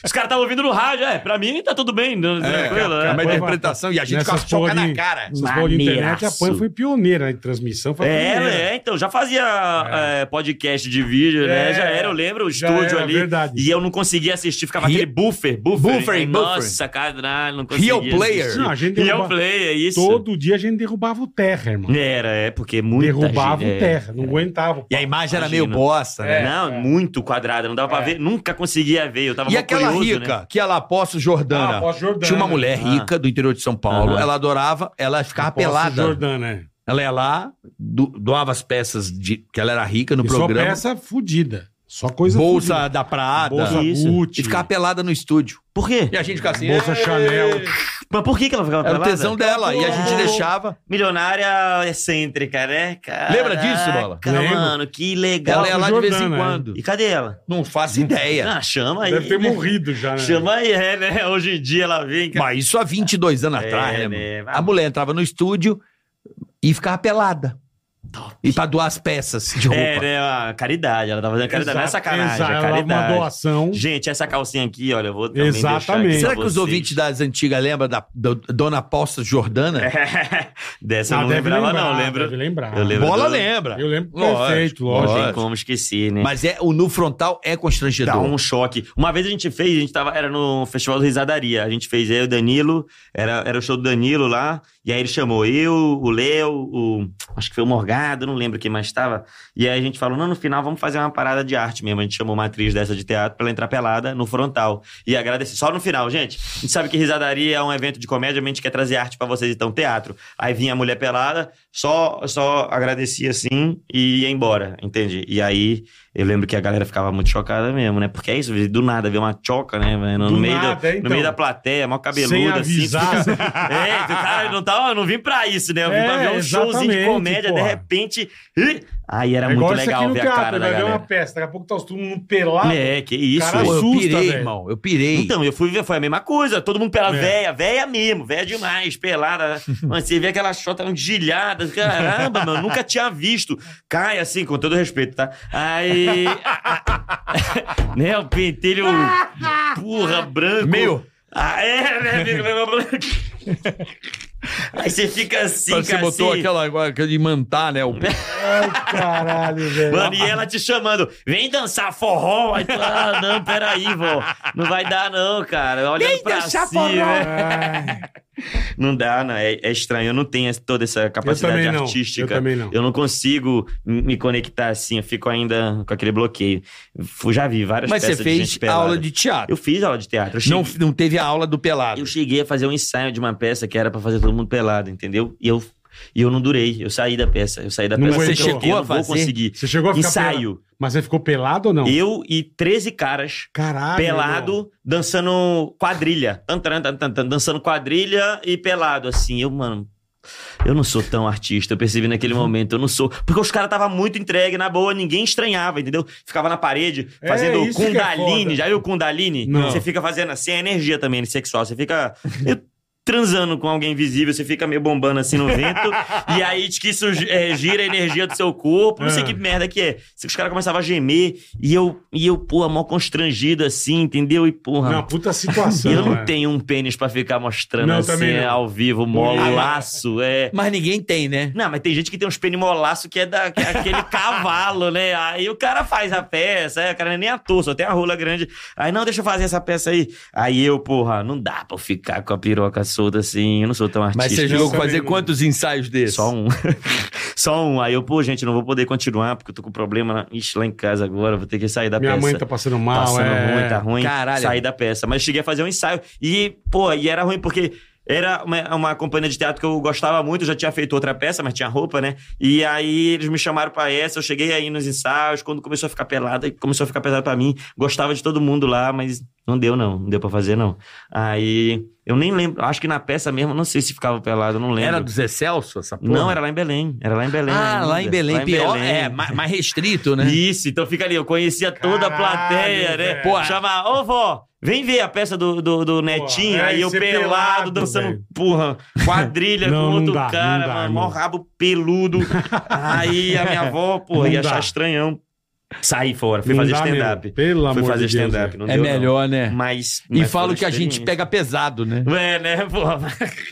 S5: Os caras estavam ouvindo no rádio. É, pra mim tá tudo bem. não- Tranquilo.
S4: É uma
S5: É,
S3: Acabou,
S4: interpretação e a gente
S3: Nessas
S4: ficava choca
S3: porra
S4: na
S3: de-
S4: cara.
S3: Essas bolas de internet, a
S5: Maneiraço.
S3: PAN foi pioneira em transmissão. Foi
S5: É,
S3: pioneira.
S5: é, então, já fazia é, podcast de vídeo, né?
S3: É,
S5: já era, eu lembro, o
S3: já
S5: estúdio
S3: era,
S5: ali.
S3: verdade.
S5: E eu não conseguia assistir, ficava
S4: Ri-
S5: aquele buffer, buffer.
S4: Buffer,
S5: Aí,
S4: buffer.
S5: Nossa, caralho, não conseguia.
S4: Real player.
S5: assistir.
S3: Não, a
S4: é
S3: gente
S4: um
S5: Real
S3: derruba...
S5: player, é isso.
S3: Todo dia a gente derrubava o terra, irmão.
S5: Era, é, porque muito.
S3: Derrubava
S5: gente,
S3: o
S5: é.
S3: terra, não aguentava.
S4: E a imagem era
S5: Imagina.
S4: meio bosta, né?
S3: É.
S5: não, muito quadrada, não dava pra ver, nunca conseguia ver. Eu tava
S4: É. E
S5: mó
S4: aquela
S5: curioso,
S4: rica
S5: né?
S4: que ela posso Jordana.
S3: Ah, Poço Jordana.
S4: Tinha uma mulher
S5: Ah.
S4: rica do interior de São Paulo,
S5: Aham.
S4: ela adorava, ela ficava pelada.
S3: Jordana, é.
S4: Ela ia lá, do- doava as peças de, que ela era rica no
S3: E só
S4: programa.
S3: peça fudida. Só coisa
S4: Bolsa da Prada.
S3: Bolsa
S5: Isso.
S3: Gucci.
S4: E ficar pelada no estúdio.
S5: Por quê?
S4: E a gente ficava assim.
S3: Bolsa
S4: "Ei".
S3: Chanel.
S5: Mas por que, que ela ficava
S4: Era o
S5: pelada?
S4: tesão dela. E a gente
S5: Porra.
S4: deixava.
S5: Milionária excêntrica, né? Caraca,
S4: Lembra disso, Bola?
S3: Lembro.
S5: mano, que legal.
S4: Ela ia lá de
S3: Jordana,
S4: vez em
S3: né?
S4: quando.
S5: E cadê ela?
S4: Não faço ideia.
S5: Ah, chama aí.
S3: Deve ter
S5: né?
S3: morrido já, né?
S5: Chama aí, é, né? Hoje em dia ela vem. cara.
S4: Mas isso há 22 anos
S5: É,
S4: atrás, né,
S5: né?
S4: mano? A mulher entrava no estúdio e ficava pelada. E pra doar as peças de roupa.
S5: É, né? A caridade, ela tá fazendo caridade. Não é
S3: Exato,
S5: sacanagem,
S3: exato.
S5: é
S3: Ela dava
S5: caridade.
S3: uma doação.
S5: Gente, essa calcinha aqui, olha, eu vou também
S3: Exatamente.
S5: deixar
S4: Será
S5: aqui pra
S4: que os
S5: vocês.
S4: ouvintes das antigas lembram da, da Dona Posta Jordana?
S5: Dessa eu
S3: Ah,
S5: não
S3: deve
S5: lembrava,
S3: lembrar,
S5: não, lembro.
S3: Deve lembrar.
S5: É. Eu lembro.
S4: Bola
S5: do-
S4: lembra.
S3: Eu lembro
S4: Lógico,
S3: perfeito, lógico.
S5: Não tem
S4: lógico.
S5: como esquecer, né?
S4: Mas é, o nu frontal é
S5: Dá
S4: constrangedor.
S5: um choque. Uma vez a gente fez, a gente tava, era no Festival do Risadaria. A gente fez aí o Danilo, era, era o show do Danilo lá. E aí ele chamou eu, o Léo, o. Acho que foi o Morgado, não lembro quem mais estava. E aí a gente falou: não, no final vamos fazer uma parada de arte mesmo. A gente chamou uma atriz dessa de teatro pra ela entrar pelada no frontal. E agradecer. Só no final, gente. A gente sabe que Risadaria é um evento de comédia, mas a gente quer trazer arte pra vocês, então teatro. Aí vinha a mulher pelada, só, só agradecia assim e ia embora, entende? E aí. Eu lembro que a galera ficava muito chocada mesmo, né? Porque é isso, do nada ver uma choca, né? velho? No,
S3: Do
S5: meio
S3: nada,
S5: da,
S3: é, então.
S5: no meio da plateia, mó cabeluda,
S3: Sem
S5: assim.
S3: avisar.
S5: tu fica- é, tu, cara, não, tava, não vim pra isso, né? Eu vim
S3: É,
S5: pra ver um showzinho de
S3: exatamente,
S5: comédia, de
S3: porra.
S5: repente. Ih! Aí era
S3: É igual
S5: muito
S3: isso aqui
S5: legal
S3: no
S5: ver a
S3: teatro,
S5: cara da
S3: vai ver
S5: galera.
S3: uma peça, daqui a pouco tá os todo mundo pelado.
S5: É, que isso.
S4: Pô,
S3: Cara,
S5: velho.
S4: eu
S3: Assusta,
S4: pirei,
S3: velho.
S4: irmão. Eu pirei.
S5: Então, eu fui ver, foi a mesma coisa. Todo mundo pela
S3: É.
S5: véia, véia mesmo, véia demais, pelada. Mano, você vê aquela chota gilhada, caramba, mano, nunca tinha visto. Cai assim, com todo respeito, tá? Aí. né, o pentelho. Porra, branco.
S4: Meu.
S5: Ah, é, né, amigo? meu branco. Aí você fica assim,
S4: Parece que
S5: cara.
S4: botou
S5: assim.
S4: aquela, aquela de mantar, né? O...
S3: Ai, caralho, velho.
S5: Mano, e é ela te chamando, vem dançar forró. Aí tu, ah, não, peraí, vó. Não vai dar, não, cara. Olha pra
S4: dançar
S5: cima.
S4: forró.
S5: né?
S3: Ai,
S5: Não dá, não. É, é estranho. Eu não tenho essa- toda essa capacidade
S3: também não.
S5: artística.
S3: Eu também não.
S5: consigo m- me conectar assim. Eu fico ainda com aquele bloqueio. Fu- Já vi várias
S4: Mas você
S5: peças de
S4: fez
S5: gente pelada.
S4: aula de teatro.
S5: Eu fiz aula de teatro. Eu cheguei,
S4: Não, não teve a aula do pelado.
S5: eu cheguei a fazer um ensaio de uma peça que era pra fazer todo mundo pelado, entendeu? E eu, e eu não durei. Eu saí da peça. Eu saí da
S3: Não
S5: peça.
S3: aguentou.
S5: porque eu
S4: Chegou a
S5: não vou
S4: fazer?
S5: conseguir.
S3: Você chegou a ficar pelado?
S5: Ensaio.
S3: Mas você ficou pelado ou não?
S5: Eu e 13 caras
S3: Caralho.
S5: pelado,
S3: irmão.
S5: dançando quadrilha. Tan, tan, tan, tan, tan, Dançando quadrilha e pelado, assim. Eu, mano. Eu não sou tão artista, eu percebi naquele
S3: Uhum.
S5: momento, eu não sou. Porque os caras tava muito entregue, na boa, ninguém estranhava, entendeu? Ficava na parede,
S3: É,
S5: fazendo
S3: isso que é
S5: Kundalini.
S3: foda.
S5: já viu o Kundalini?
S3: Não.
S5: Você fica fazendo assim, é energia também sexual. Você fica eu- transando com alguém invisível, você fica meio bombando assim no vento. e aí diz que isso é, gira a energia do seu corpo. Não sei
S3: Ah.
S5: que merda que é. Os caras começavam a gemer e eu, e eu porra, mó constrangido assim, entendeu? E porra.
S3: Não, puta situação.
S5: eu não
S3: é.
S5: tenho um pênis pra ficar mostrando
S3: Não,
S5: assim,
S3: também não.
S5: ao vivo, molaço,
S3: Ah,
S5: é.
S4: Mas ninguém tem, né?
S5: Não, mas tem gente que tem uns pênis molaço que é daquele cavalo, né? Aí o cara faz a peça, aí o cara não é nem ator, só tem a rola grande. Aí, não, deixa eu fazer essa peça aí. Aí eu, porra, não dá pra eu ficar com a piroca solta assim, eu não sou tão artista.
S4: Mas você
S3: não
S4: jogou
S3: sabia,
S4: fazer
S3: não.
S4: quantos ensaios desses?
S5: Só um. Só um. Aí eu, pô, gente, não vou poder continuar porque eu tô com problema lá- ixi, lá em casa agora, vou ter que sair da
S3: Minha
S5: peça.
S3: mãe tá passando mal,
S5: Passando
S3: é.
S5: ruim, tá ruim.
S4: Caralho.
S5: Saí da peça. Mas cheguei a fazer um ensaio. E, pô, e era ruim porque era uma, uma companhia de teatro que eu gostava muito, eu já tinha feito outra peça, mas tinha roupa, né? E aí eles me chamaram pra essa, eu cheguei aí nos ensaios, quando começou a ficar pelada, começou a ficar pesado pra mim. Gostava de todo mundo lá, mas não deu não, não deu pra fazer não. Aí eu nem lembro, acho que na peça mesmo, não sei se ficava pelado, não um lembro.
S4: Era do Zé Celso essa porra?
S5: Não, era lá em Belém. Era lá em Belém.
S4: Ah,
S5: ainda.
S4: lá em Belém. pior, é, ma- mais, restrito, né?
S5: Isso, então fica ali. Eu conhecia toda a
S3: Caralho,
S5: plateia, né?
S3: velho.
S5: Pô, Chama, ô vó, vem ver a peça do, do, do Netinho.
S3: é,
S5: aí eu
S3: você
S5: pelado,
S3: pelado,
S5: dançando,
S3: velho.
S5: porra, quadrilha
S3: Não,
S5: com
S3: não
S5: outro
S3: dá, não
S5: cara,
S3: dá,
S5: mano,
S3: não.
S5: mó rabo peludo. aí a minha avó, porra,
S3: Não
S5: ia
S3: dá.
S5: achar estranhão. Saí fora, fui
S3: Não
S5: fazer
S3: dá mesmo.
S5: stand-up.
S3: Pelo amor
S5: Fui
S3: de
S5: fazer
S3: Deus,
S5: stand-up,
S3: velho.
S5: não
S4: é
S5: deu, não.
S4: melhor, né?
S5: Mas,
S4: e
S5: mas
S4: falo
S5: foi
S4: que a gente
S5: experiência.
S4: pega pesado, né?
S5: É, né, porra?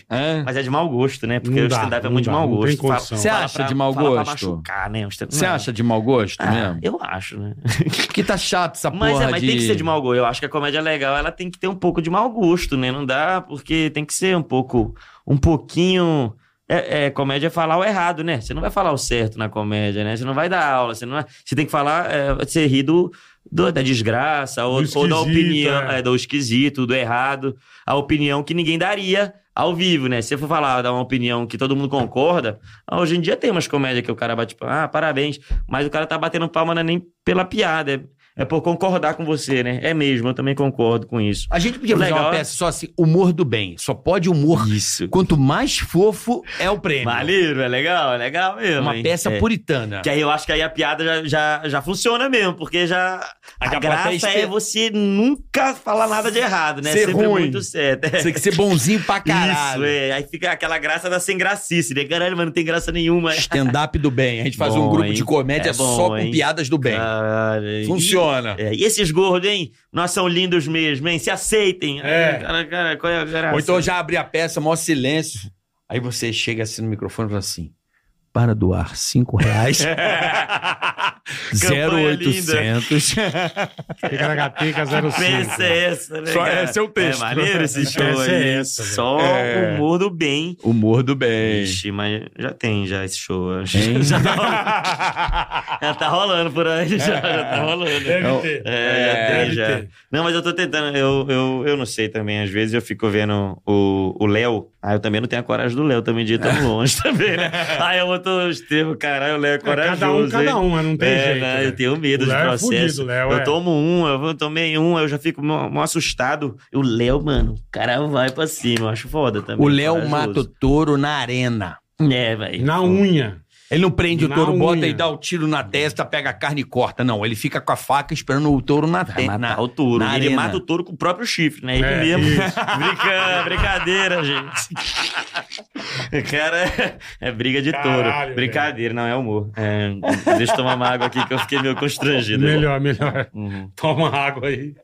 S4: Hã?
S5: Mas é de mau gosto, né? Porque
S3: Não
S5: o
S3: dá,
S5: stand-up é
S3: não
S5: muito
S3: dá,
S5: de mau
S3: não tem
S5: gosto. Fala-
S3: condição.
S5: fala
S4: Você acha
S5: pra-
S4: de mau
S5: fala pra
S4: gosto?
S5: machucar, né? O stand-
S4: Você
S5: Não.
S4: acha de mau gosto
S5: Ah,
S4: mesmo?
S5: Eu acho, né?
S4: Porque tá chato essa
S5: Mas,
S4: porra
S5: é, mas
S4: de...
S5: tem que ser de mau gosto. Eu acho que a comédia é legal, ela tem que ter um pouco de mau gosto, né? Não dá, porque tem que ser um pouco, um pouquinho... É, é, comédia é falar o errado, né? Você não vai falar o certo na comédia, né? Você não vai dar aula, você não vai... Você tem que falar, é, você rir do, do- da desgraça, ou,
S3: Do
S5: ou da
S3: esquisito,
S5: opinião,
S3: é.
S5: é, do esquisito, do errado, a opinião que ninguém daria ao vivo, né? Se você for falar, dar uma opinião que todo mundo concorda, ah, hoje em tipo, dia tem umas comédias que o cara bate palma, ah, parabéns, mas o cara tá batendo palma não é nem pela piada, é, é por concordar com você, né? É mesmo, eu também concordo com isso.
S4: A gente podia fazer
S5: Legal.
S4: uma peça só assim, humor do bem. Só pode humor.
S5: Isso.
S4: Quanto mais fofo é o prêmio.
S5: Maneiro, é legal, é legal mesmo.
S4: Uma
S5: hein?
S4: peça
S5: É.
S4: puritana.
S5: Que aí eu acho que aí a piada já, já, já funciona mesmo, porque já.
S4: A
S5: A,
S4: plateia
S5: graça
S4: espera-
S5: é você nunca falar nada de errado, né?
S4: Ser
S5: Sempre
S4: ruim.
S5: muito certo. É.
S4: Você tem que ser bonzinho pra
S5: Isso,
S4: caralho.
S5: é. Aí fica aquela graça da sem gracice, né? Caralho, mas não tem graça nenhuma.
S4: Stand-up do bem. A gente faz
S5: Bom,
S4: um grupo
S5: hein?
S4: de comédia
S5: É bom,
S4: só com
S5: hein?
S4: piadas do bem.
S5: Caralho. hein?
S4: Funciona.
S5: E, é, e esses gordos, hein? Nós são lindos mesmo, hein? Se aceitem.
S3: É.
S5: Cara, cara, qual é a graça?
S4: Ou então já abri a peça, maior silêncio. Aí você chega assim no microfone e fala assim: para doar cinco reais,
S5: É, Campanha
S4: 0800.
S3: Ticaracateca 05.
S5: Pensa essa, né?
S4: Só
S5: cara?
S4: esse é o texto.
S5: É maneiro esse show
S3: Essa é
S5: aí.
S3: essa, velho.
S5: Só
S4: É.
S5: humor do bem.
S4: Humor do bem.
S5: Ixi, mas já tem já esse show. eu acho.
S4: Hein?
S5: Já, tá rolando, já tá rolando por aí. Já, já tá rolando. É,
S3: Deve ter. deve
S5: já tem, já.
S3: ter.
S5: Não, mas eu tô tentando. Eu, eu, eu não sei também. Às vezes eu fico vendo o o Léo. Ah, eu também não tenho a coragem do Léo também de ir tão longe também, né? Ah, eu botou os termos. Caralho, o Léo é
S3: É,
S5: corajoso.
S3: cada um, cada
S5: hein?
S3: um, mas não tem
S5: É,
S3: jeito.
S5: né,
S3: né?
S5: eu tenho medo
S3: O
S5: de
S3: Léo é
S5: processo.
S3: fudido, o Léo
S5: eu
S3: é.
S5: tomo um, eu vou- tomei um, eu já fico mó, mó assustado. E o Léo, mano, o cara vai pra cima, eu acho foda também.
S4: O Léo
S5: corajoso.
S4: mata o touro na arena.
S5: É, velho.
S3: Na um, unha.
S4: Ele não prende
S3: Na
S4: o touro, bota
S3: unha.
S4: e dá o tiro na testa, pega a carne e corta. Não, ele fica com a faca esperando o touro na
S5: Vai
S4: testa.
S5: matar o touro.
S4: na
S5: Ele
S4: arena.
S5: mata o touro com o próprio chifre, né? Ele
S3: É,
S5: mesmo.
S3: isso.
S5: Brinca- brincadeira, gente. Cara, é- é briga de
S3: Caralho,
S5: touro. Brincadeira, não, é humor. É, deixa eu tomar uma água aqui que eu fiquei meio constrangido.
S3: Melhor, melhor.
S5: Uhum.
S3: Toma água aí.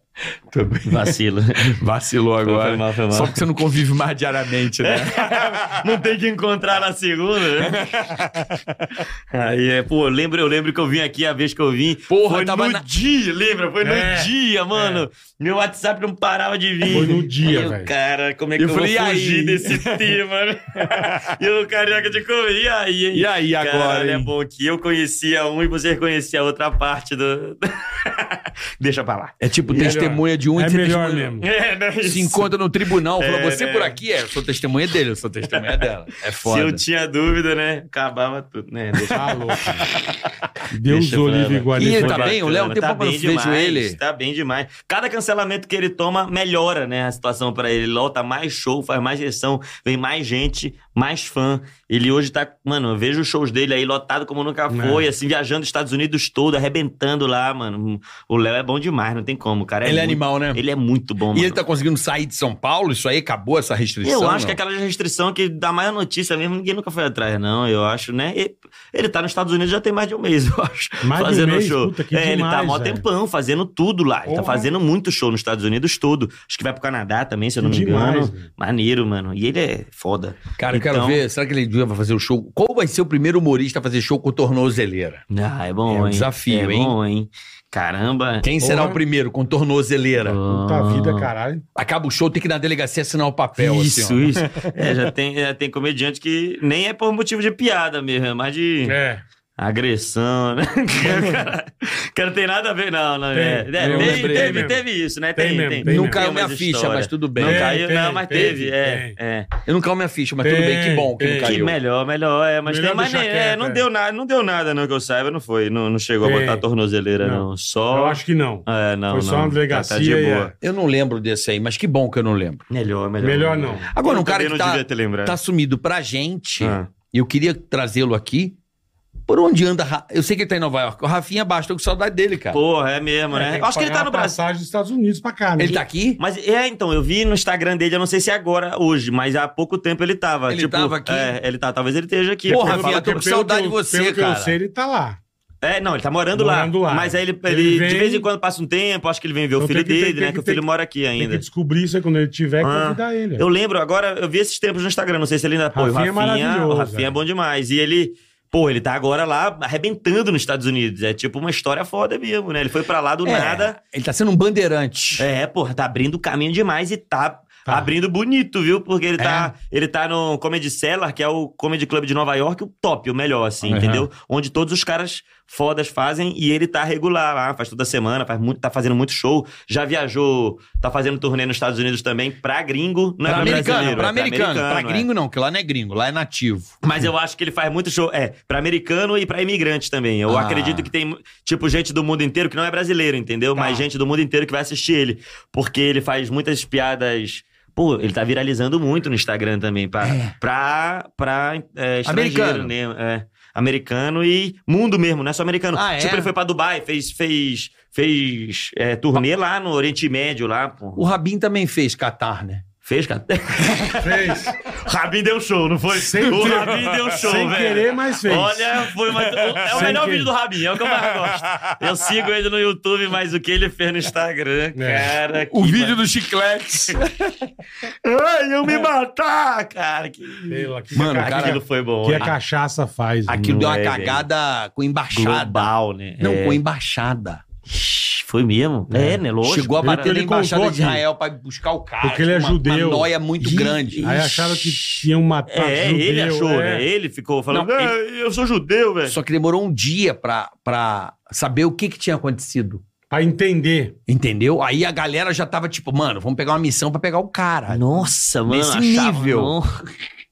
S5: Vacilo.
S4: Vacilou
S5: Foi mal, foi mal.
S4: Só porque você não convive mais diariamente, né?
S5: Não tem que encontrar na segunda, né? Aí, é, pô, eu lembro, eu lembro que eu vim aqui a vez que eu vim.
S4: Porra,
S5: foi
S4: tava
S5: no
S4: na-
S5: dia, lembra? Foi
S3: É,
S5: no dia, mano. Meu WhatsApp não parava de vir.
S3: Foi no dia,
S5: Eu,
S3: velho.
S5: Cara, como é que eu,
S4: Eu falei,
S5: vou
S4: e aí?
S5: fugir desse tema, né? e o carioca de comer, e aí, hein?
S4: E aí,
S5: Caralho,
S4: agora,
S5: é
S4: hein?
S5: bom que eu conhecia um e você conhecia a outra parte do... Deixa pra lá.
S4: É tipo
S3: Melhor.
S4: testemunha de um e
S3: É
S4: você
S3: melhor
S4: testemunha-
S3: mesmo.
S5: É, né?
S4: Se
S5: Isso.
S4: encontra no tribunal, fala,
S5: É,
S4: você
S5: né?
S4: por aqui é, eu sou testemunha dele, eu sou testemunha dela. É
S5: Se eu
S4: foda.
S5: tinha dúvida, né? Acabava tudo, né? Deixa
S3: Tá louco. Deus
S5: Deixa né? pra
S3: Oliva
S5: lá.
S4: E ele
S3: Igualito.
S4: tá bem? O Léo, tem pouco que eu não vejo
S5: demais,
S4: ele.
S5: Tá bem demais. Cada cancelamento que ele toma melhora, né, a situação pra ele. LOL tá mais show, faz mais sessão, vem mais gente, mais fã. Ele hoje tá, mano, eu vejo os shows dele aí lotado como nunca foi, assim, viajando os Estados Unidos todo, arrebentando lá, mano. O Léo é bom demais, não tem como, o cara.
S4: Ele é
S5: muito-
S4: animal, né?
S5: Ele é muito bom, mano.
S4: E ele tá conseguindo sair de São Paulo? Isso aí acabou essa restrição?
S5: Eu acho que é
S4: não?
S5: aquela restrição que dá maior notícia mesmo, ninguém nunca foi atrás, não, eu acho, né? E- ele tá nos Estados Unidos já tem mais de um mês, eu acho.
S3: Mais de um
S5: fazendo
S3: mês?
S5: show.
S3: Puta, que
S5: é, ele tá
S3: demais,
S5: mó
S3: velho.
S5: tempão fazendo tudo lá. Ele tá
S3: Porra.
S5: fazendo muito show nos Estados Unidos todo. Acho que vai pro Canadá também, se eu não me
S3: Demais,
S5: engano.
S3: velho.
S5: Maneiro, mano. E ele é foda.
S4: Cara, eu quero
S5: Então-
S4: ver, será que ele um dia vai fazer o show? Qual vai ser o primeiro humorista a fazer show com tornozeleira?
S5: Ah, é bom,
S4: É um
S5: hein?
S4: desafio,
S5: é
S4: hein?
S5: bom, hein? Caramba.
S4: Quem
S3: Porra.
S4: será o primeiro com tornozeleira?
S3: Puta vida,
S5: Ah.
S3: caralho.
S4: Acaba o show, tem que ir na delegacia assinar o papel,
S5: Isso,
S4: assim, ó.
S5: isso. É, já tem, já tem comediante que nem é por motivo de piada mesmo, é mais de.
S3: É.
S5: Agressão, né? cara, cara, não tem nada a ver, não. não
S3: Tem,
S5: é, é,
S3: eu
S5: teve,
S3: lembrei.
S5: teve,
S3: Tem mesmo.
S5: teve isso, né?
S3: Tem
S5: Tem,
S3: mesmo,
S5: tem.
S3: tem
S4: Não
S3: mesmo.
S4: caiu
S5: Tem
S4: minha
S5: umas
S4: ficha,
S5: histórias.
S4: mas tudo bem.
S5: Não
S3: Tem,
S5: caiu,
S3: tem,
S5: não, mas
S3: tem,
S5: teve. é,
S3: tem.
S5: é.
S4: Eu não caiu minha ficha, mas tudo
S3: Tem,
S4: bem, que bom que
S3: tem.
S4: não
S5: Que
S4: caiu.
S5: melhor, melhor, é. Mas,
S3: Melhor
S5: tem, mas
S3: deixar
S5: nem, é,
S3: quieto,
S5: não
S3: é.
S5: deu nada, não deu nada, não, que eu saiba, não foi. Não, não chegou a
S3: Tem.
S5: botar a tornozeleira, não.
S3: Não.
S5: Só.
S3: Eu acho que não.
S5: É, não,
S3: Foi
S5: não.
S3: só uma
S5: Tá-
S3: delegacia.
S5: Tá, de
S3: e é.
S5: boa.
S4: Eu não lembro desse aí, mas que bom que eu não lembro.
S5: Melhor, melhor.
S3: Melhor não.
S4: Agora, um cara
S5: também
S4: que
S5: Ah, não
S4: tá-
S5: devia ter lembrado.
S4: Tá sumido pra gente.
S5: É. Ah.
S4: E eu queria trazê-lo aqui. Por onde anda? Ra- Eu sei que ele tá em Nova York. O Rafinha Bastos, tô com saudade dele, cara.
S5: Porra, é mesmo, né?
S3: Tem
S5: Eu acho que ele
S3: pagar
S5: tá no
S3: a
S5: Brasil.
S3: passagem dos Estados Unidos pra cá, né?
S4: ele tá aqui?
S5: Mas é, então, eu vi no Instagram dele, eu não sei se é agora, hoje, mas há pouco tempo ele tava.
S4: Ele
S5: tipo,
S4: tava aqui?
S5: É, ele tá, talvez ele esteja aqui.
S4: Porra,
S5: Porque-
S4: Rafinha, tô com
S3: Porque pelo
S4: saudade
S3: que eu-
S4: de você,
S3: pelo
S4: cara.
S3: que eu sei, ele tá lá.
S5: É, não, ele tá morando,
S3: Morando
S5: lá,
S3: lá.
S5: Mas aí ele,
S3: Ele
S5: ele de
S3: vem-
S5: vez em quando passa um tempo, acho que ele vem ver o
S3: Então
S5: filho
S3: tem que- tem-
S5: dele,
S3: tem
S5: né?
S3: que-
S5: que o
S3: tem
S5: filho
S3: que-
S5: mora aqui
S3: Tem que
S5: ainda.
S3: descobrir isso aí quando ele tiver,
S5: Ah,
S3: convidar ele.
S5: Eu lembro, agora eu vi esses tempos no Instagram, não sei se ele ainda. Pô,
S3: Rafinha é
S5: o Rafinha, o
S3: maravilhoso,
S5: Rafinha é
S3: é.
S5: bom demais. E ele. Pô, ele tá agora lá arrebentando nos Estados Unidos. É tipo uma história foda mesmo, né? Ele foi pra lá do
S4: É,
S5: nada.
S4: Ele tá sendo um bandeirante.
S5: É, porra, tá abrindo o caminho demais e tá
S3: Tá.
S5: Abrindo bonito, viu? Porque
S9: É.
S5: ele tá, ele tá no Comedy Cellar, que é o Comedy Club de Nova York, o top, o melhor, assim,
S9: Aham.
S5: entendeu? Onde todos os caras fodas fazem e ele tá regular lá, faz toda semana, faz muito, tá fazendo muito show, já viajou, tá fazendo turnê nos Estados Unidos também, pra gringo, não
S9: Pra
S5: é pra
S9: americano,
S5: brasileiro,
S9: pra
S5: é
S9: americano. Pra
S5: americano, é.
S9: gringo não, que lá não é gringo, lá é nativo.
S5: Mas eu acho que ele faz muito show. É, pra americano e pra imigrante também. Eu
S9: Ah.
S5: acredito que tem, tipo, gente do mundo inteiro que não é brasileiro, entendeu?
S9: Tá.
S5: Mas gente do mundo inteiro que vai assistir ele. Porque ele faz muitas piadas. Pô, ele tá viralizando muito no Instagram também, pra,
S9: É.
S5: pra, pra é, estrangeiro
S4: Americano.
S5: mesmo. É. Americano e mundo mesmo, não é só americano.
S9: Ah, é?
S5: Tipo, ele foi pra Dubai, fez, fez, fez é, turnê lá no Oriente Médio, lá, pô.
S4: O Rabin também fez Catar, né?
S5: Fez, cara.
S3: Fez.
S5: Rabin deu show, não foi?
S3: Sem
S5: o
S3: querer.
S5: Rabin deu show,
S3: Sem
S5: velho.
S3: querer, mas fez.
S5: Olha, foi uma- é o
S3: Sem
S5: melhor
S3: querer.
S5: vídeo do Rabin, é o que eu mais gosto. Eu sigo ele no YouTube, mas o que ele fez no Instagram,
S3: É.
S5: cara...
S9: O
S5: que-
S9: vídeo do chiclete.
S5: Ai, eu me matar, É. cara. Que...
S3: Pela, que
S9: Mano,
S3: a ca-
S9: cara,
S5: Aquilo foi bom.
S3: que a
S5: né?
S3: cachaça faz. né?
S4: Aquilo deu uma
S5: é,
S4: cagada com embaixada.
S5: global, né?
S4: Não,
S5: É.
S4: com embaixada.
S5: Foi mesmo? É, né? Lógico.
S4: Chegou a
S3: Ele-
S4: bater
S3: ele
S4: na embaixada
S3: contou
S4: de Israel pra buscar o cara. tipo,
S3: Porque ele é
S4: uma,
S3: judeu.
S4: Uma noia muito
S3: Ih,
S4: grande.
S3: né?
S9: é
S3: Aí acharam que tinham matado
S5: É,
S3: judeu.
S5: ele achou,
S3: é.
S5: né? Ele ficou falando,
S4: Não,
S5: "Ah, eu sou judeu, velho.
S4: Só que demorou um dia pra, pra saber o que, que tinha acontecido.
S3: Pra entender.
S4: Entendeu? Aí a galera já tava tipo, mano, vamos pegar uma missão pra pegar o
S3: Ah,
S4: cara.
S5: Nossa, mano,
S4: Nesse
S5: achava,
S4: nível.
S5: não.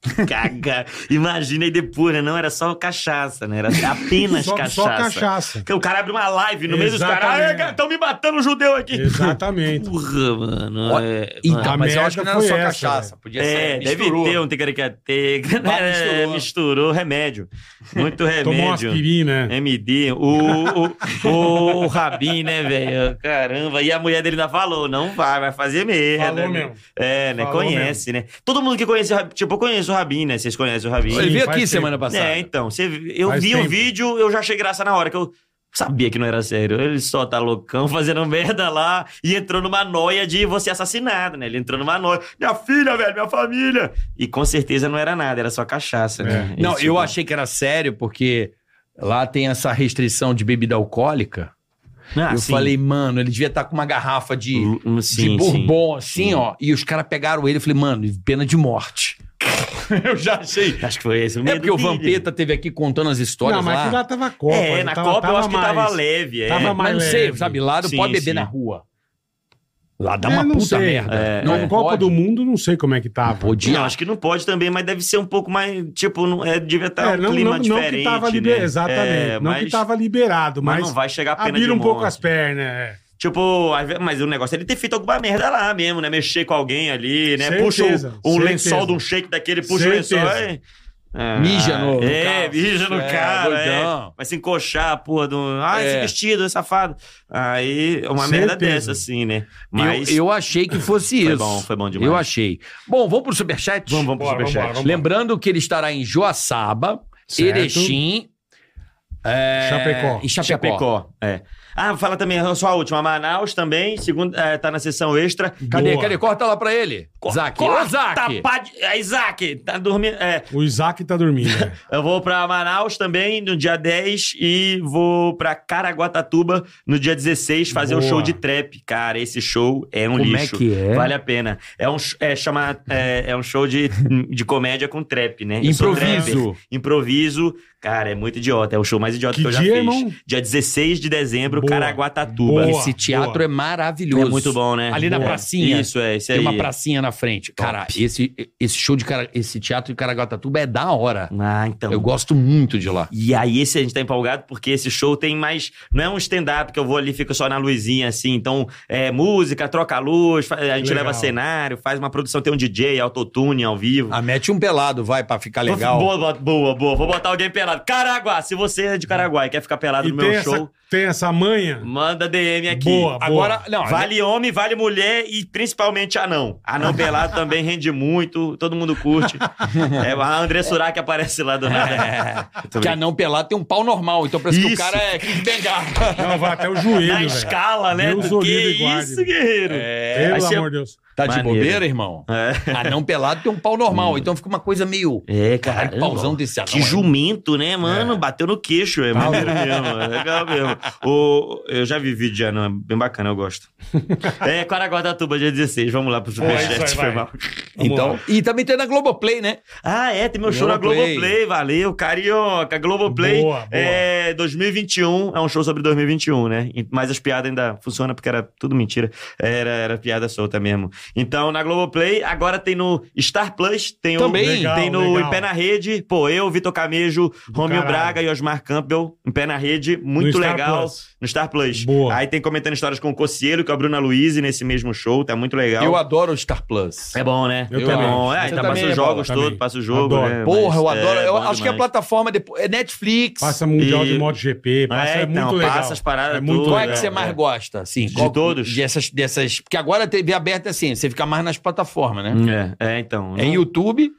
S5: Caga. Imagina aí depois, né? Não era só cachaça, né? Era apenas
S3: Só
S5: cachaça.
S3: só cachaça.
S5: Porque O cara abre uma live no meio dos
S3: Exatamente.
S5: caras. Estão me matando um judeu aqui.
S3: Exatamente. tá-
S5: Porra, mano.
S4: Ó,
S5: é,
S4: Então,
S5: mano.
S3: A
S4: mas eu
S3: merda
S4: acho que não era
S3: foi
S4: só
S3: essa,
S4: cachaça. Podia ser.
S5: É, deve
S4: misturou.
S5: ter um ticaricateca. Misturou.
S4: misturou.
S5: misturou remédio. Muito
S3: Tomou uma
S5: remédio.
S3: aspirina. né?
S5: MD, o, o, o, o Rabin, né, velho? Caramba, e a mulher dele ainda falou: não vai, vai fazer merda.
S3: Falou
S5: né?
S3: mesmo.
S5: É, né?
S3: Falou
S5: conhece, né? Todo mundo que conhece o Rabin, tipo, eu conheço o Rabin, né? Vocês conhecem o Rabin.
S4: Ele
S3: Sim,
S4: veio
S3: faz
S4: aqui
S3: tempo.
S4: semana passada.
S5: É, então, você, eu
S3: Faz
S5: vi o
S3: tempo.
S5: vídeo, eu já achei graça na hora, que eu sabia que não era sério. Ele só tá loucão, fazendo merda lá, e entrou numa noia de você assassinado, né? Ele entrou numa noia, minha filha, velho, minha família. E com certeza não era nada, era só cachaça, né?
S3: É.
S4: Não,
S5: Isso
S4: eu
S5: que-
S4: achei que era sério, porque lá tem essa restrição de bebida alcoólica.
S5: Ah,
S4: eu
S5: sim.
S4: falei, mano, ele devia estar com uma garrafa de,
S5: Hum,
S4: de
S5: sim, sim.
S4: bourbon, assim, ó. E os caras pegaram ele. Eu falei, mano, pena de morte. eu já achei.
S5: Acho que foi esse o
S4: É
S5: medo
S4: porque o
S5: dele.
S4: Vampeta teve aqui contando as histórias
S3: Não, mas
S4: lá.
S3: que lá tava Copa.
S5: É,
S3: né?
S5: na
S3: Tava-
S5: Copa eu
S3: tava
S5: acho que tava
S3: mais.
S5: leve, é.
S3: Tava mais
S4: Mas não sei,
S3: leve.
S4: sabe? Lá não
S5: Sim,
S4: pode beber
S5: sim.
S4: na rua. Lá dá
S3: É,
S4: uma
S3: não
S4: puta
S3: sei.
S4: merda.
S5: É,
S4: não
S3: Na Copa
S4: pode.
S3: do Mundo, não sei como é que tava.
S4: Podia.
S5: Não, acho que não pode também, mas deve ser um pouco mais. Tipo, não, é, devia estar
S3: É,
S5: um
S3: não,
S5: clima
S3: não, não
S5: diferente.
S3: que tava
S5: né?
S3: liberado. Exatamente.
S5: É,
S3: não que tava liberado,
S5: mas
S3: mas,
S5: não vai chegar a pena de
S3: abriram um pouco
S5: morte.
S3: as pernas. é.
S5: Tipo, às vezes- mas o negócio é ele ter feito alguma merda lá mesmo, né? Mexer com alguém ali, né?
S3: Certeza,
S5: puxa o- um
S3: certeza.
S5: lençol de um shake daquele, puxa o lençol.
S3: Certeza.
S5: É,
S4: Mija no- no
S5: É,
S4: carro.
S5: mija no
S4: É,
S5: cara. É,
S4: doidão.
S5: Vai se encoxar, porra, do. Ah, esse
S4: É.
S5: vestido, esse safado. Aí, é uma merda
S3: Certeza.
S5: dessa, assim, né?
S4: Eu-
S5: Mas.
S4: eu, achei que fosse isso.
S5: Foi bom, foi bom demais.
S4: Eu achei. Bom, vamos pro Superchat?
S5: Vamos, vamos
S3: Bora,
S5: pro superchat.
S3: vambora, vambora.
S4: Lembrando que ele estará em Joaçaba,
S3: Certo.
S4: Erechim é,
S3: Chapecó.
S4: e Chapecó.
S5: Chapecó. É. Ah, fala também, só a última. Manaus também, segunda, é, tá na sessão extra.
S4: Cadê?
S3: Boa.
S4: Cadê? Corta lá pra ele. Zaque. Ô, Zaque!
S5: Tapa de... é, Isaac, tá dormindo. É,
S3: O Isaac tá dormindo. é.
S5: eu vou pra Manaus também no dia 10 e vou pra Caraguatatuba no dia 16 fazer um
S3: Boa.
S5: show de trap. Cara, esse show é um
S4: Como é
S5: lixo.
S4: que é?
S5: Vale a pena. É um, sh- é, chama, é, é um show de, de comédia com trap, né? Eu sou trapper.
S4: Improviso.
S5: Improviso. Cara, é muito idiota. É o show mais idiota
S3: Que
S5: que, eu já
S3: dia,
S5: fiz.
S3: irmão?
S5: Dia 16 de dezembro,
S3: Boa.
S5: Caraguatatuba.
S3: Boa.
S4: Esse teatro
S3: boa.
S4: é maravilhoso.
S5: É muito bom, né?
S4: Ali na
S5: É.
S4: pracinha.
S5: Isso, é. Isso aí.
S4: Tem uma pracinha na frente. Cara, esse, esse show de cara, esse teatro de Caraguatatuba é da hora.
S5: Ah, então.
S4: Eu gosto muito de lá.
S5: E aí, esse a gente tá empolgado porque esse show tem mais. Não é um stand-up que eu vou ali e fico só na luzinha, assim. Então, é música, troca a luz, fa- a gente
S3: Legal.
S5: leva cenário, faz uma produção, tem um DJ, autotune ao vivo.
S4: Ah, mete um pelado, vai, pra ficar legal.
S5: Boa, boa, boa, boa. Vou botar alguém pelado. Caraguá, se você é de Caraguá e quer ficar pelado
S3: Hum. E
S5: no
S3: tem
S5: meu
S3: essa,
S5: show,
S3: tem essa manha.
S5: manda DM aqui.
S3: Boa, boa.
S4: Agora, não,
S5: Vale homem, vale mulher e principalmente anão. Anão pelado também rende muito, todo mundo curte. É, a André Surak aparece lá do
S3: É.
S5: nada.
S4: que anão pelado tem um pau normal, então parece que o
S5: Isso.
S4: cara é que bengala.
S3: Não, vai até o joelho,
S5: Na
S3: velho.
S5: escala, né?
S3: Deus
S5: Do
S3: o
S5: que
S3: livre e guarde. É.
S5: isso, guerreiro?
S3: Pelo
S5: Achei-
S3: amor de Deus.
S4: Tá de
S5: Maneiro.
S4: bobeira, irmão?
S5: É.
S4: Anão pelado tem um pau normal, então fica uma coisa meio.
S5: É,
S4: Caralho,
S5: caramba.
S4: pauzão desse anão.
S5: Que jumento, né, mano? Bateu no queixo, é maneiro mesmo. É legal mesmo. O, eu já vi vídeo de anão, é bem bacana, eu gosto. É, Caraguatatuba, dia 16. Vamos lá pro
S3: é isso aí,
S5: Superchat,
S3: vai.
S5: foi mal.
S3: Vamos
S10: então,
S3: lá.
S10: e também tem na Globoplay, né?
S5: Ah, é, tem meu show na
S10: Globoplay.
S5: Globoplay, valeu, Carioca, Globoplay.
S3: Boa, boa.
S5: É 2021, é um show sobre 2021, né? E- Mas as piadas ainda funcionam porque era tudo mentira. Era, era piada solta mesmo. Então, na Globoplay, agora tem no Star Plus, tem
S10: Também.
S5: o,
S3: Legal,
S5: tem no
S3: legal.
S5: Em Pé na Rede, pô, eu, Vitor Camejo, Romeu
S3: caralho.
S5: Braga e Osmar Campbell, Em Pé na Rede, muito
S3: No Star
S5: legal.
S3: Plus.
S5: No Star Plus.
S3: Boa.
S5: Aí tem comentando histórias com o Cocielo, com a Bruna Luiz nesse mesmo show, tá muito legal.
S4: Eu adoro o Star Plus.
S5: É bom, né?
S3: Eu
S5: é
S3: também.
S5: bom. É,
S4: Eu
S5: então
S4: também, né?
S5: passa os jogos
S3: Bola,
S5: todos,
S3: também.
S5: passa o jogo.
S3: Adoro.
S5: né?
S4: Porra, eu
S5: Mas
S4: adoro.
S5: é
S4: eu
S5: bom
S4: acho que a
S5: demais.
S4: plataforma depois. É Netflix.
S3: Passa Mundial
S5: E-
S3: de MotoGP, passa,
S5: É,
S3: é,
S5: então,
S3: muito legal.
S5: passa as paradas
S3: É muito
S5: tudo,
S4: Qual é
S3: legal.
S4: que você mais gosta? Assim,
S5: De
S4: qual-
S5: todos?
S4: Dessas, dessas. Porque agora a TV aberta é assim, você fica mais nas plataformas, né?
S5: É, é, então.
S4: É YouTube.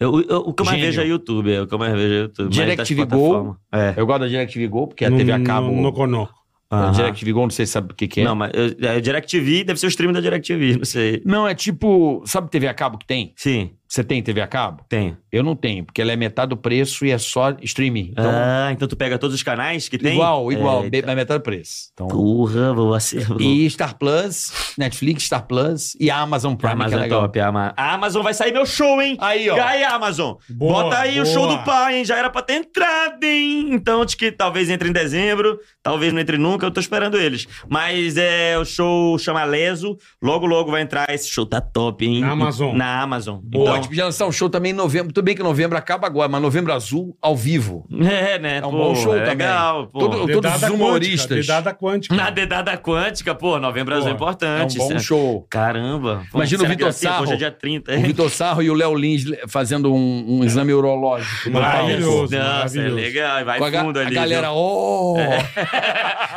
S5: Eu- eu- o que eu mais
S4: Gênio.
S5: vejo é YouTube. é, O que eu mais vejo é YouTube. mas
S4: DirecTV
S5: das plataformas. É.
S4: Eu gosto da DirecTV Go, porque é a
S3: No-
S4: TV a cabo.
S3: No, no Conoco.
S4: A
S5: Aham.
S4: DirecTV Go, não sei se sabe o que, que é.
S5: Não, mas eu, é, DirecTV deve ser o stream da DirecTV, não sei.
S4: Não, é tipo. Sabe TV a cabo que tem?
S5: Sim,
S4: Você tem TV a cabo?
S5: tem.
S4: Eu não tenho, porque ela é metade do preço e é só streaming. Então,
S5: ah, então tu pega todos os canais que tem?
S4: igual, igual,
S5: É,
S4: be- na metade do preço. Então,
S5: Porra, vou acertar.
S4: e Star Plus, Netflix, Star Plus e a Amazon Prime, que é
S5: Amazon é
S4: legal.
S5: top, Ama- a Amazon vai sair meu show, hein?
S4: Aí, ó.
S5: Aí, Amazon.
S3: Boa,
S5: Bota aí o
S3: boa.
S5: show do pai, hein? Já era pra ter entrado, hein? Então, acho que talvez entre em dezembro, talvez não entre nunca, eu tô esperando eles. Mas é o show chama Leso, logo logo vai entrar. Esse show tá top, hein?
S3: Na Amazon.
S5: Na Amazon.
S3: Boa.
S5: Então,
S4: Pode já lançar um show também em novembro. Tudo bem que novembro acaba agora, mas novembro azul ao vivo.
S5: é, né?
S4: É um bom show
S5: é
S4: também.
S5: Legal, pô.
S4: Todo- Todos
S3: Dedada
S4: os
S3: quântica,
S4: humoristas.
S3: Dedada quântica.
S5: Na dedada quântica, pô, novembro Azul é
S3: Pô,
S4: É um
S5: importante.
S4: bom
S5: isso é-
S4: show.
S5: Caramba. Pô,
S4: Imagina o
S5: será que
S4: Vitor
S5: dá tempo? Hoje é
S4: Sarro.
S5: dia 30.
S4: O Vitor Sarro e o Léo Lins fazendo um, um exame urológico. no palco.
S3: Maravilhoso,
S5: Nossa, é
S3: maravilhoso.
S5: legal. Vai
S4: Com a, ga-
S5: fundo
S4: a
S5: ali. viu? É.
S4: galera, ó. Oh,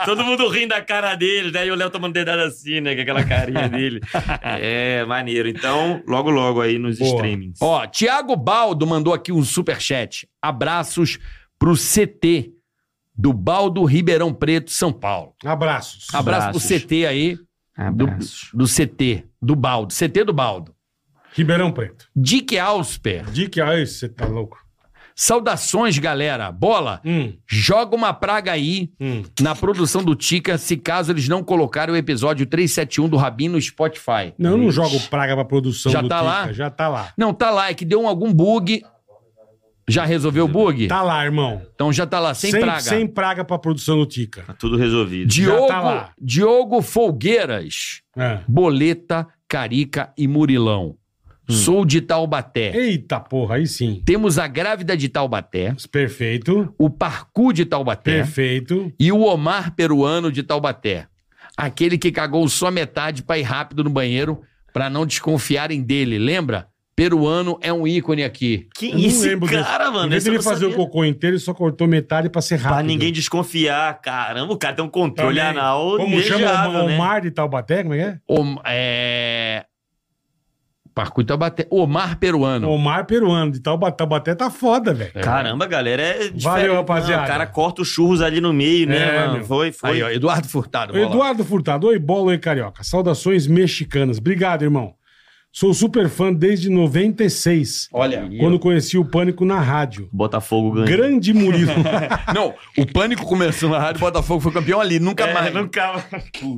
S5: Todo mundo rindo da cara dele, né? E o Léo tomando dedada assim, né? Com aquela carinha dele. É, maneiro. Então, logo, logo aí nos
S3: Boa.
S5: streamings.
S4: Ó, Tiago Baldo mandou aqui um superchat. Abraços pro CT do Baldo Ribeirão Preto, São Paulo.
S3: Abraços.
S4: Abraço
S5: Abraços.
S4: pro CT aí,
S5: Ah,
S4: do, do CT, do Baldo. CT do Baldo.
S3: Ribeirão Preto.
S4: Dick Ausper.
S3: Dick, aí você tá louco.
S4: Saudações, galera. Bola,
S3: Hum,
S4: joga uma praga aí
S3: hum.
S4: na produção do Tica, se caso eles não colocarem o episódio 371 do Rabino no Spotify.
S3: Não, eu não jogo praga pra produção
S4: Já
S3: do
S4: tá
S3: Tica,
S4: lá?
S3: Já tá lá.
S4: Não, tá lá, é que deu algum bug. Já resolveu o bug?
S3: Tá lá, irmão.
S4: Então já tá lá, sem, praga.
S3: Sem praga pra produção do Tica.
S5: Tá tudo resolvido.
S4: Diogo,
S3: tá lá.
S4: Diogo Folgueiras,
S3: É.
S4: Boleta, Carica e Murilão.
S3: Hum.
S4: Sou de Taubaté.
S3: Eita porra, aí sim.
S4: Temos a grávida de Taubaté,
S3: Perfeito,
S4: o Parcu de Taubaté
S3: perfeito.
S4: e o Omar peruano de Taubaté. Aquele que cagou só metade pra ir rápido no banheiro pra não desconfiarem dele, lembra? Peruano é um ícone aqui.
S5: Que
S3: Eu não
S5: esse
S3: lembro
S5: cara,
S3: Em
S5: mano?
S3: vez
S5: Esse eu
S3: dele
S5: não
S3: fazer o
S5: sabia.
S3: cocô inteiro, ele só cortou metade pra ser rápido.
S5: Pra ninguém desconfiar. Caramba, o cara tem um controle
S3: Também.
S5: anal
S3: Como chama
S5: invejável,
S3: o
S5: né?
S3: Omar de Taubaté, como é que
S4: Om- é... Parcu de Taubaté. Omar
S3: é?
S4: peruano.
S3: Omar peruano de Taubaté. Taubaté tá foda, velho.
S5: Caramba, galera, é diferente.
S3: rapaziada.
S5: Não, o cara corta os churros ali no meio, né,
S3: É,
S5: mano?
S3: meu.
S5: Foi, foi.
S4: Aí, ó, Eduardo Furtado. bola.
S3: Eduardo Furtado, oi bola, oi carioca. Saudações mexicanas. Obrigado, irmão. Sou super fã desde 96,
S4: Olha.
S3: quando conheci o Pânico na rádio.
S5: Botafogo ganhou.
S3: Grande Murilo.
S4: Não, o pânico começou na rádio, o Botafogo foi campeão ali, nunca
S5: É,
S4: mais.
S5: nunca...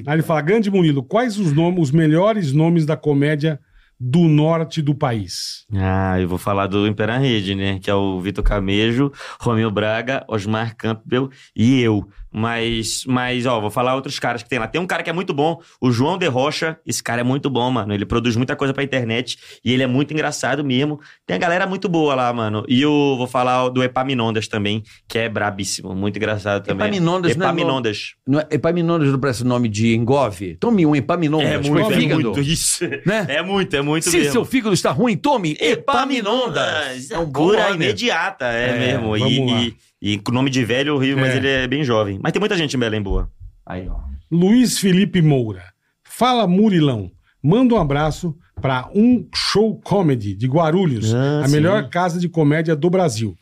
S3: Aí ele fala, grande Murilo, quais os nomes, os melhores nomes da comédia do norte do país?
S5: Ah, eu vou falar do Impera Rede, né? Que é o Vitor Camejo, Romeu Braga, Osmar Campbell e eu. Mas, mas, ó, vou falar outros caras que tem lá. Tem um cara que é muito bom, o João De Rocha. Esse cara é muito bom, mano. Ele produz muita coisa pra internet e ele é muito engraçado mesmo. Tem a galera muito boa lá, mano. E eu vou falar do Epaminondas também, que é brabíssimo, muito engraçado também.
S4: Epaminondas, né,
S5: Epaminondas.
S4: Não é, Epaminondas não parece o nome de engove? Tome um Epaminondas.
S5: É muito,
S4: pro
S5: é
S4: fígado,
S5: muito isso.
S4: Né?
S5: É muito, é muito
S4: Se
S5: mesmo.
S4: seu fígado está ruim, tome
S5: É
S4: Epaminondas.
S5: Epaminondas. É um cura
S4: nome.
S5: imediata, é,
S4: É,
S5: mesmo. E,
S3: vamos lá.
S5: e, e com nome de velho horrível, mas
S3: É.
S5: ele é bem jovem. Mas tem muita gente em Belém boa.
S4: Aí, ó.
S3: Luiz Felipe Moura. Fala, Murilão. Manda um abraço pra Um Show Comedy de Guarulhos,
S5: Ah,
S3: a
S5: sim.
S3: melhor casa de comédia do Brasil.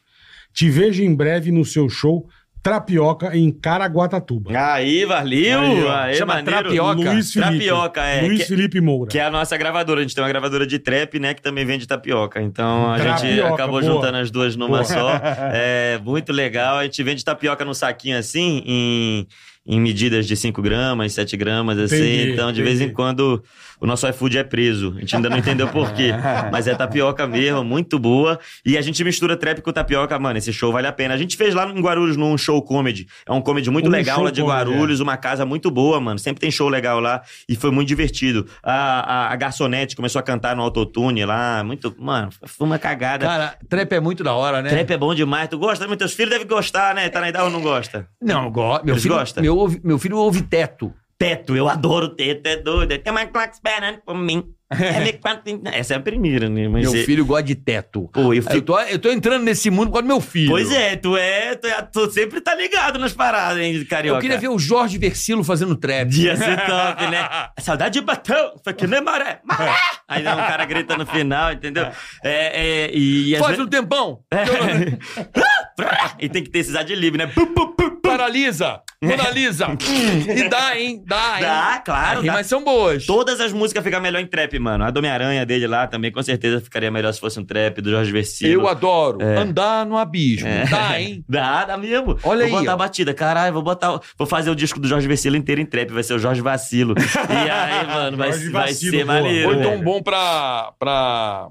S3: Te vejo em breve no seu show Trapioca em Caraguatatuba.
S5: Aí, valeu!
S3: Aí,
S5: Aí,
S3: ó.
S4: Chama
S5: maneiro.
S4: Trapioca.
S3: Luiz Felipe.
S5: Trapioca, é.
S3: Luiz
S5: que,
S3: Felipe Moura.
S5: que é a nossa gravadora. A gente tem uma gravadora de trap, né? Que também vende tapioca. Então a gente
S3: Trapioca,
S5: acabou
S3: boa.
S5: juntando as duas numa
S3: Boa.
S5: só. É muito legal. A gente vende tapioca num saquinho assim, em, em medidas de 5 gramas, 7 gramas, assim.
S3: Entendi,
S5: então, de vez em
S3: entendi.
S5: quando, o nosso iFood é preso. A gente ainda não entendeu por quê. Mas é tapioca mesmo, muito boa. E a gente mistura trap com tapioca, mano. Esse show vale a pena. A gente fez lá em Guarulhos num show comedy. É um comedy muito
S3: Um
S5: legal
S3: show
S5: lá de
S3: comedy,
S5: Guarulhos, uma casa muito boa, mano. Sempre tem show legal lá. E foi muito divertido. A, a- a garçonete começou a cantar no autotune lá. Muito. Mano, foi uma cagada.
S4: Cara, trap é muito da hora, né?
S5: Trap é bom demais. Tu gosta? Mas teus filhos devem gostar, né? Tá na idade ou não gosta?
S4: Não, eu gosto. Meu
S5: Eles
S4: filho,
S5: gostam?
S4: Meu, ouve- meu filho ouve teto.
S5: Teto, eu adoro teto, é doido. Tem uma clock esperando por mim. É me quanto- Essa é a primeira, né? Mas
S4: meu
S5: é-
S4: filho gosta de teto.
S5: Pô, eu
S4: Eu
S5: fico...
S4: tô, eu tô entrando nesse mundo por causa do meu filho.
S5: Pois é, tu é, tu é- tu sempre tá ligado nas paradas, hein, carioca.
S4: Eu queria ver o Jorge Versilo fazendo trap.
S5: Ia ser top, né? Saudade de batão, foi que nem maré, maré! Aí um cara grita no final, entendeu? É, é, e, É. às
S4: Faz
S5: vezes-
S4: um tempão.
S5: e tem que ter esses ad-lib, né? Pu, pu, pu, pu.
S4: Paralisa. Monalisa. e dá, hein? Dá, hein?
S5: Dá, claro,
S4: As
S5: dá
S4: rimas são boas.
S5: Todas as músicas ficam melhor em trap, mano. A do Homem-Aranha dele lá também, com certeza ficaria melhor se fosse um trap do Jorge Versilo.
S4: Eu adoro.
S5: É.
S4: Andar no abismo. Dá, hein?
S5: Dá, dá mesmo.
S4: Olha
S5: vou
S4: aí,
S5: botar
S4: ó.
S5: a batida. Caralho, vou botar. o- Vou fazer o disco do Jorge Vecilo inteiro em trap. Vai ser o Jorge Vacilo. E aí, mano, vai,
S3: Jorge
S5: vai
S3: Vacilo,
S5: ser
S3: boa.
S5: maneiro.
S3: Ou
S4: Foi tão
S5: velho.
S4: então bom pra. pra.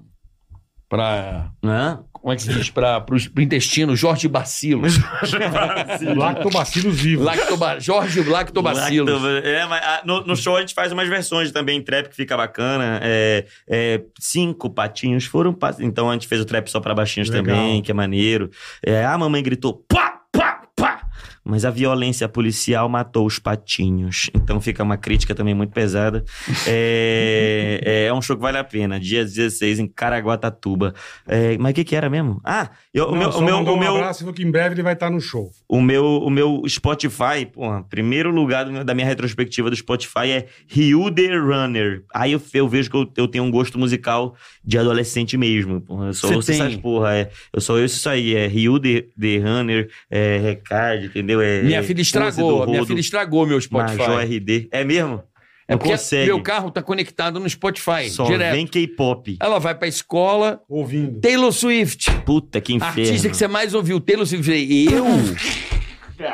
S4: pra.
S5: Hã?
S4: Como é que se diz? Pra, pro, pro intestino, Jorge Bacilo.
S5: é-
S3: Lactobacilos vivos.
S4: Lactoba, Jorge Lactobacilo.
S5: Lacto- É, mas ah, no, no show a gente faz umas versões também em trap que fica bacana. É, é, cinco patinhos foram pa- Então a gente fez o trap só pra baixinhos
S3: Legal.
S5: também, que é maneiro. É, a mamãe gritou pá, pá, pá. Mas a violência policial matou os patinhos. Então fica uma crítica também muito pesada. É, é, é um show que vale a pena. Dia 16 em Caraguatatuba. É, mas o que, que era mesmo? Ah, eu- o
S3: Não,
S5: meu-
S3: só
S5: o meu,
S3: mandou
S5: o
S3: um
S5: meu,
S3: abraço e falou que em breve ele vai estar no show.
S5: o meu, o meu Spotify, porra, primeiro lugar do meu- da minha retrospectiva do Spotify é Rio The Runner. Aí eu, eu vejo que eu, eu tenho um gosto musical de adolescente mesmo. Porra, eu só
S4: Você
S5: ouço
S4: tem?
S5: essas porra. É, eu só ouço isso aí. É Rio The, The Runner, é Recard, entendeu? É,
S4: Minha filha estragou, minha filha estragou meu Spotify.
S5: Major RD. É mesmo?
S4: é
S5: Não
S4: porque
S5: consegue.
S4: meu carro tá conectado no Spotify,
S5: Só
S4: direto.
S5: vem K-pop.
S4: Ela vai pra escola,
S3: Ouvindo.
S4: Taylor Swift,
S5: Puta que inferno.
S4: artista que você mais ouviu, Taylor Swift. Eu?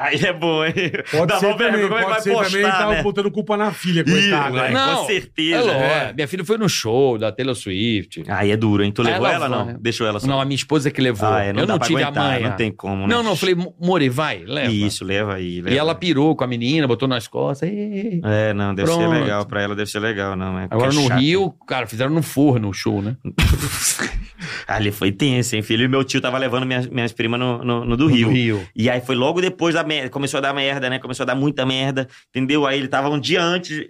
S5: Aí é bom, hein?
S3: Pode
S5: Dá
S3: ser
S5: mó vergonha,
S3: também,
S5: como é
S3: pode
S5: que vai
S3: ser também. Ele
S5: postar,
S3: tava
S5: né?
S3: botando culpa na filha,
S5: Ih,
S3: coitado. né?
S5: moleque,
S4: Não,
S5: com certeza.
S4: Ela,
S5: né?
S4: é, Minha filha foi no show da Taylor Swift.
S5: Aí é duro, hein? Tu
S4: Aí
S5: levou
S4: ela
S5: ela, não?
S4: vai.
S5: Deixou ela só.
S4: Não, a minha esposa que levou.
S5: Ah, é, não
S4: eu
S5: dá
S4: não
S5: pra
S4: tive
S5: aguentar,
S4: a manha.
S5: Não tem como, né?
S4: não, não, eu falei, "Mo- More, vai, leva.
S5: Isso, leva aí. Leva.
S4: E ela pirou com a menina, botou nas costas. "Ê, ê, ê".
S5: É, não, deve
S4: Pronto.
S5: ser legal. Pra ela deve ser legal, não. É
S4: Agora
S5: porque é
S4: no
S5: chato.
S4: Rio, cara, fizeram no forno o show, né?
S5: Ali foi tenso, hein, filho? E meu tio tava levando minhas, minhas primas no, no- no do Rio.
S4: Rio.
S5: E aí foi logo depois da merda. Começou a dar merda, né? Começou a dar muita merda, entendeu? Aí ele tava um dia antes.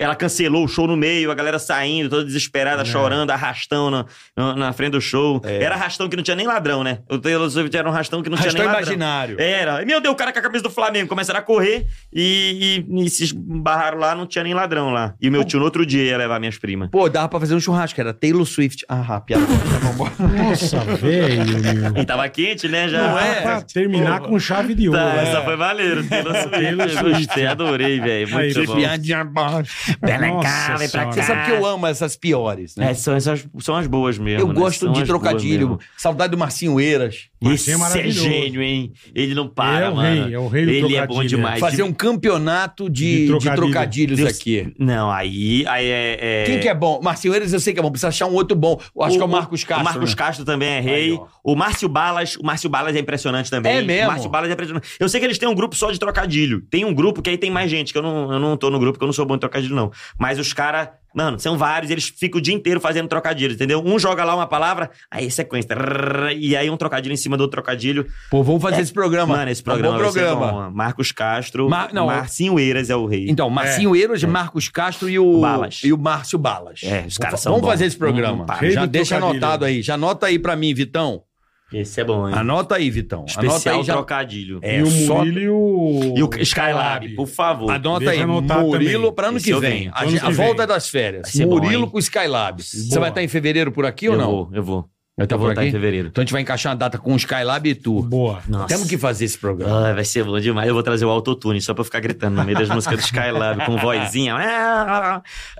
S5: Ela cancelou o show no meio, a galera saindo, toda
S4: É.
S5: desesperada, chorando, arrastão na, na, na frente do show. Era arrastão que não tinha nem ladrão, né? O Taylor Swift era um arrastão que não
S4: Arrastão
S5: tinha nem ladrão.
S4: imaginário.
S5: Era. Meu Deus, o cara com a camisa do Flamengo. Começaram a correr e, e, e se esbarraram lá, não tinha nem ladrão lá. E o meu tio, no outro dia, ia levar minhas primas.
S4: Pô, dava pra fazer um churrasco, era Taylor Swift. Ah, piada.
S3: Nossa, velho, meu.
S5: E tava quente, né? Já.
S4: Não é?
S3: Ah, Pra terminar com chave de ouro.
S5: Tá,
S3: né?
S5: essa foi maneiro. Taylor
S3: Taylor
S5: Swift.
S3: Swift.
S5: Gostei, adorei, velho.
S3: Aí,
S5: Muito
S3: que
S5: bom.
S9: Piadinha bosta.
S5: Vem
S3: Nossa
S5: cá, vem pra
S3: Senhora.
S4: Você
S5: cá.
S4: sabe que eu amo essas piores, né?
S5: É, são, essas, são as boas mesmo.
S4: eu
S5: né?
S4: gosto
S5: São
S4: de
S5: as boas
S4: trocadilho.
S5: mesmo.
S4: Saudade do Marcinho Eiras.
S3: Marcinho é
S5: Esse é
S3: maravilhoso.
S5: gênio, hein? Ele não para,
S3: É o
S5: mano.
S3: rei, é o rei do
S5: Ele é
S3: trocadilho.
S5: bom demais.
S4: Fazer um campeonato de,
S3: De
S4: de
S3: trocadilho.
S4: trocadilhos
S5: Deus-
S4: aqui.
S5: Não, aí, aí é, é-
S4: Quem que é bom? Marcinho Eiras eu sei que é bom, precisa achar um outro bom. Eu Acho que é o Marcos Castro.
S5: O Marcos
S4: né?
S5: Castro também é rei.
S4: Aí, ó.
S5: o Márcio Balas, o Márcio Balas é impressionante também.
S4: É mesmo?
S5: O Márcio Balas é impressionante. Eu sei que eles têm um grupo só de trocadilho. Tem um grupo que aí tem mais gente, que eu não, eu não tô no grupo, que eu não sou bom em trocadilho, não. Mas os caras, mano, são vários, eles ficam o dia inteiro fazendo trocadilho, entendeu? Um joga lá uma palavra, aí é sequência. trrr, E aí um trocadilho em cima do outro trocadilho.
S4: Pô, vamos fazer esse programa.
S5: Mano, esse
S4: É um
S5: programa,
S4: bom
S5: vai ser
S4: programa.
S5: bom. Marcos Castro,
S4: Mar- não,
S5: Marcinho Eiras é o rei.
S4: Então, Marcinho Eiras, Marcos Castro e o,
S5: É. Balas.
S4: e o Márcio Balas.
S5: É, os caras
S4: Vamos-
S5: são
S4: Vamos
S5: bons.
S4: fazer esse programa.
S5: Hum, pá.
S3: Rei
S4: já
S3: do
S4: deixa
S3: trocadilho.
S4: anotado aí. Já anota aí pra mim, Vitão.
S5: Esse é bom, hein?
S4: Anota aí, Vitão.
S5: Especial
S4: anota aí já.
S5: trocadilho.
S4: É,
S3: e o
S4: só-
S3: Murilo e o...
S5: E o Skylab, por favor.
S4: Anota
S3: Deixa
S4: aí,
S3: anotar
S4: Murilo,
S3: também.
S4: para ano
S5: Esse
S4: que
S5: eu
S4: vem.
S5: venho.
S4: A,
S3: Ano
S4: gen-
S3: que
S4: a volta é
S3: vem.
S4: das férias.
S5: Vai ser
S4: Murilo
S5: bom, hein?
S4: com Skylab. Você
S3: Boa.
S4: vai estar em fevereiro por aqui ou não?
S5: Eu vou, eu vou.
S4: Vai estar
S5: Eu
S4: por
S5: vou estar em
S4: aqui?
S5: fevereiro.
S4: Então a gente vai encaixar uma data com o Skylab e tu.
S3: Boa.
S5: Nossa.
S4: Temos que fazer esse programa.
S5: Ah, vai ser bom demais. Eu vou trazer o autotune só pra eu ficar gritando no meio das músicas do Skylab com vozinha.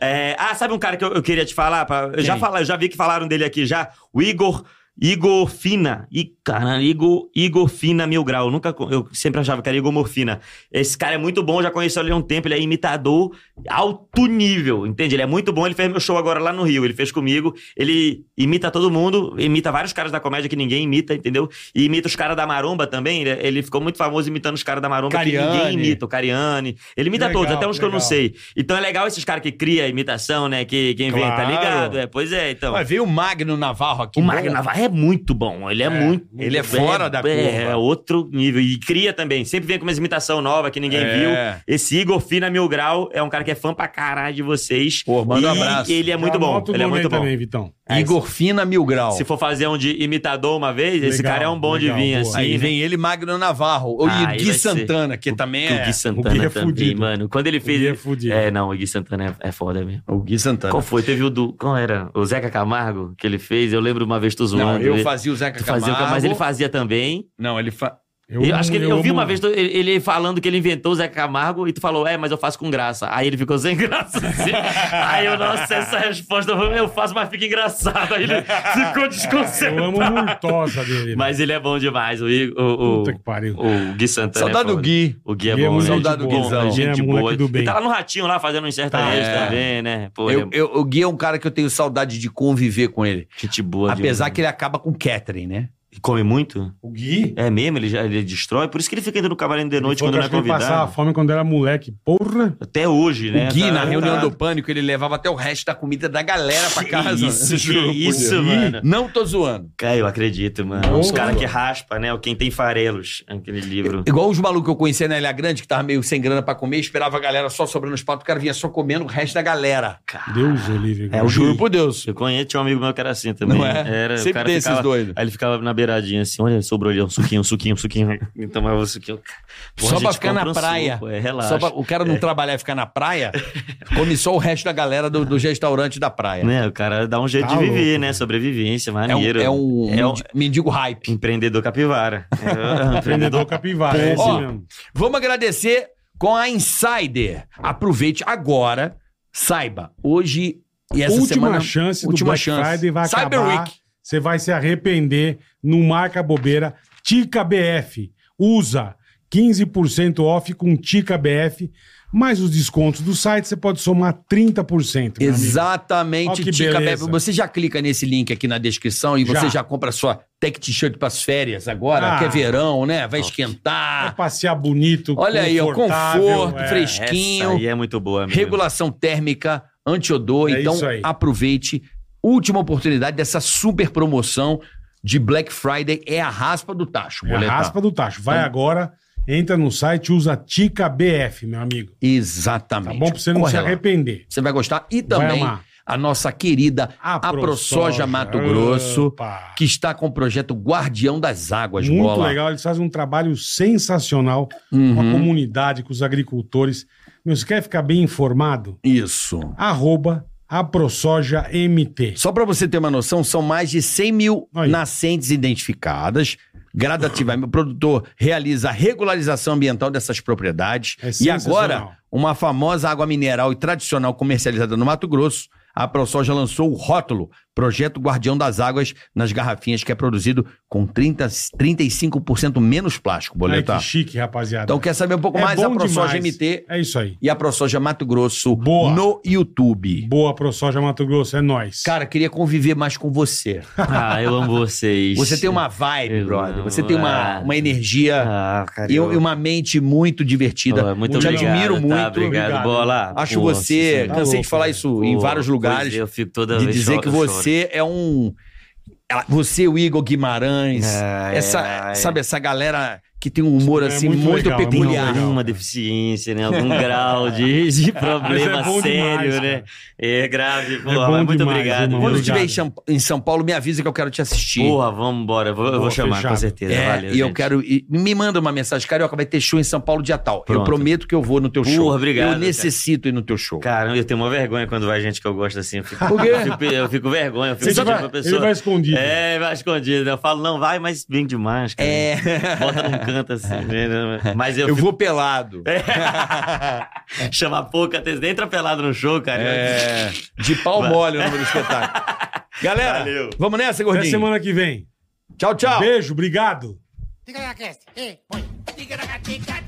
S5: É, ah, sabe um cara que eu, eu queria te falar? Pra- eu, já
S4: Quem?
S5: fala, eu já vi que falaram dele aqui já. O Igor. Igor Fina. I, Caralho, Igor, Igor Fina Mil Grau. Nunca, co- eu sempre achava que era Igor Morfina. Esse cara é muito bom, eu já conheço ele há um tempo. Ele é imitador alto nível, entende? Ele é muito bom. Ele fez meu show agora lá no Rio. Ele fez comigo. Ele imita todo mundo, imita vários caras da comédia que ninguém imita, entendeu? E imita os caras da Maromba também. Ele, ele ficou muito famoso imitando os caras da Maromba que ninguém
S3: Cariani.
S5: imita. O Cariani. Ele imita
S3: Legal,
S5: todos, até uns que eu não
S3: legal.
S5: sei. Então é legal esses caras que criam a imitação, né? Que, que inventa,
S3: Claro.
S5: ligado? É, pois é, então.
S9: Mas veio o Magno Navarro aqui.
S5: O Magno
S9: Bom,
S5: Navarro é muito bom. Ele é, muito.
S9: ele é fora da
S5: É,
S9: curva.
S5: é outro nível. E cria também. Sempre vem com uma imitação nova que ninguém
S9: É.
S5: viu. Esse Igor Fina Mil Grau é um cara que é fã pra caralho de vocês.
S9: Pô, manda um
S5: E
S9: abraço.
S5: Ele é muito
S3: Já
S5: bom.
S3: anota o
S5: Ele é
S3: nome aí
S5: muito bom.
S3: também, Vitão.
S5: É,
S9: Igor Fina Mil Grau.
S5: Se for fazer um de imitador uma vez, esse
S3: Legal,
S5: cara é um bom de
S3: legal,
S5: vir,
S3: boa.
S5: assim.
S9: Aí
S5: né?
S9: vem ele, Magno Navarro. Ou
S5: Ah,
S9: e
S5: aí
S9: Gui
S5: vai ser.
S9: Santana, que também
S5: O Gui
S9: é.
S5: Santana
S3: é
S5: também,
S3: fudido.
S5: mano. Quando ele fez.
S3: Ele é fudido.
S5: É, não, o Gui Santana é, é foda mesmo.
S9: O Gui Santana.
S5: Qual foi? Teve o do. Qual era? O Zeca Camargo que ele fez. Eu lembro uma vez tu zoando.
S9: Não, eu
S5: ele-
S9: fazia o Zeca
S5: tu fazia,
S9: Camargo.
S5: Mas ele fazia também.
S9: Não, ele fa...
S5: Eu, acho que ele- eu, vi
S3: amo-
S5: uma vez do- ele, ele falando que ele inventou o Zeca Camargo e tu falou, é, mas eu faço com graça. Aí ele ficou sem graça. Assim. Aí eu, nossa, essa resposta eu faço, mas fica engraçado. Aí ele ficou
S3: Eu amo o
S5: desconcertado.
S3: Murtosa dele. né?
S5: Mas ele é bom demais, o, Igor- o,
S3: Puta que pariu.
S5: o, o Gui Santana. é
S9: Saudade
S5: foda.
S9: do Gui.
S5: O Gui é
S3: Gui é
S5: bom,
S3: muito
S5: gente
S9: Saudade do
S5: boa,
S9: Guizão.
S5: gente
S3: Gui é
S5: boa.
S3: moleque do bem.
S5: E tá lá no Ratinho, lá, fazendo um sertanejo
S9: Tá, é.
S5: também, né? Pô,
S4: Ah, Eu,
S5: ele é
S4: eu- o Gui é um cara que eu tenho saudade de conviver com ele.
S5: gente boa.
S4: Apesar
S5: demais.
S4: que ele acaba com Catherine, né?
S5: E Come muito?
S3: O Gui?
S5: É mesmo? Ele, já, ele destrói? Por isso que ele fica indo no Cavalinho de Noite
S3: Falou
S5: quando
S3: que
S5: não é
S3: acho que ele passava
S5: convidado.
S3: fome quando era moleque. Porra!
S5: Até hoje, né?
S4: o Gui,
S5: Tá-
S4: na
S5: tá-
S4: reunião do pânico, ele levava até o resto da comida da galera pra
S5: Que
S4: casa.
S5: Isso, que
S4: Juro por
S5: isso,
S4: Deus.
S5: mano.
S4: Não tô zoando.
S5: Cara, eu acredito, mano.
S3: Boa.
S5: Os caras que raspa, né? O Quem Tem Farelos, aquele livro.
S4: Igual os malucos que eu conhecia na Ilha Grande, que tava meio sem grana pra comer, esperava a galera só sobrando os pratos, o cara vinha só comendo o resto da galera.
S3: Deus o livre.
S5: Ah, É, o
S9: Juro por Deus.
S5: Eu conheço, tinha um amigo meu que era assim também.
S9: Não é?
S5: Era, o
S9: Sempre
S5: cara
S9: tem esses
S5: ficava,
S9: doidos.
S5: Aí ele ficava na beiradinha assim, olha, sobrou ali um suquinho, um suquinho, um suquinho. E tomava um suquinho.
S4: Só
S5: a gente
S4: pra ficar na
S5: compra um
S4: praia.
S5: suco, é, relaxa.
S4: Só pra- o cara não trabalhar e ficar na praia, come só o resto da galera do, dos restaurantes da praia.
S5: Né, o cara dá um jeito
S3: Tá
S5: de viver,
S3: louco,
S5: né?
S4: É
S5: Sobrevivência,
S4: um,
S5: maneiro.
S4: é um
S5: É um-
S4: mendi- mendigo hype.
S5: empreendedor capivara. É um
S3: Empreendedor
S5: empreendedor
S3: capivara. É esse
S4: Ó,
S3: mesmo.
S4: Vamos agradecer com a Insider. Aproveite agora, saiba, hoje e essa
S3: última
S4: semana...
S3: chance do
S4: última
S3: Black
S4: chance.
S3: Friday vai
S4: Cyber
S3: acabar.
S4: Week.
S3: Você vai se arrepender. Não marca bobeira. Tica BF. Usa 15% off com Tica BF. Mais os descontos do site, você pode somar 30%. meu amigo. Ó
S4: Exatamente,
S3: que
S4: Tica
S3: beleza.
S4: Bebe. Você já clica nesse link aqui na descrição e
S3: Já.
S4: você já compra a sua tech t-shirt para as férias agora,
S3: Ah.
S4: que é verão, né? Vai
S3: Vai
S4: esquentar.
S3: passear bonito,
S4: Olha aí, ó,
S3: confortável,
S4: conforto,
S3: é.
S4: fresco.
S5: Essa aí é muito boa, amigo.
S4: Regulação térmica, antiodor.
S3: É
S4: então,
S3: isso aí.
S4: aproveite. Última oportunidade dessa super promoção de Black Friday é a raspa do tacho,
S3: É a
S4: boletar.
S3: raspa do tacho.
S4: Então-
S3: Vai agora, entra no site, usa Tica BF, meu amigo. Tá
S4: Exatamente.
S3: bom? Pra você não
S4: Corre
S3: se
S4: lá.
S3: arrepender.
S4: Você vai gostar. E
S3: Vai
S4: também
S3: amar.
S4: a nossa querida
S3: A
S4: a
S3: ProSoja
S4: ProSoja Mato Grosso,
S3: Opa.
S4: que está com o projeto Guardião das Águas,
S3: Muito
S4: bola.
S3: legal, eles fazem um trabalho sensacional com a
S4: Uhum.
S3: comunidade, com os agricultores. Meu, você quer ficar bem informado?
S4: Isso.
S3: Arroba AproSojaMT.
S4: Só para você ter uma noção, são mais de 100 mil
S3: Aí.
S4: nascentes identificadas. Gradativamente, o produtor realiza a regularização ambiental dessas propriedades.
S3: É
S4: e
S3: sensacional.
S4: agora, uma famosa água mineral e tradicional comercializada no Mato Grosso, a ProSoja lançou o rótulo Projeto Guardião das Águas nas garrafinhas, que é produzido com 30, 35% menos plástico,
S3: Ai, que
S4: boletar.
S3: chique, rapaziada.
S4: Então, quer saber um pouco
S3: É
S4: mais? A
S3: bom
S4: ProSoja
S3: demais.
S4: MT
S3: É isso aí.
S4: e a ProSoja Mato Grosso
S3: Boa.
S4: no YouTube.
S3: Boa, ProSoja Mato Grosso, é nóis.
S4: Cara, queria conviver mais com você.
S5: Ah, eu amo vocês.
S4: Você tem uma vibe,
S5: Eu
S4: brother.
S5: não,
S4: Você tem uma,
S5: ah.
S4: uma energia
S5: Ah, cara,
S4: e um- e uma mente muito divertida.
S5: Oh, muito
S4: Te
S5: obrigado,
S4: admiro
S5: tá?
S4: muito.
S5: Obrigado,
S3: Obrigado.
S5: bola.
S4: Acho
S5: Pô,
S4: você,
S5: sim,
S3: tá
S4: cansei
S3: louco,
S4: de falar
S3: né?
S4: isso
S5: pô,
S4: em vários
S5: pois
S4: lugares,
S5: é, eu fico toda
S4: de
S5: vez
S4: dizer
S5: choro,
S4: que você é um... ela- Você, o Igor Guimarães,
S5: Ah,
S4: essa,
S5: é.
S4: sabe, essa galera que tem um humor
S3: É
S4: assim
S3: muito
S4: muito,
S3: legal, é muito
S5: choro. Tem
S4: peculiar.
S3: legal.
S5: alguma deficiência, né? Algum grau de, de problema
S3: Mas é bom
S5: sério,
S3: demais,
S5: né?
S3: cara.
S5: É grave, pô.
S3: É
S5: mas
S3: bom
S5: muito
S3: demais,
S5: obrigado.
S3: irmão.
S5: viu?
S4: Quando estiver em
S3: Obrigado.
S4: São- em São Paulo, me avisa que eu quero te assistir.
S5: Porra, vamos embora. Vou, eu vou
S3: Boa,
S5: chamar,
S3: fechado.
S5: com certeza.
S4: É,
S5: Valeu,
S4: e eu
S5: gente.
S4: quero. e me manda uma mensagem, Carioca, vai ter show em São Paulo dia tal. Eu
S5: Pronto.
S4: prometo que eu vou no teu
S5: Porra,
S4: show.
S5: obrigado,
S4: Eu
S5: cara.
S4: necessito ir no teu show.
S5: Caramba, eu tenho uma vergonha quando vai gente que eu gosto assim. Eu fico,
S4: Por quê?
S5: Eu fico, eu fico vergonha, eu fico
S3: Ele
S5: tipo
S3: vai-
S5: uma
S3: Ele vai
S5: pessoa.
S3: escondido.
S5: É, vai escondido. Eu falo, não, vai, mas vem demais, cara.
S4: É.
S5: Bota num canto assim. né? Mas eu, É,
S4: Eu vou pelado.
S5: Chama pouca atenção. Entra pelado no show, cara.
S4: É, De pau mole o nome do espetáculo. Galera,
S5: Valeu.
S4: vamos nessa,
S3: Até
S4: gordinho?
S3: semana que vem.
S11: Tchau, tchau.
S12: Beijo, obrigado.
S3: Tica na cast. Ei, põe. Tica na tica